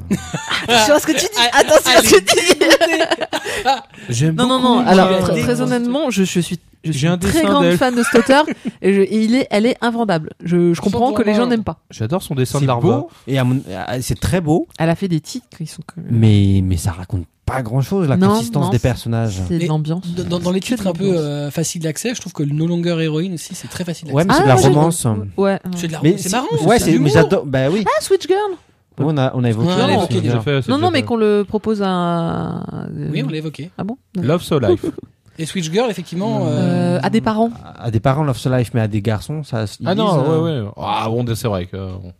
Speaker 4: Attention à ce que <laughs> tu dis.
Speaker 1: Ah,
Speaker 4: Attention à ce
Speaker 1: allez.
Speaker 4: que tu dis.
Speaker 3: J'aime
Speaker 4: <laughs> Non, non,
Speaker 3: beaucoup
Speaker 4: non.
Speaker 1: il
Speaker 4: Alors,
Speaker 1: a
Speaker 4: très,
Speaker 1: des
Speaker 4: très
Speaker 1: grosses-
Speaker 4: honnêtement, je, je suis, je suis
Speaker 3: J'ai un
Speaker 4: une très
Speaker 3: dessin
Speaker 4: grande
Speaker 3: d'elle.
Speaker 4: fan de cet auteur et, je- et il est, elle est invendable. Je, je comprends que les gens n'aiment pas.
Speaker 3: J'adore son dessin
Speaker 2: C'est
Speaker 3: de l'arbre.
Speaker 2: beau, et à mon- à- c'est très beau,
Speaker 4: Elle a fait des titres qui sont. que-
Speaker 2: mais, mais ça raconte pas grand-chose, la
Speaker 4: Non,
Speaker 2: consistance
Speaker 4: non,
Speaker 2: des
Speaker 4: c'est-
Speaker 2: personnages.
Speaker 4: C'est de
Speaker 1: Mais
Speaker 4: l'ambiance.
Speaker 1: dans- dans, dans les
Speaker 4: Que
Speaker 1: titres
Speaker 4: de
Speaker 1: un peu
Speaker 4: l'ambiance.
Speaker 1: euh, faciles d'accès, je trouve que No Longer Héroïne aussi, c'est très facile
Speaker 2: Ouais,
Speaker 1: d'accès.
Speaker 2: mais c'est de la
Speaker 4: Ah, moi, j'ai-
Speaker 2: romance.
Speaker 4: Ouais.
Speaker 1: C'est de la
Speaker 2: Mais
Speaker 1: c'est marrant.
Speaker 2: Ouais,
Speaker 1: de
Speaker 2: c'est, mais
Speaker 1: l'humour.
Speaker 2: j'adore. Bah oui,
Speaker 4: Ah, Switch Girl
Speaker 2: on a, on a évoqué.
Speaker 1: Ouais,
Speaker 3: Ah,
Speaker 2: les
Speaker 1: on l'a évoqué
Speaker 2: souvenirs.
Speaker 1: déjà.
Speaker 4: Non, non, mais qu'on le propose à.
Speaker 1: Oui, on l'a évoqué.
Speaker 4: Ah bon
Speaker 3: Love So Life.
Speaker 1: Et Switch Girl, effectivement. euh,
Speaker 4: Euh, À des parents.
Speaker 2: À des parents, Love So Life, mais à des garçons, ça. ils
Speaker 3: Ah
Speaker 2: disent,
Speaker 3: non,
Speaker 2: euh,
Speaker 3: ouais, ouais. Ah bon, c'est vrai que. euh, bon.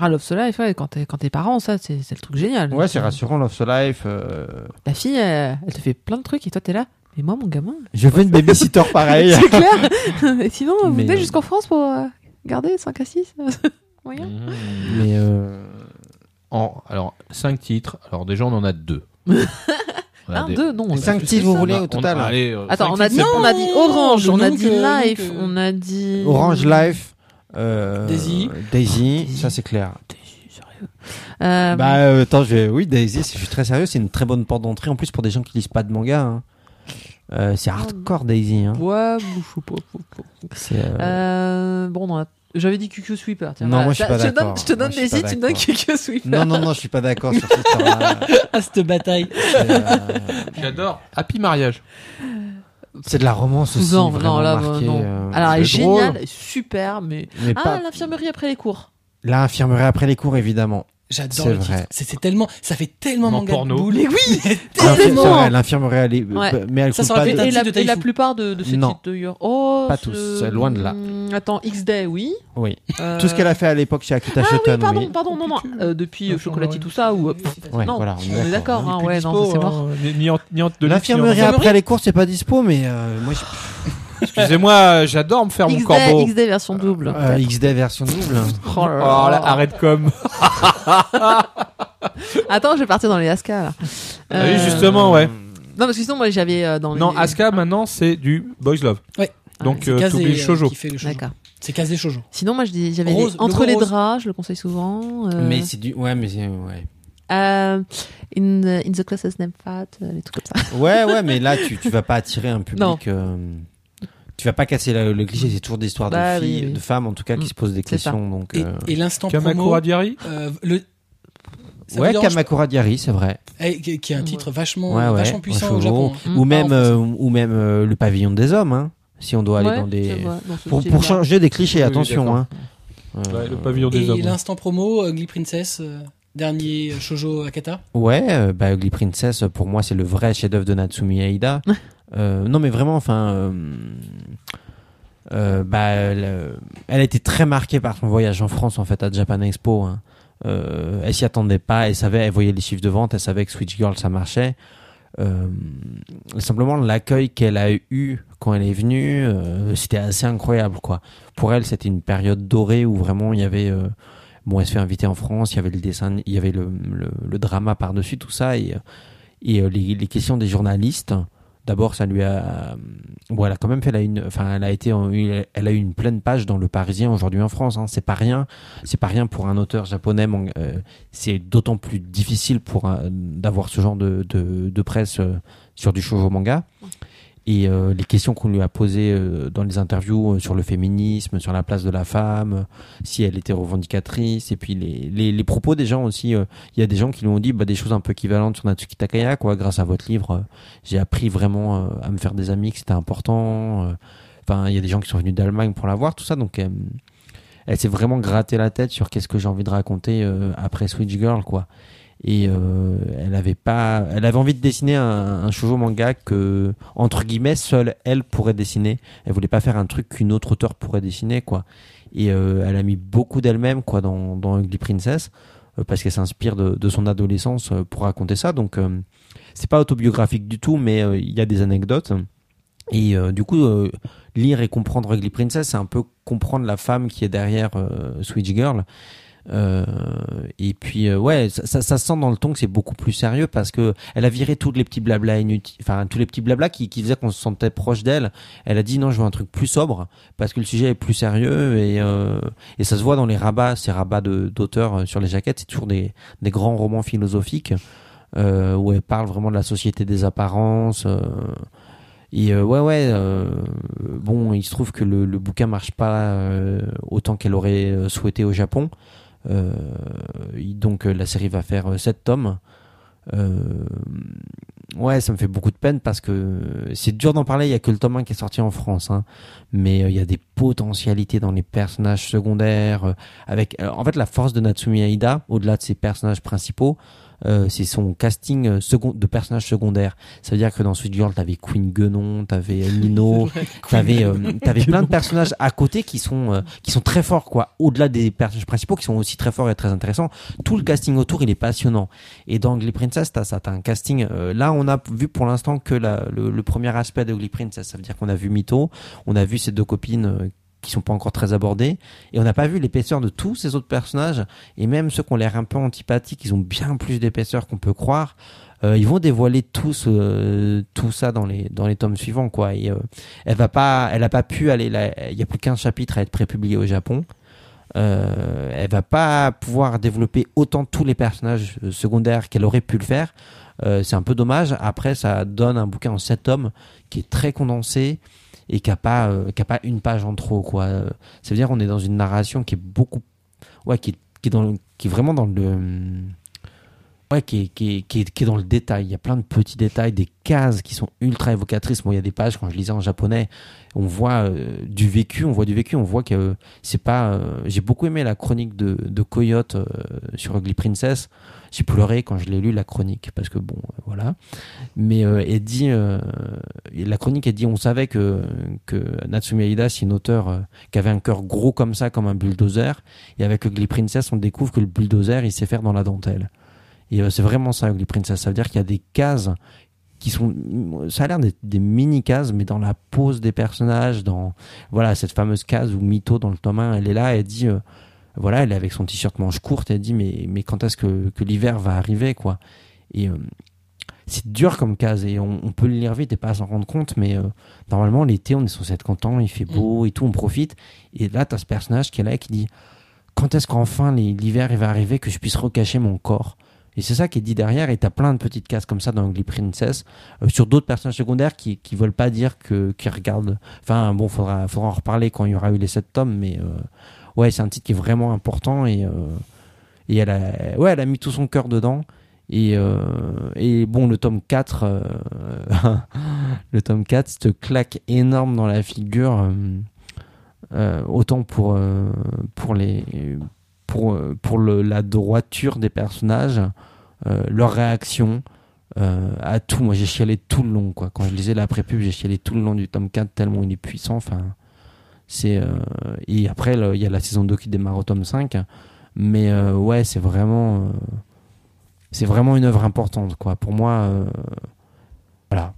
Speaker 4: Ah, Love Solar, ouais, quand t'es quand t'es parent, ça, c'est c'est le truc génial.
Speaker 2: Ouais, c'est rassurant, Love So Life. euh,
Speaker 4: La fille, elle, elle te fait plein de trucs et toi, t'es là. Mais moi, mon gamin.
Speaker 2: Je <laughs> veux une babysitter <laughs> pareille.
Speaker 4: <laughs> C'est clair. <laughs> et sinon, vous
Speaker 2: Ah, Mais,
Speaker 4: venez
Speaker 2: euh,
Speaker 4: jusqu'en France pour euh, garder 5 à euh, 6. Moyen.
Speaker 3: Mhm.
Speaker 2: mais euh,
Speaker 3: En- alors, 5 titres. Alors, déjà, on en a <laughs> 2.
Speaker 1: Bah,
Speaker 4: Un, deux, non.
Speaker 2: Cinq
Speaker 4: plus que
Speaker 2: titres,
Speaker 4: ça.
Speaker 2: vous voulez au total
Speaker 3: euh,
Speaker 4: Attends, on a, dit,
Speaker 1: c'est
Speaker 4: on
Speaker 1: pas-
Speaker 4: a dit Orange,
Speaker 1: Non,
Speaker 4: on a
Speaker 1: donc,
Speaker 4: dit
Speaker 1: euh,
Speaker 4: Life,
Speaker 1: donc, euh,
Speaker 4: on a dit.
Speaker 2: Orange Life. euh,
Speaker 1: Daisy.
Speaker 2: Daisy, ça c'est clair.
Speaker 4: Euh,
Speaker 2: Bah euh, attends, je vais... oui, Daisy, je suis très sérieux, c'est une très bonne porte d'entrée en plus pour des gens qui lisent pas de manga. hein. Euh, c'est hardcore Daisy. Hein.
Speaker 4: ouais, bon, je sais pas, faut- faut-
Speaker 2: C'est, euh,
Speaker 4: Euh, bon, on a- j'avais dit QQ Sweeper. tiens,
Speaker 2: Non,
Speaker 4: voilà.
Speaker 2: moi, je suis
Speaker 4: Ça,
Speaker 2: pas
Speaker 4: te donne-
Speaker 2: d'accord.
Speaker 4: Je te
Speaker 2: Moi,
Speaker 4: donne
Speaker 2: je suis
Speaker 4: des
Speaker 2: pas
Speaker 4: sites, tu me donnes
Speaker 2: d'accord.
Speaker 4: QQ
Speaker 2: Non,
Speaker 4: Sweeper. <laughs>
Speaker 2: non, non, je suis pas d'accord sur cette histoire-là.
Speaker 1: à cette bataille.
Speaker 2: C'est, euh,
Speaker 3: J'adore. Happy Mariage.
Speaker 2: C'est de la romance aussi.
Speaker 4: Sous-en,
Speaker 2: vraiment
Speaker 4: non, là,
Speaker 2: marquée,
Speaker 4: non.
Speaker 2: euh,
Speaker 4: Alors, elle est
Speaker 2: c'est drôle,
Speaker 4: géniale, super, mais.
Speaker 2: Mais
Speaker 4: Ah,
Speaker 2: pas...
Speaker 4: l'infirmerie après les cours.
Speaker 2: L'infirmerie après les cours, évidemment.
Speaker 1: J'adore
Speaker 2: C'est
Speaker 1: le titre.
Speaker 2: vrai.
Speaker 1: C'est c'est tellement, ça fait tellement
Speaker 3: En
Speaker 1: manga
Speaker 3: porno.
Speaker 1: de boule.
Speaker 4: Mais
Speaker 3: <laughs>
Speaker 4: oui
Speaker 1: Mais
Speaker 2: C'est
Speaker 4: Complètement.
Speaker 2: vrai, L'infirmerie, elle est-
Speaker 4: Ouais.
Speaker 2: mais elle
Speaker 1: Ça,
Speaker 2: coupe
Speaker 1: ça
Speaker 2: pas
Speaker 1: aurait
Speaker 2: de-
Speaker 1: pu
Speaker 4: et
Speaker 1: être-
Speaker 4: la,
Speaker 1: de
Speaker 4: et la
Speaker 1: Taifu.
Speaker 4: plupart de, de ces
Speaker 2: Non.
Speaker 4: titres de Your Oh,
Speaker 2: Pas tous, c'est loin de là.
Speaker 4: Hmm, Attends, X-Day, oui.
Speaker 2: Oui.
Speaker 4: Euh,
Speaker 2: <laughs> Tout ce qu'elle a fait à l'époque chez Akita
Speaker 4: Ah oui,
Speaker 2: Shoten,
Speaker 4: pardon,
Speaker 2: oui.
Speaker 4: pardon, non, non. euh, depuis euh,
Speaker 3: Attends,
Speaker 4: Chocolatine,
Speaker 3: ouais.
Speaker 4: tout ça, ou. euh, pff,
Speaker 2: Ouais,
Speaker 4: non,
Speaker 2: voilà,
Speaker 4: on est d'accord,
Speaker 3: Ah
Speaker 4: hein, ouais, non,
Speaker 2: euh,
Speaker 4: ça, c'est mort.
Speaker 3: euh, Ni en, ni en- de
Speaker 2: L'infirmerie
Speaker 3: luxe, ni en-
Speaker 2: après les cours, c'est pas dispo, mais euh, moi, je-
Speaker 3: Excusez-moi, euh, j'adore me faire mon
Speaker 4: X-Day,
Speaker 3: corbeau.
Speaker 4: X-Day version double.
Speaker 2: euh, XD version
Speaker 3: Ah
Speaker 2: double.
Speaker 4: Oh là là.
Speaker 3: Oh là, arrête comme.
Speaker 4: Attends, je vais partir dans les Aska, là.
Speaker 3: Ah oui, justement, ouais.
Speaker 4: Non, parce que sinon, moi, j'avais euh, dans les.
Speaker 3: Non, Asuka maintenant c'est du Boys Love.
Speaker 1: Ouais.
Speaker 3: Donc
Speaker 1: C'est
Speaker 3: euh,
Speaker 1: Kaz
Speaker 3: t'oublies
Speaker 1: et,
Speaker 3: le
Speaker 1: euh,
Speaker 3: shoujo.
Speaker 1: qui fait le shoujo.
Speaker 4: D'accord.
Speaker 1: C'est Kazé Shoujo.
Speaker 4: Sinon, moi, je dis- j'avais
Speaker 1: Rose,
Speaker 4: les- Entre
Speaker 1: le
Speaker 4: les
Speaker 1: rose.
Speaker 4: draps, je le conseille souvent. euh,
Speaker 2: Mais c'est du. Ouais, mais c'est. Ouais.
Speaker 4: euh, in, the- in the classes name fat, euh, les trucs comme ça.
Speaker 2: Ouais, ouais, mais là, tu, tu vas pas attirer un
Speaker 4: Non.
Speaker 2: public. euh, tu vas pas casser la- le cliché, c'est toujours des histoires
Speaker 4: Bah
Speaker 2: de filles,
Speaker 4: oui, oui.
Speaker 2: de femmes en tout cas, qui
Speaker 4: Mm,
Speaker 2: se posent des
Speaker 4: c'est ça.
Speaker 2: questions. Donc,
Speaker 1: Et,
Speaker 2: euh,
Speaker 1: et l'instant promo.
Speaker 3: Kamakura Diary
Speaker 1: euh, le, ça
Speaker 2: Ouais,
Speaker 1: vous dérange
Speaker 2: Kamakura Diary, c'est vrai.
Speaker 1: pas Eh, qui qui est un titre vachement,
Speaker 2: Ouais, ouais,
Speaker 1: vachement
Speaker 2: un
Speaker 1: puissant
Speaker 2: shoujo.
Speaker 1: au Japon. hein.
Speaker 4: Mm.
Speaker 2: Ou
Speaker 1: Ah, en
Speaker 2: même,
Speaker 1: français.
Speaker 2: euh, ou même euh, le pavillon des hommes, hein, si on doit aller
Speaker 4: Ouais,
Speaker 2: dans
Speaker 4: je
Speaker 2: des.
Speaker 4: vois, dans ce
Speaker 2: Pour,
Speaker 4: style-là.
Speaker 2: pour changer des clichés,
Speaker 3: Oui, oui,
Speaker 2: attention.
Speaker 3: d'accord.
Speaker 2: Hein. Euh,
Speaker 3: le pavillon des
Speaker 1: Et
Speaker 3: hommes.
Speaker 1: l'instant promo, euh, Glee Princess, euh, dernier euh, shoujo Akata.
Speaker 2: Ouais, euh, bah, Ugly Princess, pour moi, c'est le vrai chef-d'œuvre de Natsumi Aida. Euh, non, mais vraiment, enfin. euh, euh, bah, elle, euh, elle a été très marquée par son voyage en France, en fait, à Japan Expo. hein. Euh, elle s'y attendait pas, elle savait, elle voyait les chiffres de vente, elle savait que Switch Girl, ça marchait. Euh, simplement, l'accueil qu'elle a eu quand elle est venue, euh, c'était assez incroyable, quoi. Pour elle, c'était une période dorée où vraiment il y avait. euh, bon, elle se fait inviter en France, il y avait le dessin, il y avait le, le- le drama par-dessus tout ça et, euh, et euh, les, les questions des journalistes. D'abord, ça lui a, bon, elle a quand même fait la une, enfin, elle a été, en- elle a eu une pleine page dans Le Parisien aujourd'hui en France. hein. C'est pas rien, c'est pas rien pour un auteur japonais. manga- euh, c'est d'autant plus difficile pour un- d'avoir ce genre de, de- de presse euh, sur du shoujo manga. Et euh, les questions qu'on lui a posées euh, dans les interviews euh, sur le féminisme, sur la place de la femme, si elle était revendicatrice et puis les, les, les propos des gens aussi euh, il y a des gens qui lui ont dit bah, des choses un peu équivalentes sur Natsuki Takaya quoi grâce à votre livre euh, j'ai appris vraiment euh, à me faire des amis que c'était important euh. enfin il y a des gens qui sont venus d'Allemagne pour la voir tout ça donc euh, elle s'est vraiment grattée la tête sur qu'est-ce que j'ai envie de raconter euh, après Switch Girl quoi et euh, elle avait pas elle avait envie de dessiner un, un shoujo manga que entre guillemets seule elle pourrait dessiner elle voulait pas faire un truc qu'une autre auteure pourrait dessiner quoi et euh, elle a mis beaucoup d'elle-même quoi dans, dans Ugly Princess euh, parce qu'elle s'inspire de, de son adolescence euh, pour raconter ça donc euh, c'est pas autobiographique du tout mais euh, il y a des anecdotes et euh, du coup euh, lire et comprendre Ugly Princess c'est un peu comprendre la femme qui est derrière euh, Switch Girl Euh, et puis euh, ouais ça, ça, ça se sent dans le ton que c'est beaucoup plus sérieux parce que elle a viré tous les petits blabla inutiles enfin tous les petits blabla qui, qui faisaient qu'on se sentait proche d'elle elle a dit non je veux un truc plus sobre parce que le sujet est plus sérieux et, euh, et ça se voit dans les rabats, ces rabats de- d'auteurs euh, sur les jaquettes, c'est toujours des, des grands romans philosophiques euh, où elle parle vraiment de la société des apparences. euh, et euh, ouais, ouais, euh, bon, il se trouve que le, le bouquin marche pas euh, autant qu'elle aurait euh, souhaité au Japon. Euh, il- donc euh, la série va faire 7 tomes. Euh, ouais, ça me fait beaucoup de peine parce que c'est dur d'en parler. Il y a que le tome 1 qui est sorti en France. Hein mais euh, il y a des potentialités dans les personnages secondaires. euh, avec, euh, en fait, la force de Natsumi Aida, au-delà de ses personnages principaux, euh, c'est son casting euh, second, de personnages secondaires. Ça veut dire que dans Sweet Girl, t'avais Queen Guenon, t'avais euh, Nino, t'avais euh, t'avais plein de personnages à côté qui sont euh, qui sont très forts quoi. Au-delà des personnages principaux qui sont aussi très forts et très intéressants, tout le casting autour il est passionnant. Et dans Glee Princess, t'as ça, t'as un casting. euh, là, on a vu pour l'instant que la- le, le premier aspect de Glee Princess, ça veut dire qu'on a vu Mito, on a vu ces deux copines euh, qui sont pas encore très abordées et on n'a pas vu l'épaisseur de tous ces autres personnages et même ceux qui ont l'air un peu antipathiques ils ont bien plus d'épaisseur qu'on peut croire Euh, ils vont dévoiler tous euh, tout ça dans les dans les tomes suivants quoi et euh, elle va pas elle a pas pu aller là il y a plus qu'un chapitre à être prépublié au Japon euh, elle va pas pouvoir développer autant tous les personnages euh, secondaires qu'elle aurait pu le faire Euh, c'est un peu dommage après ça donne un bouquin en sept tomes qui est très condensé et qui a pas euh, qui a pas une page en trop quoi. Euh, Ça veut dire qu'on est dans une narration qui est beaucoup ouais qui est, qui est dans le- qui est vraiment dans le euh, ouais, qui, est, qui, est, qui, est, qui est dans le détail. Il y a plein de petits détails, des cases qui sont ultra évocatrices. Moi, il y a des pages, quand je lisais en japonais, on voit euh, du vécu, on voit du vécu, on voit que euh, c'est pas. euh, J'ai beaucoup aimé la chronique de, de Coyote euh, sur Ugly Princess. J'ai pleuré quand je l'ai lu, la chronique, parce que bon, euh, voilà. Mais euh, elle dit, euh, et la chronique, elle dit on savait que, que Natsumi Aida, c'est une auteure euh, qui avait un cœur gros comme ça, comme un bulldozer. Et avec Ugly Princess, on découvre que le bulldozer, il sait faire dans la dentelle. Et euh, c'est vraiment ça, Ugly Princess. Ça veut dire qu'il y a des cases qui sont. Ça a l'air d'être des mini-cases, mais dans la pose des personnages, dans. Voilà, cette fameuse case où Mito, dans le tome 1, elle est là, elle dit. euh, voilà, elle est avec son t-shirt manche courte, elle dit mais, mais quand est-ce que, que l'hiver va arriver, quoi. Et. euh, c'est dur comme case et on, on peut le lire vite et pas s'en rendre compte, mais euh, normalement l'été on est censé être content, il fait beau et tout, on profite. Et là, t'as ce personnage qui est là et qui dit quand est-ce qu'enfin les- l'hiver il va arriver que je puisse recacher mon corps Et c'est ça qui est dit derrière. Et t'as plein de petites cases comme ça dans Ugly Princess euh, sur d'autres personnages secondaires qui qui veulent pas dire que qui regardent. Enfin bon, faudra faudra en reparler quand il y aura eu les sept tomes, mais euh, ouais, c'est un titre qui est vraiment important et euh, et elle a ouais, elle a mis tout son cœur dedans. Et, euh, et bon, le tome 4, euh, <laughs> le tome 4, cette claque énorme dans la figure, euh, euh, autant pour, euh, pour, les, pour, euh, pour le, la droiture des personnages, euh, leur réaction euh, à tout. Moi, j'ai chialé tout le long. Quoi. Quand je lisais la pré-pub, j'ai chialé tout le long du tome 4, tellement il est puissant. Enfin, c'est, euh, et après, le- il y a la saison 2 qui démarre au tome 5. Mais euh, ouais, c'est vraiment. euh, c'est vraiment une œuvre importante, quoi. Pour moi, euh, voilà.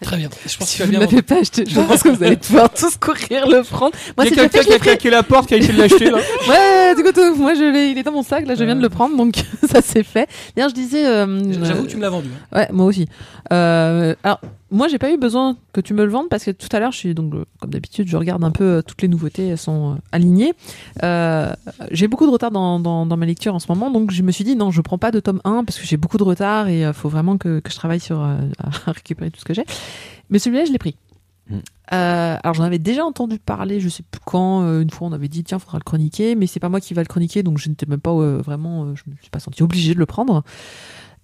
Speaker 1: Très bien. Je pense
Speaker 4: Si
Speaker 1: qu'il va
Speaker 4: vous ne
Speaker 1: bien.
Speaker 4: l'avez pas acheté, je pense que vous allez pouvoir tous courir le prendre. Moi, c'est déjà fait, je l'ai pris.
Speaker 3: la porte, qui a essayé de l'acheter là.
Speaker 4: Ouais, du coup, tout- moi, je l'ai, il est dans mon sac, là, je viens de le prendre, donc <laughs> ça c'est fait. Bien, je disais. euh,
Speaker 1: J'avoue
Speaker 4: euh,
Speaker 1: que tu me l'as vendu. hein.
Speaker 4: Ouais, moi aussi. Euh, alors, moi, j'ai pas eu besoin que tu me le vendes parce que tout à l'heure, je suis donc euh, comme d'habitude, je regarde un peu euh, toutes les nouveautés, elles sont euh, alignées. Euh, j'ai beaucoup de retard dans, dans, dans ma lecture en ce moment, donc je me suis dit non, je prends pas de tome 1 parce que j'ai beaucoup de retard et euh, faut vraiment que, que je travaille sur euh, <laughs> à récupérer tout ce que j'ai. Mais celui-là, je l'ai pris.
Speaker 2: Mm.
Speaker 4: Euh, alors j'en avais déjà entendu parler, je sais plus quand, euh, une fois on avait dit tiens faudra le chroniquer, mais c'est pas moi qui va le chroniquer donc je n'étais même pas euh, vraiment, euh, je me suis pas senti obligé de le prendre.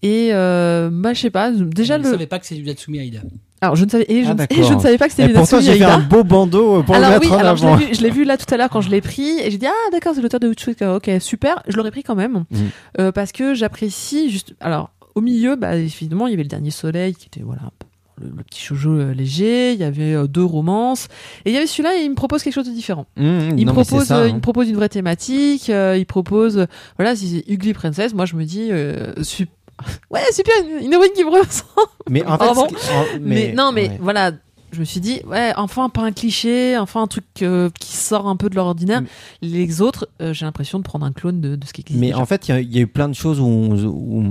Speaker 4: Et euh, bah je sais pas, déjà
Speaker 1: je ne
Speaker 4: le,
Speaker 1: savais pas que c'est du Natsumi Aida.
Speaker 4: alors je ne savais et je,
Speaker 2: Ah,
Speaker 4: ne- et
Speaker 2: d'accord.
Speaker 4: je ne savais pas que c'était
Speaker 2: Et pourtant,
Speaker 4: Natsumi
Speaker 2: j'ai fait
Speaker 4: Yaida.
Speaker 2: un beau bandeau euh, pour le
Speaker 4: alors
Speaker 2: mettre
Speaker 4: oui,
Speaker 2: en
Speaker 4: alors je
Speaker 2: avant.
Speaker 4: l'ai vu, je l'ai vu là tout à l'heure quand je l'ai pris et j'ai dit ah d'accord c'est l'auteur de Outchwick ok super je l'aurais pris quand même
Speaker 2: Mm.
Speaker 4: Euh, parce que j'apprécie juste alors au milieu bah évidemment il y avait le dernier soleil qui était voilà un peu le, le petit shoujo euh, léger il y avait euh, deux romances et il y avait celui-là et il me propose quelque chose de différent
Speaker 2: Mmh,
Speaker 4: il me propose, euh,
Speaker 2: hein.
Speaker 4: il me propose une vraie thématique. euh, il propose, euh, voilà, si c'est Ugly Princess, moi je me dis, euh, sup- <laughs> ouais, super, une, une héroïne qui me ressemble.
Speaker 2: Mais en fait,
Speaker 4: Pardon.
Speaker 2: ce qui- en-
Speaker 4: Mais, non, mais
Speaker 2: ouais.
Speaker 4: voilà, je me suis dit, ouais, enfin pas un cliché, enfin un truc euh, qui sort un peu de l'ordinaire. Les autres, euh, j'ai l'impression de prendre un clone de, de ce qui existe.
Speaker 2: Mais
Speaker 4: déjà.
Speaker 2: en fait, il y a- il y, a eu plein de choses où on- où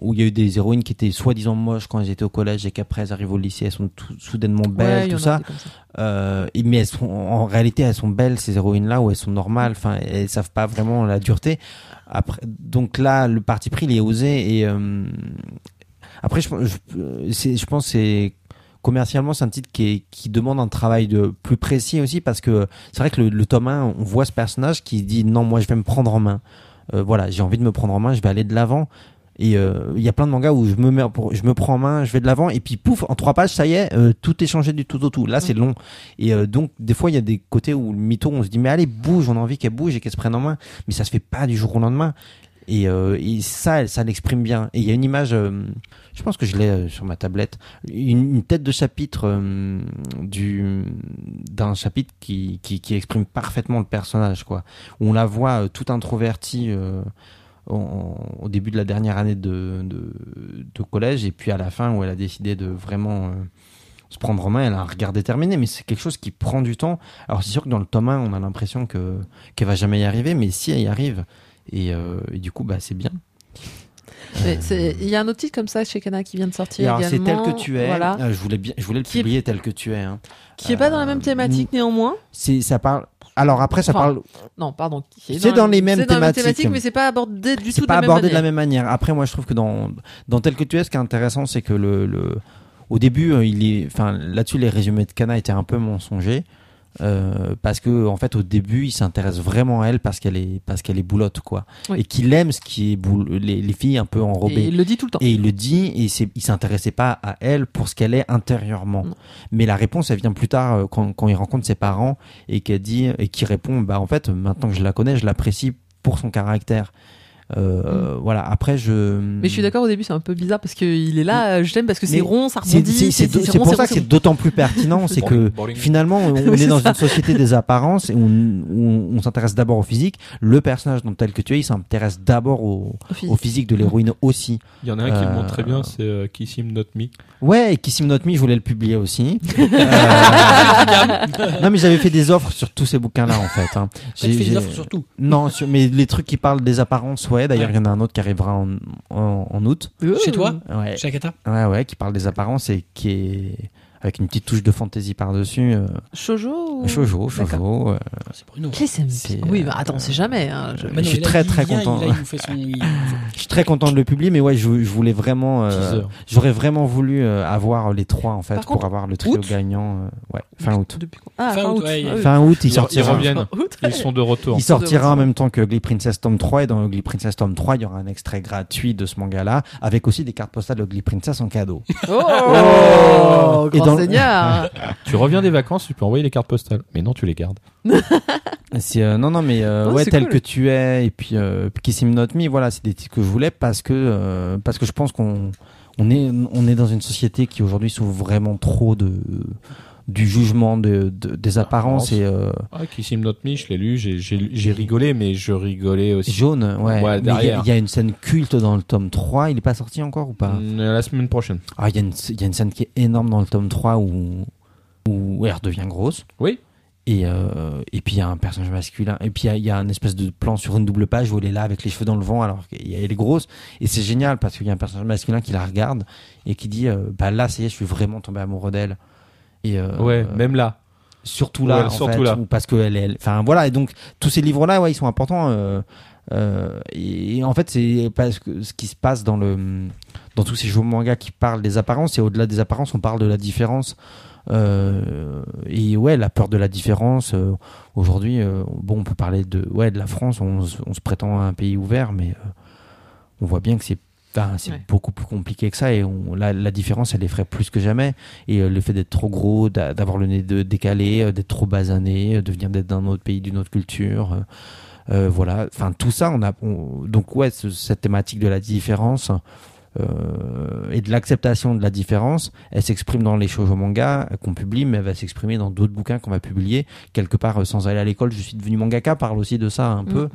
Speaker 2: où il y a eu des héroïnes qui étaient soi-disant moches quand elles étaient au collège et qu'après elles arrivent au lycée, elles sont tout- soudainement
Speaker 4: Ouais,
Speaker 2: belles,
Speaker 4: il y en
Speaker 2: tout
Speaker 4: a
Speaker 2: ça.
Speaker 4: des comme
Speaker 2: Euh, et- mais elles sont, en réalité, elles sont belles ces héroïnes-là ou elles sont normales. Enfin, elles savent pas vraiment la dureté. Après, donc là, le parti pris, il est osé. Et euh, après, je, pense- je, euh, c'est- je pense que c'est commercialement c'est un titre qui, est- qui demande un travail de plus précis aussi parce que c'est vrai que le, le tome 1 on voit ce personnage qui dit non moi je vais me prendre en main Euh, voilà j'ai envie de me prendre en main je vais aller de l'avant et euh, il y a plein de mangas où je me mets pour- je me prends en main je vais de l'avant et puis pouf en trois pages ça y est euh, tout est changé du tout au tout là c'est long et euh, donc, des fois, il y a des côtés où le mytho, on se dit, mais allez, bouge, on a envie qu'elle bouge et qu'elle se prenne en main. Mais ça se fait pas du jour au lendemain. Et, euh, et ça, elle- ça l'exprime bien. Et il y a une image, euh, je pense que je l'ai euh, sur ma tablette, une, une tête de chapitre euh, du d'un chapitre qui, qui, qui exprime parfaitement le personnage, quoi. Où on la voit euh, tout introvertie euh, en- au début de la dernière année de, de, de collège, et puis à la fin où elle a décidé de vraiment euh, se prendre en main, elle a un regard déterminé, mais c'est quelque chose qui prend du temps. Alors c'est sûr que dans le tome 1, on a l'impression que qu'elle va jamais y arriver, mais si elle y arrive, et, euh, et du coup, bah c'est bien.
Speaker 4: ça. Mais c'est- Il y a un autre titre comme ça chez Kana qui vient de
Speaker 2: Et
Speaker 4: sortir.
Speaker 2: alors c'est tel
Speaker 4: également,
Speaker 2: que tu es.
Speaker 4: Voilà,
Speaker 2: Euh, je voulais bien, je voulais le
Speaker 4: Qui est-
Speaker 2: publier tel que tu es. hein.
Speaker 4: qui est pas dans la même
Speaker 2: euh,
Speaker 4: thématique néanmoins.
Speaker 2: C'est ça parle. Alors après, ça
Speaker 4: Enfin,
Speaker 2: parle.
Speaker 4: Non, pardon. qui est
Speaker 2: C'est dans les mêmes
Speaker 4: c'est dans la
Speaker 2: thématiques.
Speaker 4: mais c'est pas abordé du tout
Speaker 2: C'est
Speaker 4: de la
Speaker 2: pas
Speaker 4: même
Speaker 2: abordé de la
Speaker 4: manière.
Speaker 2: même manière. Après, moi, je trouve que dans dans tel que tu es, ce qui est intéressant, c'est que le, le- au début, euh, il est, enfin là-dessus, les résumés de Cana étaient un peu mensongers. euh, parce que en fait au début il s'intéresse vraiment à elle parce qu'elle est parce qu'elle est boulotte quoi
Speaker 4: Oui.
Speaker 2: et qu'il aime ce qui est boule- les, les filles un peu
Speaker 4: Et
Speaker 2: enrobées
Speaker 4: il le dit tout le temps.
Speaker 2: et il le dit, et c'est- il s'intéressait pas à elle pour ce qu'elle est intérieurement.
Speaker 4: Non.
Speaker 2: Mais la réponse, elle vient plus tard euh, quand, quand il rencontre ses parents et qu'elle dit et qui répond, bah en fait, maintenant que je la connais, je l'apprécie pour son caractère. Euh, Voilà. Après, je.
Speaker 4: Mm. Mais je suis d'accord au début, c'est un peu bizarre parce qu'il est là, euh, je l'aime parce que c'est
Speaker 2: Mais
Speaker 4: rond, ça
Speaker 2: C'est
Speaker 4: rebondit.
Speaker 2: c'est- c'est
Speaker 4: c'est-
Speaker 2: d'au-
Speaker 4: c'est
Speaker 2: c'est
Speaker 4: rond,
Speaker 2: pour
Speaker 4: c'est
Speaker 2: ça
Speaker 4: rond,
Speaker 2: que
Speaker 4: c'est
Speaker 2: c'est d'autant plus pertinent,
Speaker 4: <laughs>
Speaker 2: c'est que
Speaker 3: Boring.
Speaker 2: finalement on on
Speaker 4: Oui,
Speaker 2: est
Speaker 4: <laughs> c'est
Speaker 2: dans
Speaker 4: ça.
Speaker 2: une société des apparences et on, on- on s'intéresse d'abord au physique. Le personnage dont tel que tu es, il s'intéresse d'abord au,
Speaker 4: rond. Fils.
Speaker 2: au physique de l'héroïne aussi.
Speaker 3: Il y en a un qui le montre très
Speaker 2: Euh,
Speaker 3: bien, c'est euh, Kiss Him Not Me.
Speaker 2: Ouais, et Kissing Not Me, je voulais le publier aussi.
Speaker 4: Ah, bah,
Speaker 1: Ah,
Speaker 4: <laughs>
Speaker 2: Euh, non, mais j'avais fait des offres sur tous ces bouquins-là, en fait. hein.
Speaker 1: J'ai
Speaker 2: J'ai-
Speaker 1: fait des
Speaker 2: j'ai-
Speaker 1: offres surtout.
Speaker 2: Non, sur- mais les trucs qui parlent des apparences, ouais. D'ailleurs, il y en a un autre qui arrivera en, en- en août.
Speaker 1: Chez
Speaker 4: euh,
Speaker 1: toi,
Speaker 2: Ouais.
Speaker 1: chez Akata.
Speaker 2: ouais, ouais, qui parle des apparences et qui est avec une petite touche de fantaisie par-dessus. euh,
Speaker 4: Shoujo ou-
Speaker 2: Shoujo, shoujo. euh,
Speaker 1: C'est Bruno.
Speaker 4: Clésem.
Speaker 2: C'est,
Speaker 4: Oui,
Speaker 2: euh,
Speaker 4: bah attends, on sait jamais. hein, je-
Speaker 1: Bah non,
Speaker 2: suis
Speaker 1: il a-
Speaker 2: très,
Speaker 1: il
Speaker 2: très
Speaker 1: vient,
Speaker 2: content.
Speaker 1: il- là, il nous fait son- il-
Speaker 2: Je suis très content de le publier, mais ouais, je, je voulais vraiment. euh,
Speaker 3: Teaser.
Speaker 2: J'aurais vraiment voulu euh, avoir les trois, en fait,
Speaker 4: Par
Speaker 2: pour
Speaker 4: contre,
Speaker 2: avoir le trio
Speaker 4: août
Speaker 2: gagnant. euh, ouais, fin août.
Speaker 4: Depuis quand Ah,
Speaker 1: Fin
Speaker 4: fin
Speaker 1: août,
Speaker 4: août.
Speaker 1: ouais, il-
Speaker 4: Ah oui.
Speaker 2: Fin août, il
Speaker 3: Ils re- ils
Speaker 2: sortira.
Speaker 3: reviennent.
Speaker 4: Fin août.
Speaker 3: Ils sont de retour.
Speaker 2: Il sortira en
Speaker 4: retour.
Speaker 2: même temps que Glee Princess Tome 3 et dans Glee Princess Tome 3, il y aura un extrait gratuit de ce manga-là avec aussi des cartes postales de Glee Princess en cadeau.
Speaker 4: Oh,
Speaker 2: Et
Speaker 4: grand
Speaker 2: dans- <laughs>
Speaker 4: seigneur
Speaker 3: Tu reviens des vacances, tu peux envoyer les cartes postales. Mais non, tu les gardes.
Speaker 2: C'est, euh, non non mais euh,
Speaker 4: Oh,
Speaker 2: ouais
Speaker 4: c'est
Speaker 2: tel
Speaker 4: cool.
Speaker 2: que tu es et puis euh, Kissing Not Me voilà, c'est des titres que je voulais parce que euh, parce que je pense qu'on on est on est dans une société qui aujourd'hui s'ouvre vraiment trop de du jugement de, de- des apparences et euh,
Speaker 3: Ah, Kiss Him Not Me, je l'ai lu, j'ai- j'ai j'ai rigolé, mais je rigolais aussi.
Speaker 2: jaune ouais, Mais
Speaker 3: Ouais,
Speaker 2: il y a-
Speaker 3: derrière.
Speaker 2: il y, a une scène culte dans le tome 3 il est pas sorti encore ou pas
Speaker 3: Mm, La semaine prochaine.
Speaker 2: Ah, il y, a une- il y a une scène qui est énorme dans le tome 3 où, où elle redevient grosse.
Speaker 3: Oui.
Speaker 2: Et, euh, et puis il y a un personnage masculin. Et puis il y a- il y, a un espèce de plan sur une double page où elle est là avec les cheveux dans le vent alors qu'elle est grosse. Et c'est génial parce qu'il y a un personnage masculin qui la regarde et qui dit euh, Bah là, ça y est, je suis vraiment tombé amoureux d'elle. Et euh,
Speaker 3: Ouais,
Speaker 2: euh,
Speaker 3: même <laughs> là.
Speaker 2: surtout là,
Speaker 3: Ouais,
Speaker 2: en
Speaker 3: surtout
Speaker 2: fait,
Speaker 3: là.
Speaker 2: ou parce que elle, elle- enfin voilà, et donc tous ces livres là, ouais, ils sont importants. euh, euh, et, et en fait, c'est parce que ce qui se passe dans le, dans tous ces jeux manga qui parlent des apparences et au-delà des apparences, on parle de la différence. Euh, et ouais, la peur de la différence. euh, Aujourd'hui, euh, bon, on peut parler de, ouais, de la France. On, se- on se prétend un pays ouvert, mais euh, on voit bien que c'est enfin, c'est
Speaker 4: Ouais.
Speaker 2: beaucoup plus compliqué que ça et on, la, la différence elle est frappe plus que jamais et euh, le fait d'être trop gros, d'a- d'avoir le nez de, décalé, euh, d'être trop basané, euh, de venir d'être d'un autre pays, d'une autre culture, euh, euh, voilà. Enfin, tout ça, on a on- donc ouais ce- cette thématique de la différence euh, et de l'acceptation de la différence, elle s'exprime dans les shoujo manga qu'on publie, mais elle va s'exprimer dans d'autres bouquins qu'on va publier quelque part euh, sans aller à l'école. Je suis devenu mangaka parle aussi de ça un
Speaker 4: Mm.
Speaker 2: peu.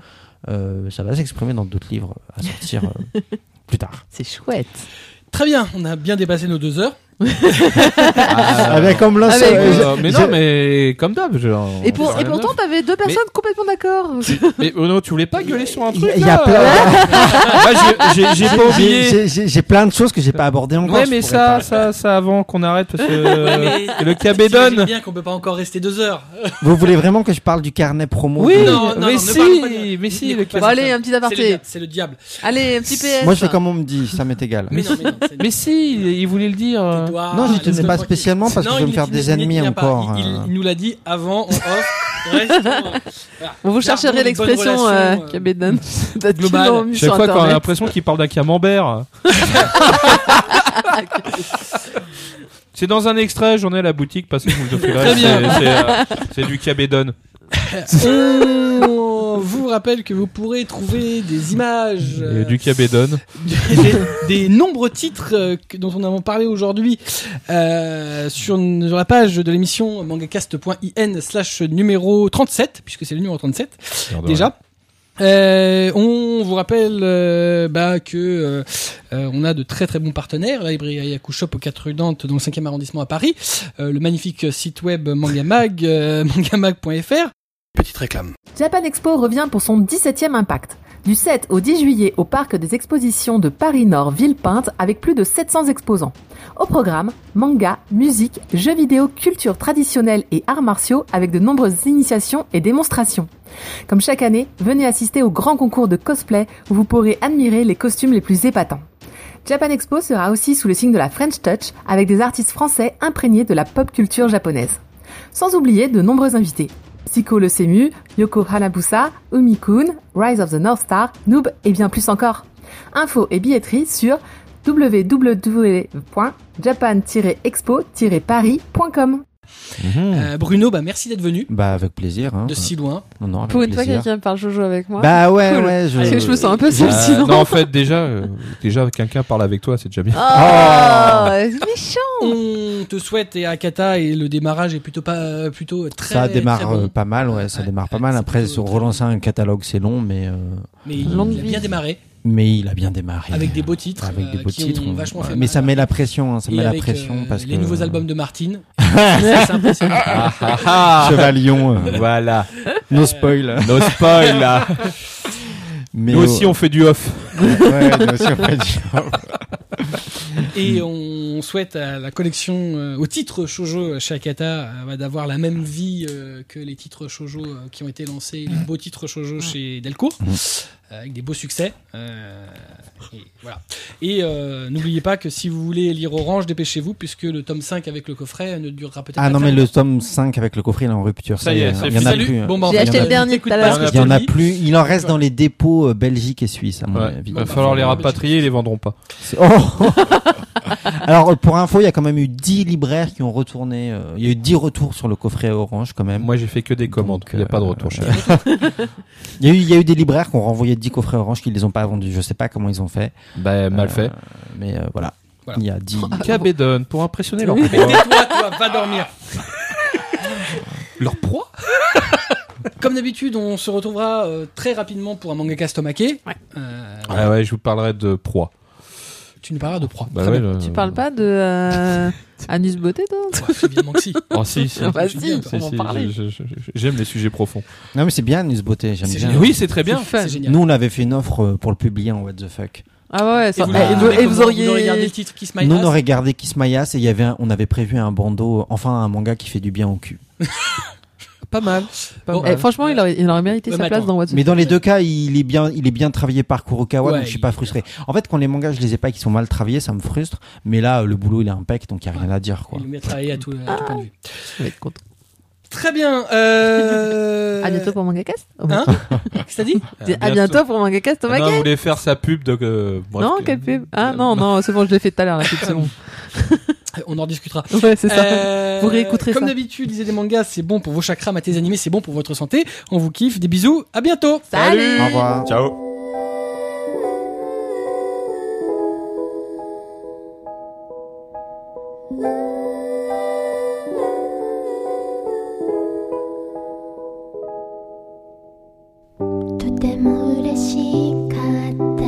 Speaker 2: Euh, ça va s'exprimer dans d'autres livres à sortir
Speaker 4: <laughs>
Speaker 2: euh, plus tard.
Speaker 4: C'est chouette.
Speaker 1: Très bien, on a bien dépassé nos deux heures.
Speaker 3: <laughs>
Speaker 2: comme
Speaker 4: Ah, mais écoute-
Speaker 3: Euh, mais non, mais comme d'hab. je-
Speaker 4: Et,
Speaker 3: on
Speaker 4: pour,
Speaker 3: fait
Speaker 4: et
Speaker 3: rien
Speaker 4: pourtant,
Speaker 3: d'autre.
Speaker 4: t'avais deux personnes complètement
Speaker 2: <laughs>
Speaker 4: d'accord.
Speaker 3: Mais Bruno, tu voulais pas gueuler sur un
Speaker 2: Il y
Speaker 3: truc
Speaker 2: a- euh, il y a
Speaker 3: là
Speaker 2: plein-
Speaker 3: Ah, j'ai- j'ai- J'ai pas oublié.
Speaker 2: J'ai- j'ai- J'ai plein de choses que j'ai pas abordées encore.
Speaker 3: Ouais,
Speaker 2: je
Speaker 3: mais
Speaker 2: pourrais
Speaker 3: ça,
Speaker 2: parler.
Speaker 3: ça, ça avant qu'on arrête parce que
Speaker 1: mais-
Speaker 3: le cabé
Speaker 1: T'imagines
Speaker 3: donne.
Speaker 1: bien qu'on peut pas encore rester deux heures.
Speaker 2: Vous voulez vraiment que je parle du carnet promo
Speaker 3: Oui,
Speaker 2: de-
Speaker 1: Non, non, non,
Speaker 3: mais
Speaker 1: ne parle
Speaker 3: si,
Speaker 1: pas de-
Speaker 3: mais si,
Speaker 1: n'écoute pas
Speaker 3: le cabé-
Speaker 4: Bon,
Speaker 1: ça.
Speaker 4: allez, un petit
Speaker 1: C'est le,
Speaker 4: aparté.
Speaker 1: dia- c'est le diable.
Speaker 4: Allez, un petit PS.
Speaker 2: Moi, je fais comme on me dit, ça m'est égal.
Speaker 1: Mais non, mais non, c'est le
Speaker 3: Mais si, il, il voulait le dire. euh.
Speaker 1: diable.
Speaker 2: Non, j'y tenais
Speaker 1: Laisse-le
Speaker 2: pas
Speaker 1: tranquille.
Speaker 2: spécialement parce que
Speaker 1: Non,
Speaker 2: je vais
Speaker 1: il
Speaker 2: me faire
Speaker 1: n'y-
Speaker 2: des
Speaker 1: il n'y
Speaker 2: ennemis
Speaker 1: tient pas.
Speaker 2: encore.
Speaker 1: Il,
Speaker 2: euh.
Speaker 1: il- il nous l'a dit avant, <laughs> en off. Reste, euh, voilà.
Speaker 4: Bon, vous
Speaker 1: Gardons
Speaker 4: chercherez
Speaker 1: une bonne
Speaker 4: l'expression euh,
Speaker 1: relation, euh,
Speaker 4: Cabedon. <laughs> Peut-être qu'ils
Speaker 1: globale.
Speaker 4: l'ont mis
Speaker 3: Chaque
Speaker 4: sur
Speaker 3: fois qu'on a
Speaker 4: Internet.
Speaker 3: l'impression qu'il parle d'un camembert. C'est dans un extrait, j'en ai à la boutique, parce que vous <laughs> le ferez.
Speaker 1: Très bien.
Speaker 3: c'est- c'est, euh, C'est du cabédon.
Speaker 1: Euh, On vous rappelle que vous pourrez trouver des images, euh,
Speaker 3: Et Du cabédon. <laughs>
Speaker 1: des, des nombreux titres euh, que- dont on a parlé aujourd'hui euh, sur, n- sur la page de l'émission mangacast.in slash numéro 37, puisque c'est le numéro 37 déjà. Euh, on vous rappelle euh, bah, que euh, euh, on a de très très bons partenaires, la librairie Ayaku Shop au 4 rue Dante dans le 5e arrondissement à Paris, euh, le magnifique site web Mangamag, euh, <laughs> mangamag.fr. Petite réclame.
Speaker 6: Japan Expo revient pour son 17e impact. Du 7 au 10 juillet au parc des expositions de Paris-Nord Villepinte avec plus de 700 exposants. Au programme, manga, musique, jeux vidéo, culture traditionnelle et arts martiaux avec de nombreuses initiations et démonstrations. Comme chaque année, venez assister au grand concours de cosplay où vous pourrez admirer les costumes les plus épatants. Japan Expo sera aussi sous le signe de la French Touch avec des artistes français imprégnés de la pop culture japonaise. Sans oublier de nombreux invités. Psycho le Sému, Yoko Hanabusa, Umi-kun, Rise of the North Star, Noob et bien plus encore. Infos et billetterie sur www.japan-expo-paris.com.
Speaker 1: Euh, Bruno, bah, merci d'être venu
Speaker 2: Bah, avec plaisir. hein.
Speaker 1: de si loin.
Speaker 2: Non, non, avec
Speaker 4: Pour une fois,
Speaker 2: plaisir.
Speaker 4: quelqu'un parle Jojo avec moi.
Speaker 2: Bah ouais,
Speaker 4: Cool.
Speaker 2: ouais. Je... Bah,
Speaker 4: Parce que je me sens un peu seule
Speaker 3: Euh,
Speaker 4: sinon.
Speaker 3: non, en fait, déjà, euh, déjà quelqu'un parle avec toi, c'est déjà bien.
Speaker 4: Oh,
Speaker 2: Ah. <laughs>
Speaker 4: c'est méchant.
Speaker 1: On te souhaite et Akata et le démarrage est plutôt pas euh, plutôt très
Speaker 2: ça démarre
Speaker 1: très bon.
Speaker 2: euh, pas mal, ouais, ça
Speaker 1: Ouais,
Speaker 2: démarre pas
Speaker 1: ouais,
Speaker 2: mal.
Speaker 1: c'est
Speaker 2: Après,
Speaker 1: plutôt-
Speaker 2: se relancer un catalogue, c'est long, mais, euh,
Speaker 1: mais il,
Speaker 4: Longue
Speaker 1: il a
Speaker 4: vie.
Speaker 1: bien démarré
Speaker 2: mais il a bien démarré.
Speaker 1: avec des beaux titres
Speaker 2: Avec des
Speaker 1: euh,
Speaker 2: beaux
Speaker 1: qui
Speaker 2: titres.
Speaker 1: ont
Speaker 2: on-
Speaker 1: vachement
Speaker 2: ouais,
Speaker 1: fait
Speaker 2: mais
Speaker 1: mal.
Speaker 2: ça met la pression, hein, ça
Speaker 1: Et
Speaker 2: met la
Speaker 1: avec,
Speaker 2: pression
Speaker 1: euh,
Speaker 2: parce
Speaker 1: les
Speaker 2: que
Speaker 1: nouveaux albums de Martine Ça, c'est impressionnant <laughs>
Speaker 2: Chevalion, euh,
Speaker 3: voilà.
Speaker 2: no spoil.
Speaker 3: No spoil, là.
Speaker 2: Mais
Speaker 3: Nous aussi, on fait du off.
Speaker 2: <laughs> Ouais, nous aussi, on fait du-
Speaker 1: Et on souhaite à la collection, euh, au titre shoujo chez Akata, euh, bah, d'avoir la même vie euh, que les titres shoujo euh, qui ont été lancés, les beaux titres shoujo chez Delcourt, euh, avec des beaux succès. euh, et voilà. Et euh, n'oubliez pas que si vous voulez lire Orange, dépêchez-vous, puisque le tome 5 avec le coffret ne durera peut-être
Speaker 2: Ah
Speaker 1: pas
Speaker 2: non, mais
Speaker 1: très
Speaker 2: le tome 5 avec le coffret, il est en rupture.
Speaker 3: Ça y est, bah,
Speaker 2: euh,
Speaker 3: c'est
Speaker 2: il y en a
Speaker 1: Salut.
Speaker 2: plus. hein.
Speaker 1: Bon, bah,
Speaker 2: Il
Speaker 1: on
Speaker 2: y
Speaker 4: J'ai
Speaker 2: en
Speaker 4: acheté
Speaker 2: a-
Speaker 4: le
Speaker 1: plus.
Speaker 4: dernier
Speaker 1: Écoute
Speaker 4: tout à
Speaker 1: pas
Speaker 4: l'heure.
Speaker 1: ce que
Speaker 2: Il y en a
Speaker 1: Bartoli.
Speaker 2: plus. Il en reste dans les dépôts euh, Belgique et Suisse, à mon
Speaker 3: Ouais,
Speaker 2: avis.
Speaker 3: va falloir les rapatrier, ils les vendront pas.
Speaker 2: C'est- Oh <laughs> Alors, euh, pour info, il y a quand même eu 10 libraires qui ont retourné. euh, Il y a eu 10 retours sur le coffret orange, quand même.
Speaker 3: Moi, j'ai fait que des commandes.
Speaker 2: Donc,
Speaker 3: Il n'y a pas de
Speaker 2: euh,
Speaker 3: retour chez
Speaker 2: euh, Il y, a eu, il y a eu des libraires qui ont renvoyé 10 coffrets orange qui les ont pas vendus. Je sais pas comment ils ont fait.
Speaker 3: <laughs> Bah, mal fait.
Speaker 2: Mais euh, voilà.
Speaker 1: Voilà.
Speaker 2: Il y a
Speaker 3: <laughs>
Speaker 2: 10.
Speaker 3: Cabedon, pour impressionner leur
Speaker 1: Mais
Speaker 3: proie.
Speaker 1: tais-toi, toi, va dormir.
Speaker 3: leur proie
Speaker 1: Comme d'habitude, on se retrouvera euh, très rapidement pour un manga stomaqué. Euh, voilà.
Speaker 3: <laughs> Ah ouais, je vous parlerai de proie.
Speaker 1: Tu nous parleras de proie.
Speaker 3: Bah
Speaker 1: Très
Speaker 3: ouais,
Speaker 1: bien.
Speaker 3: le-
Speaker 4: Tu parles pas de euh, Anus Beauté, toi
Speaker 1: Ouais, évidemment que si.
Speaker 3: Oh, si,
Speaker 4: <laughs>
Speaker 3: si.
Speaker 4: Ah, bah
Speaker 1: si,
Speaker 3: Si,
Speaker 4: on va en
Speaker 3: si,
Speaker 4: parler.
Speaker 3: je- je- je- J'aime les sujets profonds.
Speaker 2: Non, mais c'est bien, News Beauté. J'aime
Speaker 1: C'est
Speaker 2: bien.
Speaker 1: génial.
Speaker 3: Oui, c'est très bien.
Speaker 4: C'est fun.
Speaker 1: C'est génial.
Speaker 2: Nous, on avait fait une offre euh, pour le publier en What the Fuck.
Speaker 4: Ah ouais,
Speaker 1: Et
Speaker 4: ça-
Speaker 1: vous,
Speaker 2: Ah,
Speaker 1: et vous- et vous auriez regardé le
Speaker 4: auriez.
Speaker 1: titre qui se
Speaker 2: Nous, on aurait gardé Kiss My Ass et il y avait un- on avait prévu un bandeau, enfin un manga qui fait du bien au cul.
Speaker 3: Pas mal. Pas
Speaker 1: Bon,
Speaker 4: Eh,
Speaker 3: mal.
Speaker 4: franchement, il aurait, il aurait mérité
Speaker 1: Ouais,
Speaker 4: sa
Speaker 1: mais
Speaker 4: place
Speaker 1: attends.
Speaker 4: dans What's
Speaker 2: Mais dans les deux cas, il est bien, il est bien travaillé par Kurokawa,
Speaker 1: Ouais,
Speaker 2: donc je suis
Speaker 1: il
Speaker 2: pas
Speaker 1: est
Speaker 2: frustré. En fait, quand les mangas, je les ai pas, qui sont mal travaillés, ça me frustre. Mais là, euh, le boulot, il est impec, donc il y a rien à dire, quoi.
Speaker 1: Il met à travailler à tout, à tout point de vue.
Speaker 4: Je vais être content.
Speaker 1: Très bien. Euh...
Speaker 4: <laughs> À bientôt pour Mangacast. Oh,
Speaker 1: Hein Qu'est-ce que t'as dit
Speaker 4: dis À bientôt pour Mangacast,
Speaker 1: bah,
Speaker 3: Ah, non,
Speaker 4: Thomas
Speaker 3: elle Euh, voulait faire sa pub de. euh, bref,
Speaker 4: Non,
Speaker 3: que-
Speaker 4: quelle pub Ah non, non, c'est bon, je l'ai fait tout à l'heure, la pub,
Speaker 1: <laughs>
Speaker 4: c'est bon.
Speaker 1: Euh, On en discutera.
Speaker 4: Ouais, c'est ça.
Speaker 1: Euh,
Speaker 4: Vous réécouterez
Speaker 1: Comme
Speaker 4: ça.
Speaker 1: d'habitude, lisez des mangas, c'est bon pour vos chakras, matez des animés, c'est bon pour votre santé. On vous kiffe, des bisous, à bientôt
Speaker 2: Au revoir.
Speaker 3: Ciao.
Speaker 7: とても嬉しかった